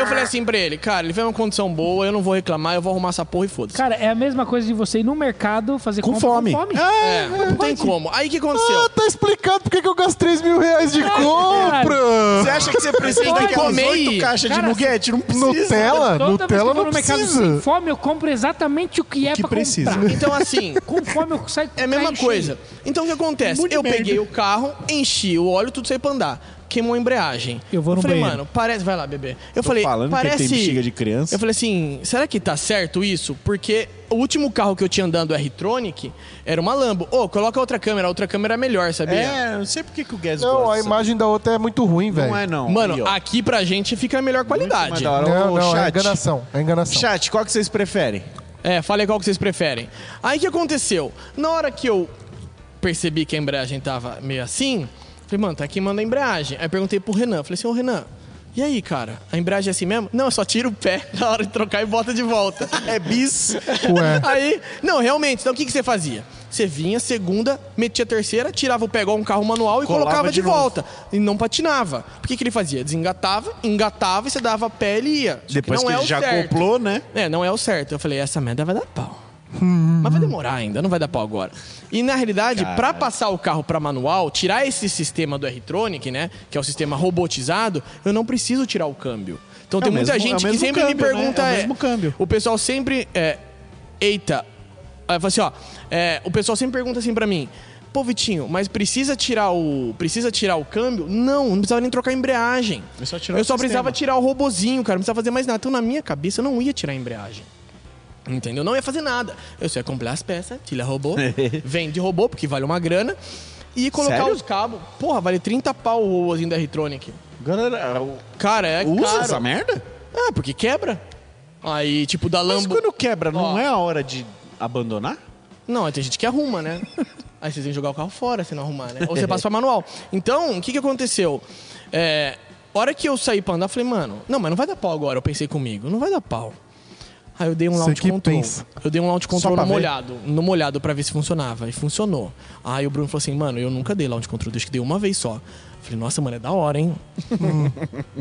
D: Eu falei assim pra ele, cara, ele fez uma condição boa, eu não vou reclamar, eu vou arrumar essa porra e foda-se.
C: Cara, é a mesma coisa de você ir no mercado fazer
B: Com
C: compra
B: fome.
C: com fome.
D: É, não tem como. Aí o que aconteceu?
A: Ah, tá explicado porque eu gasto 3 mil reais
D: É.
A: de
B: Você
A: compra!
B: acha que você precisa
C: Tem que
B: daquelas
D: comer
B: oito
D: e-
B: caixas de
C: Cara,
B: nuguete? Não precisa.
A: Nutella?
C: Toda vez que
A: Nutella
C: eu vou
A: não
C: no mercado assim, sem
A: precisa.
C: fome, eu compro exatamente o que é
B: que
C: pra
B: precisa.
C: comprar.
D: Então, assim,
C: Com fome eu saio com
D: é a mesma
C: carro cheio.
D: coisa. Então o que acontece?
B: Muito
D: eu
B: merda.
D: peguei o carro, enchi o óleo, tudo saiu pra andar. Queimou a embreagem.
C: Eu vou no
D: falei,
C: banheiro.
D: mano, parece. Vai lá, bebê. Eu
B: Tô
D: falei,
B: falando que
D: parece.
B: tem bexiga de criança.
D: Eu falei assim, será que tá certo isso? Porque o último carro que eu tinha andando R-Tronic era uma Lambo. Ô, coloca outra câmera, a outra câmera é melhor, sabia?
B: É, não sei por que que o Guess
A: Não,
B: gosta.
A: a imagem da outra é muito ruim, velho.
B: Não é, não.
D: Mano,
B: Aí, ó.
D: aqui pra gente fica a melhor
B: Mas
D: qualidade.
B: da hora.
A: Não,
B: Ô,
A: não, é
B: chat.
A: enganação. É enganação.
B: Chat, qual que vocês preferem?
D: É, falei qual que vocês preferem. Aí o que aconteceu? Na hora que eu percebi que a embreagem tava meio assim, falei, mano, tá queimando a embreagem. Aí perguntei pro Renan, falei assim, ô Renan, e aí, cara? A embreagem é assim mesmo? Não, eu só tiro o pé na hora de trocar e bota de volta.
B: É bis. É.
A: Ué.
D: Aí, não, realmente, então o que, que você fazia? Você vinha, segunda, metia a terceira, tirava o pé igual um carro manual e
B: Colava
D: colocava
B: de
D: de,
B: novo.
D: volta. E não patinava. O que, que ele fazia? Desengatava, engatava e você dava pé e ia. Só que
B: Depois
D: não
B: que
D: é
B: ele
D: o
B: já
D: certo.
B: acoplou, né? Hum.
D: É, não é o certo. Eu falei, essa merda vai dar pau. Mas vai demorar ainda, não vai dar pau agora. E na realidade, pra passar o carro pra manual, tirar esse sistema do R-Tronic, né? Que é o sistema robotizado, eu não preciso tirar o câmbio. Então
B: É
D: tem
B: o
D: muita
B: mesmo- é o
D: gente que
B: mesmo
D: sempre me
B: câmbio, né?
D: pergunta.
B: É o mesmo câmbio.
D: O pessoal sempre. É, Eita. Aí fala assim, ó. é, o pessoal sempre pergunta assim pra mim. Pô, Vitinho, mas precisa tirar o. Precisa tirar o câmbio? Não, não precisava nem trocar a embreagem.
B: É só tirar
D: eu
B: o
D: só
B: sistema.
D: precisava tirar o robozinho, cara. Não precisava fazer mais nada. Então, na minha cabeça, eu não ia tirar a embreagem. Entendeu? Não ia fazer nada. Eu só ia comprar as peças, tira robô, vende robô, porque vale uma grana. E colocar
B: Sério?
D: os cabos. Porra, vale 30 pau o robozinho da R-Tronic.
B: Galera, o-
D: Cara, é
B: usa
D: caro.
B: essa merda?
D: Ah, porque quebra. Aí, tipo, da
B: Mas
D: Lambo...
B: quando quebra, não
D: Ó.
B: é a hora de abandonar?
D: Não, aí tem gente que arruma, né? Aí você tem que jogar o carro fora se não arrumar, né? Ou
A: É.
D: você passa pra manual. Então, o que, que aconteceu? É, hora que eu saí pra andar, eu falei, mano, não, mas não vai dar pau agora. Eu pensei comigo, não vai dar pau. Aí eu dei um
A: Você
D: launch
A: que
D: control.
A: pensa.
D: Eu dei um launch
A: Só
D: control
A: pra
D: no
A: ver?
D: molhado, no molhado pra ver se funcionava. E funcionou. Aí o Bruno falou assim, mano, eu nunca dei launch control, acho que dei uma vez só. Eu Falei, nossa, mano, é da hora, hein?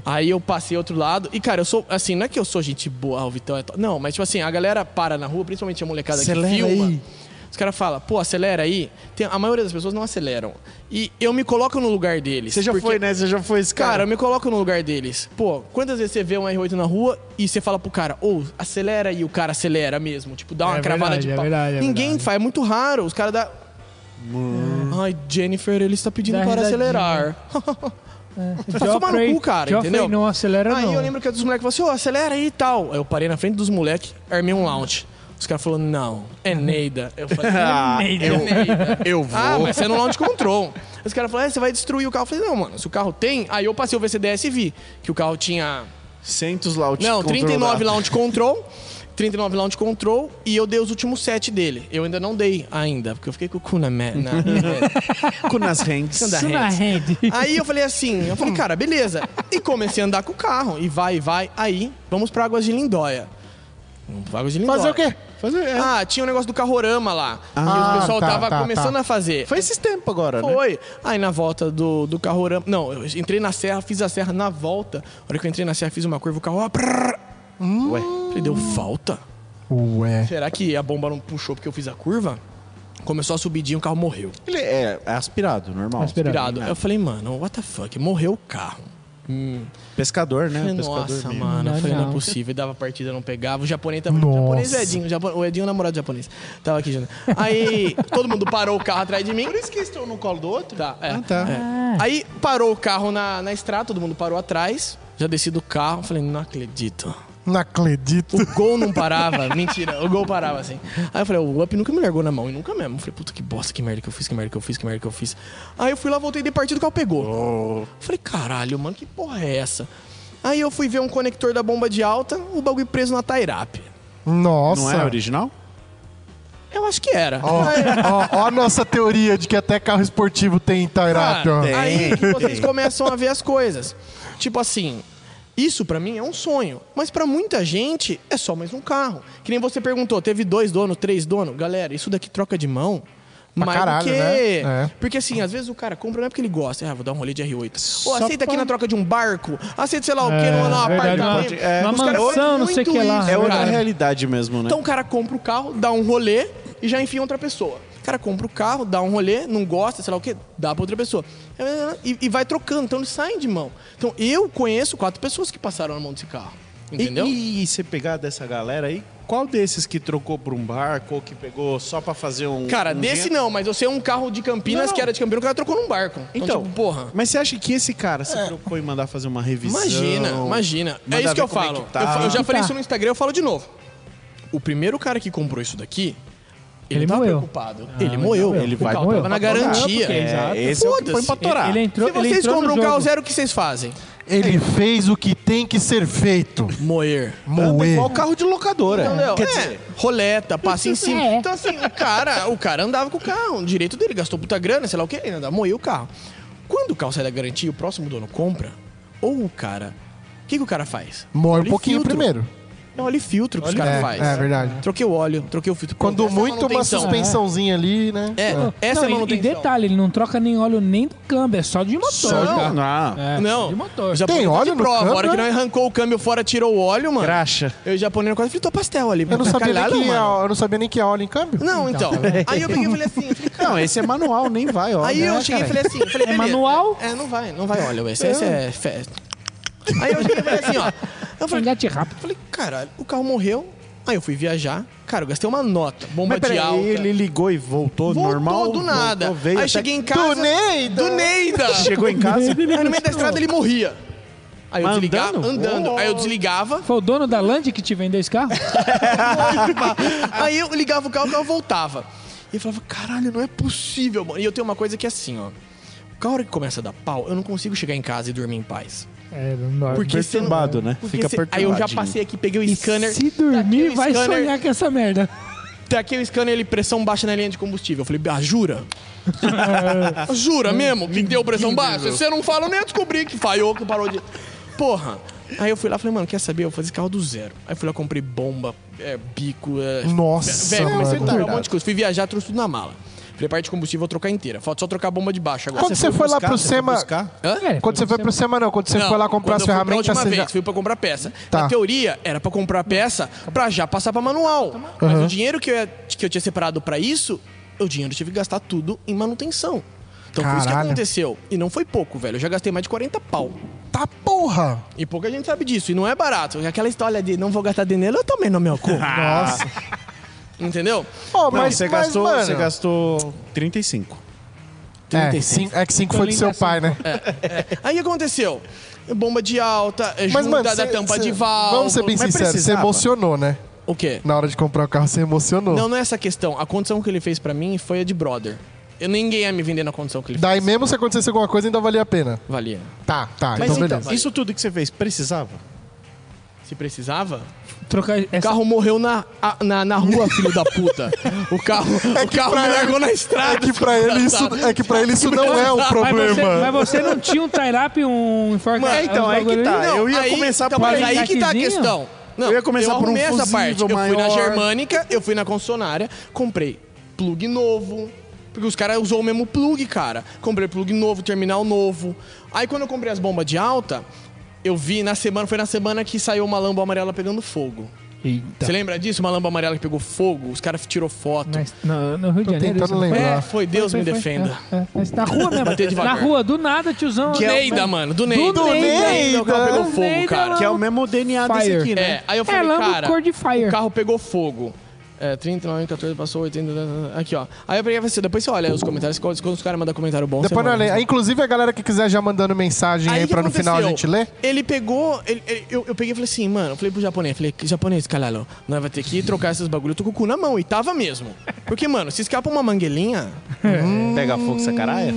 D: Aí eu passei outro lado. E, cara, eu sou. Assim, não é que eu sou gente boa, ah, o Vitão é. to- Não, mas, tipo assim, a galera para na rua, principalmente a molecada
B: Acelera
D: que filma.
B: aí.
D: Os caras falam, pô, acelera aí. Tem- a maioria das pessoas não aceleram. E eu me coloco no lugar deles.
B: Você já
D: porque-
B: foi, né? Você já foi esse
D: Cara,
B: cara.
D: eu me coloco no lugar deles. Pô, quantas vezes você vê um R8 na rua e você fala pro cara, ou acelera e o cara acelera mesmo. Tipo, dá uma
C: É
D: cravada
C: verdade,
D: de
C: é
D: pau.
C: verdade, é
D: Ninguém
C: verdade.
D: faz, é muito raro. Os caras dá. Ai, Jennifer, ele está pedindo
C: Dá
D: para
C: risadinha.
D: acelerar.
C: Joffrey-
D: Tá tomar no cu, cara,
C: Joffrey
D: entendeu?
C: não acelera,
D: Aí
C: não.
D: eu lembro que dos moleques falou assim, ô, acelera aí e tal. Aí eu parei na frente dos moleques, armei um launch. Os caras falaram, não, é Neida. Eu falei,
B: Ah,
D: é Neida.
B: eu vou.
D: Ah, mas você não launch control. Os caras falaram, é, você vai destruir o carro. Eu falei, não, mano, se o carro tem... Aí eu passei o VCDS e vi que o carro tinha...
B: Centos launch
D: Não,
B: control
D: 39
B: lá.
D: launch control. 39 launch control e eu dei os últimos 7 dele. Eu ainda não dei ainda, porque eu fiquei com o cu na merda.
B: Com nas rentes.
D: Isso
C: Isso na rede.
D: Aí eu falei assim, eu falei, cara, beleza. E comecei a andar com o carro. E vai, e vai. Aí, vamos pra Águas de Lindóia. Vamos pra Águas de Lindóia.
B: Fazer o quê? Fazer, é.
D: Ah, tinha um negócio do carrorama lá.
A: Ah,
D: que o pessoal
A: tá,
D: tava
A: tá,
D: começando
A: tá.
D: a fazer.
B: Foi esses tempos agora, né?
D: Foi. Aí na volta do, do carrorama... Não, eu entrei na serra, fiz a serra na volta. Na hora que eu entrei na serra, fiz uma curva, o carro... Ó, prrr. Hum.
B: Ué.
D: Falei, deu falta?
A: Ué.
D: Será que a bomba não puxou porque eu fiz a curva? Começou a subidinha, o carro morreu.
B: Ele é é aspirado, normal.
C: Aspirado.
D: Pirado. Eu falei, mano, what the fuck? Morreu o carro. Hum.
B: Pescador, né?
D: Falei,
B: Pescador
D: Nossa,
B: mesmo.
D: mano.
C: Não,
D: Eu falei, não é
C: não.
D: possível. E dava partida, não pegava. O japonês tava. O
A: Nossa.
D: japonês é Edinho. O, japo- o Edinho é o namorado do japonês. Tava aqui, Jana. Aí todo mundo parou o carro atrás de mim.
B: Por isso que estou no colo do outro?
D: Tá, é.
B: Ah, tá.
D: é. Aí parou o carro na, na estrada, todo mundo parou atrás. Já desci do carro. Falei, não acredito.
A: Não acredito.
D: O gol não parava. Mentira, o gol parava, assim. Aí eu falei, o Up nunca me largou na mão, e nunca mesmo. Eu falei, puta que bosta, que merda que eu fiz, que merda que eu fiz, que merda que eu fiz. Aí eu fui lá, voltei, dei partido, o carro pegou. Eu Falei, caralho, mano, que porra é essa? Aí eu fui ver um conector da bomba de alta, o bagulho preso na Tairap.
A: Nossa.
B: Não é original?
D: Eu acho que era.
A: Ó, ó, ó a nossa teoria de que até carro esportivo tem Tairap, ó.
D: Ah, aí que vocês
B: tem.
D: começam a ver as coisas. Tipo assim, isso pra mim é um sonho, mas pra muita gente é só mais um carro. Que nem você perguntou, teve dois donos, três donos. Galera, isso daqui troca de mão. mais do
A: caralho,
D: que-
A: né? É.
D: Porque assim, às vezes o cara compra não é porque ele gosta. Ah, vou dar um rolê de R8. Ou
B: Só
D: aceita aqui
B: pra-
D: na troca de um barco. Aceita, sei lá, o quê, num
C: verdade,
D: apartamento.
C: uma- É. uma
D: Os caras
C: mansão,
D: fazem
C: não sei
D: muito
C: o que lá.
D: isso,
B: É outra
D: cara.
B: realidade mesmo, né?
D: Então o cara compra o carro, dá um rolê e já enfia outra pessoa. O cara compra o carro, dá um rolê, não gosta, sei lá o quê, dá pra outra pessoa. E, e vai trocando, então eles saem de mão. Então eu conheço quatro pessoas que passaram na mão desse carro. Entendeu?
B: E, e você pegar dessa galera aí, qual desses que trocou por um barco ou que pegou só pra fazer um.
D: Cara,
B: um
D: desse
B: dinheiro?
D: não, mas eu sei um carro de Campinas
B: Não.
D: que era de Campinas, o cara trocou num barco. Então,
B: Então,
D: tipo, porra.
B: Mas você acha que esse cara se preocupou em mandar fazer uma revisão?
D: Imagina, imagina.
B: Mandar
D: é isso que
B: ver
D: eu
B: como É. é
D: falo.
B: que tá.
D: eu, fa- eu já falei
C: Tá.
D: isso no Instagram, eu falo de novo. O primeiro cara que comprou isso daqui, ele,
C: Ele
D: tava
C: moeu.
D: preocupado.
B: Ah,
D: ele moeu.
B: Ele
D: o
B: vai
D: carro
C: moeu.
D: tava na
C: Pra torar,
D: garantia.
C: porque, exato.
B: É, esse é o que põe
D: Foda-se.
B: pra torar.
C: Ele entrou,
D: Se
C: ele
D: vocês
C: entrou no
D: compram um
C: jogo.
D: carro zero, o que vocês fazem?
A: Ele fez o que tem que ser feito.
D: Moer.
B: Anda
A: Moer.
B: igual carro de locadora.
D: Entendeu?
B: Quer
D: É,
B: dizer,
D: roleta, passa em cima.
C: É.
D: Então, assim, o cara, o cara andava com o carro, um direito dele, gastou puta grana, sei lá o que, ele andava, moeu o carro. Quando o carro sai da garantia e o próximo dono compra, ou o cara. O que, que o cara faz?
A: Morre um
D: Ele
A: pouquinho
D: filtro.
A: primeiro.
D: É um óleo e filtro que os caras
A: é,
D: fazem.
A: é verdade.
D: Troquei o óleo, troquei o filtro.
A: Quando
D: Essa é
A: muito, uma
D: manutenção.
A: suspensãozinha ali, né?
D: É, essa é a
C: não, e- e
D: manutenção.
C: detalhe, ele não troca nem óleo nem do câmbio, é só de motor.
D: Só de-
C: cara.
B: Não.
C: É, só
D: Não,
C: de motor.
D: o japonês
A: Tem
D: tá de
A: óleo no
D: prova. A hora
A: câmbio?
D: que nós arrancou o câmbio fora, tirou o óleo, mano.
B: Graxa.
D: Eu e o japonês quase fritou pastel ali.
A: Eu não, sabia nem
D: Caralho,
A: que ia,
B: é,
D: mano.
A: eu não sabia nem que ia óleo em câmbio.
D: Não, então. Aí eu peguei e falei assim, eu falei, cara,
B: Não, esse é manual, nem vai, ó. né,
D: Aí eu cheguei e falei assim, eu falei,
C: É
D: beleza.
C: manual?
D: É, não vai, não vai, olha, esse, esse é festa. Aí eu cheguei e falei assim, ó. Eu falei,
C: Engate rápido.
D: falei, caralho, o carro morreu. Aí eu fui viajar, cara, eu gastei uma nota, bomba
B: Mas
D: de
B: peraí,
D: alta.
B: ele ligou e voltou,
D: Voltou
B: normal?
D: do nada.
B: Voltou, veio
D: aí
B: até-
D: cheguei em casa.
A: Do Neida.
D: Do Neida.
B: Chegou
A: Tá
B: em casa e
D: Aí no meio da estrada ele morria. Aí eu
B: Mas
D: desligava,
B: andando?
D: andando. Aí eu desligava,
C: Foi o dono da Land que te vendeu esse carro?
D: Aí eu ligava o carro, o carro voltava. E eu falava, caralho, não é possível, mano. E eu tenho uma coisa que é assim, ó. O carro a hora que começa a dar pau, eu não consigo chegar em casa e dormir em paz.
C: é, não
D: Porque você não-
B: perturbado, né?
D: porque
B: Fica
D: você- Aí
B: perturbado.
D: eu já passei aqui, peguei o scanner.
C: Se dormir,
D: Daquele
C: vai
D: scanner-
C: sonhar com essa merda.
D: Taquei o scanner, ele pressão baixa na linha de combustível. Eu falei, ah, jura? jura mesmo que deu pressão baixa? Você não fala, eu nem descobri que falhou, que parou de... Porra. Aí eu fui lá e falei, mano, quer saber? Eu vou fazer esse carro do zero. Aí fui lá, comprei bomba, é, bico, é,
A: Nossa,
D: Velho, comecei a
A: mano.
D: comprar um monte de coisa. Fui viajar, trouxe tudo na mala. Falei, parte de combustível, vou trocar inteira. Falta só trocar a bomba de baixo agora.
A: Quando você foi lá
B: Buscar,
A: pro
B: você foi
A: SEMA...
B: buscar?
C: É,
A: Quando você foi pro SEMA, não. Quando você
D: Não,
A: foi lá comprar as
D: quando eu fui pra
A: ferramentas...
D: última
A: você
D: vez,
A: já-
D: fui pra comprar peça.
A: Tá.
D: Na teoria, era pra comprar peça pra já passar pra manual. Mas o dinheiro que eu, ia- que eu tinha separado pra isso, o dinheiro eu tive que gastar tudo em manutenção. Então foi isso que
A: Caralho.
D: aconteceu. E não foi pouco, velho. Eu já gastei mais de 40 pau.
A: Tá porra!
D: E pouca gente sabe disso. E não é barato. Aquela história de não vou gastar dinheiro, eu também não me ocupo.
A: Nossa.
D: Entendeu?
A: Ó,
B: Não,
A: mas,
B: você,
A: mas,
B: gastou,
A: mano...
B: você gastou 35.
A: É, cinco- é que 5 foi do seu pai, né?
D: Aí o que aconteceu? Bomba de alta, é,
A: Mas,
D: junta
A: mano,
D: da, da
A: cê-
D: tampa
A: cê-
D: de válvula.
A: Vamos ser bem
B: mas
A: sinceros, você
B: precisava.
A: emocionou, né?
D: O quê?
A: Na hora de comprar o carro, você emocionou.
D: Não, não é essa questão. A condição que ele fez pra mim foi a de brother. Eu, ninguém ia me vender na condição que ele
A: Daí mesmo se acontecesse alguma coisa, ainda valia a pena.
D: fez. Valia.
A: Tá, tá,
D: Mas
A: então
D: então,
A: beleza.
D: vai.
B: Isso tudo que você fez, precisava?
D: Se precisava.
C: trocar
D: O
C: essa
D: carro morreu na, a- na, na rua, filho da puta. O carro, o carro me largou na estrada.
A: É que pra ele isso, é que pra ele isso não é um
C: Mas você, mas
A: problema.
C: você não tinha um tie-up, um enforcamento?
B: Mas, então,
D: é
B: aí que
C: Ah,
B: tá. eu ia começar
D: então,
B: por
D: mas
C: aí.
D: aí que tá a
C: Jaquezinho?
D: questão. Não,
B: Eu ia começar por um
D: arrumei essa
B: fusível
D: parte. Eu fui na
B: maior.
D: Germânica, eu fui na concessionária, comprei plug novo. Porque os caras usou o mesmo plug, cara. Comprei plug novo, terminal novo. Aí quando eu comprei as bombas de alta, eu vi na semana, foi na semana que saiu uma lamba amarela pegando fogo. Você lembra disso? Uma lamba amarela que pegou fogo, os caras tirou foto.
C: Mas, no, no Rio de
A: Tô
C: Janeiro.
A: tentando
C: isso não foi?
A: lembrar.
D: É, foi Deus
C: Foi,
D: me
C: foi,
D: defenda.
C: é, é. Mas na rua
D: Bater
C: mesmo. Na
D: devagar.
C: rua, do nada, tiozão.
D: Que é o Neida, mano. Do Neida.
C: Do
D: Neida. O carro pegou
C: Neida.
D: fogo,
C: Neida,
D: cara.
C: mano.
B: Que é o mesmo DNA
C: Fire.
B: desse aqui, né?
D: É, aí eu
C: É,
D: falei,
C: lama
D: cara,
C: cor de fire.
D: o carro pegou fogo. É, 39, 14, passou 80, aqui ó. Aí eu peguei e falei assim, depois você olha os comentários, quando quando os caras mandam comentário bom,
A: Depois
D: você
A: não
D: manda.
A: lê. Inclusive, a galera que quiser já mandando mensagem aí,
D: que
A: pra no final a gente
D: aconteceu?
A: ler.
D: Ele pegou, ele- ele- eu, eu peguei e falei assim, mano, eu falei pro japonês, falei, japonês, calalo, nós vai ter que trocar esses bagulho, eu tô com o cu na mão, e tava mesmo. Porque, mano, se escapa uma manguelinha,
B: Pega fogo, sacaraia.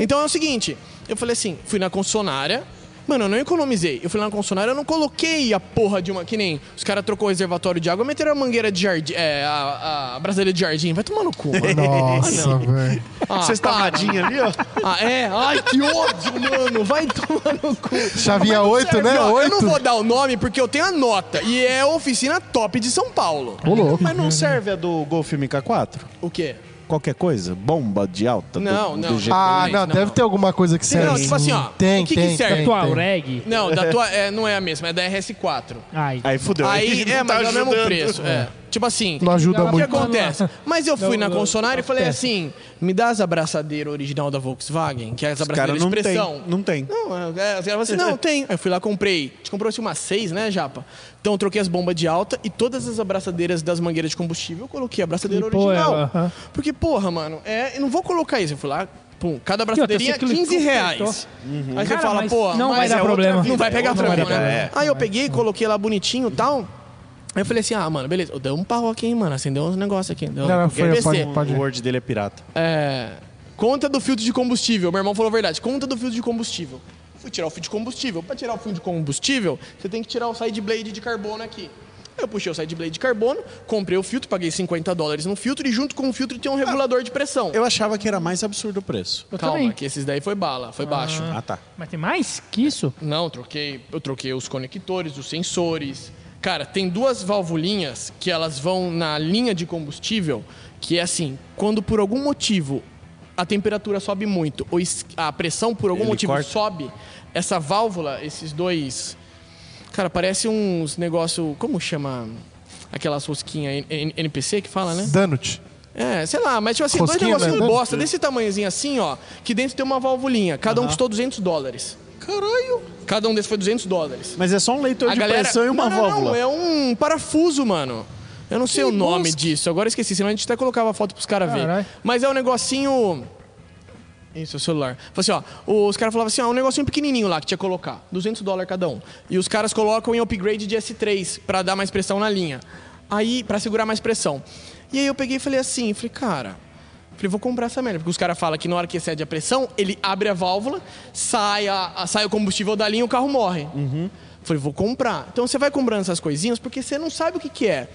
D: Então é o seguinte, eu falei assim, fui na concessionária. Mano, eu não economizei. Eu fui lá na concessionária, eu não coloquei a porra de uma. Que nem os caras trocou o reservatório de água, meteram a mangueira de jardim. É, a, a brasileira de jardim. Vai tomar no cu, mano.
A: Nossa, velho.
D: Ah,
B: Você está
D: para.
B: amadinha ali, ó.
D: Ah, é? Ai, que ódio, mano. Vai tomar no cu.
A: Chavinha
D: Mas não
A: 8,
D: serve,
A: né?
D: ó. Eu não
A: 8.
D: vou dar o nome porque eu tenho a nota. E é a oficina top de São Paulo.
B: Hum?
A: Ô, louco.
B: Mas não serve a do Golf MK4?
D: O quê?
B: Qualquer coisa? Bomba de alta? do-
D: Não,
B: do
D: não.
B: G-
A: Ah,
D: Japonês,
A: não,
D: não.
A: deve ter alguma coisa que serve.
D: não, tipo assim, ó,
A: Tem,
D: o que que
A: tem,
D: serve? né?
A: tem,
C: Tua
A: tem.
C: Aureg.
D: Não, da tua. é, não é a mesma, é da RS4.
C: Ai.
B: Aí fudeu.
D: Aí,
B: não
D: é,
B: tá
D: mas é o mesmo
B: ajudando.
D: preço. É. Tipo assim,
A: Não ajuda
C: Ela
D: o que
A: muito.
C: pegou-
D: acontece? Mas eu fui na
C: Não, não,
D: concessionária e
C: não,
D: falei
C: não.
D: assim: me dá as abraçadeiras original da Volkswagen, que é as
B: Os
D: abraçadeiras
B: caras
D: de
B: não tem.
D: pressão.
B: Não tem.
D: Não, é, é, os caras falam assim, não, tem. Aí eu fui lá, comprei. A gente comprou assim umas seis, né, Japa? Então eu troquei as bombas de alta e todas as abraçadeiras das mangueiras de combustível, eu coloquei a abraçadeira
C: E pô,
D: original.
C: ela, aham.
D: Porque, porra, mano, é, eu não vou colocar isso. Eu fui lá, pum, cada
C: outra,
D: abraçadeirinha,
C: você
D: 15 reais.
C: completou.
D: Aí você
C: Cara,
D: fala,
C: mas
D: pô,
C: não vai
D: mas
C: dar
D: é outra
C: problema.
D: vida, Não vai pegar
B: Não vai
D: frango,
B: dar
D: né?
B: problema.
D: Aí eu peguei, coloquei lá bonitinho e tal. Aí eu falei assim, ah, mano, beleza. Eu dei um pau aqui, hein, mano. Acendeu uns negócios aqui. Deu
A: Não, não, foi,
D: PVC.
A: pode-
B: O Word dele é pirata.
D: É, Conta do filtro de combustível. Meu irmão falou a verdade. Conta do filtro de combustível. Fui tirar o fio de combustível. Pra tirar o fio de combustível, você tem que tirar o side blade de carbono aqui. Eu puxei o side blade de carbono, comprei o filtro, paguei 50 dólares no filtro e junto com o filtro tem um regulador de pressão.
B: Eu achava que era mais absurdo o preço.
C: Eu
D: Calma,
C: também.
D: que esses daí foi bala, foi baixo.
B: Ah, tá.
C: Mas tem mais que isso?
D: Não, troquei. Eu troquei os conectores, os sensores. Cara, tem duas valvulinhas que elas vão na linha de combustível, que é assim, quando por algum motivo a temperatura sobe muito, ou es- a pressão por algum
B: Ele
D: motivo
B: corta.
D: sobe, essa válvula, esses dois. Cara, parece uns negócio. Como chama? Aquelas rosquinhas NPC que fala, né?
A: Danut.
D: É, sei lá, mas tipo assim, dois
A: Rosquinha,
D: negocinhos
A: né?
D: bosta, desse tamanhozinho assim, ó, que dentro tem uma valvulinha. Cada um custou 200 dólares.
B: Caralho.
D: Cada um desses foi 200 dólares.
B: Mas é só um leitor de pressão e uma
D: não, não,
B: válvula.
D: Não, é um parafuso, mano. Eu não sei o nome disso. Agora eu esqueci, senão a gente até colocava a foto pros caras verem.
C: Caralho.
D: Mas é um negocinho. Isso, é o celular. Falei assim, ó, os caras falavam assim, ó, um negocinho pequenininho lá que tinha que colocar, 200 dólares cada um. E os caras colocam em upgrade de S3 pra dar mais pressão na linha. Aí, pra segurar mais pressão. E aí eu peguei e falei assim, falei, cara, falei, vou comprar essa merda, porque os caras falam que na hora que excede a pressão, ele abre a válvula, sai a, a- sai o combustível da linha e o carro morre. Falei, vou comprar. Então você vai comprando essas coisinhas porque você não sabe o que que é.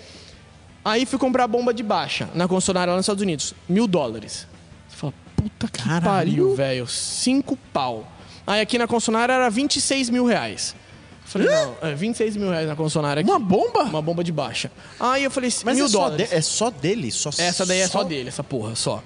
D: Aí fui comprar a bomba de baixa na concessionária lá nos Estados Unidos. Mil dólares. Você fala, puta que pariu, velho. Cinco pau. Aí aqui na concessionária era 26 mil reais. Eu Falei, não, é 26 mil reais na concessionária aqui.
B: Uma bomba?
D: Uma bomba de baixa. Aí eu falei,
B: Mas
D: mil
B: é, só
D: dólares.
B: de- é só dele? Só
D: Essa daí é só dele, essa porra, só.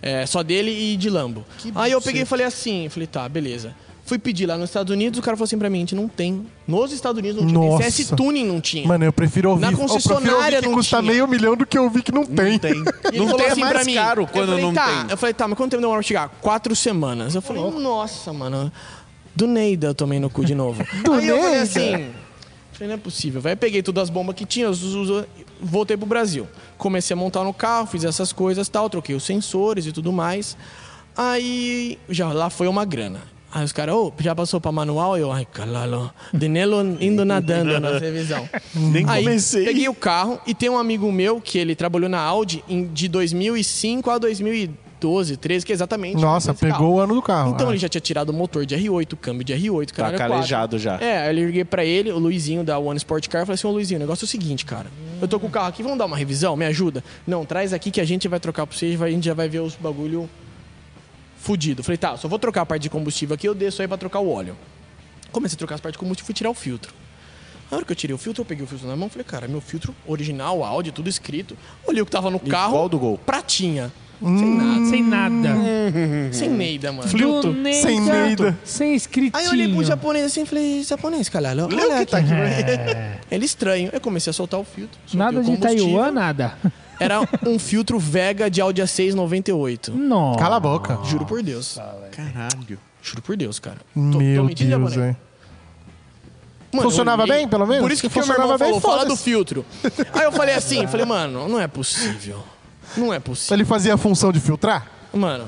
D: É, só dele e de Lambo. Aí eu peguei e falei assim, falei, tá, beleza. Fui pedir lá nos Estados Unidos, o cara falou assim pra mim, a gente não tem. Nos Estados Unidos não tinha.
A: Nossa.
D: SS Tuning não tinha.
A: Mano, eu prefiro ouvir.
D: Na
A: eu prefiro ouvir
D: concessionária
A: que
D: não
A: custa
D: tinha.
A: meio milhão do que ouvir que não tem.
B: Tem.
D: E ele
B: não
D: falou
B: tem é
D: assim
B: mais
D: pra mim.
B: caro
D: eu
B: quando
D: falei,
B: não
D: tá.
B: tem.
D: Eu falei, tá, mas quanto tempo demora pra chegar? Quatro semanas. Eu falei, nossa, mano. Do Neida eu tomei no cu de novo. Aí eu falei
A: Neida?
D: assim. Falei, não é possível. Vai, peguei todas as bombas que tinha, zu- zu- zu- voltei pro Brasil. Comecei a montar no carro, fiz essas coisas tal, troquei os sensores e tudo mais. Aí já lá foi uma grana. Aí os caras, ô, já passou pra manual? Eu, ai, calalo. Danilo indo nadando na revisão.
B: Nem
D: Aí
B: comecei.
D: peguei o carro e tem um amigo meu que ele trabalhou na Audi em- de 2005 a 2012, 13, que é exatamente.
A: Nossa,
D: esse carro.
A: pegou o ano do carro.
D: Então
A: Ah.
D: ele já tinha tirado o motor de R8, o câmbio de R8, o
B: Tá
D: cara.
B: calejado já.
D: É, aí eu liguei pra ele, o Luizinho da One Sport Car, eu falei assim: Ô Luizinho, o negócio é o seguinte, cara. Eu tô com o carro aqui, vamos dar uma revisão? Me ajuda? Não, traz aqui que a gente vai trocar pra vocês, vai- a gente já vai ver os bagulho fudido. Falei, tá, só vou trocar a parte de combustível aqui, eu desço aí pra trocar o óleo. Comecei a trocar as partes de combustível e fui tirar o filtro. Na hora que eu tirei o filtro, eu peguei o filtro na mão e falei, cara, meu filtro original, áudio, tudo escrito. Olhei o que tava no carro.
B: igual do Gol.
D: Pratinha.
C: Ah,
D: Hum,
C: Sem nada.
D: é, Sem Neida, mano.
C: Do
A: sem neida.
C: Sem escritinho.
D: Aí eu olhei pro japonês assim e falei, japonês, caralho, olha
B: Lê o que
D: aqui.
B: tá aqui.
D: Ele é estranho. Eu comecei a soltar o filtro. soltei
C: É. Nada
D: o
C: de
D: combustível.
C: Taiwan, nada.
D: Era um filtro Vega de Audi A698.
C: Nossa.
A: Cala a boca.
D: Juro por Deus.
B: Caralho.
D: Juro por Deus, cara. Tô- tô
A: Meu
D: mentindo,
A: Deus, é.
D: japonês?
A: velho.
D: Mano,
A: Funcionava
D: eu olhei.
A: bem, pelo menos?
D: Por isso que,
A: Se
D: que o meu irmão
A: funcionava bem,
D: falou, fala do
A: foda-se.
D: filtro. Aí eu falei assim, falei, mano, não é possível. Não é possível.
A: Ele fazia a função de filtrar?
D: Mano,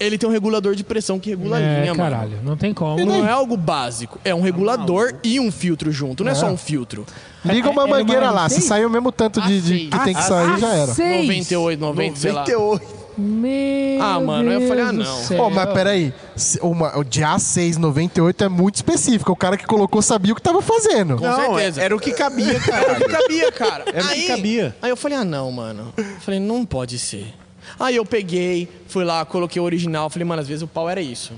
D: ele tem um regulador de pressão que regula a
C: É,
D: linha, mano.
C: caralho, Tá não tem como.
D: Não é algo básico, é um regulador e um filtro junto, não é só um filtro. É,
A: Liga uma
C: Era uma
A: mangueira lá, se
C: A6?
A: saiu o mesmo tanto de, de- que tem que sair, já era.
C: Seis.
D: 98, 90, sei lá.
B: 98.
C: Meu
D: Ah, mano, eu
C: Deus
D: falei, ah, não.
C: do céu.
A: Pô, mas peraí, se- uma, o de A698 é muito específico. O cara que colocou sabia o que tava fazendo.
D: Com
B: Não,
D: certeza.
B: era o que cabia,
D: Era o
B: cara.
D: que cabia, cara.
B: Era o que
D: aí,
B: cabia.
D: Aí eu falei, ah, não, mano. Eu falei, não pode ser. Aí eu peguei, fui lá, coloquei o original. Falei, mano, às vezes o pau era isso.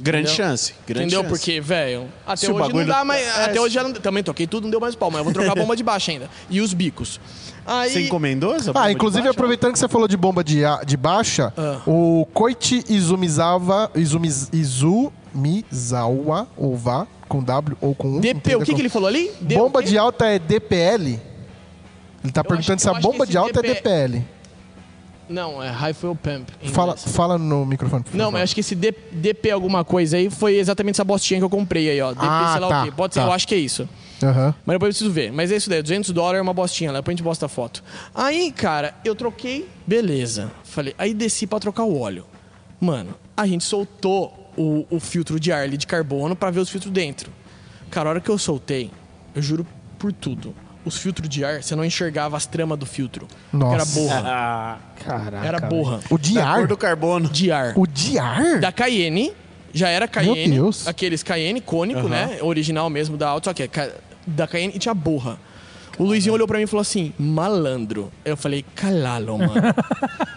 B: Grande
D: Entendeu?
B: chance. Grande
D: Entendeu?
B: chance.
D: Porque, velho, até
B: Se o
D: hoje
B: bagulho-
D: não dá mais.
B: É,
D: até
B: se-
D: hoje já não, também toquei tudo, não deu mais pau, mas eu vou trocar a bomba de baixo ainda. E os bicos. Aí.
B: Você encomendou essa bomba
A: Ah,
B: de
A: inclusive,
B: baixo?
A: aproveitando que você falou de bomba de, a- de baixa,
D: Ah.
A: o Koichi Izumizawa, Izumiz, Izumizawa, ou Vá, com W ou com U. Então,
D: DP, o que, que ele falou ali? D- o
A: Bomba
D: quê?
A: de alta é DPL? Ele tá perguntando
D: acho-
A: se
D: eu
A: a
D: acho que
A: bomba
D: esse
A: de alta é
D: DP
A: DPL.
D: Não, é High Fuel Pump. em
A: Fala,
D: inglês.
A: fala no microfone. por
D: Não,
A: favor.
D: mas acho que esse D- DP alguma coisa aí foi exatamente essa bostinha que eu comprei aí, ó. DP,
A: Ah,
D: sei lá
A: tá,
D: o quê. Pode ser,
A: tá.
D: eu acho que é isso.
A: Aham.
D: Mas depois eu preciso ver. Mas é isso daí, 200 dólares é uma bostinha, lá depois a gente posta a foto. Aí, cara, eu troquei, beleza. Falei, aí desci pra trocar o óleo. Mano, a gente soltou o, o filtro de ar ali de carbono pra ver os filtros dentro. Cara, a hora que eu soltei, eu juro por tudo. Os filtros de ar, você não enxergava as tramas do filtro. Porque Era
A: Nossa.
D: borra.
C: Caraca.
D: Era borra.
A: O de
B: A
A: ar?
B: cor do carbono.
D: De ar.
A: O de ar?
D: Da Cayenne. Já era Cayenne.
A: Deus.
D: Aqueles Cayenne cônico, né? Original mesmo da Auto. Só que é ca- da Cayenne e tinha borra. O Luizinho olhou pra mim e falou assim, malandro. Eu falei, calalo, mano.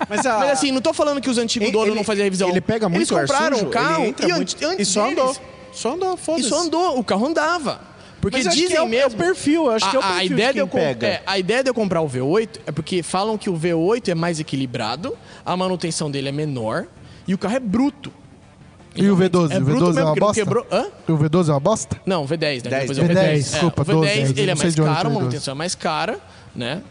B: Mas, a-
D: Mas assim, não tô falando que os antigos
B: Ele-
D: donos
B: ele-
D: não faziam revisão.
B: Ele pega muito
D: Eles compraram
B: ar sujo,
D: o carro
B: ele
D: e,
B: entra
D: an-
B: muito-
D: antes
B: e só
D: deles-
B: andou. Só andou,
D: E
B: foda-se.
D: só andou, o carro andava. Porque
B: Mas acho que
D: dizem
B: é o- é o
D: mesmo.
B: perfil, acho que é o perfil de
D: ideia de eu
B: quem
D: com-
B: pega.
D: é, a ideia de eu comprar o V8 é porque falam que o V8 é mais equilibrado, a manutenção dele é menor e o carro é bruto.
A: E o V12?
D: É
A: o
D: bruto
A: V12 é
D: mesmo,
A: uma
D: que não
A: bosta?
D: quebrou. Hã?
A: O V12 é uma bosta?
D: Não, V10, né?
B: Dez,
D: Depois é o
A: V10,
D: V10. É,
A: desculpa,
D: o V10
A: 12,
D: ele é
A: não sei
D: mais
A: de onde
D: caro, a
A: tirei
D: manutenção é mais cara, né?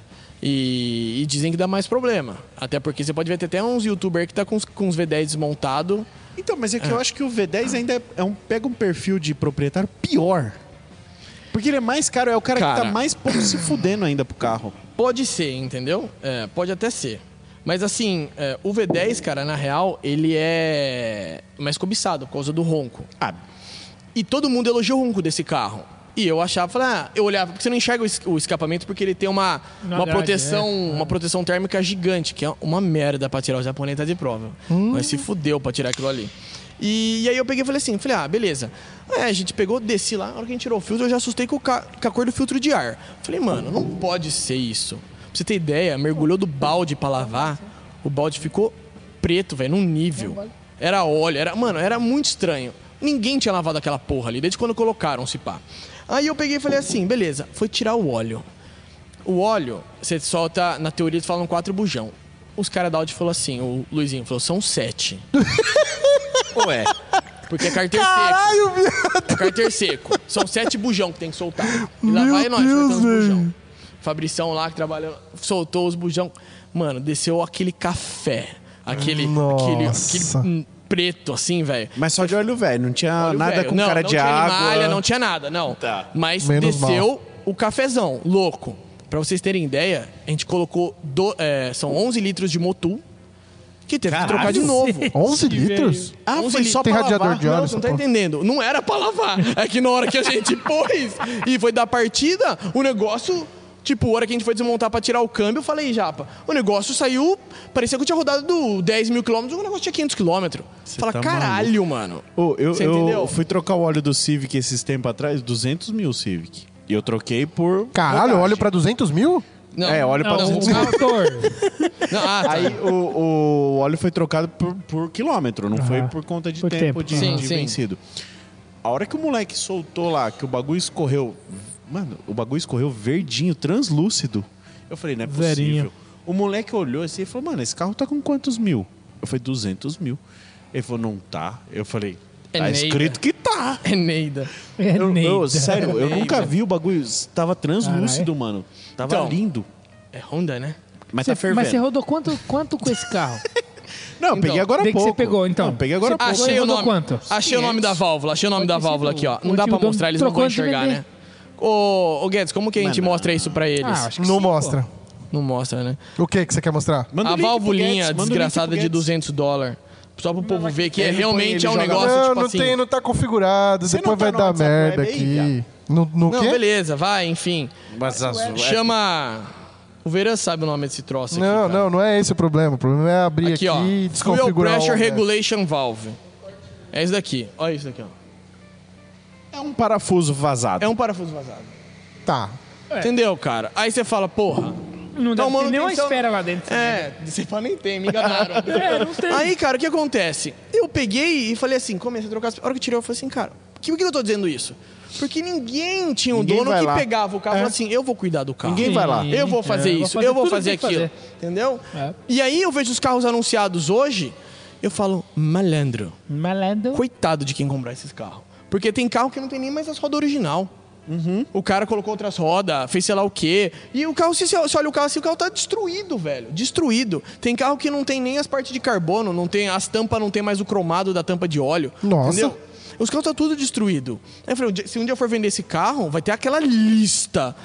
D: E, e dizem que dá mais problema. Até porque você pode ver tem até uns youtubers que tá com, os- com os V10 desmontados.
B: Então, mas é que eu acho que o V10 ainda é- é um, pega um perfil de proprietário pior. Porque ele é mais caro, é o cara, que
D: Cara.
B: tá mais pouco se fudendo ainda pro carro.
D: Pode ser, entendeu? É, pode até ser. Mas assim, é, o V10, cara, na real, ele é mais cobiçado por causa do ronco.
B: Ah,
D: E todo mundo elogiou o ronco desse carro. E eu achava, falava, ah, eu olhava, porque você não enxerga o es- o escapamento porque ele tem uma,
C: Na
D: uma
C: grade,
D: proteção,
C: é.
D: um, uma proteção térmica gigante, que é uma merda pra tirar o japonês tá de prova. Mas se fudeu pra tirar aquilo ali. E, e aí eu peguei e falei assim, falei, ah, beleza. É, a gente pegou, desci lá, na hora que a gente tirou o filtro, eu já assustei com, o ca- com a cor do filtro de ar. Falei, mano, não pode ser isso. Pra você ter ideia, mergulhou do balde pra lavar, o balde ficou preto, velho, num nível. Era óleo, era. Mano, era muito estranho. Ninguém tinha lavado aquela porra ali, desde quando colocaram, se pá. Aí eu peguei e falei assim, beleza, foi tirar o óleo. O óleo, você solta, na teoria eles falam quatro bujão. Os caras da Audi falou assim, o Luizinho falou, são sete. Ué, porque é cárter seco. É cárter seco. São sete bujão que tem que soltar. E lá vai nós, soltando os bujão. Fabrição lá que trabalha, soltou os bujão. Mano, desceu aquele café. Aquele, aquele,
A: Nossa.
D: aquele hum, preto assim, velho.
B: Mas só de olho velho, não tinha
D: Olha o
B: nada
D: velho.
B: com
D: não,
B: cara
D: não
B: de
D: tinha
B: água.
D: Animalha, não tinha nada, não.
B: Tá.
D: Mas
A: Menos
D: desceu o cafezão, louco. Pra vocês terem ideia, a gente colocou do- é, são 11 litros de Motul, que teve
B: Caralho.
D: que trocar de novo.
A: 11 litros?
B: Ah,
D: 11
B: foi
D: litros.
B: só
A: Tem
B: pra
A: radiador
B: lavar.
A: de óleo?
D: Não, você não tá entendendo. Não era pra lavar. É que na hora que a gente pôs e foi dar partida, o negócio. Tipo, a hora que a gente foi desmontar pra tirar o câmbio, eu falei, Japa, o negócio saiu. Parecia que eu tinha rodado do 10 mil quilômetros, o negócio tinha 500 quilômetros. Fala,
B: tá
D: caralho, mano.
B: Ô, eu,
D: Você
B: eu
D: entendeu?
B: fui trocar o óleo do Civic esses tempos atrás, 200 mil Civic. E eu troquei por.
A: Caralho, óleo pra 200 mil?
D: Não,
B: É, óleo pra
C: Não,
B: 200
C: o
B: mil.
C: motor.
D: Não, ah, tá.
B: Aí o, o óleo foi trocado por, por quilômetro, não foi
C: Aham.
B: por conta de
C: Por
B: tempo,
C: tempo.
B: de,
D: Sim,
B: de
D: sim.
B: vencido. A hora que o moleque soltou lá, que o bagulho escorreu. Mano, o bagulho escorreu verdinho, translúcido. Eu falei, não é possível.
C: Verinho.
B: O moleque olhou assim e falou, mano, esse carro tá com quantos mil? Eu falei, 200 mil. Ele falou, não tá. Eu falei,
D: É
B: tá
D: neida.
B: escrito que tá.
D: É Neida.
C: É
B: Eu- eu-
C: Neida.
B: sério, eu
D: Neida.
B: nunca vi o bagulho. Tava translúcido, mano. Tava
D: Então.
B: lindo.
D: É Honda, né?
B: Mas
C: Você-
B: tá fervendo.
C: mas você rodou quanto, quanto com esse carro?
B: Não, eu peguei agora há
C: Desde que
B: pouco.
C: você pegou, então.
B: Não, eu peguei agora há
C: Você
B: pouco.
D: Ah,
C: pegou
D: Achei
C: e
D: o
C: rodou
D: nome.
C: quanto?
D: Achei o nome da válvula, achei o nome da válvula aqui, ó. Não dá pra
C: Último
D: mostrar, eles
C: dono
D: não vão
C: trocou de
D: enxergar,
C: DVD.
D: né? Ô, ô Guedes, como que a gente
B: Mano.
D: mostra isso pra eles?
C: Ah, acho que
A: Não
C: sim,
A: mostra.
D: Não mostra, né?
A: O que que você quer mostrar?
B: Manda o
D: a
B: link pro
D: válvulinha
B: Guedes, manda o link pro
D: desgraçada de
B: Guedes.
D: 200 dólares. Só pro povo ver que é,
B: ele põe-
D: realmente
B: ele
D: é um
B: joga-
D: negócio,
A: não,
D: tipo
A: não
D: assim...
A: tem, não tá configurado.
B: Você
A: Depois
B: não tá
A: vai
B: no
A: dar
B: WhatsApp
D: é
A: merda
B: Web aí,
A: aqui. No, no
D: Não,
A: quê?
D: beleza, vai, enfim.
B: Mas as
D: Chama... O Veran sabe o nome desse troço aqui,
A: Não,
D: cara.
A: não, não é esse o problema. O problema é abrir aqui,
D: Aqui,
A: e
D: ó. Fuel
A: desconfigurar.
D: Pressure
A: o-
D: Regulation Valve. É isso daqui. Olha isso daqui, ó.
B: É um parafuso vazado.
D: É um parafuso vazado.
A: Tá.
D: Entendeu, cara? Aí você fala, porra.
C: Não deve
D: Então,
C: ter nenhuma
D: manutenção-
C: esfera lá dentro. né?
D: É, você fala, nem tem, me enganaram.
C: É, não tem.
D: Aí, cara, o que acontece? Eu peguei e falei assim, comecei a trocar as... A hora que eu tirei, eu falei assim, cara, que- por que eu tô dizendo isso? Porque ninguém tinha um
B: Ninguém
D: dono
B: vai
D: que
B: lá.
D: pegava o carro e falava assim, eu vou cuidar do carro.
B: Ninguém vai lá.
D: Eu vou fazer
C: É, eu vou
D: isso,
C: fazer
D: eu vou
C: tudo que
D: fazer
C: tem que
D: aquilo. Entendeu?
C: É.
D: E aí eu vejo os carros anunciados hoje, eu falo, malandro.
C: Malado.
D: Coitado de quem comprar esses carros. Porque tem carro que não tem nem mais as rodas original.
A: Uhum.
D: O cara colocou outras rodas, fez sei lá o quê. E o carro, se você você olha o carro assim, o carro tá destruído, velho. Destruído. Tem carro que não tem nem as partes de carbono, não tem as tampas, não tem mais o cromado da tampa de óleo.
A: Nossa.
D: Entendeu? Os carros tá tudo destruído. Aí eu falei, um dia- se um dia eu for vender esse carro, vai ter aquela lista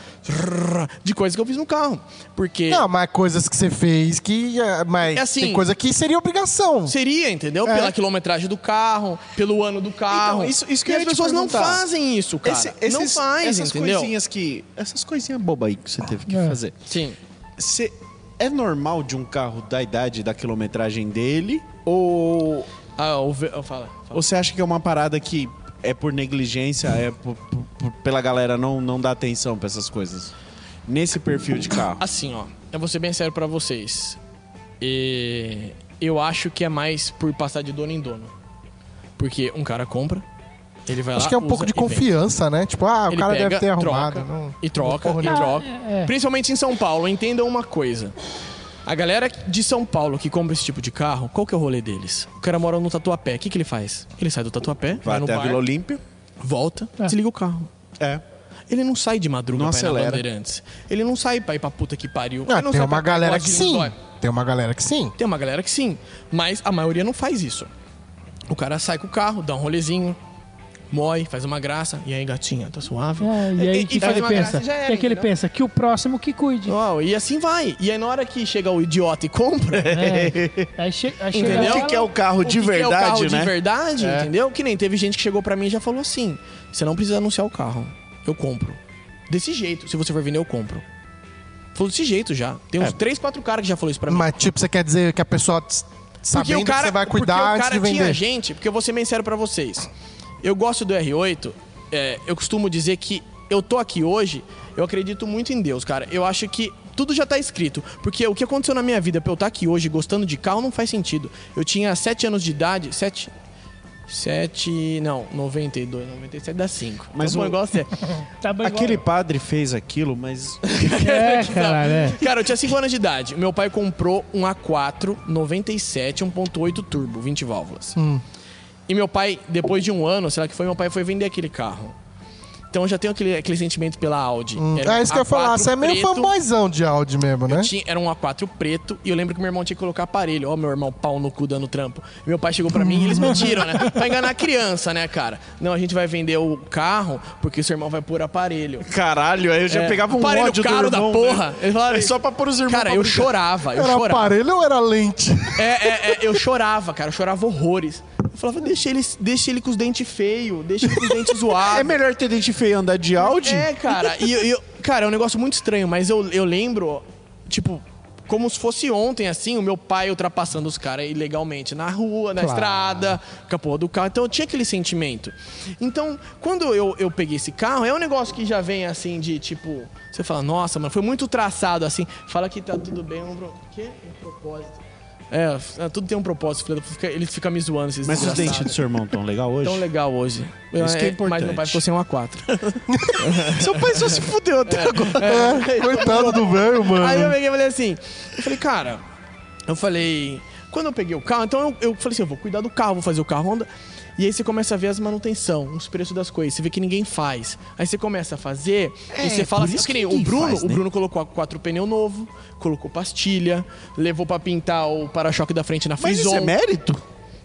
D: de coisas que eu fiz no carro. Porque
A: Não, mas coisas que você fez que. ah, Mas
D: É assim-
A: tem coisa que seria obrigação.
D: Seria, entendeu? Pela quilometragem do carro, pelo ano do carro.
B: É. Então, isso- isso que
D: e
B: eu
D: as
B: ia te
D: pessoas não
B: perguntar.
D: fazem isso, cara.
B: Esse-
D: não
B: esses-
D: faz,
B: essas
D: entendeu?
B: coisinhas que. Essas coisinhas bobas aí que você teve que fazer.
D: Sim.
B: Cê- é normal de um carro da idade, da quilometragem dele? Ou
D: Ah, o ve- fala, fala.
B: ou você acha que é uma parada que é por negligência, é por- por- por- pela galera não, não dar atenção pra essas coisas? Nesse perfil de carro.
D: Assim, ó, eu vou ser bem sério pra vocês. E eu acho que é mais por passar de dono em dono. Porque um cara compra, ele vai lá.
A: Acho que é um
D: usa
A: pouco de
D: e vende.
A: confiança, né? Tipo, ah, o
D: Ele
A: cara
D: pega,
A: deve ter arrumado.
D: troca,
A: não-
D: E troca,
A: porra
D: e
A: nenhuma.
D: troca.
C: é.
D: Principalmente em São Paulo, entendam uma coisa. A galera de São Paulo que compra esse tipo de carro, qual que é o rolê deles? O cara mora no Tatuapé, o que, que ele faz? Ele sai do Tatuapé, vai,
B: Vai
D: no
B: até a
D: bar,
B: Vila Olímpia.
D: volta,
C: É.
D: desliga o carro.
B: É.
D: Ele não sai de madruga
B: Não
D: pra ir na
B: acelera.
D: Bandeirantes. Ele não sai pra ir pra puta que pariu.
A: Ah,
D: Ele não
A: tem
D: sai
A: uma
D: pra
A: galera
D: Copa
A: que
D: de
A: sim.
D: Lisboa.
A: Tem uma galera que sim.
D: Tem uma galera que sim, mas a maioria não faz isso. O cara sai com o carro, dá um rolezinho, moe, faz uma graça. E aí, gatinha, tá suave?
C: É, e aí, que, que ele pensa?
D: já era,
C: E aí que ele
D: entendeu?
C: pensa? Que o próximo que cuide.
D: Ó, e assim vai. E aí na hora que chega o idiota e compra,
C: É. Aí, che aí chega
D: Entendeu?
C: lá,
B: O que, que é o carro de
D: o que que
B: verdade,
D: é o carro
B: né?
D: de verdade,
B: É.
D: entendeu? Que nem teve gente que chegou pra mim e já falou assim: você não precisa anunciar o carro, eu compro. Desse jeito, se você for vender, eu compro. Falou desse jeito já. Tem
B: É.
D: uns três, quatro caras que já falou isso pra mim.
A: Mas, tipo, você quer dizer que a pessoa t- sabendo que você vai cuidar
D: porque o
A: antes
D: cara
A: de
D: tinha
A: vender.
D: gente, porque eu vou ser bem sério pra vocês. Eu gosto do R8, é, eu costumo dizer que eu tô aqui hoje, eu acredito muito em Deus, cara. Eu acho que tudo já tá escrito. Porque o que aconteceu na minha vida pra eu estar aqui hoje gostando de carro não faz sentido. Eu tinha 7 anos de idade, 7. 7, não, 92, 97 dá 5.
B: Mas
D: o
B: o-
D: negócio é.
C: Tá bom igual.
B: Aquele padre fez aquilo, mas.
C: É,
D: tipo,
C: caralho, é.
D: Cara, eu tinha 5 anos de idade. Meu pai comprou um A4 97 1.8 turbo, 20 válvulas.
A: Hum.
D: E meu pai, depois de um ano, sei lá que foi, meu pai foi vender aquele carro. Então eu já tenho aquele, aquele sentimento pela Audi. Era um
A: É isso que eu ia falar.
D: A4
A: Você é meio
D: preto,
A: fanboyzão de Audi mesmo, né?
D: tinha- era um A4 preto e eu lembro que meu irmão tinha que colocar aparelho. Ó, meu irmão, pau no cu dando trampo. E meu pai chegou pra mim e
A: Hum.
D: eles mentiram, né? Pra enganar a criança, né, cara? Não, a gente vai vender o carro porque seu irmão vai pôr aparelho.
B: Caralho, aí eu já
D: É,
B: pegava um
D: aparelho
B: ódio
D: caro
B: do irmão,
D: da porra.
B: né?
D: Eles falaram,
B: É só pra pôr os irmãos.
D: Cara,
B: pra
D: eu
B: brigar.
D: chorava, eu
A: Era
D: chorava.
A: aparelho ou era lente?
D: É, é, é, eu chorava, cara, eu chorava horrores. Eu falava, deixa ele, deixa ele com os dentes feios, deixa ele com os dentes zoados.
B: É melhor ter dente feio e andar de Audi?
D: É, cara. E eu, eu- cara, é um negócio muito estranho, mas eu, eu lembro, tipo, como se fosse ontem, assim, o meu pai ultrapassando os caras ilegalmente na rua, na estrada, com a porra do carro. Então eu tinha aquele sentimento. Então, quando eu, eu peguei esse carro, é um negócio que já vem assim de tipo. Você fala, nossa, mano, foi muito traçado assim. Fala que tá tudo bem, um, pro... que? um propósito. É, f- tudo tem um propósito, filha da- fica- ele fica me zoando esses
B: Mas os
D: desgraçados.
B: dentes do seu irmão estão legal hoje?
D: Tão legal hoje.
B: Isso que é
D: Mas meu pai
B: importante.
D: ficou sem um A4.
B: Seu pai só se fudeu até agora.
A: É.
B: É.
A: Coitado do velho,
D: Aí eu
B: Uhum.
A: mano.
D: peguei e falei assim. Eu falei, cara, eu falei. Quando eu peguei o carro, então eu, eu falei assim: eu vou cuidar do carro, vou fazer o carro Honda. E aí você começa a ver as manutenção, os preços das coisas. Você vê que ninguém faz. Aí você começa a fazer
B: É,
D: e você fala assim: que nem o Bruno,
B: né?
D: o Bruno colocou quatro pneu novo, colocou pastilha, levou pra pintar o para-choque da frente na
B: Mas isso
D: Frison.
B: é mérito?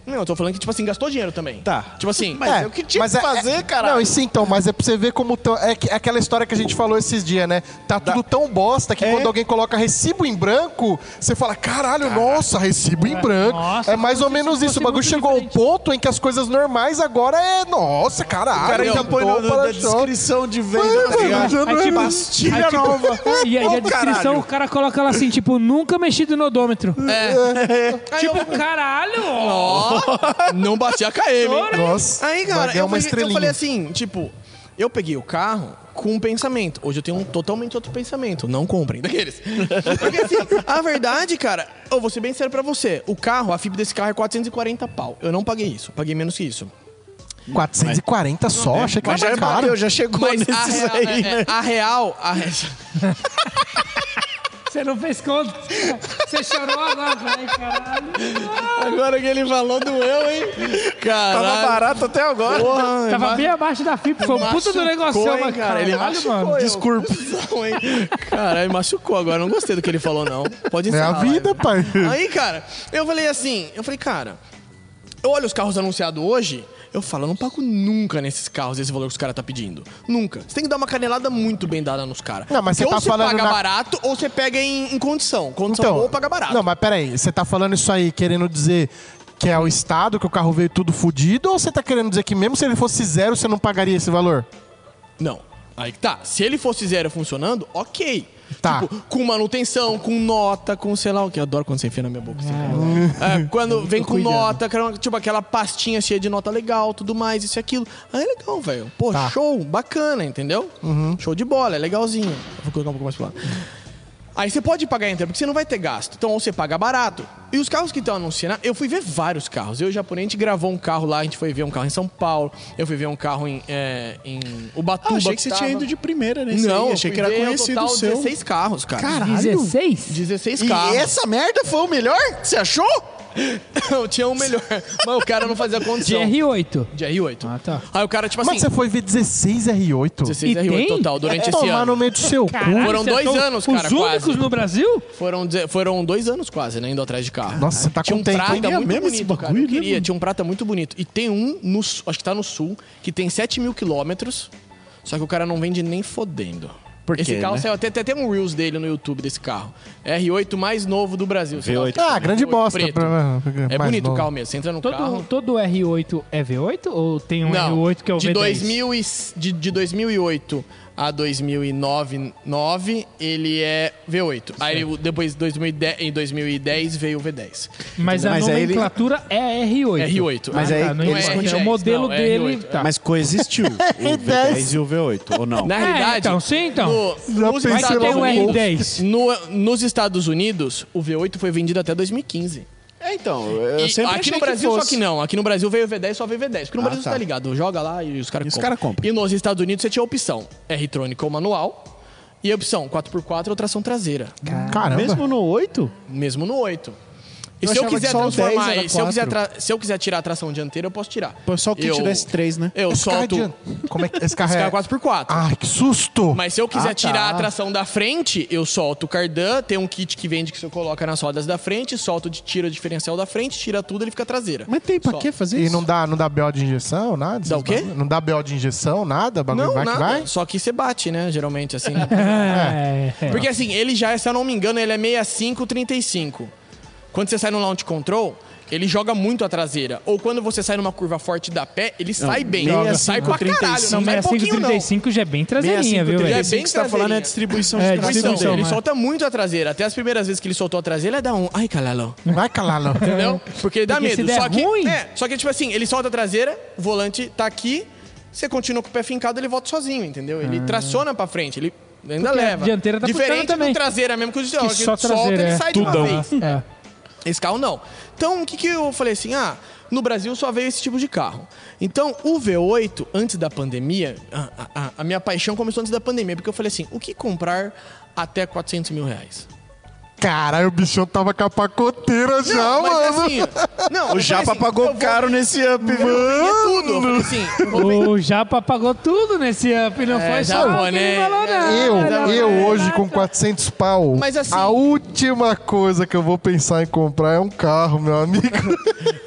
D: Não, eu tô falando que, tipo assim, gastou dinheiro também.
B: Tá.
D: Tipo assim.
B: Mas é o que tinha que fazer, caralho.
A: Não, isso então, mas é pra você ver como. tão- é, que- é aquela história que a gente falou esses dias, né? Tá tudo tão bosta que
B: É.
A: quando alguém coloca recibo em branco, você fala, caralho, nossa, recibo em branco.
C: Nossa,
A: é mais ou
C: como se
A: menos
C: isso
A: isso. O
C: fosse
A: bagulho
C: muito
A: chegou a um
C: diferente.
A: ponto em que as coisas normais agora é. Nossa, caralho.
B: O cara já
A: pintou
B: põe no- na
A: para-choque.
B: descrição de venda, tá
A: Mano,
B: ligado?
A: já não é
C: Aí, tipo,
B: Pastilha
C: aí, tipo,
B: nova.
C: E aí
B: Ô,
C: a descrição,
B: caralho.
C: o cara coloca lá assim, tipo, nunca mexido no odômetro. Tipo, caralho! ó.
D: Não bati a KM. hein?
A: Nossa, vai
D: Aí, cara,
B: é
A: ganhar
D: eu,
A: uma
D: falei- eu
A: estrelinha.
D: falei assim, tipo, eu peguei o carro com um pensamento. Hoje eu tenho um totalmente outro pensamento. Não comprem daqueles. Porque assim, a verdade, cara, eu vou ser bem sério pra você. O carro, a FIP desse carro é 440 pau. Eu não paguei isso, eu paguei menos que isso.
A: 440 só,
D: né?
A: achei que
B: Mas já
A: era
B: é
A: caro.
B: bateu, já chegou
D: Mas a
B: nesses
D: real,
B: aí,
D: é, é,
B: né?
D: a real, a real,
C: Você não fez conta. Você chorou agora, ai, caralho.
D: Agora que ele falou doeu, hein? Caralho.
B: Tava barato até agora.
D: Porra,
C: Tava
D: vai-
C: bem abaixo da FIP, foi um puta
D: Machucou,
C: do negócio,
D: hein,
C: mas
D: cara? Ele
C: caralho,
D: machucou,
C: mano.
D: eu.
A: Desculpa.
D: Não, hein? Caralho, machucou agora. Não gostei do que ele falou, não. Pode
A: É
D: encerrar.
A: a vida,
D: live.
A: pai.
D: Aí, cara, eu falei assim, eu falei, cara, eu olho os carros anunciados hoje, eu falo, eu não pago nunca nesses carros esse valor que os caras tá pedindo. Nunca. Você tem que dar uma canelada muito bem dada nos caras.
A: Não, mas
D: Porque
A: você tá
D: ou você
A: falando
D: paga
A: na-
D: barato ou você pega em, em condição. Condição boa ou paga barato.
A: Então, Não, mas peraí, você tá falando isso aí querendo dizer que é o Estado, que o carro veio tudo fudido, ou você tá querendo dizer que mesmo se ele fosse zero, você não pagaria esse valor?
D: Não. Aí que tá. Se ele fosse zero funcionando, ok.
A: Tá.
D: Tipo, com manutenção, com nota, com sei lá o que. Eu adoro quando você enfia na minha boca. assim, cara. É, quando vem com nota, cara, tipo aquela pastinha cheia de nota legal, tudo mais, isso e aquilo. Aí é legal, velho. Pô, show, bacana, entendeu? Show de bola, é legalzinho. Eu Vou colocar um pouco mais pro lado. Aí você pode pagar inteiro, porque você não vai ter gasto. Então, ou você paga barato. E os carros que estão anunciando, eu fui ver vários carros. Eu e o japonês, a gente gravou um carro lá, a gente foi ver um carro em São Paulo, eu fui ver um carro em, é, em Ubatuba.
B: Ah, achei que você
D: tava.
B: tinha ido de primeira nesse
D: Não,
B: aí.
D: eu fui
B: Achei que era
D: ver
B: conhecido
D: ao
B: o
D: total
B: seu.
D: 16 carros, cara.
C: 16?
D: 16
B: E
D: carros.
B: essa merda foi o melhor? Você achou?
D: Eu tinha um melhor. Mas o cara não fazia condição.
C: GR8.
D: De R8.
C: Ah, tá.
D: Aí o cara, tipo
A: Mas
D: assim,
A: você foi ver 16 R8?
D: 16
C: E
D: R8
C: tem?
D: total
B: É,
D: durante esse
A: Tomar no
D: ano.
A: meio do seu cu.
C: Caralho,
D: Foram
C: você
D: dois
C: tão-
D: anos, cara,
C: Os únicos
D: quase.
C: no Brasil?
D: Foram, de- foram dois anos quase, né? Indo atrás de carro.
A: Nossa, você tá
D: Tinha um
A: contente, hein?
D: prata
B: É
D: muito
B: mesmo esse
D: bonito, cara.
B: bagulho,
D: Eu
B: né,
D: queria,
B: mano?
D: tinha um prata muito bonito. E tem um, no, su- acho que tá no sul, que tem 7 mil quilômetros, só que o cara não vende nem fodendo.
B: Por
D: Esse
B: quê,
D: carro
B: né?
D: saiu até, até tem um Reels dele no YouTube desse carro. R8 mais novo do Brasil. sei lá.
B: V8.
A: Ah, grande
D: V8
A: bosta.
D: é preto.
A: pra-
D: É
A: mais
D: bonito o
A: novo.
D: carro mesmo. Você entra no
C: Todo,
D: carro.
C: todo R8 é V8? Ou tem um
D: Não,
C: R8 que é o
D: de,
C: V10?
D: 2000 e, de, de 2008 a 2009, 9, ele é V8. Aí ele- depois, 2010 em 2010, veio o V10.
C: Mas a
B: Mas aí ele-
C: nomenclatura é R8.
D: R8.
B: Mas aí
C: não
B: eles
C: é, é
D: continuam-
C: o modelo
D: não, é
C: dele.
D: R8, é.
C: tá.
B: Mas coexistiu o V10 e o V8, ou não?
D: Na
C: É,
D: realidade...
C: então, sim, então.
A: Já
D: nos
A: pensei
C: Mas
D: Estados
C: tem um
D: Unidos,
C: R10.
D: no- nos Estados Unidos, o V8 foi vendido até 2015.
B: É É, então. Eu
D: E
B: sempre
D: aqui
B: achei
D: no Brasil,
B: que
D: só que
B: fosse.
D: não. Aqui no Brasil veio V10, só veio V10. Porque no
B: Ah,
D: Brasil você
B: tá.
D: tá ligado, joga lá e os caras
B: E os
D: compram.
B: cara compra.
D: E nos Estados Unidos você tinha a opção R-Tronic ou manual. E a opção 4x4 ou tração traseira.
A: Caramba.
B: Mesmo no 8?
D: Mesmo no 8. E
B: Eu
D: se eu
B: achava que
D: quiser
B: só o 10
D: transformar.
B: era
D: Se eu quiser,
B: quatro.
D: tra- se eu quiser tirar a tração dianteira, eu posso tirar.
B: Pô, só o kit
D: eu...
B: da S3, né?
D: Eu
A: Esse carro é
D: solto.
A: de- Como é que esse carro
D: Esse
A: é?
D: carro é 4x4.
A: Ai, que susto!
D: Mas se eu quiser
B: Ah, tá.
D: tirar a tração da frente, eu solto o cardan, tem um kit que vende que você coloca nas rodas da frente, solto de tira o diferencial da frente, tira tudo, ele fica traseira.
B: Mas tem pra
D: Só.
B: que fazer
A: E
B: isso?
A: não dá, não dá BO de injeção, nada?
D: Dá o quê?
A: Não dá BO de injeção, nada? Bagulho
D: Não,
A: vai
D: nada.
A: que vai?
D: Só que você bate, né? Geralmente, assim.
B: ah.
C: É, é.
D: Porque assim, ele já, se eu não me engano, ele é 65-35. Quando você sai no launch control, ele joga muito a traseira. Ou quando você sai numa curva forte da pé, ele sai bem.
B: meia,
D: sai
B: cinco,
D: pra caralho.
C: Não,
D: não sai pouquinho, não.
C: 65 já é bem traseirinha, viu,
B: 65,
C: velho?
D: 35.
B: que você tá
D: traseirinha.
B: falando é distribuição de
C: É,
B: tração.
C: distribuição.
D: Então, ele
C: né?
D: solta muito a traseira. Até as primeiras vezes que ele soltou a traseira, ele dá um. Ai, calalo.
A: Vai calar, não.
D: Entendeu? Porque dá
C: É. Porque se
D: medo.
C: der
D: só que,
C: ruim-
D: É, só que, tipo assim, ele solta a traseira, o volante tá aqui, você continua com o pé fincado, ele volta sozinho, entendeu? Ele traciona pra frente, ele ainda
C: Ah. Porque a
D: leva.
C: dianteira tá
D: Diferente
C: puxando também.
D: do traseira mesmo, que, o que
C: só
D: solta,
C: traseira,
D: ele
C: é.
D: sai de uma
B: Tudão.
D: vez.
C: É.
D: Esse carro não. Então, o que, que eu falei assim? Ah, no Brasil só veio esse tipo de carro. Então, o V8, antes da pandemia, a, a- a- a minha paixão começou antes da pandemia, porque eu falei assim, o que comprar até 400 mil reais?
A: Caralho, o bichão tava com a pacoteira já,
D: mas
A: mano.
D: assim, não, eu
B: O
D: falei
B: Japa
D: assim,
B: pagou
D: eu vou-
B: caro nesse up, mano.
D: Vender tudo. Eu falei assim,
C: é
D: eu vou vender
C: O Japa pagou tudo nesse up, não
D: É,
C: foi só
D: Japa,
C: o que ele
D: né?
C: falou, não.
B: É,
A: Eu,
D: não,
A: eu hoje com 400 pau,
D: Mas assim-
A: a última coisa que eu vou pensar em comprar é um carro, meu amigo.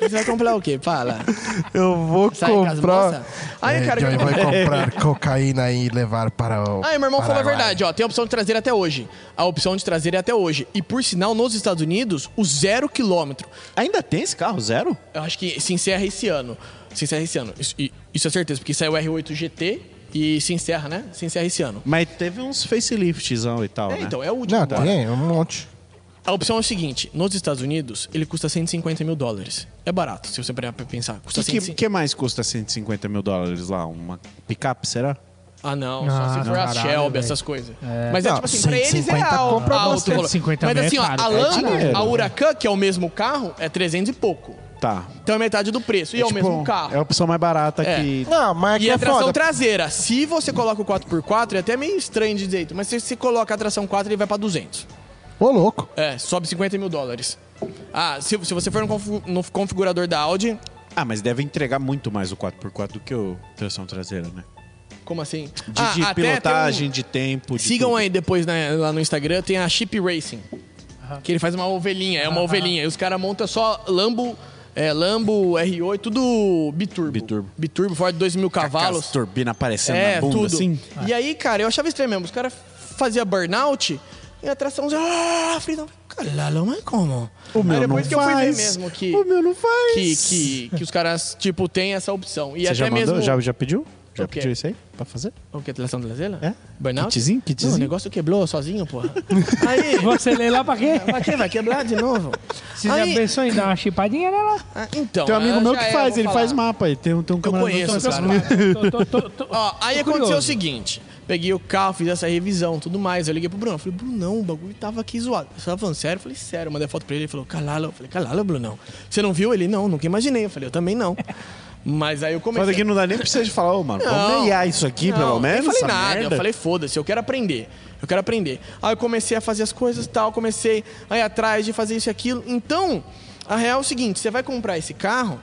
D: Você vai comprar o quê? Fala.
A: Eu vou
D: Sai com as
A: comprar.
D: moças? Aí, cara,
A: Johnny
D: que-
A: vai comprar cocaína e levar para o.
D: Aí, meu irmão falou a
A: Paraguai.
D: verdade, ó. Tem a opção de traseira até hoje. A opção de traseira é até hoje. E por sinal, nos Estados Unidos, o zero quilômetro.
B: Ainda tem esse carro, zero?
D: Eu acho que se encerra esse ano. Se encerra esse ano. Isso, e- isso é certeza, porque saiu o R8 GT e se encerra, né? Se encerra esse ano.
B: Mas teve uns faceliftzão e tal,
D: É,
B: né?
D: então, é o último.
A: Não,
D: agora.
A: tem um monte.
D: A opção é o seguinte: nos Estados Unidos, ele custa 150 mil dólares. É barato, se você parar pra pensar. Custa
B: O que,
D: 150.
B: que mais custa 150 mil dólares lá? Uma picape, será?
D: Ah, não,
C: Ah,
D: só se for a
C: caralho,
D: Shelby,
C: velho.
D: essas coisas. Mas é
A: Não,
D: tipo assim, pra eles é
A: 150
D: alto.
A: compra
D: alto
C: bastante,
D: valor.
C: 150
D: Mas
C: mã é
D: assim, ó,
C: caro,
D: a
C: é
D: Land,
B: dinheiro,
D: a
B: né?
D: Huracan, que é o mesmo carro, é 300 e pouco.
B: Tá.
D: Então é metade do preço. E é, o
B: Tipo,
D: mesmo carro.
B: É a opção mais barata
D: É.
B: que.
A: Não, mas
D: E
A: é
D: a
A: que é
D: tração
A: foda.
D: traseira, se você coloca o 4x4, é até meio estranho de jeito, mas se você coloca a tração 4, ele vai pra 200.
A: Ô, louco.
D: É, sobe 50 mil dólares. Ah, se, se você for no, confu- no configurador da Audi,
B: Ah, mas deve entregar muito mais o 4x4 do que o tração traseira, né?
D: como assim?
B: De,
D: Ah, até tem
B: de
D: um-
B: pilotagem, de tempo. de
D: Sigam
B: tudo.
D: aí depois né, lá no Instagram, tem a Chip Racing. Que ele faz uma ovelhinha, é uma ovelhinha. E os caras montam só Lambo, é, Lambo R8, tudo biturbo.
B: Biturbo.
D: Biturbo, Ford 2000
B: Cavalos.
D: cavalos.
B: turbina aparecendo
D: É,
B: na bunda,
D: tudo.
B: assim.
D: E aí, cara, eu achava estranho mesmo. Os caras faziam burnout e a tração... Ah, fritão. Caralho, mas é como?
B: O meu
D: aí depois
B: não
D: que eu fui ver
B: faz.
D: mesmo que...
B: O meu não faz.
D: que, que, que os caras, tipo, tem essa opção. E
B: Você
D: até
B: já mandou?
D: mesmo...
B: Já, já pediu? Já
D: O quê?
B: pediu isso aí pra fazer?
D: O que? Tração traseira?
B: É?
D: Burnout?
B: Kitzinho, kitzinho.
D: Não, o negócio quebrou sozinho, porra. aí...
C: Você lê lá pra quê?
D: Mas quem vai quebrar de novo?
C: Você já
D: Aí-
C: pensou em dar uma chipadinha nela?
D: Ah, Então,
B: Tem um amigo
D: ah,
B: meu
D: já
B: que
D: é,
B: faz,
D: vou
B: ele
D: falar.
B: faz mapa. Ele tem, um- tem um camarada
D: conheço,
B: meu que faz
D: cara.
B: mapa.
C: Tô- tô- tô- tô-
D: Ó, aí
C: tô
D: aconteceu
C: curioso.
D: o seguinte: peguei o carro, fiz essa revisão, tudo mais. Eu liguei pro Bruno, falei, Brunão, o bagulho tava aqui zoado. Você tava falando sério? Eu falei, sério. Eu mandei foto pra ele, ele falou, calala. Eu falei, calala, Brunão. Você não viu? Ele, não, nunca imaginei. Eu falei, eu também não. Mas aí eu
B: Mas
D: comecei.
B: aqui não dá nem pra você falar, ô, mano, vamos
D: Não.
B: meiar isso aqui,
D: Não,
B: pelo menos.
D: Eu falei
B: essa
D: nada,
B: merda.
D: eu falei, foda-se, eu quero aprender. Eu quero aprender. Aí eu comecei a fazer as coisas e tal, comecei a ir atrás de fazer isso e aquilo. Então, a real é o seguinte: você vai comprar esse carro,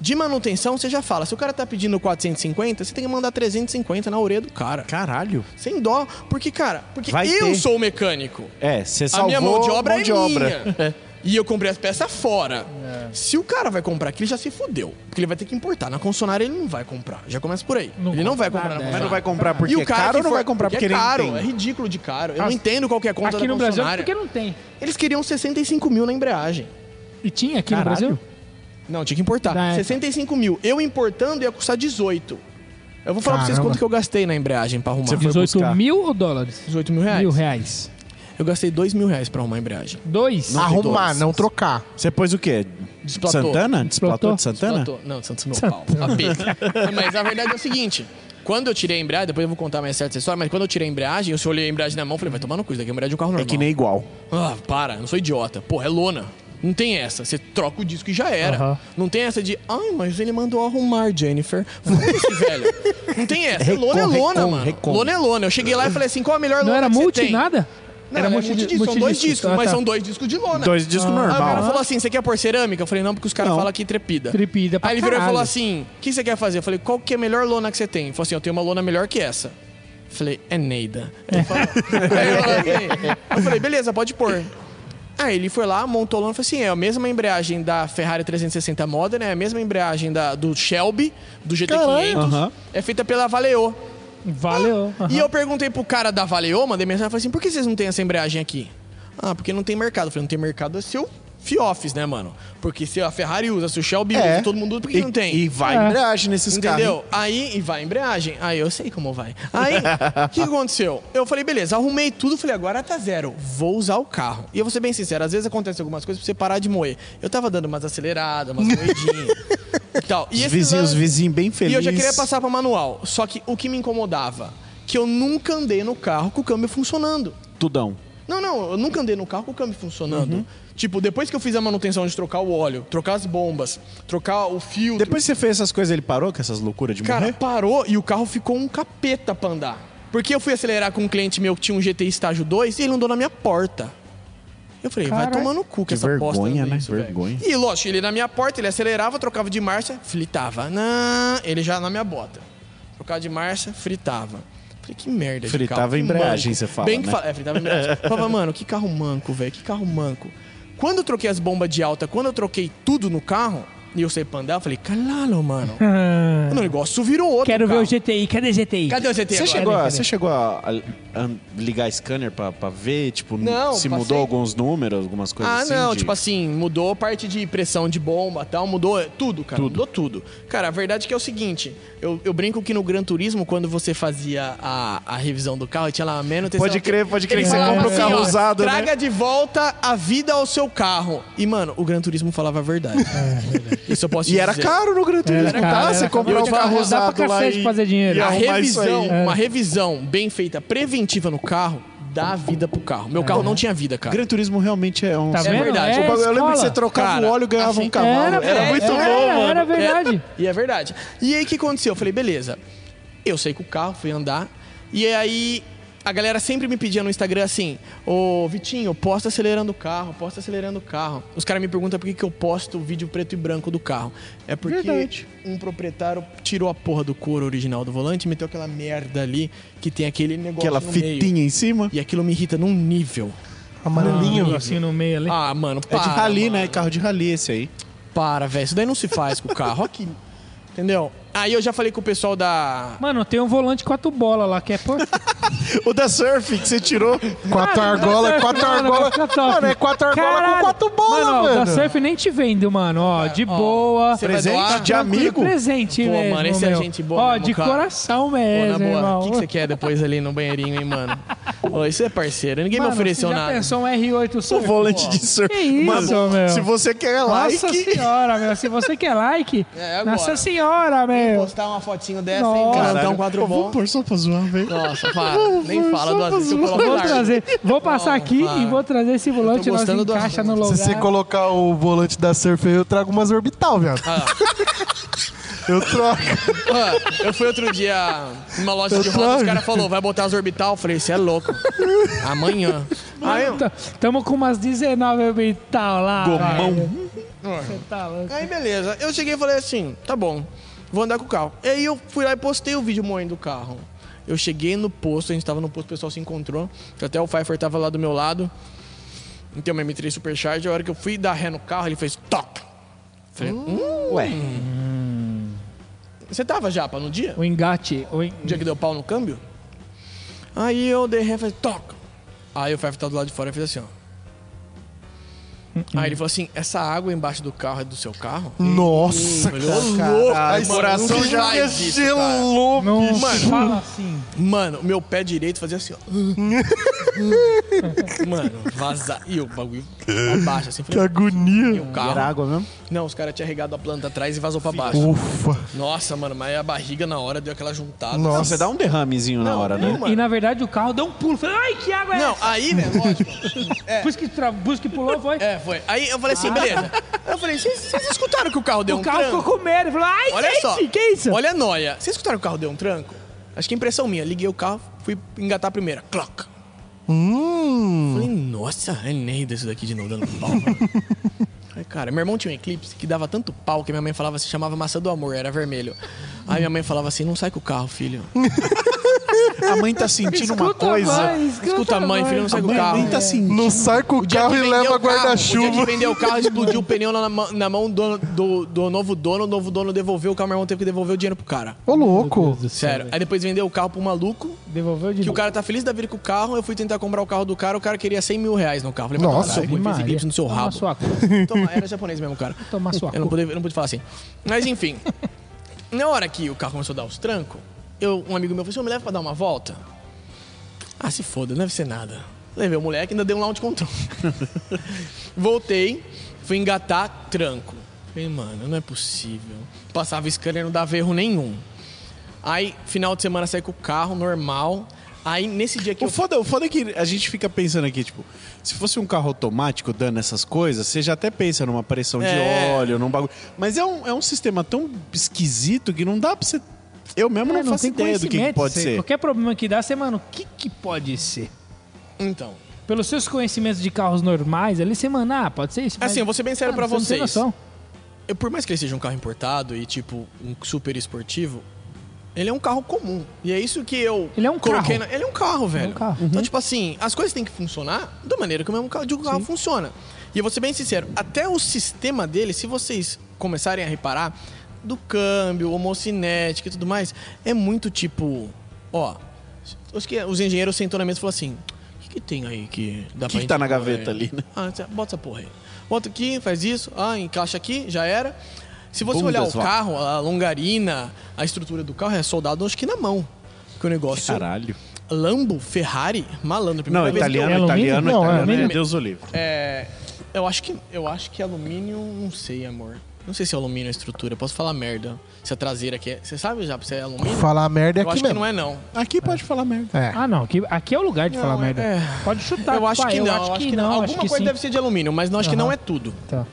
D: de manutenção você já fala. Se o cara tá pedindo 450, você tem que mandar 350 na orelha do cara.
B: Caralho.
D: Sem dó. Porque, cara, porque
B: Vai
D: eu
B: ter.
D: sou o mecânico.
B: É, você
D: A
B: salvou
D: minha mão de obra
B: mão
D: é
B: de obra.
D: minha. E eu comprei as peças fora. Se o cara vai comprar aqui, ele já se fudeu. Porque ele vai ter que importar. Na concessionária ele não vai comprar. Já começa por aí.
C: Não
D: ele não vai
C: compra
D: comprar na
C: nada,
D: concessionária.
C: é.
B: Mas não vai comprar porque
D: E o cara
B: é caro
D: que
B: ou não
D: for-
B: vai comprar porque,
D: é
B: ele
D: caro,
B: entende?
D: é ridículo de caro. Eu
C: Ah,
D: não entendo qual que é a conta
C: Aqui
D: da
C: no Brasil,
D: concessionária.
C: porque não tem.
D: Eles queriam 65 mil na embreagem.
C: E tinha aqui
B: Caralho.
C: no Brasil?
D: Não, tinha que importar.
C: Da época.
D: 65 mil. Eu importando ia custar 18. Eu vou falar pra vocês
A: Caramba.
D: quanto que eu gastei na embreagem pra arrumar.
B: Você foi
C: 18
B: buscar.
C: mil ou dólares?
D: 18 mil reais.
C: Mil reais.
D: Eu gastei 2 mil reais pra arrumar a embreagem.
C: Dois?
A: Arrumar,
D: dois.
A: não trocar.
B: Você pôs o quê?
D: Desplatou.
B: Santana?
C: Desplatou.
B: Desplatou de Santana?
D: Tô- Não, de Santos é meu pau. A pica. Mas a verdade é o seguinte. Quando eu tirei a embreagem, depois eu vou contar mais certa essa história, mas quando eu tirei a embreagem, é eu olhei a embreagem na mão e falei, vai tomar no cu, isso daqui é a embreagem de um carro normal.
B: É que nem igual.
D: Ah, para, eu não sou idiota. Porra, é lona. Não tem essa. Você troca o disco e já era.
C: Aham.
D: Não tem essa de, ai, mas ele mandou arrumar, Jennifer. Foda-se, velho. Não tem essa. É lona é
B: Recon,
D: lona,
B: recon,
D: mano.
B: recon.
D: Lona é lona. Eu cheguei lá e falei assim, qual a melhor
C: Não
D: lona
C: era
D: que você
C: multi,
D: tem?
C: nada?
D: Não,
C: é
D: era, multi, disco, são dois discos,
C: Ah,
D: mas
C: tá.
D: são dois discos de lona.
B: Dois discos
D: Aí o cara
B: normal. né?
D: falou assim, você quer por cerâmica? Eu falei, não, porque os caras
B: Não.
D: falam que trepida.
C: Tripida pra
D: Aí ele virou e
C: caralho.
D: falou assim, o que você quer fazer? Eu falei, qual que é a melhor lona que você tem? Ele falou assim, eu tenho uma lona melhor que essa. Eu falei, é Neida. Ele falou- Aí ele falou assim, eu falei, beleza, pode pôr. Aí ele foi lá, montou o lona e falou assim, é a mesma embreagem da Ferrari 360 Moda, né? É a mesma embreagem da, do Shelby, do GT500.
B: Aham.
D: É feita pela Valeo.
C: Valeu.
D: E eu perguntei pro cara da Valeo, mandei mensagem, falei assim, por que vocês não têm essa embreagem aqui? Ah, porque não tem mercado. Eu falei, não tem mercado é seu Fiofis, né, mano? Porque se a Ferrari usa, se o Shelby usa, todo mundo usa, por que
B: É. e,
D: não tem?
B: E vai
C: É.
B: embreagem nesses
D: Entendeu?
B: carros.
D: Aí, e vai a embreagem. Aí eu sei como vai. Aí, o que aconteceu? Eu falei, beleza, arrumei tudo, falei, agora tá zero. Vou usar o carro. E eu vou ser bem sincero, às vezes acontece algumas coisas pra você parar de moer. Eu tava dando umas aceleradas, umas moedinhas e tal. E
B: Os
D: esses
B: vizinhos, os
D: anos-
B: vizinhos bem
D: e
B: felizes.
D: eu já queria passar pra manual. Só que o que me incomodava, que eu nunca andei no carro com o câmbio funcionando.
B: Tudão.
D: Não, não, eu nunca andei no carro com o câmbio funcionando. Tipo, depois que eu fiz a manutenção de trocar o óleo, trocar as bombas, trocar o filtro.
B: Depois que você fez essas coisas, ele parou com essas loucuras de
D: Cara,
B: morrer?
D: parou e o carro ficou um capeta pra andar. Porque eu fui acelerar com um cliente meu que tinha um GT estágio 2 e ele andou na minha porta. Eu falei, vai
C: Caralho.
D: tomar no cu que,
B: Que
D: essa bosta
B: vergonha,
D: anda
B: né?
D: isso, velho.
B: Vergonha.
D: E lógico, ele na minha porta, ele acelerava, trocava de marcha, fritava. Não, ele já na minha bota. Trocava de marcha, fritava. Falei, que merda de
B: Fritava
D: carro, que
B: embreagem,
D: manco.
B: você fala,
D: Bem que
B: né?
D: fala, é, fritava embreagem. Falava, mano, que carro manco, velho, que carro manco. Quando eu troquei as bombas de alta, quando eu troquei tudo no carro, e eu sei pra andar, eu falei, calalo, mano.
C: Ah,
D: O negócio virou outro.
C: Quero ver
D: carro.
C: o GTI. Cadê o GTI?
D: Cadê o GT?
B: Você
D: agora?
B: chegou, a,
C: Cadê?
B: você chegou a, a- a ligar scanner pra, pra ver, tipo, n-
D: Não,
B: se
D: passei.
B: mudou alguns números, algumas coisas
D: Ah,
B: assim?
D: não,
B: de-
D: tipo assim, mudou parte de pressão de bomba tal, mudou tudo, cara. Mudou tudo. Cara, a verdade é que é o seguinte: eu, eu brinco que no Gran Turismo, quando você fazia a, a revisão do carro, tinha lá menos.
B: Pode crer, pode crer,
D: Ele
B: que você
D: falava assim,
B: compra o carro
D: ó,
B: usado, né?
D: Traga de volta a vida ao seu carro. E, mano, o Gran Turismo falava a verdade. Isso eu posso te
B: É, E era
D: dizer.
B: caro no Gran Turismo,
C: Era caro,
B: tá?
C: era
B: Você
C: caro.
B: comprou
D: Eu
B: um
D: te
B: carro
D: falo,
C: dá pra
B: usado lá
C: cacete
B: e...
C: fazer dinheiro.
B: e
D: A
B: arrumar isso aí.
D: revisão,
C: É.
D: uma revisão bem feita, preventiva no carro, dá vida pro carro. Meu
B: É.
D: carro não tinha vida, cara.
B: Gran Turismo realmente é um...
C: Tá
B: é
C: vendo?
D: verdade.
C: É
B: Eu lembro
C: escola.
B: que você trocava
D: Cara,
B: o óleo e ganhava
D: assim,
B: um cavalo. Era,
D: era-
B: muito
C: era-
B: bom, mano.
C: É, Era verdade.
D: É, e é verdade. E aí o que aconteceu? Eu falei, beleza. Eu saí com o carro, fui andar. E aí a galera sempre me pedia no Instagram assim: Ô Vitinho, posta acelerando o carro, posta acelerando o carro. Os caras me perguntam por que, que eu posto o vídeo preto e branco do carro. É porque
B: Verdade.
D: um proprietário tirou a porra do couro original do volante e meteu aquela merda ali que tem aquele negócio.
B: Aquela
D: no meio.
B: fitinha em cima.
D: E aquilo me irrita num nível.
C: Um
A: Amarelinho.
C: negocinho assim, no meio ali.
D: Ah, mano,
B: É
D: para.
B: de rali,
D: mano.
B: né? Carro de rali esse aí.
D: Para, velho. Isso daí não se faz com o carro. Aqui. Entendeu? Aí eu já falei com o pessoal da.
C: Mano, tem um volante quatro bolas lá que é por.
B: O da Surf que você tirou.
D: Ah,
A: Quatro
C: Não,
A: argolas,
C: não,
A: quatro
C: não,
A: argolas.
C: fica top.
A: Mano, é quatro argolas com
C: Caralho.
A: quatro bolas,
C: mano. ó,
A: mano.
C: Da surf nem te vendo, mano. Ó, de
D: Ó,
C: boa.
D: você vai doar?
B: Presente de
C: Tranquilo,
B: amigo.
C: Presente,
D: Pô,
C: mesmo,
D: mano, esse é
C: meu.
D: gente boa
C: Ó,
D: mesmo,
C: de
D: cara.
C: coração
B: É,
D: Pô,
C: mesmo,
D: na boa,
C: irmão.
D: o que, que você quer depois ali no banheirinho, hein, mano? Ô, isso é parceiro. Ninguém
C: Mano,
D: me ofereceu
C: você já
D: nada.
C: pensou um R8
B: O
C: surf?
B: volante
C: pô?
B: de surf.
C: Que isso,
B: Mano,
C: meu.
B: se você quer like...
C: Nossa senhora, meu. Se você quer like,
D: É, agora.
C: nossa senhora, meu.
D: Postar uma fotinho dessa,
C: Nossa.
D: hein, cara?
B: É. Caralho.
D: Dá um quadro
B: Eu vou
D: bom.
B: pôr só pra zoar, velho.
D: Nossa, para. Nem fala duas vezes. Eu coloco
C: Vou
D: largo.
C: trazer, vou passar
D: Não,
C: aqui
D: para.
C: e vou trazer esse volante nós
D: gostando do
C: encaixa
D: assunto.
C: no lugar.
A: Se você colocar o volante da surf aí, eu trago umas orbital, viado.
D: Ah.
A: eu troco.
D: Mano, eu fui outro dia numa loja de roupa, os caras falaram, vai botar as orbital. Eu falei, você é louco. Amanhã. Aí, eu-
C: T- Tamo com umas 19 orbital lá.
B: Gomão.
C: velho. Você tá louco.
D: Aí beleza, eu cheguei e falei assim, tá bom, vou andar com o carro. E aí eu fui lá e postei o vídeo moendo o carro. Eu cheguei no posto, a gente tava no posto, o pessoal se encontrou, que até o Pfeiffer tava lá do meu lado. Então uma M3 Supercharge, a hora que eu fui dar ré no carro, ele fez toc. Falei, hum,
B: Ué,
D: você tava japa no dia?
C: O engate. O en-
D: O dia que deu pau no câmbio? Aí eu dei ré e falei, toc. Aí o Pfeiffer tava do lado de fora e fez assim, ó. Aí ele falou assim, essa água embaixo do carro é do seu carro?
A: Nossa,
D: Falei, ô louco,
B: Aí,
D: mano,
B: coração
D: não
B: já
D: faz isso, cara.
A: gelou.
C: Não
D: Mano.
C: fala assim.
D: Mano, meu pé direito fazia assim, ó. Mano, vazar. E o bagulho abaixa, assim.
A: Que
D: Falei, e
A: agonia.
D: o
E: Era
D: carro?
E: água mesmo?
D: Não, os caras tinham regado a planta atrás e vazou pra baixo.
A: Ufa.
D: Nossa, mano, mas a barriga na hora deu aquela juntada.
A: Nossa.
B: Você dá um derramezinho na
D: é.
B: hora, né?
C: E na verdade o carro deu um pulo. Falei, ai, que água é
D: Não,
C: essa?
D: aí, né, lógico.
C: Por isso que, tra... por isso que pulou foi.
D: É, foi. Aí eu falei assim, beleza. Eu falei, vocês vocês escutaram que o carro deu
C: o
D: um
C: carro
D: tranco?
C: ficou com medo. Falou, ai,
D: Olha
C: gente,
D: só.
C: que isso?
D: Olha a noia. Vocês escutaram que o carro deu um tranco? Acho que é impressão minha. Liguei o carro, fui engatar a primeira. Clock.
A: Hum.
D: Falei, nossa, é Neida isso daqui de novo, dando pau. Aí, cara, meu irmão tinha um eclipse que dava tanto pau que minha mãe falava, se chamava maçã do amor, era vermelho. Aí minha mãe falava assim, não sai com o carro, filho.
B: A mãe tá sentindo uma
C: Escuta a
B: coisa.
C: mãe,
D: Escuta a mãe, filho, não sai com o um carro.
B: nem tá sentindo.
A: Não sai com o,
D: O dia
A: carro
D: que
A: e
D: vendeu
A: leva
D: o carro, O dia
A: guarda-chuva.
D: que vendeu o carro, explodiu o pneu na, ma- na mão do, do, do novo dono. O novo dono devolveu o carro, meu irmão teve que devolver o dinheiro pro cara.
A: Ô, louco.
D: Sério. Aí depois vendeu o carro pro maluco,
C: Devolveu de
D: que o cara tá feliz da vida com o carro. Eu fui tentar comprar o carro do cara, o cara queria 100 mil reais no carro. Falei,
A: Nossa,
D: caralho,
C: Ave
D: fez
C: Maria.
D: eclipse no seu
C: Toma
D: rabo.
C: Sua... cu,
D: Então, era japonês mesmo, cara.
C: Toma sua
D: Eu não
C: cu.
D: pude, eu não pude falar assim. Mas enfim, na hora que o carro começou a dar os trancos, eu, um amigo meu falou assim: "Ô, me leva pra dar uma volta? Ah, se foda, não deve ser nada. Levei o moleque ainda dei um lounge control. Voltei, fui engatar tranco. Falei, mano, não é possível. Passava scanner, não dava erro nenhum. Aí, final de semana, saí com o carro normal. Aí, nesse dia que
B: O
D: eu.
B: foda, o foda é que a gente fica pensando aqui, tipo, se fosse um carro automático dando essas coisas, você já até pensa numa pressão
D: É.
B: de óleo, num bagulho. Mas é um, é um sistema tão esquisito que não dá pra você. Eu mesmo não,
C: Cara,
B: faço
C: É, tem
B: ideia do que, que
C: conhecimento,
B: pode
C: você-
B: ser.
C: Qualquer problema que dá, você, mano, o que, que pode ser?
D: Então.
C: Pelos seus conhecimentos de carros normais ali, você, mano, ah, pode ser isso. mas-
D: Assim, eu vou ser bem sério
C: Cara,
D: pra
C: você não tem
D: vocês.
C: noção.
D: Eu, por mais que ele seja um carro importado e, tipo, um super esportivo, ele é um carro comum. E é isso que eu
C: Ele é um
D: coloquei
C: carro.
D: Na... Ele é um carro, velho.
C: um carro.
D: Então, tipo assim, as coisas têm que funcionar da maneira que o mesmo carro, digo, o carro funciona. E eu vou ser bem sincero, até o sistema dele, se vocês começarem a reparar, do câmbio, homocinética e tudo mais, é muito tipo, ó, os, que, os engenheiros sentou na mesa e falaram assim, o que, que tem aí que dá
B: que
D: pra gente
B: tá na
D: pôr
B: gaveta
D: aí?"
B: ali, né?
D: Ah, essa- bota essa porra aí. Bota aqui, faz isso, ah, encaixa aqui, já era. Se você olhar o
B: Bundeswagen.
D: carro, a longarina, a estrutura do carro é soldado acho que na mão. Que é o negócio
B: Caralho.
D: Lambo, Ferrari, malandro.
B: Não,
D: Primeira vez que
B: italiano,
C: É
B: italiano,
C: alumínio?
B: italiano,
C: Não, é
B: é
C: alumínio.
B: Deus o livre.
D: Eu, é, eu acho que eu acho que é alumínio, não sei, amor. Não sei se é alumínio a estrutura, eu posso falar merda. Se a traseira aqui é. Você sabe já se é alumínio?
A: Falar merda é
D: eu
A: aqui
D: acho que
A: mesmo.
D: não é, não.
B: Aqui pode falar merda.
A: é.
C: Ah, não, aqui, aqui é o lugar de falar
D: é-
C: merda.
D: é.
C: Pode chutar.
D: eu acho
C: pai,
D: que não,
C: Tá, eu acho que não.
D: Alguma
C: acho que
D: coisa
C: sim.
D: deve ser de alumínio, mas não acho que não
C: Aham.
D: é tudo.
C: Tá.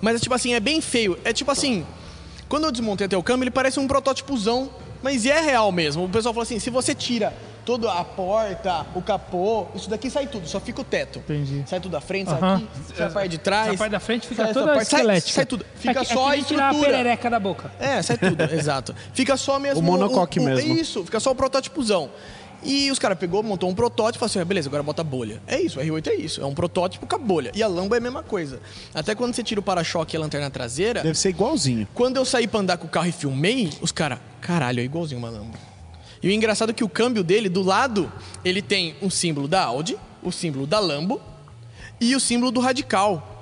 D: Mas é tipo assim, é bem feio. É tipo assim, quando eu desmontei até o câmbio, ele parece um protótipozão. Mas é real mesmo. O pessoal fala assim: se você tira toda a porta, o capô, isso daqui sai tudo, só fica o teto.
C: Entendi.
D: Sai tudo da frente, sai
C: Aham.
D: aqui, sai a parte de trás.
C: A parte da frente fica
D: sai essa
C: toda
D: parte, sai-
C: esquelética.
D: Sai, tudo. Fica
C: é que,
D: só a
C: é que nem tirar a
D: estrutura.
C: perereca da boca.
D: É, sai tudo, exato. Fica só mesmo.
B: O monocoque
D: é
B: mesmo.
D: Isso, fica só o protótipozão. E os caras pegou, montou um protótipo e falou assim: ah, beleza, agora bota bolha. É isso, o R8 é isso. É um protótipo com a bolha. E a Lambo é a mesma coisa. Até quando você tira o para-choque e a lanterna traseira,
B: Deve ser igualzinho.
D: quando eu saí pra andar com o carro e filmei, os caras, caralho, é igualzinho uma Lambo. E o engraçado é que o câmbio dele, do lado, ele tem um símbolo da Audi, o símbolo da Lambo e o símbolo do Radical.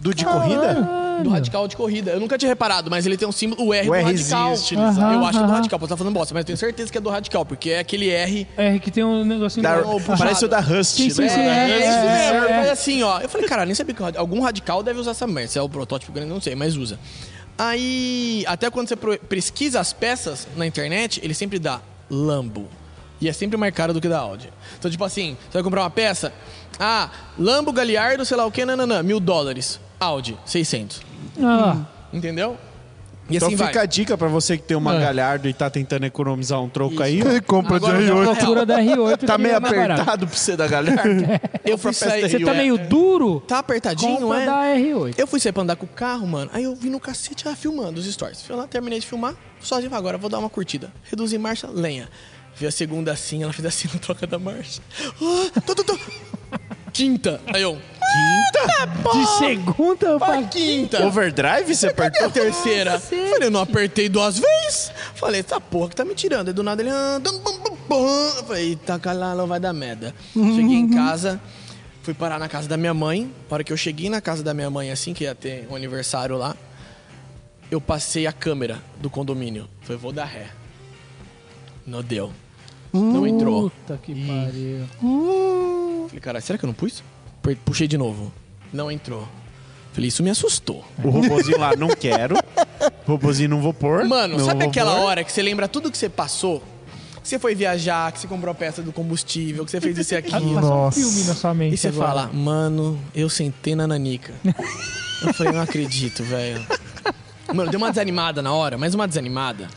B: Do de corrida?
D: Do Radical de corrida. Eu nunca tinha reparado, mas ele tem um símbolo, o R
B: O
D: do
B: Rzinho
D: Radical.
B: estilizado.
D: eu acho do
C: aham.
D: Radical, posso estar falando bosta, mas eu tenho certeza que é do Radical, porque é aquele R.
C: É, que tem um negocinho...
B: Da-
C: do-
D: puxado.
B: parece o da Rust,
C: Sim, sim,
B: né?
C: sim,
D: É, é,
C: é,
D: isso
C: é,
D: mesmo.
C: é.
D: Eu falei assim, ó. Eu falei, cara, nem sabia que o radi- algum radical deve usar essa merda. Se é o protótipo grande, não sei, mas usa. Aí, até quando você pro- pesquisa as peças na internet, ele sempre dá Lambo. E é sempre mais caro do que da Audi. Então, tipo assim, você vai comprar uma peça, ah, Lambo Galiardo, sei lá o que, nananã, mil dólares. Audi, 600.
C: Ah,
D: Entendeu? E
B: Então
D: assim
B: fica
D: vai.
B: a dica pra você que tem uma
C: É.
B: galhardo e tá tentando economizar um troco
D: Isso.
B: aí.
A: Compra
D: Agora,
A: de
D: na
A: R8.
D: moral,
C: Procura da R8.
B: Tá
C: que
B: meio
C: é mais barato.
B: apertado pra você da galhardo.
D: Eu fui sair...
C: Você tá meio duro?
D: Tá apertadinho,
C: Compra
D: é?
C: da R8.
D: Eu fui sair pra andar com o carro, mano. Aí eu vi no cacete ah, filmando os stories. Fui lá, terminei de filmar. Só de agora, vou dar uma curtida. Reduzi marcha, lenha. Vi a segunda assim, ela fez assim na troca da marcha. Ah, tô, tô, tô. Quinta. Aí eu.
C: De segunda pra
D: Pra quinta.
B: Overdrive? Você
D: Cadê a
B: apertou?
D: terceira? Falei, eu não apertei duas vezes. Falei, essa porra que tá me tirando. Aí do nada ele. ah, dum, bum, bum, bum. Eu Falei, eita, calala, vai dar merda. Cheguei em casa, fui parar na casa da minha mãe. Na hora que eu cheguei na casa da minha mãe, assim, que ia ter um aniversário lá, eu passei a câmera do condomínio. Falei, vou dar ré. Não deu. Não entrou.
C: tá Puta que pariu.
D: Falei, cara, será que eu não pus? Pu- Puxei de novo. Não entrou. Falei, isso me assustou.
B: O robozinho lá, não quero. O robozinho não vou pôr.
D: Mano,
B: não
D: sabe
B: vou
D: aquela
B: pôr.
D: hora que você lembra tudo que você passou? Que você foi viajar, que você comprou a peça do combustível, que você fez isso e aquilo.
C: Passou um
A: Nossa.
C: filme na sua mente
D: E você
C: agora.
D: fala, mano, eu sentei na nanica. eu falei, não acredito, velho. Mano, deu uma desanimada na hora, mas uma desanimada.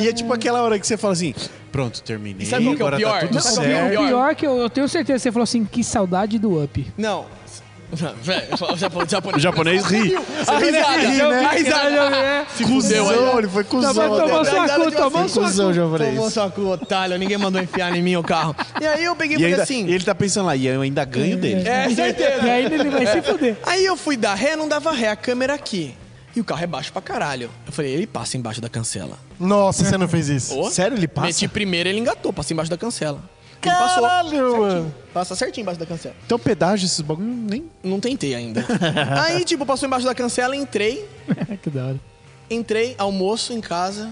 B: E é tipo aquela hora que você fala assim: pronto,
D: E
B: terminei.
D: sabe qual que é o
B: agora
D: pior?
B: tá tudo
D: Não,
C: O pior,
B: certo.
C: o pior é que eu, eu tenho certeza, você falou assim, que saudade do Up.
D: Não. Não, Velho, o japo- o japonês.
B: O japonês ri.
D: A risada,
B: ri, né?
D: a risada. Se fudeu aí, ó.
B: ele foi
C: Tava
B: cuzão.
C: tomando
B: né?
C: sua
D: Risada
C: cu,
D: de uma
C: é, tomou sua
A: Cusão,
C: cu.
A: Giovanni.
D: Tomou sua cu, otário. Ninguém mandou enfiar em mim o carro. E aí eu peguei e
B: E
D: falei
B: ainda,
D: assim.
B: e ele tá pensando lá, e eu ainda ganho dele.
D: É, certeza.
C: E aí ele vai se fuder.
D: Aí eu fui dar ré, não dava ré, a câmera aqui. E o carro é baixo pra caralho. Eu falei, ele passa embaixo da cancela.
A: Nossa, você não fez isso.
D: Ô,
B: Sério, ele passa?
D: Meti primeiro, ele engatou, passa embaixo da cancela. Ele passou.
A: Caralho, mano.
D: Passa certinho embaixo da cancela.
B: Então pedágio, esses bagulho nem.
D: Não tentei ainda. Aí, tipo, passou embaixo da cancela, entrei.
C: que da hora.
D: Entrei, almoço em casa.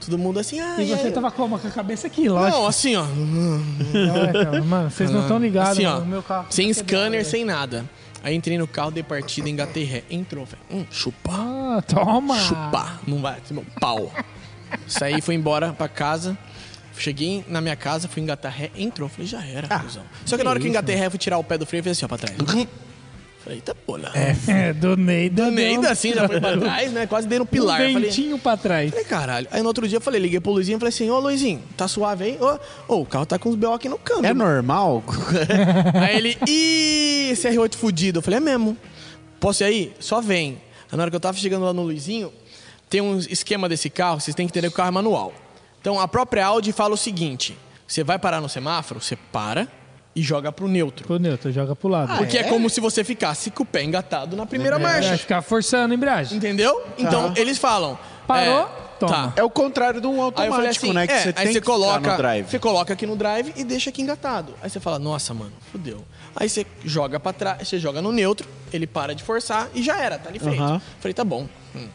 D: Todo mundo assim, ah,
C: E
D: e
C: você
D: aí?
C: tava como? Com a cabeça aqui, lógico.
D: Não, assim, ó.
C: Não, é, cara. Mano, vocês não estão ligados
D: Assim, ó.
C: no meu carro. tá
D: Sem scanner, sem nada. Aí entrei no carro, dei partida, engatei ré. Entrou, velho. Hum, chupa.
C: Ah, toma!
D: Chupar, não vai, assim, meu pau. Saí, fui embora pra casa. Cheguei na minha casa, fui engatar ré, entrou. Falei, já era, cuzão. Só Ah, que né? na hora que eu engatei ré, fui tirar o pé do freio e fiz assim, ó, pra trás. Falei, eita porra. É,
C: É, donei, donei.
D: ainda assim, já foi pra trás, né? Quase dei no
C: Um
D: pilar. Falei,
C: dentinho pra trás.
D: falei, caralho. Aí no outro dia eu falei, liguei pro Luizinho e falei assim, ô Luizinho, tá suave aí? Ô, ô, o carro tá com os B.O. aqui no câmbio.
B: É normal?
D: Aí ele, ih, esse R8 fudido. Eu falei, é mesmo. Posso ir aí? Só vem. Aí Na hora que eu tava chegando lá no Luizinho, tem um esquema desse carro, vocês têm que entender que o carro é manual. Então a própria Audi fala o seguinte: você vai parar no semáforo, você para e joga pro neutro.
C: Pô, Newton, joga pro lado.
D: Porque é? como se você ficasse com o pé engatado na primeira
C: Vai
D: marcha.
C: ficar forçando a embreagem.
D: Entendeu? Então eles falam.
C: Tá. Parou,
D: é,
C: toma.
B: É o contrário de um
D: Aí eu
B: automático,
D: falei assim,
B: né? Que
D: é,
B: você
D: aí
B: tem
D: você
B: que
D: coloca,
B: ficar no drive.
D: Você coloca aqui no drive e deixa aqui engatado. Aí você fala, nossa, mano, fudeu. Aí você joga pra trás, você joga no neutro, ele para de forçar e já era, tá ali feito.
B: Aham.
D: Falei, tá bom. Hum.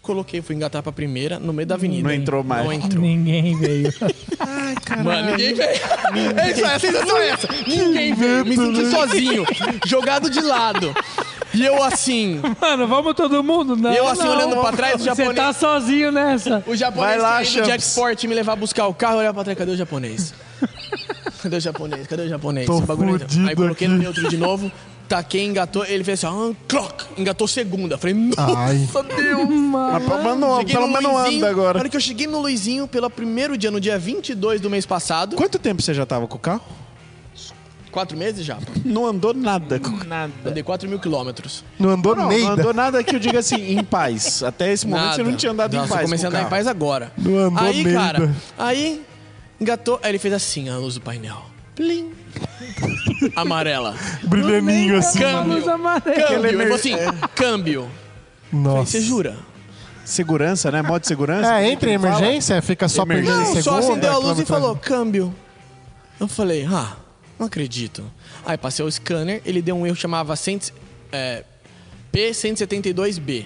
D: Coloquei, fui engatar pra primeira, no meio da avenida.
B: Não entrou mais.
D: Não entrou.
C: Ninguém veio.
D: Mano, ninguém veio. É isso aí, a sensação é essa. Ninguém veio. Me senti sozinho, jogado de lado. E eu assim,
C: Mano, vamos todo mundo? Não,
D: Eu, assim,
C: não.
D: olhando pra trás, o
C: Você
D: japonês-
C: tá sozinho nessa.
D: O japonês
B: Vai lá,
D: saindo de
B: Champs.
D: export me levar buscar o carro, olhar pra trás, cadê o japonês? Cadê o japonês? Cadê o japonês?
A: Tô
D: Esse não entra. Aí
A: fudido
D: coloquei no
A: aqui.
D: neutro de novo, taquei, engatou, ele fez assim, ah, clock, engatou segunda. Falei,
A: Ai.
D: nossa, Deus.
B: Mas pelo menos não-
D: Cheguei
B: pelo
D: no
B: menos não
D: Luizinho,
B: anda agora.
D: Na hora que eu cheguei no Luizinho, pelo primeiro dia, no dia 22 do mês passado,
B: Quanto tempo você já tava com o carro?
D: quatro meses já,
B: Não andou nada. com o carro.
D: andei 4 mil quilômetros.
A: Não andou
B: Não,
A: nem.
B: não andou nada que eu diga assim, em paz. Até esse momento você não tinha andado
D: Nossa,
B: em paz.
D: Eu comecei a
B: com o
D: andar em
B: carro.
D: paz agora.
A: Não andou
D: aí,
A: mesmo.
D: cara, aí engatou. Aí ele fez assim a luz do painel. Plim. Amarela.
A: Brilhaninho assim.
C: Luz
D: Câmbio.
C: amarela.
D: Câmbio. Ele
B: Aquele
D: falou assim, câmbio. Aí
A: Nossa.
D: você jura?
B: Segurança, né? Modo de segurança.
A: É, entra em emergência, fica só
B: Emergência.
A: perdendo
D: Não,
A: em segunda.
D: só acendeu a luz e
A: quilometragem.
D: falou, câmbio. Eu falei, ah, não acredito. Aí passei o scanner, ele deu um erro, chamava 100, é, P172B.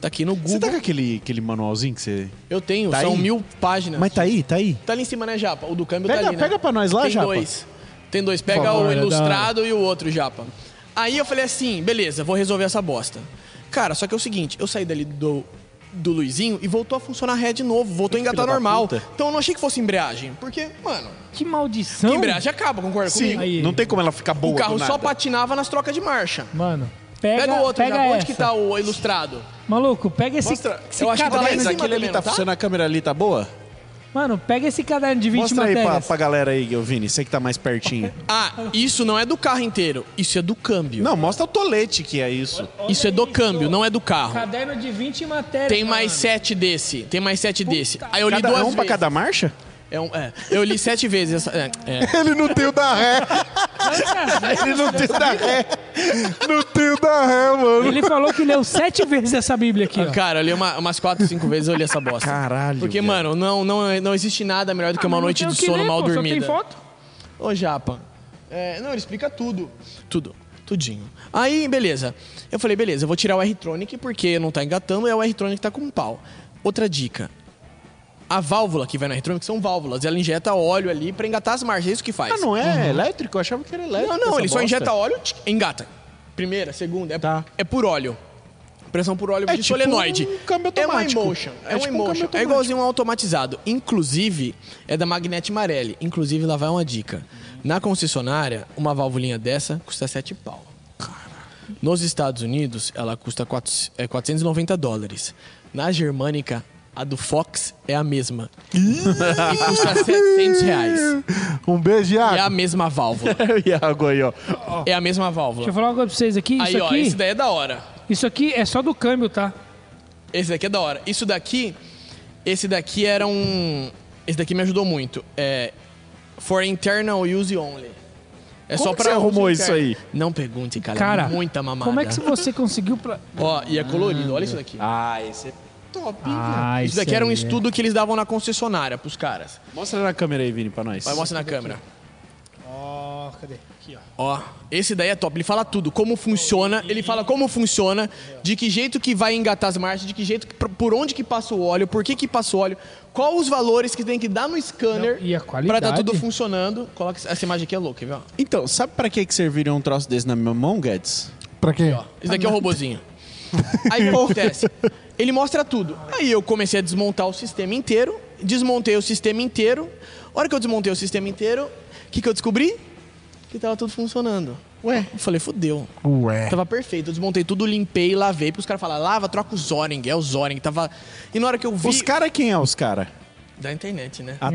D: Tá aqui no
B: Você
D: Google.
B: tá com aquele, aquele manualzinho que você.
D: Eu tenho,
B: Tá
D: são
B: aí?
D: mil páginas.
B: Mas tá aí, tá aí.
D: Tá ali em cima, né, Japa? O do câmbio
B: Pega-
D: tá ali, né?
B: pega pra nós lá,
D: Tem
B: Japa.
D: dois. Tem dois. Pega
C: favor,
D: o
C: é da
D: ilustrado e o outro, Japa. Aí eu falei assim, beleza, vou resolver essa bosta. Cara, só que é o seguinte, eu saí dali do, do Luizinho e voltou a funcionar ré de novo, voltou a engatar
B: da
D: normal.
B: puta.
D: Então eu não achei que fosse embreagem, porque, mano,
C: Que maldição.
D: a embreagem acaba, concorda
B: Sim,
D: comigo?
C: Aí.
B: não tem como ela ficar boa.
D: O Um carro
B: do nada.
D: só patinava nas trocas de marcha.
C: Mano, pega,
D: Pega, o outro,
C: pega
D: Japa.
C: essa.
D: Onde que tá o ilustrado?
C: Maluco, pega esse,
D: Mostra.
C: esse
D: Eu acho que tá lá em
C: caderno.
B: Mas
D: cima
B: aquele ali
D: também,
B: tá
D: não tá?
B: funcionando, a câmera ali tá boa?
C: Mano, pega esse caderno de 20
B: Mostra aí pra,
C: matérias.
B: pra galera aí, ô, Vini, você que tá mais pertinho.
D: Ah, isso não é do carro inteiro, isso é do câmbio.
B: Não, mostra o tolete que é isso.
D: Isso é do câmbio, não é do carro.
C: Caderno de 20 matérias.
D: Tem mais
C: mano.
D: sete desse, tem mais sete desse. Aí eu li
B: Cada
D: duas
B: um
D: vezes.
B: pra cada marcha?
D: É um- é. eu li sete vezes. Essa, é, é.
A: Ele não tem o da ré. Ele não tem o da ré. Não tem o da ré, mano.
C: Ele falou que leu sete vezes essa Bíblia aqui, ó.
D: Cara, eu li uma- umas quatro, cinco vezes eu li essa bosta.
B: Caralho,
D: Porque,
B: velho.
D: mano, não, não, não existe nada melhor do
C: Ah,
D: que uma noite de sono mal dormida. Ô, Japa. é, não, ele explica tudo. Tudo. Tudinho. Aí, beleza. Eu falei, beleza, eu um vou tirar o R-Tronic porque não tá engatando, é o R-Tronic que tá com pau. Outra dica. a válvula que vai no retrômetro, que são válvulas. Ela injeta óleo ali pra engatar as marchas. É isso que faz.
B: Ah, não é elétrico? Eu achava que era elétrico.
D: Não, não,
B: essa
D: ele só
B: bosta.
D: injeta óleo, tch, engata. Primeira, segunda, é,
B: Tá.
D: é por óleo. Pressão por óleo
B: É
D: de
B: tipo
D: solenoide.
B: um câmbio
D: é uma
B: automático.
D: emotion. É,
B: É
D: um
B: tipo um
D: emotion.
B: câmbio
D: é
B: automático.
D: igualzinho um automatizado. Inclusive, é da Magnete Marelli. Inclusive, lá vai uma dica. Na concessionária, uma válvulinha dessa custa 7 pau. Nos Estados Unidos, ela custa 4, é, 490 dólares. Na Germânica, a do Fox é a mesma. e custa 700 reais.
A: Um beijo,
D: É
A: Iago.
D: a mesma válvula.
B: Iago aí, Ah. ó.
D: É a mesma válvula.
C: Deixa eu falar uma coisa pra vocês aqui.
D: Aí,
C: isso,
D: ó,
C: aqui
D: esse daí é da hora.
C: isso aqui é só do câmbio, tá?
D: Esse daqui é da hora. Isso daqui, esse daqui era um. Esse daqui me ajudou muito. É. For internal use only. É
B: Como
D: só
B: que
D: pra
B: você
D: uso
B: arrumou
D: interno.
B: isso aí?
D: Não pergunte, cara.
C: Cara,
D: muita mamada.
C: como é que você conseguiu pra...
D: Ó, e é colorido, olha isso daqui.
E: Ah, esse é...
D: Top,
C: Ah,
D: velho. Isso
C: isso
D: daqui era um
C: aí é.
D: estudo que eles davam na concessionária pros caras.
B: Mostra na câmera aí, Vini, pra nós.
D: Vai, mostra na câmera.
C: Ó, cadê? Aqui, ó.
D: Ó, esse daí é top. Ele fala tudo, como funciona, ele fala como funciona, de que jeito que vai engatar as marchas, de que jeito, que- por onde que passa o óleo, por que que passa o óleo, qual os valores que tem que dar no scanner
C: Não, e a
D: pra
C: qualidade?
D: tá tudo funcionando. Coloca essa imagem aqui é louca, viu?
B: Então, sabe pra que que serviria um troço desse na minha mão, Guedes?
A: Pra quê?
D: Esse daqui é o robozinho. Aí o que acontece? Ele mostra tudo. Aí eu comecei a desmontar o sistema inteiro, desmontei o sistema inteiro. A hora que eu desmontei o sistema inteiro, o que, que eu descobri? Que tava tudo funcionando. Ué, eu falei, fudeu.
A: Ué.
D: Tava perfeito. Eu desmontei tudo, limpei, lavei. Porque os caras falaram, lava, troca o Zoring. É o Zoring. Tava... E na hora que eu vi...
B: Os caras quem é os caras?
D: Da internet, né?
B: Ah,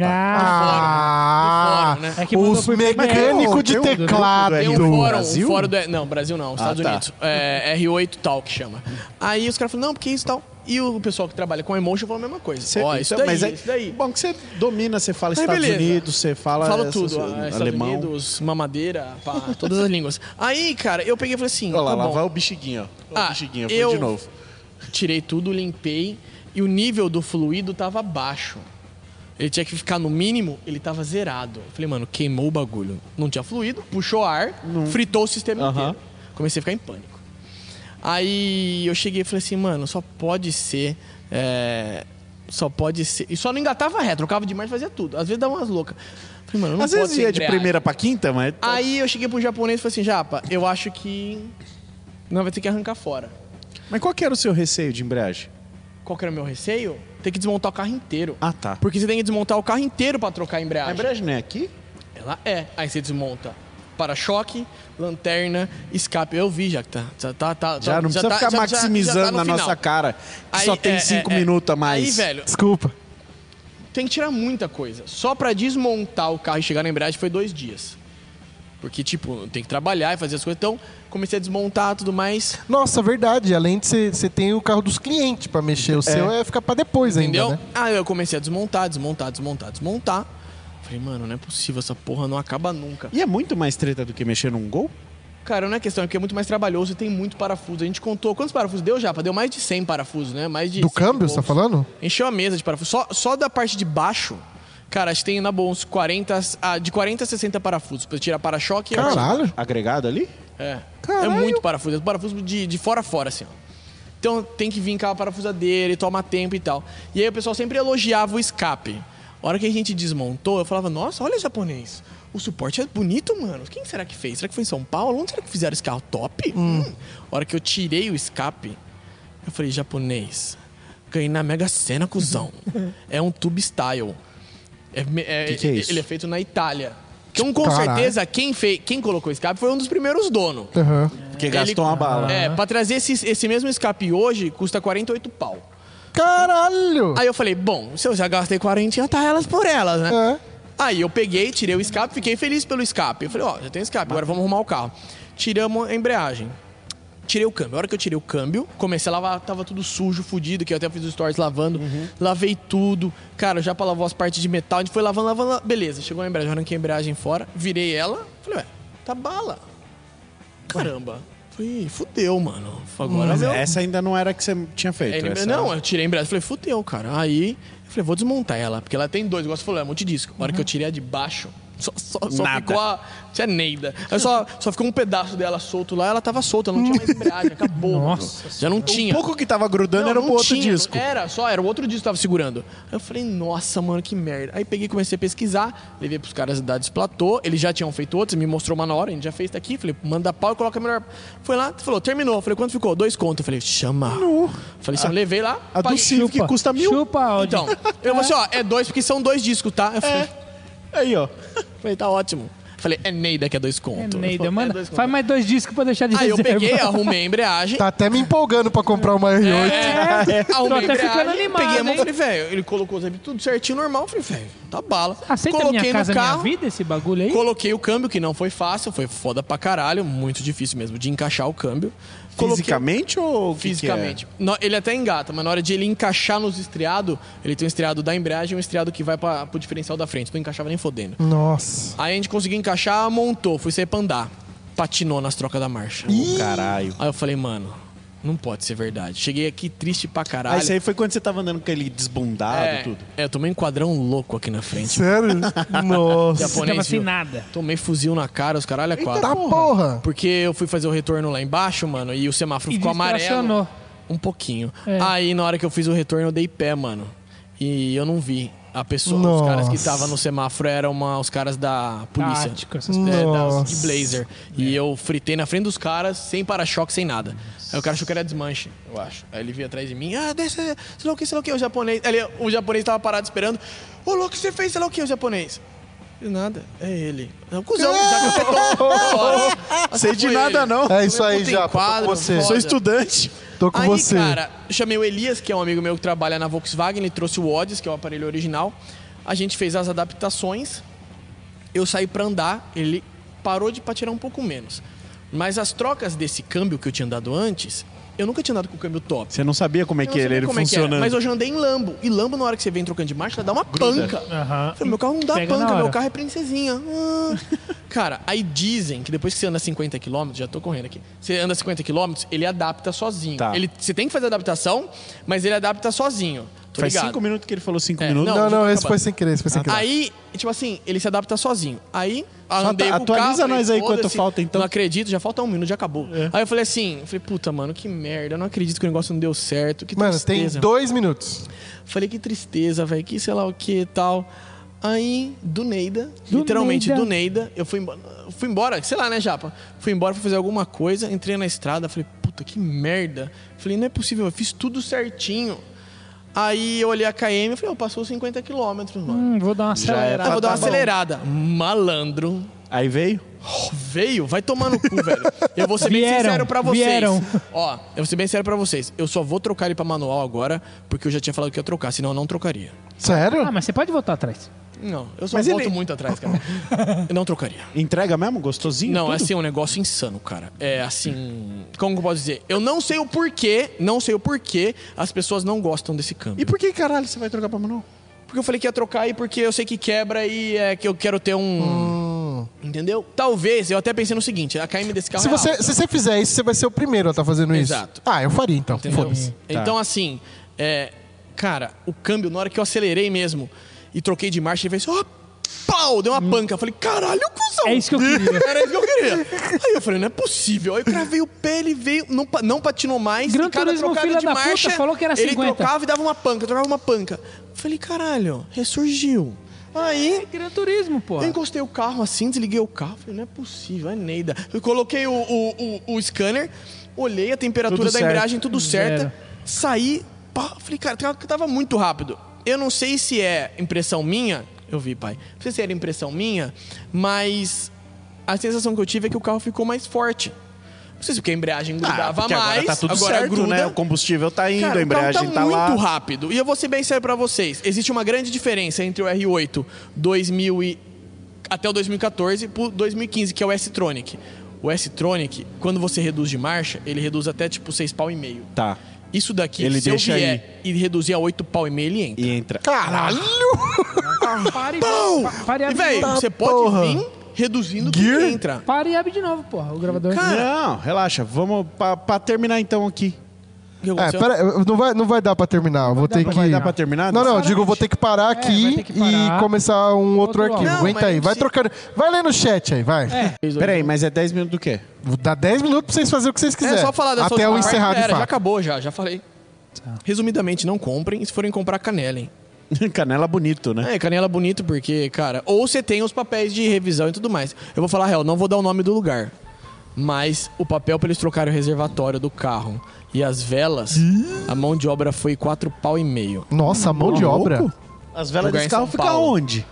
A: Ah,
D: fórum, né?
C: É que mandou
A: os
C: pro IBGE.
A: mecânicos de
B: Tem um- tem um
A: teclado.
B: do
D: Tem um
B: Do
D: fórum,
B: Brasil?
D: um fórum do... Não, Brasil não, Estados
B: tá.
D: Unidos. É, R8 tal que chama. Aí os caras falaram, não, porque isso e tal. E o pessoal que trabalha com emotion falou a mesma coisa.
B: Cê-
D: Ó, isso
B: então,
D: daí,
B: mas é-
D: isso daí.
B: Bom, que você domina, você fala
D: Aí,
B: Estados
D: beleza.
B: Unidos, você fala.
D: Falo
B: essas-
D: tudo, ah, Estados
B: alemão.
D: Unidos, mamadeira, pá, todas as línguas. Aí, cara, eu peguei e falei assim,
B: Olha lá,
D: tá
B: lá
D: bom.
B: vai o bexiguinho, ó. Olha
D: Ah,
B: o bexiguinho, foi
D: eu-
B: de novo.
D: Tirei tudo, limpei e o nível do fluido tava baixo. Ele tinha que ficar no mínimo, ele tava zerado. Eu Falei, mano, queimou o bagulho. Não tinha fluido, puxou ar, fritou o sistema
B: Aham.
D: inteiro. Comecei a ficar em pânico. Aí eu cheguei e falei assim, mano, só pode ser. é, só pode ser. E só não engatava ré, trocava demais, fazia tudo. Às vezes dava umas loucas. Falei, mano, não
B: Às
D: pode
B: vezes
D: ser
B: ia de
D: embreagem. Ah.
B: primeira pra quinta, mas.
D: Aí eu cheguei pro japonês e falei assim, Japa, eu acho que. Não, vai ter que arrancar fora.
B: Mas qual que era o seu receio de embreagem?
D: Qual que era o meu receio? Ter que desmontar o carro inteiro.
B: Ah, tá.
D: Porque você tem que desmontar o carro inteiro pra trocar a
B: A
D: embreagem.
B: embreagem não é aqui?
D: Ela é. Aí você desmonta para-choque, lanterna, escape. Eu vi já que tá. Já, tá, tá-
B: Já
D: tá-
B: não precisa
D: tá-
B: ficar
D: já- já- já tá
B: maximizando
D: no
B: na
D: final.
B: nossa cara. Que
D: Aí,
B: só tem
D: é,
B: cinco
D: é, é.
B: minutos a mais.
D: Aí, velho,
A: Desculpa.
D: tem que tirar muita coisa. Só pra desmontar o carro e chegar na embreagem foi dois dias. Porque, tipo, tem que trabalhar e fazer as coisas. Então, comecei a desmontar tudo mais.
A: Nossa, verdade. Além de você ter o carro dos clientes pra mexer, o seu é ficar pra depois
D: Entendeu?
A: ainda, né?
D: Aí eu comecei a desmontar, desmontar, desmontar, desmontar. Falei, mano, não é possível, essa porra não acaba nunca.
B: E é muito mais treta do que mexer num gol?
D: Cara, não é questão, é porque é muito mais trabalhoso e tem muito parafuso. A gente contou quantos parafusos deu, Japa? Deu mais de 100 parafusos, né? Mais de.
A: Do
D: 100 e
A: câmbio, você tá
D: poucos.
A: falando?
D: Encheu a mesa de parafusos. Só, só da parte de baixo, cara, acho que tem na boa uns 40, ah, de 40 a 60 parafusos. Pra tirar para-choque e
A: Caralho.
B: Agregado ali?
D: é.
A: Caralho.
D: É muito parafuso. É parafuso de, de fora a fora, assim, ó. Então tem que vir com a parafusadeira e toma tempo e tal. E aí o pessoal sempre elogiava o escape. A hora que a gente desmontou, eu falava, nossa, olha o japonês. O suporte é bonito, mano. Quem será que fez? Será que foi em São Paulo? Onde será que fizeram esse carro top? Hum. A hora que eu tirei o escape, eu falei, japonês, ganhei na Mega Sena, cuzão. é um tube style. É, me- é-
B: Que que é isso?
D: Ele é feito na Itália. Então, com
A: Caralho.
D: certeza, quem, fez, quem colocou o escape foi um dos primeiros donos.
A: Aham.
B: Porque
D: Ele-
B: gastou uma bala.
D: É, pra trazer esse, esse mesmo escape hoje, custa 48 pau.
A: Caralho!
D: Aí eu falei, bom, se eu já gastei 40, tá elas por elas, né?
A: É.
D: Aí eu peguei, tirei o escape, fiquei feliz pelo escape. Eu falei, ó, já tem escape, agora vamos arrumar o carro. Tiramos a embreagem. Tirei o câmbio. A hora que eu tirei o câmbio, comecei a lavar, tava tudo sujo, fudido, que eu até fiz os stories lavando. Lavei tudo. Cara, já pra lavar as partes de metal, a gente foi lavando, lavando, lavando. Beleza, chegou a embreagem, arranquei a embreagem fora, virei ela. Falei, ué, tá bala. Caramba. Falei, "Ih, fudeu, mano. Agora
B: Mas
D: meu-
B: essa ainda não era a que você tinha feito.
D: Aí ele-
B: essa é um
D: não, eu tirei a embreagem. Falei, um fudeu, cara. Aí eu falei, vou desmontar ela, porque ela tem dois, igual você falou, é multidisco. A hora que eu tirei a de baixo, Só, só, só
B: Nada.
D: ficou a. Tinha Neida. Aí só, só ficou um pedaço dela solto lá, ela tava solta, não tinha mais embreagem, acabou.
C: Nossa
D: Já não tinha.
B: Um pouco que tava grudando era pro outro
D: tinha, É,
B: disco.
D: Era, só era o outro disco que tava segurando. Aí eu falei, nossa, mano, que merda. Aí peguei, comecei a pesquisar, levei pros caras da Desplatô, eles já tinham feito outros, me mostrou uma na hora, a gente já fez tá aqui, falei, manda pau e coloca a melhor. Foi lá, falou, terminou. Falei, quanto ficou? Dois contos. Eu falei, chama. Falei, assim, eu levei lá.
B: A do
D: paguei.
B: Silvio que
C: Chupa.
B: custa mil.
C: Chupa, Audi.
D: Então, eu falei assim, ó, é dois porque são dois discos, tá?
B: É.
D: Eu falei,
B: Aí, ó.
D: falei, tá ótimo. Falei, é Neida que é dois
C: É,
D: contos.
C: Neida, mano,
D: dois
C: faz mais dois Ah, discos pra deixar de
D: Aí eu
B: É
C: reserva.
D: peguei, arrumei a embreagem.
A: Tá até me empolgando pra comprar uma R8.
D: É, arrumei a
C: Tô até ficando
D: embreagem,
C: animado,
D: peguei a mão
C: hein?
D: falei, velho, ele colocou os amigos tudo certinho, normal. eu Falei, velho, tá bala.
C: Aceita
D: coloquei
C: minha casa,
D: no carro,
C: minha vida, esse bagulho aí?
D: coloquei o câmbio, que não foi fácil, foi foda pra caralho, muito difícil mesmo de encaixar o câmbio. Coloquei-
B: Fisicamente ou o que que é?
D: Fisicamente. No- ele até engata, mas na hora de ele encaixar nos estriados, ele tem um estriado da embreagem e um estriado que vai pra, pro diferencial da frente. Não encaixava nem fodendo.
A: Nossa.
D: Aí a gente conseguiu encaixar, montou, fui sair pra andar. Patinou nas trocas da marcha.
B: Caralho.
D: Aí eu falei, mano, não pode ser verdade. Cheguei aqui triste pra caralho.
B: Aí isso aí foi quando você tava andando com ele desbundado e
D: é,
B: tudo.
D: É, eu tomei um quadrão louco aqui na frente.
A: Sério? Nossa.
D: Japonês,
C: Tava sem
D: viu?
C: nada.
D: Tomei fuzil na cara, os caralho é quatro.
A: Tá porra.
D: Porque eu fui fazer o retorno lá embaixo, mano, e o semáforo
C: E
D: ficou
C: distracionou.
D: amarelo. Um pouquinho.
C: É.
D: Aí na hora que eu fiz o retorno, eu dei pé, mano. E eu não vi a pessoa.
A: Nossa.
D: Os caras que estavam no semáforo eram uma- os caras da polícia.
C: Tático, essas
D: É, das, de
A: Nossa.
D: blazer. E
B: É.
D: eu fritei na frente dos caras, sem para-choque, sem nada. Aí o cara achou que era desmanche, eu acho. Aí ele veio atrás de mim, ah, deixa, sei lá o que, sei lá o que, o japonês. Aí ele- o japonês tava parado esperando. Ô, louco, você fez, sei lá o que, o japonês. E nada, é ele. É o cuzão, já que você tô.
B: Sei de nada, não.
A: É isso aí,
D: já.
A: Japa. Tô com você.
B: Sou estudante.
A: Tô com
D: aí,
A: você.
D: cara, eu chamei o Elias, que é um amigo meu que trabalha na Volkswagen, ele trouxe o Odds, que é o aparelho original. A gente fez as adaptações. Eu saí pra andar, ele parou de patinar um pouco menos. Mas as trocas desse câmbio que eu tinha dado antes, eu nunca tinha andado com o câmbio top.
B: Você não sabia como é
D: Eu
B: que
D: não
B: ele,
D: sabia
B: ele
D: como é que era,
B: funcionando.
D: mas eu já andei em Lambo. E Lambo, na hora que você vem trocando de marcha, ela dá uma panca.
C: Aham.
D: Eu Falei, meu carro não dá
C: Pega na
D: panca,
C: hora.
D: meu carro é princesinha. Ah. Cara, aí dizem que depois que você anda 50 km, já tô correndo aqui. Você anda 50 km, ele adapta sozinho.
B: Tá.
D: Ele, você tem que fazer adaptação, mas ele adapta sozinho. Tô
B: Faz
D: ligado.
B: cinco minutos que ele falou cinco
D: É,
B: minutos.
A: Não,
D: já
A: não,
D: tá
A: esse foi
D: acabado.
A: sem querer, esse foi sem querer.
D: Aí, tipo assim, ele se adapta sozinho. Aí, andei
B: tá-
D: com o carro,
B: atualiza
D: falei,
B: nós aí
D: "Foda-se,
B: quanto falta, então."
D: Não acredito, já falta um minuto, já acabou.
C: É.
D: Aí eu falei assim, falei, puta, mano, que merda, eu não acredito que o negócio não deu certo, que
A: Mano, tem
D: tristeza.
A: dois minutos.
D: Falei que tristeza, velho, que sei lá o que e tal. Aí, do Neida,
C: Do
D: literalmente
C: Neida.
D: do Neida, eu fui embora, fui embora, sei lá, né, Japa? Fui embora, fui fazer alguma coisa, entrei na estrada, falei, puta, que merda. Falei, não é possível, eu fiz tudo certinho. Aí eu olhei a KM e falei, ó, passou 50 quilômetros, mano.
C: Hum, vou dar uma acelerada.
D: Ah, vou dar uma acelerada. Malandro.
B: Aí veio.
D: Veio, vai tomar no cu, velho. Eu vou ser bem
C: Vieram,
D: sincero pra vocês.
C: vieram.
D: Ó, eu vou ser bem sincero pra vocês. Eu só vou trocar ele pra manual agora, porque eu já tinha falado que ia trocar, senão eu não trocaria.
A: Sério?
C: Ah, mas você pode voltar atrás.
D: Não, eu só
B: Mas
D: volto
B: ele-
D: muito atrás, cara. Eu não trocaria.
B: Entrega mesmo? Gostosinho?
D: Não,
B: tudo?
D: é assim, é um negócio insano, cara. É assim. Como que eu posso dizer? Eu não sei o porquê, não sei o porquê as pessoas não gostam desse câmbio.
B: E por que caralho você vai trocar pra manual?
D: Porque eu falei que ia trocar e porque eu sei que quebra e é que eu quero ter um. Entendeu? Talvez, eu até pensei no seguinte: a KM desse carro.
A: Se
D: é
A: você,
D: alta.
A: se você fizer isso, você vai ser o primeiro a estar fazendo isso.
D: Exato.
A: Ah, eu faria então.
D: Entendeu?
A: Foda-se.
C: Tá.
D: Então, assim, é, cara, o câmbio, na hora que eu acelerei mesmo e troquei de marcha, ele fez. ó, pau! Deu uma panca. Eu falei, caralho, cuzão!
C: É isso que eu queria.
D: Era isso que eu queria. Aí eu falei, não é possível. Aí eu cravei o pé, ele veio, não, pa- não patinou mais.
C: Gran
D: e cada
C: Turismo,
D: trocada
C: filha
D: de
C: da puta,
D: marcha,
C: falou que era
D: Ele
C: 50.
D: trocava e dava uma panca, trocava uma panca. Eu falei, caralho, ressurgiu. Aí
C: Gran Turismo, pô.
D: eu encostei o carro assim, desliguei o carro. Falei, não é possível, é Neida. Eu coloquei o, o, o, o scanner, olhei a temperatura
B: Tudo
D: da
B: certo.
D: embreagem, tudo certa.
C: Zero.
D: Saí, pá, falei, cara, tava- tava muito rápido. Eu não sei se é impressão minha. Eu vi, pai. Não sei se era impressão minha, mas a sensação que eu tive é que o carro ficou mais forte. Não sei se porque a embreagem grudava
B: Ah, porque
D: mais.
B: agora tá tudo
D: agora
B: certo,
D: gruda.
B: né? O combustível tá indo,
D: Cara,
B: a
D: o carro
B: embreagem
D: tá,
B: tá,
D: muito
B: lá.
D: rápido. E eu vou ser bem sério pra vocês. Existe uma grande diferença entre o R8 2000 e- até o 2014 pro 2015, que é o S-Tronic. O S-Tronic, quando você reduz de marcha, ele reduz até tipo 6 pau e meio.
B: Tá.
D: Isso daqui,
B: Ele
D: se eu
B: deixa
D: vier e reduzir a 8 pau e meio, ele entra.
B: E entra.
A: Caralho!
C: Pare,
D: Pau!
C: pa- pare
D: E,
C: e abre de
D: velho,
C: novo.
D: você pode
A: porra.
D: vir reduzindo que
A: Gear?
D: ele entra.
C: Pare e abre de novo, porra. O gravador.
D: Cara,
B: Não, relaxa. Vamos pra, pra terminar então aqui.
D: que
G: É,
D: aconteceu?
G: pera, eu- não vai, não vai dar pra terminar. eu Vou ter
C: pra-
G: que.
B: Vai dar pra terminar?
G: Não, não, eu
B: Claramente.
G: digo, eu vou ter que parar
C: vai
G: aqui
C: ter que parar.
G: e começar um outro,
C: Outro
G: arquivo.
D: áudio.
G: Aguenta
D: Não,
G: aí,
D: mas
G: vai
D: se-
G: trocando. Vai lê no chat aí, vai.
B: Peraí, mas é 10 minutos do quê?
G: Dá 10 minutos pra vocês fazerem o que vocês
D: É
G: quiserem.
D: só falar dessa
G: Até eu
D: última parte,
G: encerrar
D: já
G: de
D: era, Já
G: fato.
D: acabou, já, já falei. Resumidamente, não comprem. Se forem comprar, canelem.
B: Canela bonito, né?
D: É, canela bonito porque, cara... Ou você tem os papéis de revisão e tudo mais. Eu vou falar a real, não vou dar o nome do lugar. Mas o papel pra eles trocarem o reservatório do carro e as velas, a mão de obra foi quatro pau e meio.
A: Nossa, mão de obra.
B: As velas
D: Lugar
B: desse
D: em
B: carro
D: São
B: ficam
D: Paulo.
B: onde?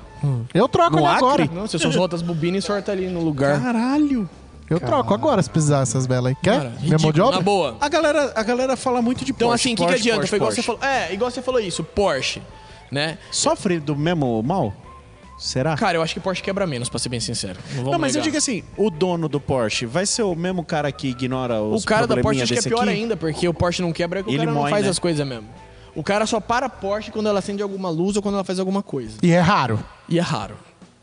A: Eu troco
B: No
A: ele agora.
B: Acre?
D: Não, você só solta as bobinas e sorta ali no lugar.
B: Caralho.
A: Eu troco agora se precisar essas belas aí. Quer?
D: Cara,
A: Minha mão de
D: ridículo,
A: obra?
D: Na boa.
B: A galera, a galera fala muito de
D: Então,
B: Porsche,
D: assim, o que, que
B: Porsche,
D: adianta?
B: Porsche,
D: Foi igual
B: Porsche.
D: você falou. É, igual você falou isso, Porsche, né?
B: Sofre do mesmo mal? Será?
D: Cara, eu acho que Porsche quebra menos, pra ser bem sincero. Não, vamos
B: Ah. não, mas eu
D: negar.
B: digo assim, o dono do Porsche vai ser o mesmo cara que ignora os
D: O cara da Porsche
B: um probleminha
D: acho que é
B: desse
D: pior
B: aqui?
D: ainda, porque o Porsche não quebra, é que o
B: Ele
D: cara não
B: moe,
D: faz
B: né?
D: as coisas mesmo. O cara só para a Porsche quando ela acende alguma luz ou quando ela faz alguma coisa.
A: E é raro.
D: E é raro.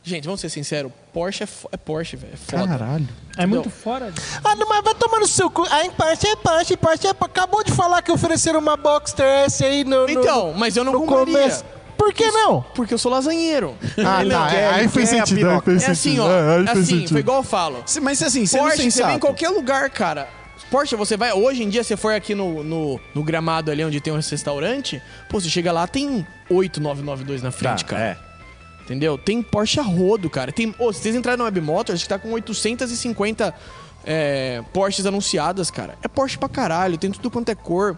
D: Gente, vamos ser sinceros, Porsche é, fo- é Porsche, velho. É foda.
B: Caralho.
C: É muito fora. de-
A: Ah, não, mas vai tomar no seu cu. Aí, Porsche é Porsche, Porsche é Porsche. Acabou de falar que ofereceram uma Boxster S aí no, no,
D: Então, mas eu não
A: no
D: compraria.
A: começo. Por que não?
D: Porque eu sou lasanheiro.
A: Ah,
B: Ele
A: tá.
B: quer,
A: aí
B: ele
A: fez
B: quer a
A: sentido. Aí
B: piroca.
A: fez
D: É assim,
A: sentido.
D: ó.
A: É, aí
D: É
A: fez
D: assim,
A: sentido.
D: foi igual eu falo.
B: Se- Mas assim, sendo
D: Porsche, você vem em
B: sensato.
D: qualquer lugar, cara. Porsche, você vai. Hoje em dia, você for aqui no, no, no gramado ali onde tem um restaurante, pô, você chega lá, tem um 8992 na
B: Tá,
D: frente, cara.
B: é.
D: Entendeu? Tem Porsche a rodo, cara. Tem, ô, se vocês entrarem no Webmotor, acho que tá com 850 é, Porsches anunciadas, cara. É Porsche pra caralho, tem tudo quanto é cor.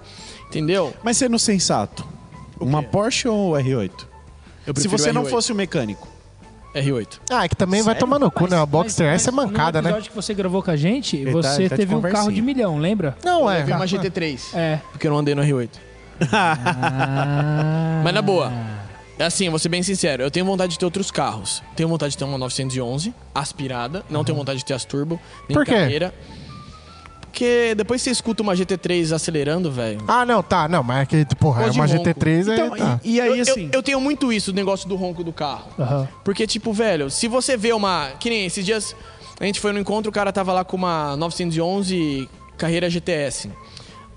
D: Entendeu?
B: Mas sendo sensato, uma Porsche ou um R8?
D: Eu
B: Se
D: prefiro
B: você não
D: R8.
B: fosse o mecânico.
D: R8.
A: Ah, é que também vai tomar no cu, né? A Boxster
C: Mas-
A: S é
C: mas
A: mancada,
C: No
A: né?
C: episódio que você gravou com a gente,
B: tá-
C: você
B: ele tá de
C: teve um carro de
B: conversinha.
C: milhão, lembra?
A: Não, é.
D: Eu vi uma GT3.
C: É.
D: Porque eu não andei no R8.
A: Ah.
D: Mas na boa. é Assim, vou ser bem sincero, eu tenho vontade de ter outros carros. Tenho vontade de ter uma 911 aspirada, não tenho vontade de ter as turbo, nem
A: Por quê?
D: carreira. Porque depois você escuta uma GT3 acelerando, velho.
A: Ah, não, tá. Não, mas é que, porra, é
D: Gosto
A: uma
D: de ronco.
A: GT3 aí,
B: Então,
A: tá.
B: e, e aí
D: eu,
B: assim.
D: eu- eu tenho muito isso, o negócio do ronco do carro.
C: Aham.
D: Porque, tipo, velho, se você vê uma. Que nem esses dias a gente foi no encontro, o cara tava lá com uma 911 carreira GTS.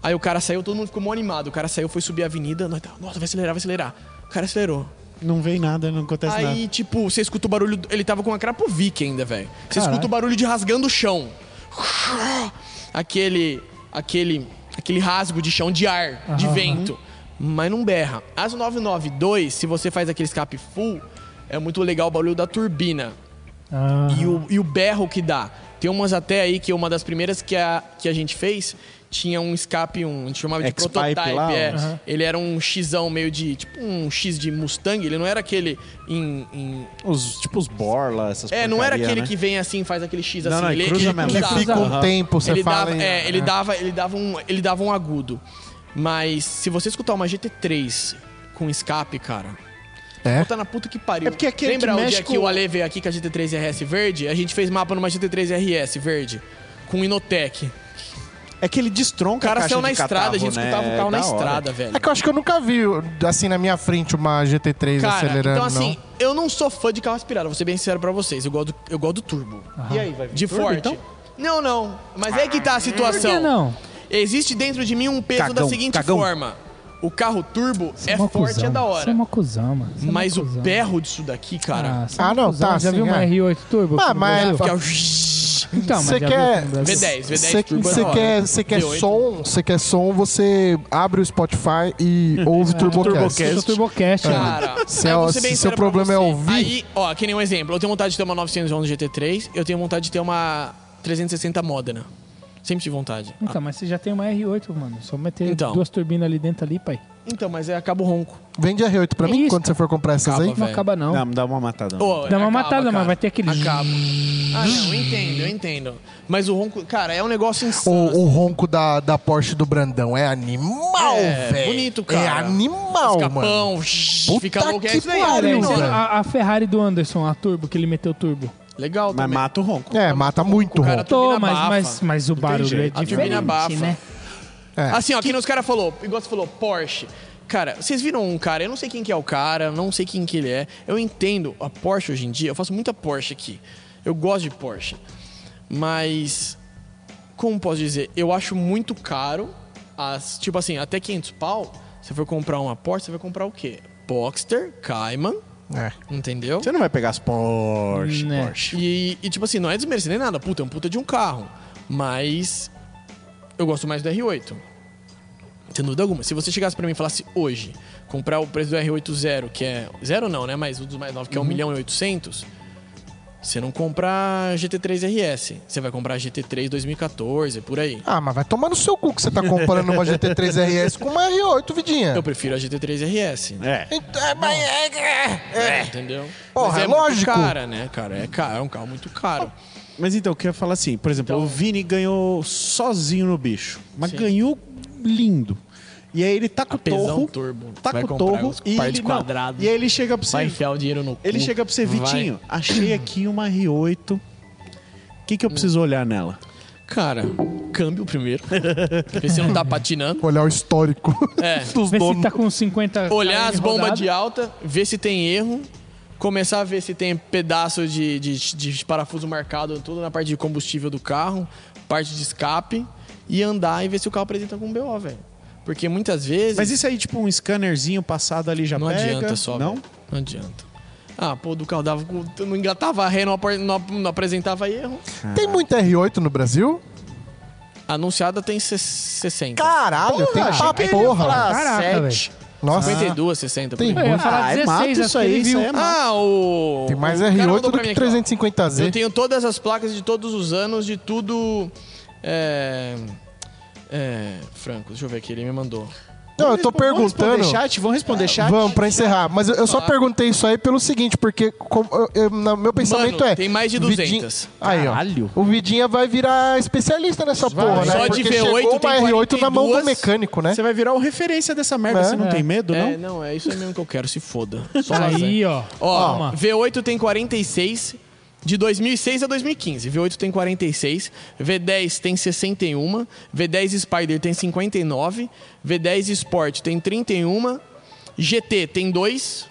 D: Aí o cara saiu, todo mundo ficou mó animado. O cara saiu, foi subir a avenida, nós tava, nossa, vai acelerar, vai acelerar. O cara acelerou.
B: Não vem nada, não acontece nada.
D: Aí, tipo, você escuta o barulho. Ele tava com a Krapovic ainda, velho. Você escuta o barulho de rasgando o chão. Aquele. Aquele. Aquele rasgo de chão, de ar, de vento. Mas não berra. As 992, se você faz aquele escape full, é muito legal o barulho da turbina.
C: Ah.
D: E, o, e o berro que dá. Tem umas até aí que uma das primeiras que a, que a gente fez tinha um escape, um, a gente chamava de
B: X-pipe
D: prototype.
B: lá,
D: é.
B: ó.
D: Ele era um xão meio de. Tipo um X de Mustang. Ele não era aquele em. em-
B: Os, tipo os Borla, essas
D: É, não era
B: porcaria,
D: aquele
B: né?
D: que vem assim, faz aquele X
B: Não,
D: assim.
B: não,
D: ele
B: cruza
D: ele
B: mesmo.
A: Que
D: cruzava.
A: fica um tempo, você
D: ele
A: fala.
D: dava,
A: em-
D: é, ele dava, ele dava um, ele dava um agudo. Mas se você escutar uma GT3 com escape, cara,
A: É?
D: Puta na puta que pariu.
B: É porque aquele
D: Lembra
B: que
D: o
B: mexe
D: dia
B: com-
D: que o Ale veio aqui com a GT3 RS verde? A gente fez mapa numa GT3 RS verde. Com Inotec.
B: É que ele destronca
D: O cara
B: a caixa
D: saiu na
B: de
D: estrada, a gente
B: catarro, né?
D: escutava o carro
B: É
D: na
B: da hora.
D: estrada, velho.
A: É que eu acho que eu nunca vi, assim, na minha frente uma GT3
D: Cara,
A: acelerando.
D: então assim,
A: não.
D: eu não sou fã de carro aspirado, vou ser bem sincero pra vocês. Eu gosto do, eu gosto do turbo.
B: E aí, vai vir
D: De
B: turbo,
D: forte.
B: então?
D: Não, não. Mas é que tá a
C: Por
D: situação.
C: que não?
D: Existe dentro de mim um peso da
B: Cagão,
D: seguinte
B: cagão.
D: forma. O carro turbo
C: Você
D: é
C: uma
D: forte, é da
C: Você é
D: hora.
C: uma cuzão, mano. Você é uma
D: Mas o
C: cuzão.
D: berro disso daqui, cara.
C: Ah, você é
A: Ah,
C: uma
A: não,
C: cuzão.
A: tá,
C: Já
A: sim,
C: viu uma
A: é.
C: R8 Turbo?
A: Ah,
C: aqui no
A: mas-
C: Brasil?
D: Que é o-
C: Então, mas
A: Você
C: já
A: quer-
C: viu aqui no Brasil?
D: V10, V10
A: Você
D: turbo é
A: você
D: da hora.
A: quer, você quer
D: V8.
A: som, você quer som, você abre o Spotify e ouve o TurboCast.
C: Eu sou É, Turbocast, mano.
D: Cara,
A: Se
D: aí
A: é
D: eu
A: o-
D: vou ser bem
A: se
D: sincero
A: seu
D: pra
A: problema é
D: você.
A: ouvir-
D: Aí, ó, que nem um exemplo. Eu tenho vontade de ter uma 911 GT3, eu tenho vontade de ter uma 360 Modena. Sempre tive vontade.
C: Então, mas você já tem uma R8, mano. Só meter
D: Então.
C: duas turbinas ali dentro ali, pai.
D: Então, mas é acaba o ronco.
A: Vende R8 pra
C: É
A: mim
C: isso,
A: quando você for comprar essas
D: Acaba,
A: aí.
D: velho.
C: Não acaba, não.
B: Não, dá uma matada.
D: Ô,
C: Dá uma
D: acaba,
C: matada,
D: cara.
C: mas vai ter aquele-
D: Acaba. Ah, não, eu entendo, eu entendo. Mas o ronco, cara, é um negócio insano.
A: O, o ronco da, da Porsche do Brandão é animal,
D: É,
A: velho.
D: bonito, cara.
A: É animal, mano.
D: Escapão,
A: Puta
D: fica louco. É
A: que
D: isso aí.
C: Ah,
A: pariu,
C: velho,
A: velho.
C: a, a Ferrari do Anderson, a turbo, que ele meteu turbo.
D: Legal
B: Mas
D: também.
B: mata o ronco.
A: É, mata muito o
D: cara
A: ronco.
D: A turbina
C: Tô, mas,
D: abafa.
C: mas, mas o barulho é
B: jeito.
D: A
C: diferente,
D: turbina abafa.
C: né?
A: É.
D: Assim, ó, que nos caras falou, igual você falou, Porsche. Cara, vocês viram um cara, eu não sei quem que é o cara, eu não sei quem que ele é. Eu entendo a Porsche hoje em dia, eu faço muita Porsche aqui. Eu gosto de Porsche. Mas como posso dizer? Eu acho muito caro As, tipo assim, até 500 pau, você for comprar uma Porsche, você vai comprar o quê? Boxster, Cayman,
A: É.
D: entendeu?
B: Você não vai pegar as Porsche,
C: Né.
B: Porsche.
D: E, e, tipo assim, não é desmerecer nem nada. Puta, é um puta de um carro. Mas eu gosto mais do R8. Sem dúvida alguma. Se você chegasse pra mim e falasse hoje, comprar o preço do R8 zero, que é... Zero não, né? Mas um dos mais novos, que é 1 milhão e 800... Você não compra GT3 RS. Você vai comprar GT3 2014, por aí.
A: Ah, mas vai tomar no seu cu que você tá comparando uma GT3 RS com uma R8, Vidinha.
D: Eu prefiro a GT3 RS. né?
B: É.
A: Então, é, mas é- é- é.
D: Entendeu?
A: Porra,
D: Mas
A: é
D: muito
A: lógico.
D: cara, né, cara? É, caro, é um carro muito caro.
B: Mas então, eu queria falar assim, por exemplo, o Vini ganhou sozinho no bicho, mas
D: Então- Sim.
B: ganhou lindo. E aí ele tá com o
D: Pesão
B: torro,
D: turbo.
B: tá
D: vai
B: com o
D: comprar
B: torro
D: os
B: e
D: par
B: ele,
D: de
B: não,
D: quadrado.
B: e aí ele chega pra
D: Vai
B: você,
D: enfiar o dinheiro no
B: ele
D: cu.
B: chega pra você,
D: Vai.
B: Vitinho, achei aqui uma R8, o que que eu preciso olhar nela?
D: Cara, câmbio primeiro. Ver se não tá patinando.
A: Olhar o histórico
D: É.
A: dos
C: Vê se
A: donos.
C: tá com 50.
D: Olhar
C: KM
D: as bombas
C: rodado.
D: de alta, ver se tem erro. Começar a ver se tem pedaço de, de, de parafuso marcado, tudo na parte de combustível do carro, parte de escape. E andar e ver se o carro apresenta algum BO, velho. Porque muitas vezes.
B: Mas isso aí, tipo, um scannerzinho passado ali já
D: não
B: pega?
D: adianta só.
B: Não?
D: velho. Não adianta. Ah, pô, do carro dava. com- Não engatava ré, não, apar- não, não apresentava erro.
A: Tem muita R8 no Brasil?
D: Anunciada tem 60.
A: Caralho, tem pra porra.
C: Caraca, velho.
A: Nossa,
D: 52, 60. por
A: Tem
D: aí.
C: Eu ia falar
B: Ah, é
C: 16,
B: mato
C: acho
B: isso
C: que
B: aí,
C: ele
B: isso
C: viu.
B: aí é mato.
D: Ah, o.
A: tem mais
D: o cara
A: R8
D: mandou
A: do
D: pra
A: que
D: mim aqui, ó. Eu
A: 350Z.
D: tenho todas as placas de todos os anos, de tudo. É. É. Franco, deixa eu ver aqui, ele me mandou.
A: Não, eu tô
B: Vamos responder
A: perguntando.
B: chat? Ah, Vamos responder chat?
A: Vamos, pra encerrar. Mas eu, eu só perguntei isso aí pelo seguinte, porque como eu- eu- na- meu pensamento é...
D: tem mais de
A: Vidinha-
D: 200.
A: Aí, ó.
B: Caralho.
A: O Vidinha vai virar especialista nessa porra, né?
D: Só de
A: Porque
D: V8
A: chegou
D: tem
A: uma R8 na mão do
D: 42.
A: mecânico, né?
B: Você vai virar o referência dessa merda,
A: É.
B: você não tem medo, não?
D: É, não, é isso aí mesmo que eu quero, se foda. Só lasanha.
C: Aí, ó.
D: Ó,
C: Toma.
D: V8 tem 46, de 2006 a 2015. V8 tem 46, V10 tem 61, V10 Spider tem 59, V10 Sport tem 31, GT tem 2,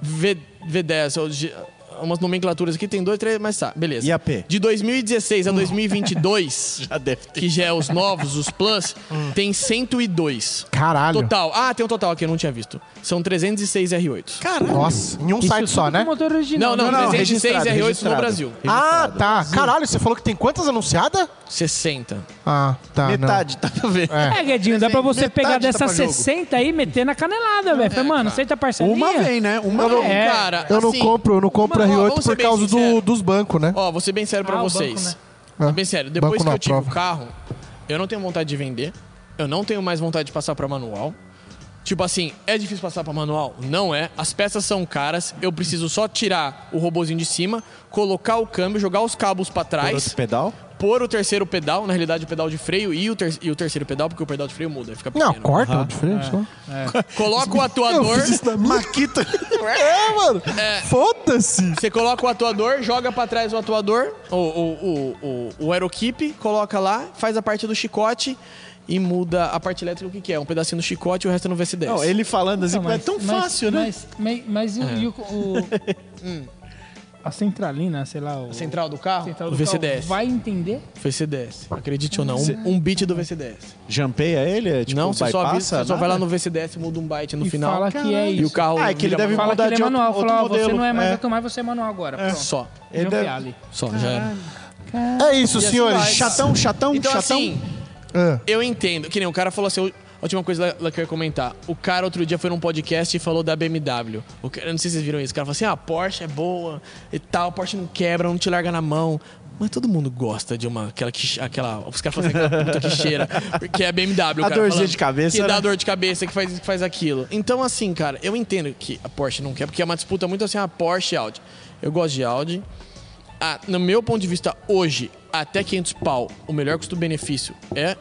D: v, V10, ó, G- umas nomenclaturas aqui, tem 2, 3, mas tá, beleza.
B: E a P?
D: De 2016 a 2022, que já é os novos, os Plus, tem 102.
A: Caralho.
D: Total. Ah, tem um total aqui, eu não tinha visto. São 306 R8.
A: Nossa, em um
C: Isso
A: site
C: tudo
A: só,
C: com
A: né?
C: motor original.
D: Não, não,
B: não,
D: 306
B: registrado,
D: R8
B: registrado.
D: no Brasil.
A: Ah, tá. Caralho, você falou que tem quantas anunciadas?
D: 60.
A: Ah, tá.
B: Metade, tá pra ver.
C: É, Guedinho, dá pra você
B: Metade
C: pegar
B: tá
C: dessas
B: pra jogo. É, tá.
C: 60 aí e meter na canelada, velho. Falei, mano, aceita a parcelinha.
B: Uma vem, né? Uma vem.
C: É.
D: Cara,
A: Não. Eu
D: assim,
A: não compro, eu não compro
D: mas, ó,
A: R8
D: vamos ser
A: por
D: bem
A: causa do,
D: sincero.
A: dos bancos, né?
D: Ó, vou ser bem sério pra
C: Ah, o
D: vocês.
C: banco,
A: É.
D: Bem sério, depois
A: Banco
D: que
A: na
D: eu tive o
A: prova.
D: carro, eu não tenho vontade de vender. Eu não tenho mais vontade de passar pra manual. Tipo assim, é difícil passar pra manual? Não é. As peças são caras. Eu preciso só tirar o robozinho de cima, colocar o câmbio, jogar os cabos pra
B: Por
D: trás,
B: outro pedal?
D: pôr o terceiro pedal, na realidade o pedal de freio e o, ter- e o terceiro pedal, porque o pedal de freio muda, fica pequeno.
A: Não, corta o de freio
D: É.
A: só.
D: Coloca o atuador,
A: na minha. Maquita. é, mano. Foda-se.
D: Você coloca o atuador, joga pra trás o atuador, o, o, o, o, o aeroquipe, coloca lá, faz a parte do chicote e muda a parte elétrica, o que, que é? Um pedacinho do chicote e o resto no VC10.
B: Não, ele falando assim,
C: Não, mas-
B: é tão
C: mas-
B: fácil, né? É.
C: Mas, mas, mas e o. e o- o- Hum. a centralina, sei lá. O,
D: Central do carro?
C: central
D: o
C: do
D: VC10.
C: carro vai é- entender?
D: VC10. Acredite ou não, um, um bit do VC10.
B: Jampeia ele? é Tipo,
D: não, você só, avisa, você
B: bypassa,
D: só vai lá
B: nada?
D: no VC10 e muda um byte no
C: E
D: final.
C: fala que é
D: E o
C: isso.
D: carro.
B: Ah, é que ele
D: vira
B: deve
D: manual.
C: Fala que
B: mudar
C: ele é
B: de outro-
C: manual. Fala, ó,
B: outro
C: você não é mais
B: modelo.
C: automóvel, você é manual agora. Pronto.
D: Só.
B: Ele
C: Jean
B: deve-
C: Piali.
D: Só, já era.
A: É isso,
D: assim
A: senhores.
D: vai.
B: Chatão, chatão,
D: Então,
B: chatão.
D: assim,
A: Ah.
D: eu entendo. Que nem o cara falou assim, a última coisa lá- lá que eu ia comentar. O cara outro dia foi num podcast e falou da BMW. O cara, eu não sei se vocês viram isso. O cara falou assim, ah, a Porsche é boa e tal, a Porsche não quebra, não te larga na mão. Mas todo mundo gosta de uma, aquela que, aquela, os caras falam assim, aquela puta que cheira, porque é a BMW. o
B: A
D: cara
B: dorzinha
D: falando
B: de cabeça,
D: Que
B: né?
D: dá dor de cabeça, que faz isso, que faz aquilo. Então, assim, cara, eu entendo que a Porsche não quer, porque é uma disputa muito assim, a Porsche e Audi. Eu gosto de Audi, ah, no meu ponto de vista, hoje, até 500 pau, o melhor custo-benefício é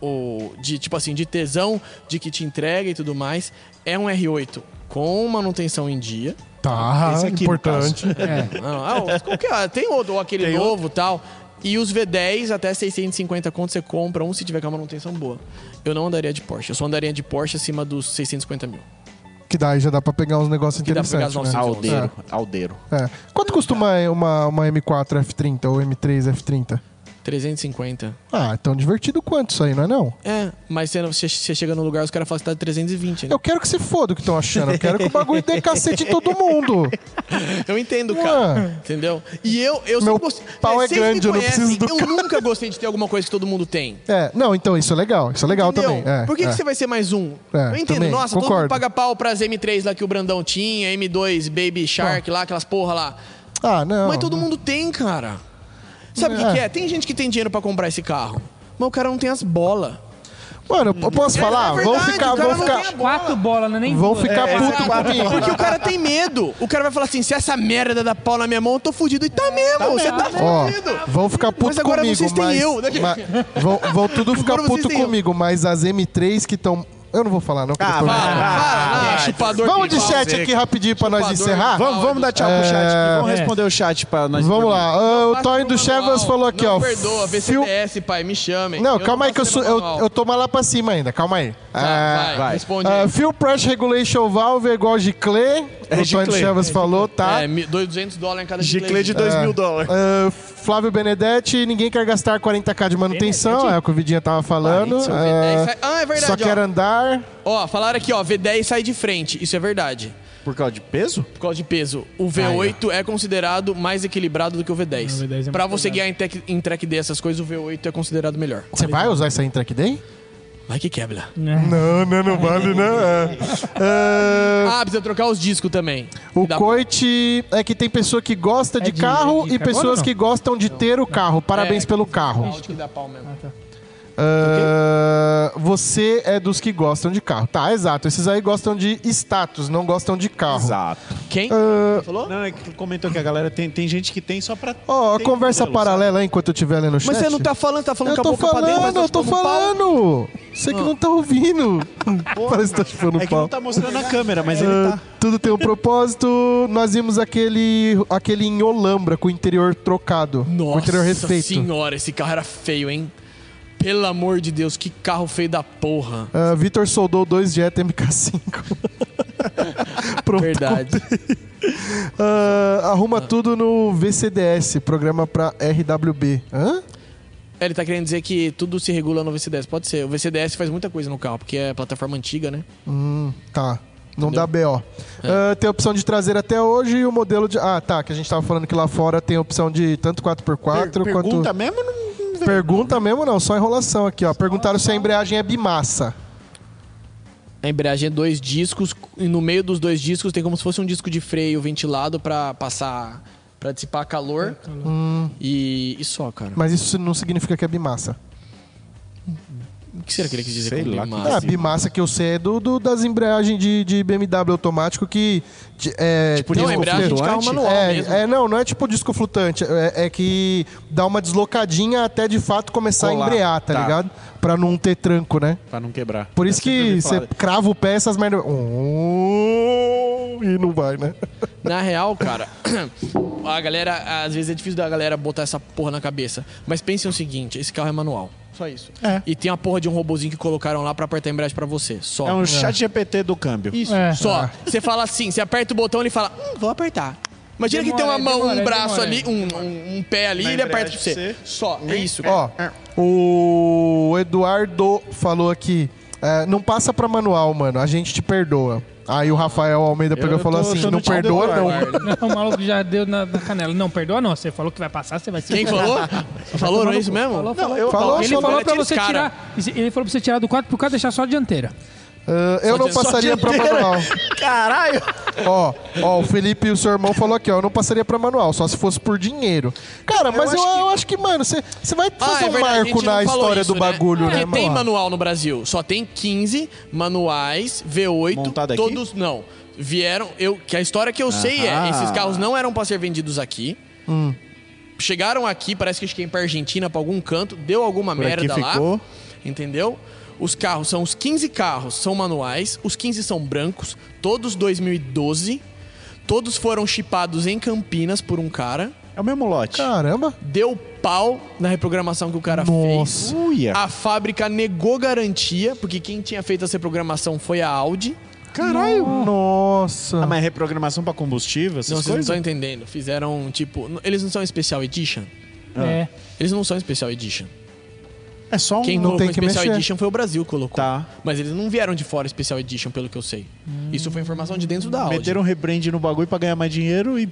D: o de tipo assim, de tesão, de que te entrega e tudo mais, é um R8 com manutenção em dia.
A: Tá,
B: Esse aqui, no
A: importante.
C: É.
D: Ah, ah, qualquer- tem outro, ou aquele
B: Tem
D: novo e tal. E os V10 até 650 conto você compra um se tiver com a manutenção boa. Eu não andaria de Porsche. Eu só andaria de Porsche acima dos 650 mil.
A: Que daí já dá pra pegar uns negócios
D: Que dá pra pegar
A: interessantes,
D: as
A: né?
D: nossas
B: Aldeiro, aldeiro.
A: É. Quanto custa uma, uma, uma M4 F30 ou M3 F30?
D: 350.
A: Ah, então divertido quanto isso aí, não é não?
D: É, mas você, não- você- você chega no lugar, os caras falam que tá de 320, né?
A: Eu quero que se foda o que estão achando. Eu quero que o bagulho dê cacete em todo mundo.
D: Eu entendo, cara. Entendeu? E eu, eu
A: Ah. Meu
D: sempre gostei.
A: pau é
D: vocês me
A: grande, eu não
D: conhecem,
A: preciso do
D: Eu nunca gostei de ter alguma coisa que todo mundo tem.
A: É, não, então isso é legal. Isso é legal
D: Entendeu?
A: também. É,
D: Por que,
A: é.
D: que você vai ser mais um?
A: É,
D: eu entendo.
A: também,
D: Nossa, todo
A: concordo.
D: mundo paga pau pras M3 lá que o Brandão tinha, M2, Baby Shark lá, aquelas porra lá.
A: Ah, não.
D: Mas todo mundo tem, cara. Sabe o que,
A: É.
D: que é? Tem gente que tem dinheiro pra comprar esse carro. Mas o cara não tem as bolas.
A: Mano, eu posso falar?
D: É, verdade,
A: vão ficar,
D: o cara
A: vão
D: não
A: ficar,
D: tem a
C: Quatro bolas, não é nem
A: vão
C: duas.
A: ficar puto comigo.
D: Porque o cara tem medo. O cara vai falar assim: se essa merda dá pau na minha mão, eu tô fudido. E tá mesmo, você tá
A: Ó,
D: fudido.
A: vão ficar puto
D: Mas agora
A: comigo,
D: vocês têm
A: mas-
D: eu, né?
A: mas- vão, vão tudo ficar
D: Agora vocês
A: puto
D: têm eu. Ah,
A: comigo, mas as M3 que estão... Eu não vou falar, não. que depois-
D: Para, para, ah, chupador.
A: Vamos de
D: pipa.
A: chat aqui rapidinho pra nós
D: Chupador.
A: encerrar?
B: Vamos, vamos dar tchau pro chat aqui. Vamos
C: É.
B: responder o chat pra nós.
A: Vamos lá. Ah, o
D: Passa
A: Tony
D: pro
A: do Chevas
D: manual.
A: falou aqui,
D: não
A: ó.
D: Perdoa,
A: fio-
D: VCTS, pai, me chamem.
A: Não, calma aí que eu,
D: faço
A: sou, eu,
D: manual. Tá,
A: eu tô mais lá pra cima ainda, calma aí. Ah,
D: Vai, É. vai, responde.
A: ah,
D: aí.
A: Fuel Pressure Regulation Valve é igual Giclée, o Tony
B: Giclée.
A: Chevas falou, tá?
D: É, mi- 200 dólares em cada
B: Giclê de
D: chiclete.
B: 2 mil dólares.
A: Ah, Flávio Benedetti, ninguém quer gastar 40k de manutenção, é o que o Vidinha tava falando.
D: Isso,
A: Ah,
D: V10 sai- Ah, é verdade.
A: só
D: ó.
A: quer andar.
D: Ó, falaram aqui, ó, V10 sai de frente. Isso é verdade.
B: Por causa de peso?
D: Por causa de peso. O V8 é considerado mais equilibrado do que o V10.
C: O V10 é
D: pra
C: muito
D: você
C: pesado.
D: guiar em, tec, em track D essas coisas, o V8 é considerado melhor.
A: Você vai usar isso aí em track day?
D: Mas que quebra.
A: Não, não, não vale, não. Ah,
D: Ah, precisa trocar os discos também.
A: o
D: Dá-
A: coit é que tem pessoa que gosta de,
C: de-
A: carro
C: de
A: e
C: carbono,
A: pessoas
C: não?
A: que gostam de ter o carro. Parabéns
D: É,
A: pelo carro.
D: Acho que dá pau mesmo.
C: tá.
A: Ah, você é dos que gostam de carro. Tá, exato. Esses aí gostam de status, não gostam de carro.
B: Exato.
D: Quem?
A: Ah,
D: Falou?
B: Não, é que comentou que a galera tem, tem gente que tem só pra.
A: Ó, a
B: tem
A: conversa
B: modelo,
A: paralela aí, enquanto eu estiver lendo o chat.
D: Mas você não tá falando, tá falando
A: Eu
D: com
A: tô
D: a boca pra dentro, mas
A: falando,
D: tá
A: eu tô
D: chupando um pau. Ah.
A: falando. Você que não tá ouvindo. Parece que tá chupando
B: sabe? É que
A: pau.
B: não tá mostrando a câmera, mas ele tá.
A: Tudo tem um propósito. Nós vimos aquele, aquele em Olambra com o interior trocado. com o interior
D: Nossa
A: refeito.
D: senhora, esse carro era feio, hein? Pelo amor de Deus, que carro feio da porra.
A: Ah, Vitor soldou dois Jetta MK5. Pronto.
D: Verdade.
A: Ah, arruma tudo no VCDS, programa pra RWB. Hã?
D: Ele tá querendo dizer que tudo se regula no VCDS. Pode ser. O VCDS faz muita coisa no carro, porque é plataforma antiga, né?
A: Tá. Não dá BO. Ah, tem a opção de trazer até hoje e o modelo de. Ah, tá. Que a gente tava falando que lá fora tem a opção de tanto 4x4
B: Per-
A: É, quanto.
B: pergunta mesmo? Não... não-
A: Pergunta mesmo não, só enrolação aqui, ó. Perguntaram se a embreagem é bimassa.
D: A embreagem é dois discos, e no meio dos dois discos tem como se fosse um disco de freio ventilado pra passar. pra dissipar calor.
B: Hum.
D: E, e só, cara.
A: Mas isso não significa que é bimassa.
D: O que será que ele quis dizer
B: Sei
D: com
B: lá que
A: Ah,
D: biomassa?
A: a bimassa que eu sei é do, do- das embreagens de, de BMW automático que. de- é,
D: Tipo, não,
A: disco
D: a embreagem de carro
A: flutuante.
D: manual
A: é,
D: mesmo.
A: é, não, não é tipo disco flutante. É, é que dá uma deslocadinha até de fato começar
B: Colar,
A: a embrear, tá,
B: tá.
A: ligado? Pra não ter tranco, né?
B: Pra não quebrar.
A: Por isso
B: Eu sempre
A: que
B: ouvi
A: você
B: falar.
A: crava o pé essas merdas. Oh, e não vai, né?
D: Na real, cara, a galera, às vezes é difícil da galera botar essa porra na cabeça. Mas pensem o seguinte: esse carro é manual. Só isso.
B: É.
D: E tem a porra de um robozinho que colocaram lá pra apertar a embreagem pra você. Só.
B: É um chat GPT do câmbio.
D: Isso,
C: É.
D: só. Você fala assim, você aperta o botão e ele fala, hum, vou apertar. Imagina que tem
C: Demora,
D: uma mão,
C: demora,
D: um braço
C: demora.
D: ali, um, um, um pé ali,
B: Na
D: e ele aperta pra
B: embreagem
D: você.
B: pra você.
D: Só, é isso.
A: Ó, o Eduardo falou aqui, é, não passa pra manual, mano, a gente te perdoa. Aí o Rafael Almeida pegou e
B: eu
A: falou
B: tô-
A: assim,
B: tô no
A: não
D: um
B: time do
A: perdoa não.
B: Eduardo.
C: Não, o maluco já deu na, na canela. Não, perdoa não. Você falou que vai passar, você vai se
D: Quem falou? falou, não é isso mesmo?
C: Falou, falou.
B: eu-
A: Falou,
C: ele
A: falou.
C: falou
B: é
D: Ele
C: pra
D: tira
B: tipo
C: você
D: os cara.
C: tirar. Ele falou pra você tirar do 4x4 e deixar só a dianteira.
A: Ah, eu não
D: só
A: passaria pra manual.
B: Caralho!
A: Ó, ó, o Felipe e o seu irmão falou aqui, ó, eu não passaria pra manual, só se fosse por dinheiro. Cara, mas eu, eu acho, que... mano, você você vai fazer um
D: Ah, é verdade, a
A: marco
D: gente não
A: na
D: falou
A: história
D: isso,
A: do bagulho,
D: Porque
A: né,
D: tem
A: mano?
D: manual no Brasil. Só tem 15 manuais V8.
B: Montado aqui?
D: Todos não. Vieram. Eu, que a história que eu sei é:
B: Aham. Hum.
D: esses carros não eram pra ser vendidos aqui. Chegaram aqui, parece que acho que é pra Argentina, pra algum canto, deu alguma
B: Por aqui
D: merda lá.
B: ficou.
D: Entendeu? Os carros são os 15 carros, são manuais, os 15 são brancos, todos 2012. Todos foram chipados em Campinas por um cara.
B: É o mesmo lote.
A: Caramba.
D: Deu pau na reprogramação que o cara fez.
A: Nossa.
B: Uia.
D: A fábrica negou garantia, porque quem tinha feito essa programação foi a Audi.
A: Caralho. Nossa.
B: Ah, mas reprogramação pra combustível, essas
D: Não, vocês não
B: coisas?
D: estão entendendo. Fizeram, tipo... n- Eles não são Special Edition?
C: É.
D: Eles não são Special Edition.
B: É só um.
D: Quem
A: não
D: colocou
A: tem que
D: Special
A: mexer.
D: Edition foi o Brasil que colocou.
B: Tá.
D: Mas eles não vieram de fora Special Edition, pelo que eu sei. Isso foi informação de dentro da Audi.
B: Meteram um rebrand no bagulho pra ganhar mais dinheiro e.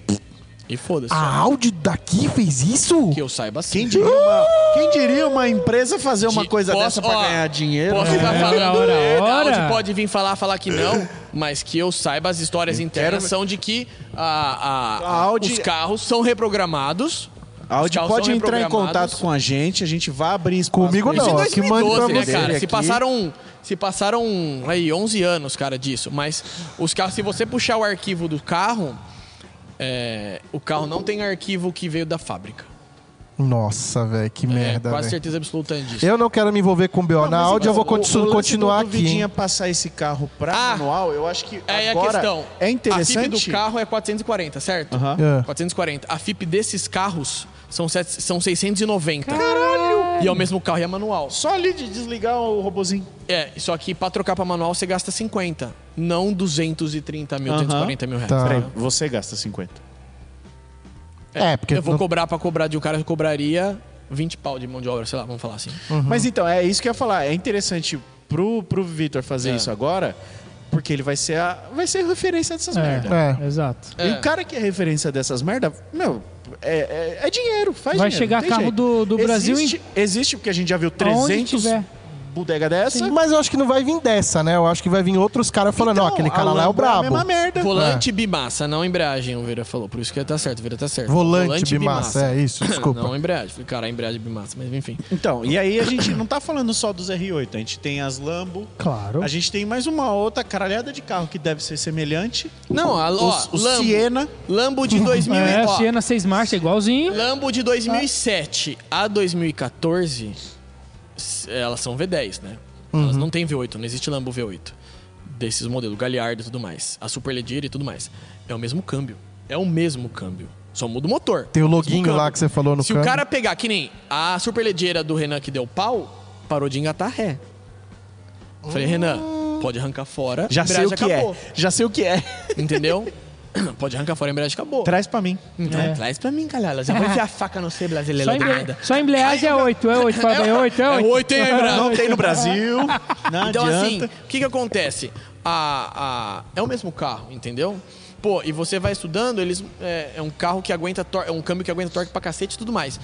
D: E foda-se.
A: A Audi daqui fez isso?
D: Que eu saiba sim.
B: Quem diria uma, quem diria uma empresa fazer É uma
D: De-
B: coisa
D: posso-
B: dessa pra
D: ó,
B: ganhar dinheiro?
D: Posso
B: né?
D: estar
C: É,
D: falando,
C: ora,
D: é, da
C: ora.
D: Audi pode vir falar, falar que não, mas que eu saiba as histórias internas são de que a, a-
B: A Audi-
D: os carros são reprogramados.
B: A Audi
D: Os carros
B: pode
D: são
B: entrar em
D: reprogramados.
B: contato com a gente, a gente vai abrir espaço.
A: Comigo
B: pra eles.
A: não.
D: Isso
A: Ó,
D: em
A: que manda pra
D: 2012, né,
A: você
D: cara? Se
B: aqui.
D: passaram, se passaram aí 11 anos, cara, disso. Mas os carros, se você puxar o arquivo do carro, é, o carro não tem arquivo que veio da fábrica.
A: Nossa, velho, que
D: É,
A: merda,
D: quase
A: velho.
D: certeza absoluta disso.
A: Eu não quero me envolver com BO. Na
B: Mas,
A: Audi eu vou
B: o-
A: conti-
B: o lance
A: continuar
B: do
A: aqui.
B: Vidinha
A: hein?
B: passar esse carro pra
D: Ah,
B: manual, eu acho que
D: É a
B: agora
D: questão.
B: é
D: A FIP
B: interessante.
D: do carro é 440, certo?
B: Aham.
A: É.
D: 440. A FIP desses carros são, sete- são 690. E é o mesmo carro e é manual.
B: Só ali de desligar o robozinho.
D: É, só que pra trocar pra manual você gasta 50. Não 230 mil,
B: Aham.
D: 240 mil reais.
A: Tá.
B: Ah. Peraí, você gasta 50.
A: É, porque
D: Eu vou
A: não-
D: cobrar pra cobrar de um cara que cobraria 20 pau de mão de obra, sei lá, vamos falar assim.
B: Mas então, é isso que eu ia falar. É interessante pro, pro Vitor fazer isso agora, porque ele vai ser a, vai ser referência dessas merdas.
A: É.
C: É, exato.
B: E o cara que é referência dessas merda, meu, é, é- é dinheiro, faz
C: Vai
B: dinheiro,
C: chegar
B: não tem
C: carro
B: jeito.
C: do- do Brasil
B: existe, Existe, porque a gente já viu
C: Aonde
B: 300
C: tiver.
B: bodega dessa.
A: Mas eu acho que não vai vir dessa, né? Eu acho que vai vir outros caras falando, ó,
B: Então,
A: aquele
B: a
A: cara lá é o
B: Lambo a
A: brabo.
B: mesma merda.
A: É.
D: Volante bimassa, não embreagem, o Vera falou. Por isso que tá certo, o Vera tá certo.
A: Volante, bimassa, é isso,
D: Não
A: desculpa.
D: embreagem. Falei, Cara, é embreagem bimassa, mas enfim.
B: Então, e aí a gente não tá falando só dos R8, a gente tem as Lambo,
C: Claro.
B: a gente tem mais uma outra caralhada de carro que deve ser semelhante.
D: Não, a, ó,
B: o
D: Lambo.
B: Siena.
D: Lambo de 2000 e-
C: É, a
D: ó,
C: Siena 6 marcha, igualzinho.
D: Lambo de 2007 a 2014, s- elas são V10, né?
A: Uhum.
D: Elas não têm V8, não existe Lambo V8. Desses modelos, Galliard e tudo mais. A Superleggera e tudo mais. É o mesmo câmbio. É o mesmo câmbio. Só muda o motor.
A: Tem o
D: mesmo
A: loginho
D: câmbio.
A: lá que você falou no
D: Se o
A: câmbio.
D: cara pegar, que nem a Superleggera do Renan que deu pau, parou de engatar ré.
A: Hum.
D: Falei, Renan, pode arrancar fora.
B: Já
D: a
B: sei o
D: embreagem
B: que
D: acabou.
B: é. Já sei o que é.
D: Entendeu? pode arrancar fora, a embreagem acabou.
B: Traz pra mim.
D: Então, Traz pra mim, calhada. Já vou enfiar a faca no ser brasileiro
C: Só,
D: do
C: emble...
D: é nada.
C: Só embleagem é 8, é 8, é 8, é
D: É
C: 8.
D: oito, hein, Abraão?
B: Não tem no Brasil. Não
D: Então, assim,
B: adianta.
D: o que que acontece? A, a- é o mesmo carro, entendeu? Pô, e você vai estudando, eles é, é um carro que aguenta torque, é um câmbio que aguenta torque pra cacete e tudo mais.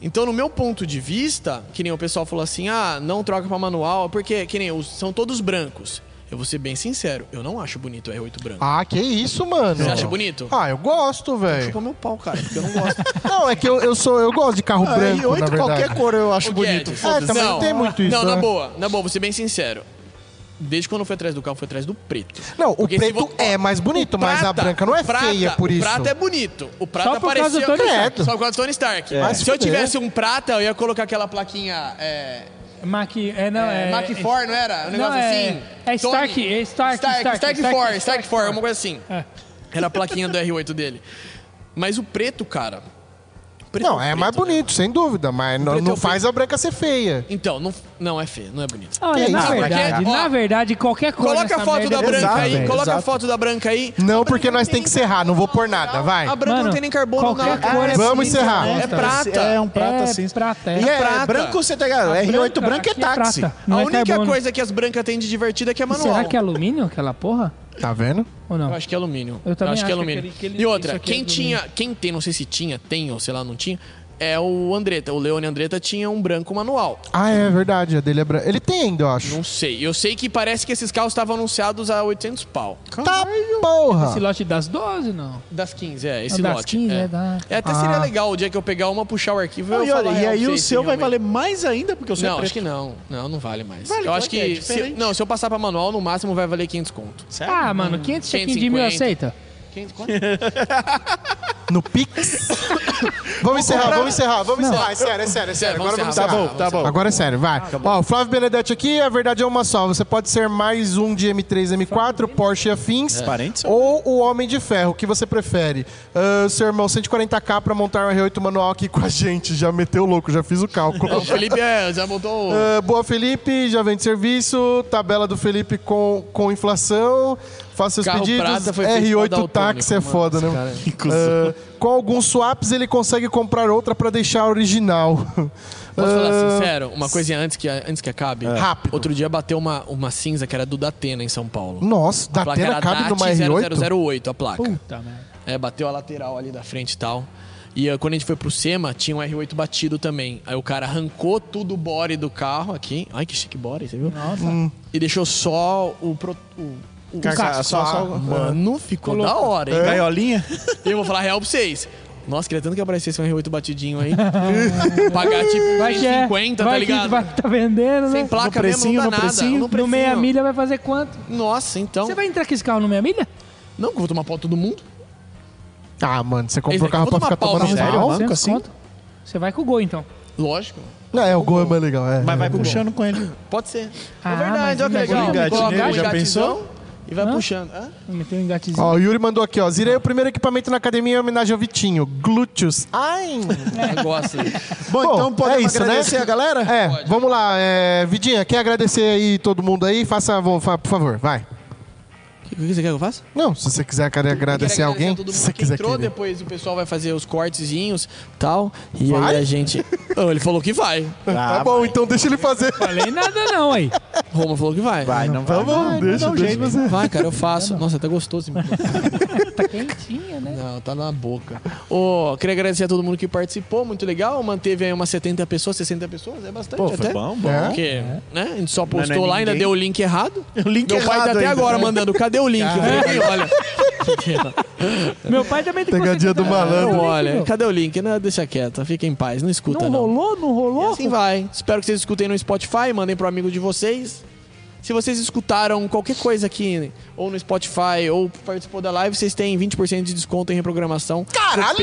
D: Então, no meu ponto de vista, que nem o pessoal falou assim, ah, não troca pra manual, porque, que nem, os, são todos brancos. Eu vou ser bem sincero, eu não acho bonito o R8 branco.
A: Ah, que isso, mano.
D: Você acha bonito? Então,
A: Ah, eu gosto, velho.
D: Chupa meu pau, cara, porque eu não gosto.
A: Não, é que eu, eu sou, eu gosto de carro
B: Ah,
A: branco,
B: R8,
A: na verdade.
B: qualquer cor eu acho
D: Ô,
B: bonito.
D: Guedes,
A: foda-se. É, também não tem muito isso,
D: Não, na
A: né?
D: boa, na boa, vou ser bem sincero. Desde quando eu fui atrás do carro, foi atrás do preto.
A: Não, o
D: Porque se
A: preto
D: vo-
A: é mais bonito, mas a
D: Prata,
A: branca não é
D: o prata-
A: feia por isso.
D: O prata é bonito. O prata
C: Só por
D: parecia...
C: causa do Tony
A: Stark.
D: Só por causa do Tony Stark.
A: Vai
D: Se
A: se
D: eu
A: fuder.
D: tivesse um prata, eu ia colocar aquela plaquinha... É,
C: Mac, é, não,
D: é,
C: é,
D: Mac 4, não era? Um negócio
C: Não, é-
D: assim.
C: é Stark,
D: Tony-
C: é
D: Stark,
C: Stark, Stark,
D: Stark, 4,
C: Stark, Stark É.
D: Stark 4, uma coisa assim. Era a plaquinha do R8 dele. Mas o preto, cara... o preto
A: Não, é
D: o
A: mais
D: preto, né?
A: bonito, sem dúvida, mas não,
D: preto é
A: não
D: o
A: faz a branca ser feia.
D: Então, não, não é feio, não é bonito.
C: Olha,
A: Que
C: na
A: isso,
C: verdade,
D: porque, ó,
C: na verdade, qualquer coisa.
D: Coloca a foto
C: é
D: da branca
B: Exato,
D: aí,
B: velho,
D: coloca a
B: exato.
D: foto da branca aí.
A: Não, porque nós tem que serrar, não vou pôr nada, vai.
D: A branca não
C: Mano,
D: tem nem carbono na
C: qualquer cor é
A: Vamos encerrar.
B: É,
D: É prata.
B: É um prata,
C: é
B: assim.
C: prata, é.
B: E é
D: prata.
B: branco, você tá ligado? R8
C: branca
B: branco
C: aqui
B: é
C: é
B: táxi.
C: prata. Não
D: a
C: é
D: única
C: carbono.
D: coisa que as brancas têm de divertida é que é manual.
C: Será que é alumínio aquela porra?
A: Tá vendo?
C: Ou não?
D: Eu acho que é alumínio.
C: Eu também
D: acho que é
C: acho
D: alumínio.
C: que aquele- aquele-
D: e outra,
C: isso aqui é
D: quem
C: alumínio.
D: tinha, quem tem, não sei se tinha, tem ou sei lá, não tinha, é o Andretta. O Leone Andretta tinha um branco manual.
A: Ah, é verdade, a dele é branca. Ele tem ainda, eu acho.
D: Não sei. Eu sei que parece que esses carros estavam anunciados a 800 pau.
A: Tá porra!
C: Esse lote das 12, não.
D: Das 15, é, esse
C: Ah, das
D: lote.
C: 15,
D: é.
C: é, dá.
D: É, até seria legal o dia que eu pegar uma, puxar o arquivo
B: Não,
D: eu
B: e, olha,
D: falar,
B: e
D: é,
B: aí
D: não sei
B: o
D: se
B: seu vai
D: realmente-
B: valer mais ainda, porque o seu é
D: Não,
B: preto.
D: acho que não. Não, não vale mais.
B: Vale,
D: eu acho
B: claro que é
D: que. se,
B: diferente.
D: não, se eu passar pra manual, no máximo vai valer 500 conto.
B: Sério?
C: Ah, mano, 500 check-in de mil
D: 150.
C: aceita.
D: 500 conto?
A: No Pix? vamos encerrar, vamos encerrar, vamos encerrar. É sério, é sério, é sério.
D: Vamos
A: Agora vamos
D: encerrar,
B: Tá
A: encerrar.
B: bom, tá bom.
A: Agora é sério, vai. Ó, o Flávio Benedetti aqui, a verdade é uma só. Você pode ser mais um de M3, M4, Porsche e afins.
B: Parentes são-
A: Ou o Homem de Ferro, o que você prefere? Ah, seu irmão, 140k pra montar um R8 manual aqui com a gente. Já meteu o louco, já fiz o cálculo.
D: O Felipe é, já botou.
A: Ah, boa, Felipe, já vem de serviço. Tabela do Felipe com, com inflação. Faça seus
D: Carro
A: pedidos.
D: prata foi feito pra
A: R8
D: daltônico,
A: táxi é
D: mano,
A: foda, né? Ah, com alguns swaps, ele consegue comprar outra pra deixar a original.
D: Posso falar
A: Ah,
D: sincero? Uma coisinha antes que, antes que acabe.
B: É.
A: Rápido.
D: Outro dia bateu uma, uma cinza que era do Datena em São Paulo.
A: Nossa,
D: A
A: da
D: placa
A: Atena
D: era
A: cabe
D: DAT
A: numa R8?
D: 0008, a placa.
C: Puta merda.
D: É, bateu a lateral ali da frente e tal. E ah, quando a gente foi pro SEMA, tinha um R8 batido também. Aí o cara arrancou tudo o body do carro aqui. Ai, que chique body, você viu?
C: Nossa.
D: E deixou só o... Pro, o, o
B: Cara,
D: casco.
B: só- só-
D: Mano, ficou da hora,
B: É,
D: hein?
B: Gaiolinha?
D: Eu vou falar a real pra vocês. Nossa, queria tanto que aparecesse um R8 batidinho aí. Pagar tipo
C: Vai que é.
D: 50, tá
C: vai que
D: ligado?
C: vai, tá vendendo,
D: Sem
C: né?
D: placa
B: No precinho,
D: mesmo, não
B: no
D: dá nada.
B: precinho.
D: No
C: No meia
D: precinho.
C: milha vai fazer quanto?
D: Nossa, então.
C: Você vai entrar com esse carro no meia milha?
D: Não, que eu vou tomar pau de todo mundo.
A: Ah, mano, você
D: Esse
A: comprou
D: aqui
A: o carro
D: eu vou
A: pra ficar
D: tomar
A: tomando
D: pau,
B: Sério,
A: pau?
B: mano? banco
C: 200
B: assim?
C: conto. Você vai com o gol, então.
D: Lógico.
A: Não, é, o gol é mais legal. É,
B: Mas vai
A: é.
B: puxando com ele.
D: Pode ser.
C: Ah,
D: é verdade,
C: mas
D: olha que
C: imagina
D: legal.
C: um gatinho,
D: Coloca um
C: já
D: gatizão
B: pensou?
D: E vai
C: Hã?
D: puxando. Hã?
C: Meteu um engatezinho.
A: Ó, o Yuri mandou aqui, ó. Zirei o primeiro equipamento na academia em homenagem ao Vitinho. Glúteos. Ai!
D: Eu gosto.
A: Bom, né?
G: então podemos agradecer a galera?
A: É, vamos lá. é, Vidinha, quer agradecer aí todo mundo aí? Faça, vou, fa- por favor, vai.
D: O que você quer que eu faça?
A: Não, se você quiser quer agradecer alguém,
D: todo mundo
A: se você
D: que
A: quiser
D: entrou,
A: querer.
D: depois o pessoal vai fazer os cortezinhos tal. E
A: Vai?
D: aí a gente. Oh, ele falou que vai.
A: Tá bom, então deixa ele fazer.
C: Falei nada não aí.
D: Roma falou que vai.
B: Vai, não vai.
A: Vamos, deixa,
B: dá um
A: deixa
B: jeito.
A: você.
D: Vai, cara, eu faço. Nossa, tá gostoso. hein?
C: Tá quentinha, né?
D: Não, tá na boca. Ô, queria agradecer a todo mundo que participou, muito legal. Manteve aí umas 70 pessoas, 60 pessoas, é bastante
B: Pô,
D: até.
B: foi bom, bom.
A: É.
D: Porque, né? A gente só postou
B: Não é
D: lá, ainda
B: ninguém.
D: deu o link errado.
B: O link
D: Meu pai tá
B: errado
D: até
B: ainda. É.
D: agora mandando, cadê o link? Eu falei, olha.
C: Meu pai também tem
A: Pegadinha do malandro.
D: Não olha, cadê o link? Não, deixa quieto, fica em paz, não escuta
C: Não
D: não.
C: rolou, não
D: E
C: rolou?
D: assim vai. Espero que vocês escutem no Spotify, mandem pro amigo de vocês. Se vocês escutaram qualquer coisa aqui, ou no Spotify, ou participou da live, vocês têm 20% de desconto em reprogramação.
A: Caralho,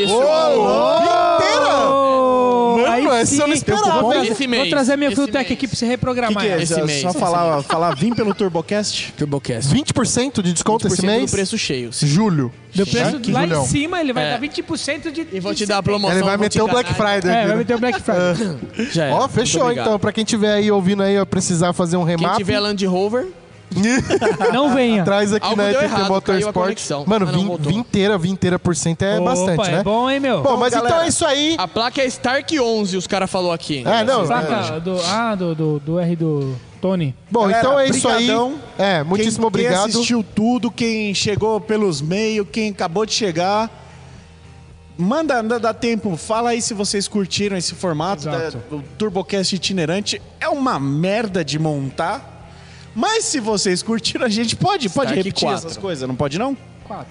A: inteira!
C: Ô,
A: Mano,
C: aí
A: essa
C: sim.
A: eu não esperava,
C: Vou
D: velho.
C: trazer-
D: Esse
C: Vou
D: mês,
C: trazer minha
D: esse
C: Filtec
D: mês.
C: aqui pra você reprogramar.
B: Que é,
D: Esse
B: só
D: mês,
B: só
D: esse
B: falar, falar, vim pelo Turbocast?
D: Turbocast.
A: 20% de desconto esse
D: 20% do
A: mês?
D: preço cheio.
A: Julho.
C: Deu preço
A: Chique,
C: lá
A: Julião.
C: em cima, ele vai
D: É.
C: dar 20% de...
D: E vou te dar a promoção.
A: Ele vai
D: vou
A: meter
D: te
A: o Black
D: enganar.
A: Friday. né?
C: É, vai
A: viu?
C: meter o Black Friday.
D: Já era.
A: Ó,
D: É, Muito
A: fechou
D: obrigado.
A: então. Pra quem tiver aí ouvindo aí, ó, precisar fazer um
D: Quem
A: remap,
D: tiver Land Rover,
C: Não venha.
A: traz aqui
D: Algo
A: na
D: deu
A: ETT
D: errado, caiu a
A: Motorsport.
D: conexão.
A: Mano,
D: Ah, não,
A: vim,
D: voltou.
A: vinteira, vinteira por cento é
C: Opa,
A: bastante, né?
C: é bom, hein, meu?
A: Bom, mas então
D: galera. Ah,
A: é isso aí.
D: a placa é Stark 11, os caras falou aqui.
A: É, não.
C: Saca
A: é.
C: do, ah, do, do, do R do Tony.
A: Bom,
B: Galera,
A: então é isso aí.
B: brigadão.
A: É, muitíssimo
B: quem,
A: obrigado.
B: Quem assistiu tudo, quem chegou pelos meios, quem acabou de chegar. Manda, ainda dá tempo. Fala aí se vocês curtiram esse formato
C: Exato.
B: da- do TurboCast itinerante. É uma merda de montar. Mas se vocês curtiram, a gente pode, pode
D: Stark
B: repetir
D: quatro.
B: essas coisas, não pode não?
C: Quatro.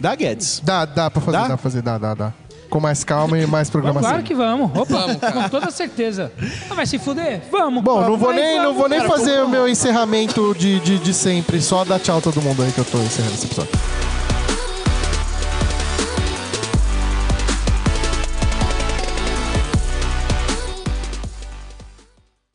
B: Dá Guedes.
A: Dá, dá pra fazer,
B: Dá?
A: dá, pra fazer, dá, dá, dá. Com mais calma e mais programação.
C: Claro que vamos. Opa,
D: Vamos, cara.
C: com toda certeza. Ah, vai se fuder? Vamos.
A: Bom, não
C: Vamos,
A: vou
C: vai,
A: nem, não
C: vamos.
A: vou nem
C: Cara,
A: fazer o meu encerramento de, de, de sempre, só dar tchau a todo mundo aí que eu tô encerrando esse episódio.